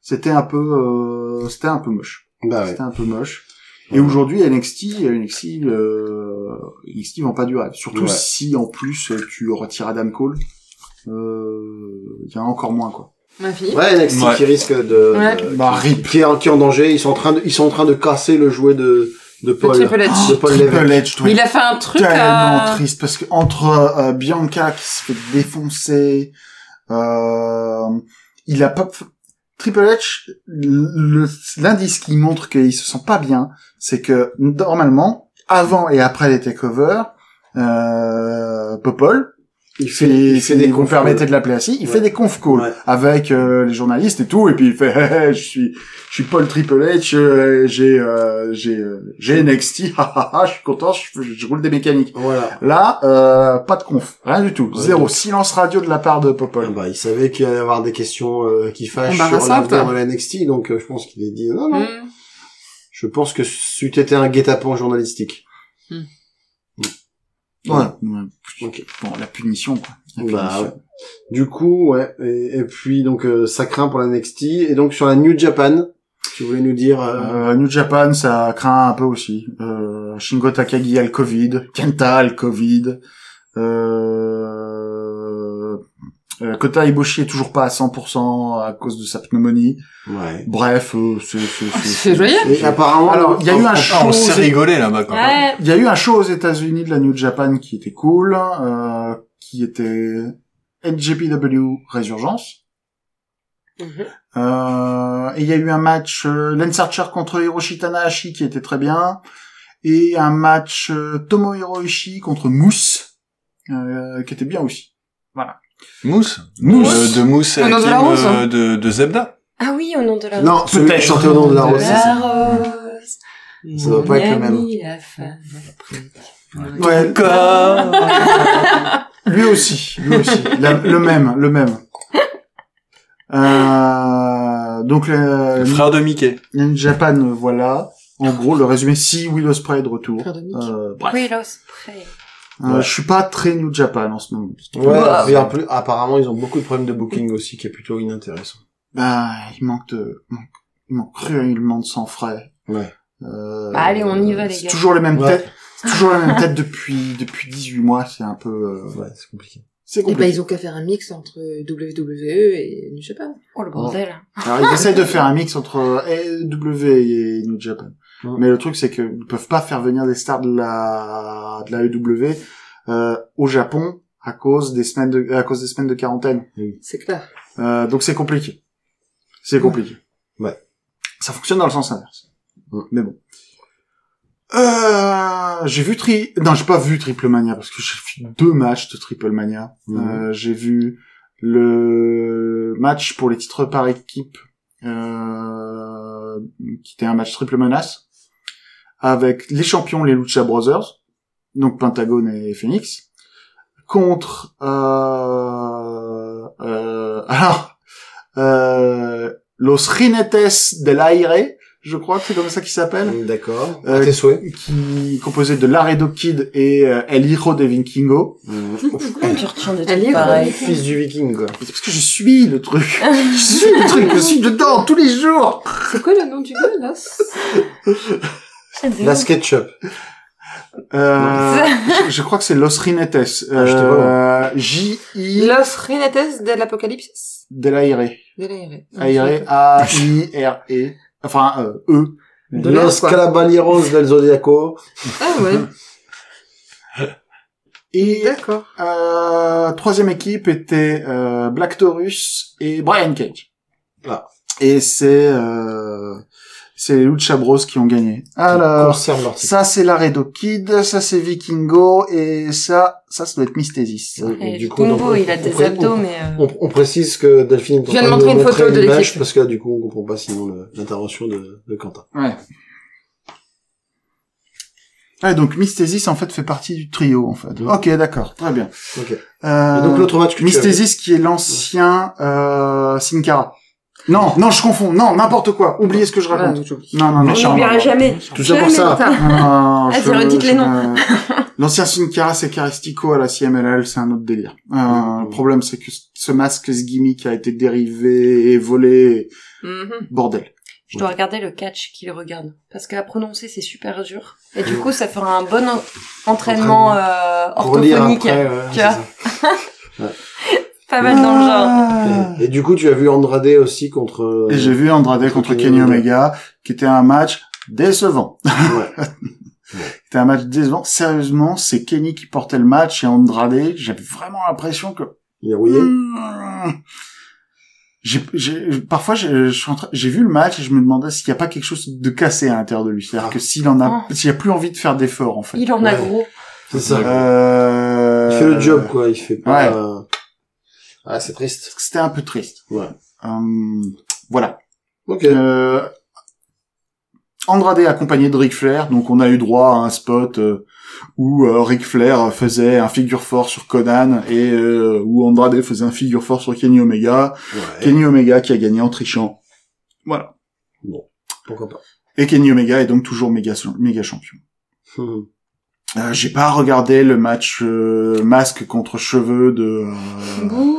[SPEAKER 3] C'était un peu, euh, c'était un peu moche.
[SPEAKER 7] Bah ouais.
[SPEAKER 3] C'était un peu moche. Et
[SPEAKER 7] Ouais.
[SPEAKER 3] aujourd'hui, NXT, euh, NXT, euh, NXT vend pas du rêve. Surtout
[SPEAKER 7] Ouais.
[SPEAKER 3] si en plus euh, tu retires Adam Cole, euh, il y en a encore moins quoi.
[SPEAKER 4] Ma fille.
[SPEAKER 7] Ouais, NXT
[SPEAKER 2] Ouais.
[SPEAKER 7] qui risque de,
[SPEAKER 4] Ouais.
[SPEAKER 7] de-
[SPEAKER 3] Bah,
[SPEAKER 7] qui, qui est, qui est en danger. Ils sont en train de, ils sont en train de casser le jouet de, de Paul.
[SPEAKER 4] Triple H.
[SPEAKER 7] de Paul
[SPEAKER 3] Ah, Triple
[SPEAKER 7] Levesque.
[SPEAKER 3] H,
[SPEAKER 4] Mais il a fait un truc euh,
[SPEAKER 3] tellement
[SPEAKER 4] à...
[SPEAKER 3] triste parce que entre euh, Bianca qui se fait défoncer, euh, il a pas Triple H, le- l'indice qui montre qu'il se sent pas bien, c'est que normalement, avant et après les takeovers, euh, Popol,
[SPEAKER 7] Il
[SPEAKER 3] c'est
[SPEAKER 7] fait, il fait des
[SPEAKER 3] vous me
[SPEAKER 7] conférences.
[SPEAKER 3] permettez de l'appeler ainsi, il
[SPEAKER 7] Ouais.
[SPEAKER 3] fait des conf calls
[SPEAKER 7] Ouais.
[SPEAKER 3] avec euh, les journalistes et tout, et puis il fait [laughs] Hé, hé, je suis je suis Paul Triple H, euh, j'ai euh, j'ai euh, j'ai NXT, [laughs] ah, ah, ah, je suis content, je, je roule des mécaniques.
[SPEAKER 7] Voilà.
[SPEAKER 3] Là, euh, pas de conf, rien du tout,
[SPEAKER 7] Ouais,
[SPEAKER 3] zéro
[SPEAKER 7] donc-
[SPEAKER 3] silence radio de la part de Popol.
[SPEAKER 7] Bah, il savait qu'il allait y avoir des questions euh, qui fâchent sur
[SPEAKER 4] Embarrassantes.
[SPEAKER 7] l'avenir de la NXT, donc euh, je pense qu'il est dit non, non,
[SPEAKER 4] Hmm.
[SPEAKER 7] Je pense que c'eût été un guet-apens journalistique.
[SPEAKER 4] Hmm.
[SPEAKER 3] Ouais. Ouais.
[SPEAKER 7] Ok.
[SPEAKER 3] Bon, la punition quoi. La
[SPEAKER 7] Bah,
[SPEAKER 3] punition.
[SPEAKER 7] ouais. Du coup, ouais. Et, et puis donc euh, ça craint pour la NXT. Et donc sur la New Japan, tu voulais nous dire. euh,
[SPEAKER 3] Euh, New Japan, ça craint un peu aussi. Euh, Shingo Takagi a le Covid, Kenta a le Covid, euh, euh, Kota Ibushi est toujours pas à 100% à cause de sa pneumonie.
[SPEAKER 7] Ouais.
[SPEAKER 3] Bref, euh, c'est... c'est- c'est-
[SPEAKER 4] Ah, C'est joyeux.
[SPEAKER 7] Et apparemment,
[SPEAKER 3] Alors, il y a eu un show...
[SPEAKER 2] Ah, on
[SPEAKER 3] aux-
[SPEAKER 2] s'est rigolé là-bas quand même.
[SPEAKER 6] ouais.
[SPEAKER 3] Il y a eu un show aux États-Unis de la New Japan qui était cool, euh, qui était NJPW Résurgence.
[SPEAKER 6] Mhm.
[SPEAKER 3] Euh, et il y a eu un match euh, Lance Archer contre Hiroshi Tanahashi qui était très bien. et un match euh, Tomohiro Ishii contre Mousse, euh, qui était bien aussi.
[SPEAKER 2] Mousse.
[SPEAKER 3] Mousse.
[SPEAKER 2] Euh, de Mousse
[SPEAKER 4] Au
[SPEAKER 2] avec
[SPEAKER 4] nom de la
[SPEAKER 2] l'hymne,
[SPEAKER 4] rose, hein.
[SPEAKER 2] euh, de, de Zebda.
[SPEAKER 6] Ah oui, au nom de la
[SPEAKER 7] Non, celui qui
[SPEAKER 3] Peut-être.
[SPEAKER 7] chantait au nom de la rose, Ah, c'est ça.
[SPEAKER 4] rose.
[SPEAKER 7] Ça doit pas être le même.
[SPEAKER 4] La femme
[SPEAKER 3] Ouais,
[SPEAKER 4] Ah.
[SPEAKER 3] lui aussi, lui aussi, La- le même, le même. Euh, donc
[SPEAKER 2] Le
[SPEAKER 3] euh,
[SPEAKER 2] frère de Mickey.
[SPEAKER 3] Nin Japan, euh, voilà. En gros, le résumé, si Will Ospreay est de retour.
[SPEAKER 4] Frère de Mickey.
[SPEAKER 3] Euh, bref,
[SPEAKER 6] Oui, l'osprey.
[SPEAKER 3] Euh, je suis pas très New Japan en ce moment.
[SPEAKER 7] Ouais,
[SPEAKER 4] Wow.
[SPEAKER 7] et en plus, apparemment, ils ont beaucoup de problèmes de booking aussi, qui est plutôt inintéressant.
[SPEAKER 3] Bah, il manque de, manque- il manque cruellement de sang frais.
[SPEAKER 7] Ouais.
[SPEAKER 3] Euh,
[SPEAKER 6] Bah, allez, on y va, les
[SPEAKER 3] C'est
[SPEAKER 6] gars.
[SPEAKER 3] toujours les mêmes
[SPEAKER 7] Ouais.
[SPEAKER 3] têtes. C'est toujours la même tête depuis depuis 18 mois. C'est un peu. euh,
[SPEAKER 7] Ouais, c'est compliqué.
[SPEAKER 6] Eh
[SPEAKER 3] C'est
[SPEAKER 4] Et ben
[SPEAKER 3] compliqué.
[SPEAKER 4] ils ont qu'à faire un mix entre WWE et New Japan.
[SPEAKER 6] Oh, le bordel.
[SPEAKER 3] Alors, ils essayent de faire un mix entre euh, AEW et New Japan.
[SPEAKER 7] Ouais.
[SPEAKER 3] Mais le truc, c'est qu'ils ne peuvent pas faire venir des stars de la de la AEW euh, au Japon à cause des semaines de à cause des semaines de quarantaine.
[SPEAKER 4] C'est clair.
[SPEAKER 3] Euh, donc c'est compliqué. C'est compliqué.
[SPEAKER 7] Ouais.
[SPEAKER 3] Ça fonctionne dans le sens inverse.
[SPEAKER 7] Ouais.
[SPEAKER 3] Mais bon. Euh, j'ai vu tri, non, j'ai pas vu Triple Mania parce que j'ai vu deux matchs de Triple Mania.
[SPEAKER 7] Mhm.
[SPEAKER 3] Euh, j'ai vu le match pour les titres par équipe, euh, qui était un match triple menace avec les champions, les Lucha Brothers, donc Pentagone et Phoenix, contre euh, euh, [laughs] alors euh, Los Rinetes del Aire, je crois que c'est comme ça qu'ils s'appellent,
[SPEAKER 7] Mm, D'accord.
[SPEAKER 3] Euh,
[SPEAKER 7] à tes souhaits.
[SPEAKER 3] qui est composé de Laredo Kid et euh, El Hijo de Vikingo.
[SPEAKER 7] Mm.
[SPEAKER 6] Pourquoi tu retiens des
[SPEAKER 4] Elle
[SPEAKER 6] trucs
[SPEAKER 4] est
[SPEAKER 6] pareils
[SPEAKER 7] [laughs] Fils du viking, quoi.
[SPEAKER 3] C'est parce que je suis le truc, je suis le truc, je suis dedans tous les jours.
[SPEAKER 4] C'est quoi le nom du gars là
[SPEAKER 7] La SketchUp.
[SPEAKER 3] Euh, je, je crois que c'est Los Rinetes.
[SPEAKER 7] Ah, je te vois,
[SPEAKER 3] Euh, J-I
[SPEAKER 4] Los Renates de l'Apocalypse
[SPEAKER 3] de l'Aire.
[SPEAKER 4] de l'Aire.
[SPEAKER 7] Ah,
[SPEAKER 3] Aire, A-I-R-E. Enfin, euh, E.
[SPEAKER 4] De l'air,
[SPEAKER 7] Los
[SPEAKER 4] quoi.
[SPEAKER 7] Calaballeros del Zodiaco.
[SPEAKER 4] Ah
[SPEAKER 7] [laughs]
[SPEAKER 4] ouais,
[SPEAKER 3] Et
[SPEAKER 4] d'accord.
[SPEAKER 3] euh, troisième équipe était euh, Black Taurus et Brian Cage.
[SPEAKER 7] Ah.
[SPEAKER 3] Et c'est euh, c'est les Lucha Bros qui ont gagné.
[SPEAKER 7] Alors.
[SPEAKER 3] Alors,
[SPEAKER 7] Conserve leur titre.
[SPEAKER 3] ça c'est Laredo Kid, ça c'est Vikingo, et ça, ça, ça doit être Mystésis.
[SPEAKER 7] Mm,
[SPEAKER 6] Et
[SPEAKER 7] et
[SPEAKER 6] Eh, du
[SPEAKER 7] donc,
[SPEAKER 6] Dumbo,
[SPEAKER 7] on-
[SPEAKER 6] il a
[SPEAKER 7] on
[SPEAKER 6] des
[SPEAKER 7] pré-
[SPEAKER 6] abdos,
[SPEAKER 7] on-
[SPEAKER 6] mais... euh,
[SPEAKER 7] On, on précise que Delphine est en
[SPEAKER 4] Je viens de
[SPEAKER 7] train
[SPEAKER 4] montrer une
[SPEAKER 7] montrer
[SPEAKER 4] photo de
[SPEAKER 7] l'image
[SPEAKER 4] l'équipe.
[SPEAKER 7] parce que là, du coup, on comprend pas sinon le- l'intervention de, de Quentin.
[SPEAKER 3] Ouais. Ouais, Ah, donc Mystésis en fait fait partie du trio en fait.
[SPEAKER 7] Oui.
[SPEAKER 3] Ok, d'accord, très bien.
[SPEAKER 7] Ok. Et
[SPEAKER 3] Euh,
[SPEAKER 7] donc l'autre match que tu as vu.
[SPEAKER 3] Mystésis qui est l'ancien euh, Sin Cara. Non, non, je confonds. Non, n'importe quoi. Oubliez ce que je
[SPEAKER 4] Voilà,
[SPEAKER 3] raconte.
[SPEAKER 4] donc j'oublie.
[SPEAKER 3] Non, non,
[SPEAKER 6] On
[SPEAKER 3] non. je suis en
[SPEAKER 6] n'oubliera
[SPEAKER 3] mode.
[SPEAKER 6] jamais.
[SPEAKER 7] Tout ça pour
[SPEAKER 6] Jamais
[SPEAKER 7] ça.
[SPEAKER 3] Non, non, non,
[SPEAKER 6] [laughs] Vas-y,
[SPEAKER 3] je-
[SPEAKER 6] redites
[SPEAKER 3] je
[SPEAKER 6] les
[SPEAKER 3] me-
[SPEAKER 6] [laughs] noms.
[SPEAKER 3] L'ancien Sin Cara, c'est Caristico à la CMLL, c'est un autre délire. Euh, Le problème, c'est que ce masque, ce gimmick a été dérivé et volé.
[SPEAKER 4] Mhm.
[SPEAKER 3] Bordel.
[SPEAKER 6] Je dois regarder le catch qu'il regarde. Parce qu'à prononcer, c'est super dur. Et du coup, ça fera un bon en- entraînement euh,
[SPEAKER 7] Pour lire
[SPEAKER 6] orthophonique.
[SPEAKER 7] après, ouais,
[SPEAKER 6] tu
[SPEAKER 7] c'est
[SPEAKER 6] vois.
[SPEAKER 7] ça.
[SPEAKER 6] Pas mal dans le genre.
[SPEAKER 3] Ah.
[SPEAKER 7] Et, et du coup, tu as vu Andrade aussi contre. euh,
[SPEAKER 3] Et j'ai vu Andrade contre Kenny Omega, qui était un match décevant.
[SPEAKER 7] Ouais.
[SPEAKER 3] C'était un match décevant. Sérieusement, c'est Kenny qui portait le match et Andrade, j'avais vraiment l'impression que...
[SPEAKER 7] Il est rouillé. Mm.
[SPEAKER 3] Mmh. J'ai, j'ai- parfois, je- je suis en train- j'ai vu le match et je me demandais s'il n'y a pas quelque chose de cassé à l'intérieur de lui. C'est-à-dire que s'il en a, s'il a plus envie de faire d'efforts, en fait.
[SPEAKER 6] Il en a
[SPEAKER 7] Ouais.
[SPEAKER 6] gros.
[SPEAKER 7] C'est ça.
[SPEAKER 3] Euh,
[SPEAKER 7] Il fait le job, quoi. Il fait pas.
[SPEAKER 3] ouais.
[SPEAKER 7] euh, Ah, c'est triste.
[SPEAKER 3] C'était un peu triste.
[SPEAKER 7] Ouais.
[SPEAKER 3] Euh, voilà.
[SPEAKER 7] Ok.
[SPEAKER 3] Euh, Andrade accompagné de Ric Flair, donc on a eu droit à un spot euh, où euh, Ric Flair faisait un figure fort sur Conan et euh, où Andrade faisait un figure fort sur Kenny Omega.
[SPEAKER 7] Ouais.
[SPEAKER 3] Kenny Omega qui a gagné en trichant. [laughs]
[SPEAKER 7] Pourquoi pas.
[SPEAKER 3] Et Kenny Omega est donc toujours méga, méga champion.
[SPEAKER 7] Hum.
[SPEAKER 3] Euh, J'ai pas regardé le match euh, masque contre cheveux de euh,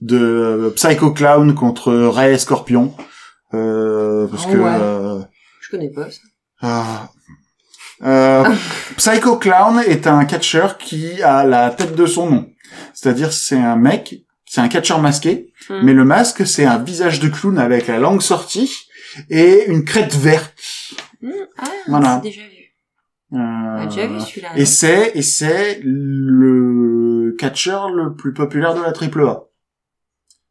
[SPEAKER 3] de euh, Psycho Clown contre Ray Scorpion euh, parce
[SPEAKER 4] Ah
[SPEAKER 3] que
[SPEAKER 4] ouais.
[SPEAKER 3] euh,
[SPEAKER 4] Je connais pas ça.
[SPEAKER 3] Ah. Euh,
[SPEAKER 4] [laughs]
[SPEAKER 3] Psycho Clown est un catcheur qui a la tête de son nom. C'est-à-dire, c'est un mec, c'est un catcheur masqué,
[SPEAKER 4] Hmm.
[SPEAKER 3] mais le masque, c'est un visage de clown avec la langue sortie et une crête verte.
[SPEAKER 6] Ah,
[SPEAKER 3] Voilà.
[SPEAKER 6] c'est déjà vu.
[SPEAKER 3] Euh,
[SPEAKER 6] Ah,
[SPEAKER 4] Ah,
[SPEAKER 6] J'ai déjà vu celui-là.
[SPEAKER 3] et c'est, et c'est le catcheur le plus populaire de la triple A.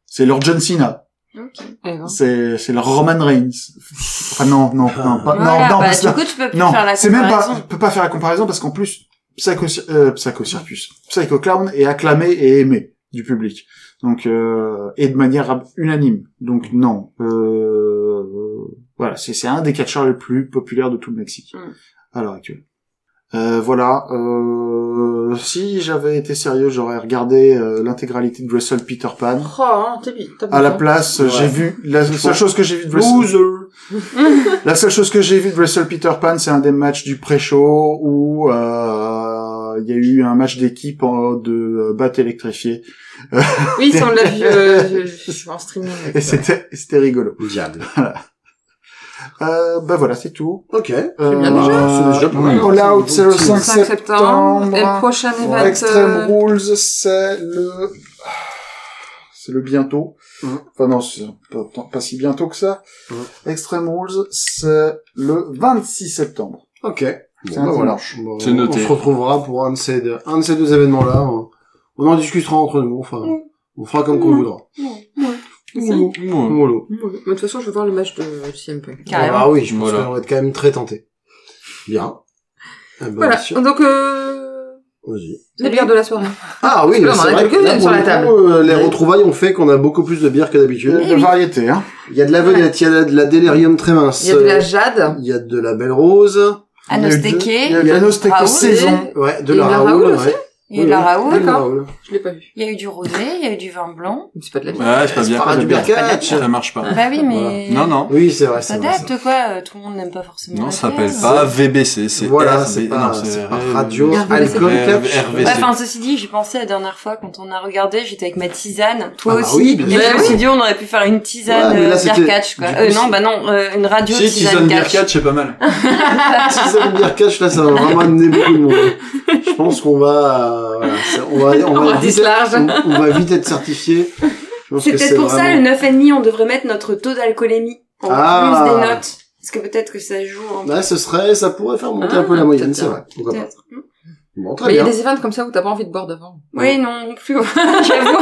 [SPEAKER 3] C'est Lord John Cena.
[SPEAKER 6] Ok.
[SPEAKER 4] Eh ben.
[SPEAKER 3] C'est c'est le Roman Reigns. Enfin non non non pas,
[SPEAKER 6] Voilà,
[SPEAKER 3] non non
[SPEAKER 6] bah,
[SPEAKER 3] parce que-
[SPEAKER 6] du coup, tu peux plus
[SPEAKER 3] non
[SPEAKER 6] faire la
[SPEAKER 3] c'est même pas
[SPEAKER 6] comparaison.
[SPEAKER 3] tu peux pas faire la comparaison parce qu'en plus Psycho euh, Psycho Circus Psycho Clown est acclamé et aimé du public donc euh, et de manière ab- unanime donc non euh, voilà c'est c'est un des catcheurs les plus populaires de tout le Mexique
[SPEAKER 4] Mm.
[SPEAKER 3] à l'heure actuelle euh, voilà. Euh, si j'avais été sérieux, j'aurais regardé euh, l'intégralité de Wrestle Peter Pan.
[SPEAKER 4] Oh, hein, t'es vite, t'as
[SPEAKER 3] À la
[SPEAKER 4] besoin.
[SPEAKER 3] place, euh,
[SPEAKER 7] Ouais.
[SPEAKER 3] j'ai vu la seule chose que j'ai vu de Wrestle.
[SPEAKER 7] Loser.
[SPEAKER 4] [laughs]
[SPEAKER 3] La seule chose que j'ai vu de Wrestle Peter Pan, c'est un des matchs du pré-show où euh, il y a eu un match d'équipe en- de euh, batte électrifiée
[SPEAKER 4] Oui, ça, on l'a vu euh, je- je- en streaming.
[SPEAKER 3] et c'était c'était rigolo.
[SPEAKER 7] Diable.
[SPEAKER 3] Euh, bah voilà, c'est tout.
[SPEAKER 7] Ok.
[SPEAKER 3] Euh,
[SPEAKER 4] bien
[SPEAKER 7] déjà. C'est déjà pas mal.
[SPEAKER 3] All Out, c'est le 5
[SPEAKER 4] 5 septembre, et le
[SPEAKER 3] septembre.
[SPEAKER 4] prochain
[SPEAKER 7] Ouais.
[SPEAKER 4] event...
[SPEAKER 3] Extreme
[SPEAKER 4] euh,
[SPEAKER 3] Rules, c'est le c'est le bientôt.
[SPEAKER 7] Mhm.
[SPEAKER 3] Enfin non, c'est pas, pas si bientôt que ça.
[SPEAKER 7] Mhm.
[SPEAKER 3] Extreme Rules, c'est le 26 septembre.
[SPEAKER 7] Ok. Bon,
[SPEAKER 3] C'est
[SPEAKER 7] bah
[SPEAKER 3] un
[SPEAKER 7] voilà.
[SPEAKER 3] dimanche.
[SPEAKER 7] Bon,
[SPEAKER 2] C'est noté.
[SPEAKER 7] On se retrouvera pour un de ces deux, un de ces deux événements-là. On, on en discutera entre nous. Enfin,
[SPEAKER 4] Mm.
[SPEAKER 7] on fera comme qu'on voudra.
[SPEAKER 4] Moulou.
[SPEAKER 2] Moi.
[SPEAKER 7] Voilà.
[SPEAKER 4] Mais de toute façon, je veux voir le match de CM Punk.
[SPEAKER 6] Carrément.
[SPEAKER 7] Ah oui, je pense
[SPEAKER 2] Voilà.
[SPEAKER 7] qu'on va être quand même très tenté. Bien. Eh ben,
[SPEAKER 4] Voilà,
[SPEAKER 7] sûr.
[SPEAKER 4] donc euh,
[SPEAKER 7] Vas-y.
[SPEAKER 4] les bières de la soirée.
[SPEAKER 7] Ah
[SPEAKER 4] Parce que
[SPEAKER 7] oui, mais
[SPEAKER 4] là, on en
[SPEAKER 7] c'est
[SPEAKER 4] a
[SPEAKER 7] vrai que
[SPEAKER 4] quelques-unes
[SPEAKER 7] là, pour
[SPEAKER 4] sur
[SPEAKER 7] le
[SPEAKER 4] la
[SPEAKER 7] coup,
[SPEAKER 4] table.
[SPEAKER 7] euh, les retrouvailles ont fait qu'on a beaucoup plus de bières que d'habitude.
[SPEAKER 4] Eh
[SPEAKER 3] de variété, hein.
[SPEAKER 7] Il y a de la Venette, il y a de la- de la Delirium très mince.
[SPEAKER 4] Il y a de la jade.
[SPEAKER 7] Il y a de la Belle Rose.
[SPEAKER 6] Anosteke,
[SPEAKER 4] Eh
[SPEAKER 3] Il y a eu de l'anosthéqué
[SPEAKER 4] Ah
[SPEAKER 6] Raoul,
[SPEAKER 3] saison.
[SPEAKER 7] Ouais, de
[SPEAKER 4] Et
[SPEAKER 7] la
[SPEAKER 4] de la
[SPEAKER 7] Raoul.
[SPEAKER 4] Raoul aussi
[SPEAKER 7] ouais.
[SPEAKER 6] il y a eu de la
[SPEAKER 7] Oui, oui,
[SPEAKER 6] Raoul,
[SPEAKER 7] de la Raoul.
[SPEAKER 4] Je l'ai pas vu.
[SPEAKER 6] il y a eu du rosé, il y a eu du vin blanc.
[SPEAKER 4] Mais C'est pas de la bière.
[SPEAKER 2] Ah, c'est pas
[SPEAKER 7] C'est
[SPEAKER 2] bien.
[SPEAKER 7] pas du
[SPEAKER 2] bien.
[SPEAKER 7] Birkatch.
[SPEAKER 2] Ça marche pas.
[SPEAKER 6] Bah oui, mais...
[SPEAKER 2] Ah, Non, non.
[SPEAKER 7] Oui, c'est vrai, c'est
[SPEAKER 6] Ça
[SPEAKER 7] vrai. c'est vrai.
[SPEAKER 6] date, quoi, euh, tout le monde n'aime pas forcément
[SPEAKER 2] Non,
[SPEAKER 6] la Bah,
[SPEAKER 2] ça
[SPEAKER 6] bière.
[SPEAKER 2] s'appelle pas VBC, c'est
[SPEAKER 7] Voilà,
[SPEAKER 2] RB.
[SPEAKER 7] c'est pas-
[SPEAKER 2] non,
[SPEAKER 7] c'est pas
[SPEAKER 2] R-
[SPEAKER 7] radio,
[SPEAKER 2] R-
[SPEAKER 7] alcool,
[SPEAKER 2] R-
[SPEAKER 7] catch.
[SPEAKER 2] RVC.
[SPEAKER 6] Ah, Ouais, enfin, ceci dit, j'y pensais la dernière fois quand on a regardé, j'étais avec ma tisane, toi
[SPEAKER 7] Ah bah
[SPEAKER 6] aussi.
[SPEAKER 7] oui, bien
[SPEAKER 6] et je
[SPEAKER 4] sûr.
[SPEAKER 6] me suis dit, on aurait pu faire une tisane
[SPEAKER 7] Ouais, mais là,
[SPEAKER 6] euh, bière
[SPEAKER 7] c'était-
[SPEAKER 6] catch, quoi.
[SPEAKER 7] du
[SPEAKER 6] Euh,
[SPEAKER 7] coup,
[SPEAKER 6] non,
[SPEAKER 7] c'est-
[SPEAKER 6] bah non, euh, une radio
[SPEAKER 2] Si,
[SPEAKER 6] tisane
[SPEAKER 2] Tison
[SPEAKER 6] catch.
[SPEAKER 2] Birkatch, c'est pas mal.
[SPEAKER 6] [laughs]
[SPEAKER 7] Si ça veut dire catch, là, ça va vraiment amener beaucoup de monde. Je pense qu'on va, euh, voilà, c'est- on va, on
[SPEAKER 4] On
[SPEAKER 7] va
[SPEAKER 4] va
[SPEAKER 7] vite,
[SPEAKER 4] être large.
[SPEAKER 7] on, on va vite être certifié. Je pense
[SPEAKER 6] C'est
[SPEAKER 7] que
[SPEAKER 6] peut-être pour ça,
[SPEAKER 7] vraiment-
[SPEAKER 6] le 9,5, on devrait mettre notre taux d'alcoolémie en
[SPEAKER 7] Ah.
[SPEAKER 6] plus des notes. Parce que peut-être que ça joue un peu.
[SPEAKER 7] Ouais, ce serait, ça pourrait faire monter un peu la
[SPEAKER 4] Ah,
[SPEAKER 7] moyenne,
[SPEAKER 4] peut-être,
[SPEAKER 7] c'est vrai. Pourquoi pas.
[SPEAKER 6] peut-être. Hmm
[SPEAKER 7] Bon, très
[SPEAKER 4] Mais il y a
[SPEAKER 7] bien.
[SPEAKER 4] des events comme ça où t'as pas envie de boire [laughs] devant.
[SPEAKER 6] Oui, non, non plus. [laughs] J'avoue,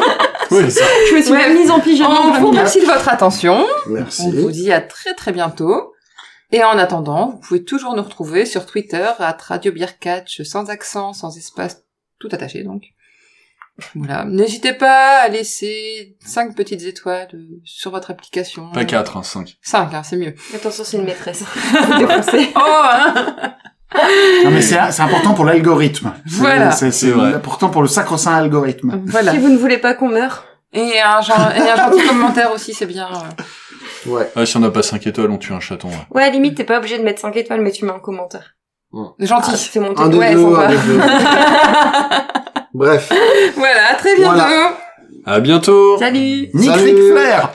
[SPEAKER 2] Oui,
[SPEAKER 6] je me suis
[SPEAKER 4] Ouais.
[SPEAKER 6] même mise en pyjama.
[SPEAKER 4] On
[SPEAKER 6] en
[SPEAKER 4] vous
[SPEAKER 6] famille.
[SPEAKER 4] remercie de votre attention. On vous
[SPEAKER 7] Merci.
[SPEAKER 4] dit à très très bientôt. Et en attendant, vous pouvez toujours nous retrouver sur Twitter, à Radio Beer Catch, sans accent, sans espace, tout attaché donc. Voilà. N'hésitez pas à laisser cinq petites étoiles euh, sur votre application.
[SPEAKER 2] pas 4, hein, 5.
[SPEAKER 4] 5, hein, c'est mieux.
[SPEAKER 6] Attention, c'est une [laughs] maîtresse.
[SPEAKER 4] Oh, hein
[SPEAKER 3] Non, mais c'est c'est important pour l'algorithme.
[SPEAKER 4] Voilà.
[SPEAKER 3] C'est c'est
[SPEAKER 2] C'est vrai.
[SPEAKER 3] important pour le sacro-saint algorithme.
[SPEAKER 4] Voilà.
[SPEAKER 6] Si vous ne voulez pas qu'on meure,
[SPEAKER 4] Et un, gen- et un gentil commentaire aussi, c'est bien. euh.
[SPEAKER 7] Ouais.
[SPEAKER 2] Ah, si on n'a pas 5 étoiles, on tue un chaton. ouais.
[SPEAKER 6] ouais, limite, t'es pas obligé de mettre 5 étoiles, mais tu mets un commentaire. Ah,
[SPEAKER 4] Gentil.
[SPEAKER 6] C'est mon
[SPEAKER 7] Ah, Un
[SPEAKER 6] truc.
[SPEAKER 7] de
[SPEAKER 6] Ouais,
[SPEAKER 7] deux, un
[SPEAKER 6] sympa.
[SPEAKER 7] de deux. Bref.
[SPEAKER 4] Voilà, à très bientôt.
[SPEAKER 7] Voilà.
[SPEAKER 2] À bientôt!
[SPEAKER 6] Salut!
[SPEAKER 3] Nick
[SPEAKER 7] Salut.
[SPEAKER 3] Ric Flair!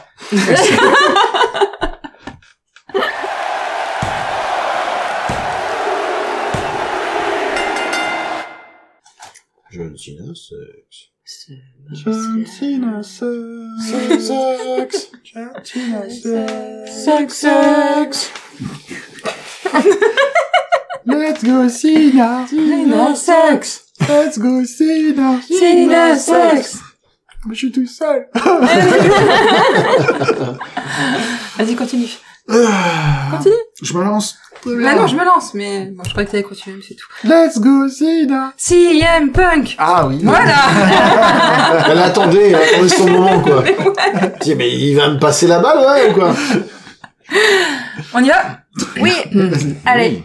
[SPEAKER 7] John Cena, c'est...
[SPEAKER 2] John Cena sucks. John Cena sucks.
[SPEAKER 3] Let's go Cena!
[SPEAKER 4] Cena
[SPEAKER 3] sex! Let's go Cena!
[SPEAKER 4] Cena sucks.
[SPEAKER 3] Je suis tout seul!
[SPEAKER 4] Vas-y, continue.
[SPEAKER 3] Continue! Je me lance! Très bien.
[SPEAKER 4] Là, Bah non, je me lance, mais bon, je croyais que t'allais continuer, mais c'est tout.
[SPEAKER 3] Let's go Cena!
[SPEAKER 4] CM Punk
[SPEAKER 7] Ah oui.
[SPEAKER 3] [laughs]
[SPEAKER 4] Voilà
[SPEAKER 7] Elle attendait, elle attendait son moment, quoi. Dis, mais il va me passer la balle, ouais, ou quoi
[SPEAKER 4] On y va
[SPEAKER 6] Oui, allez.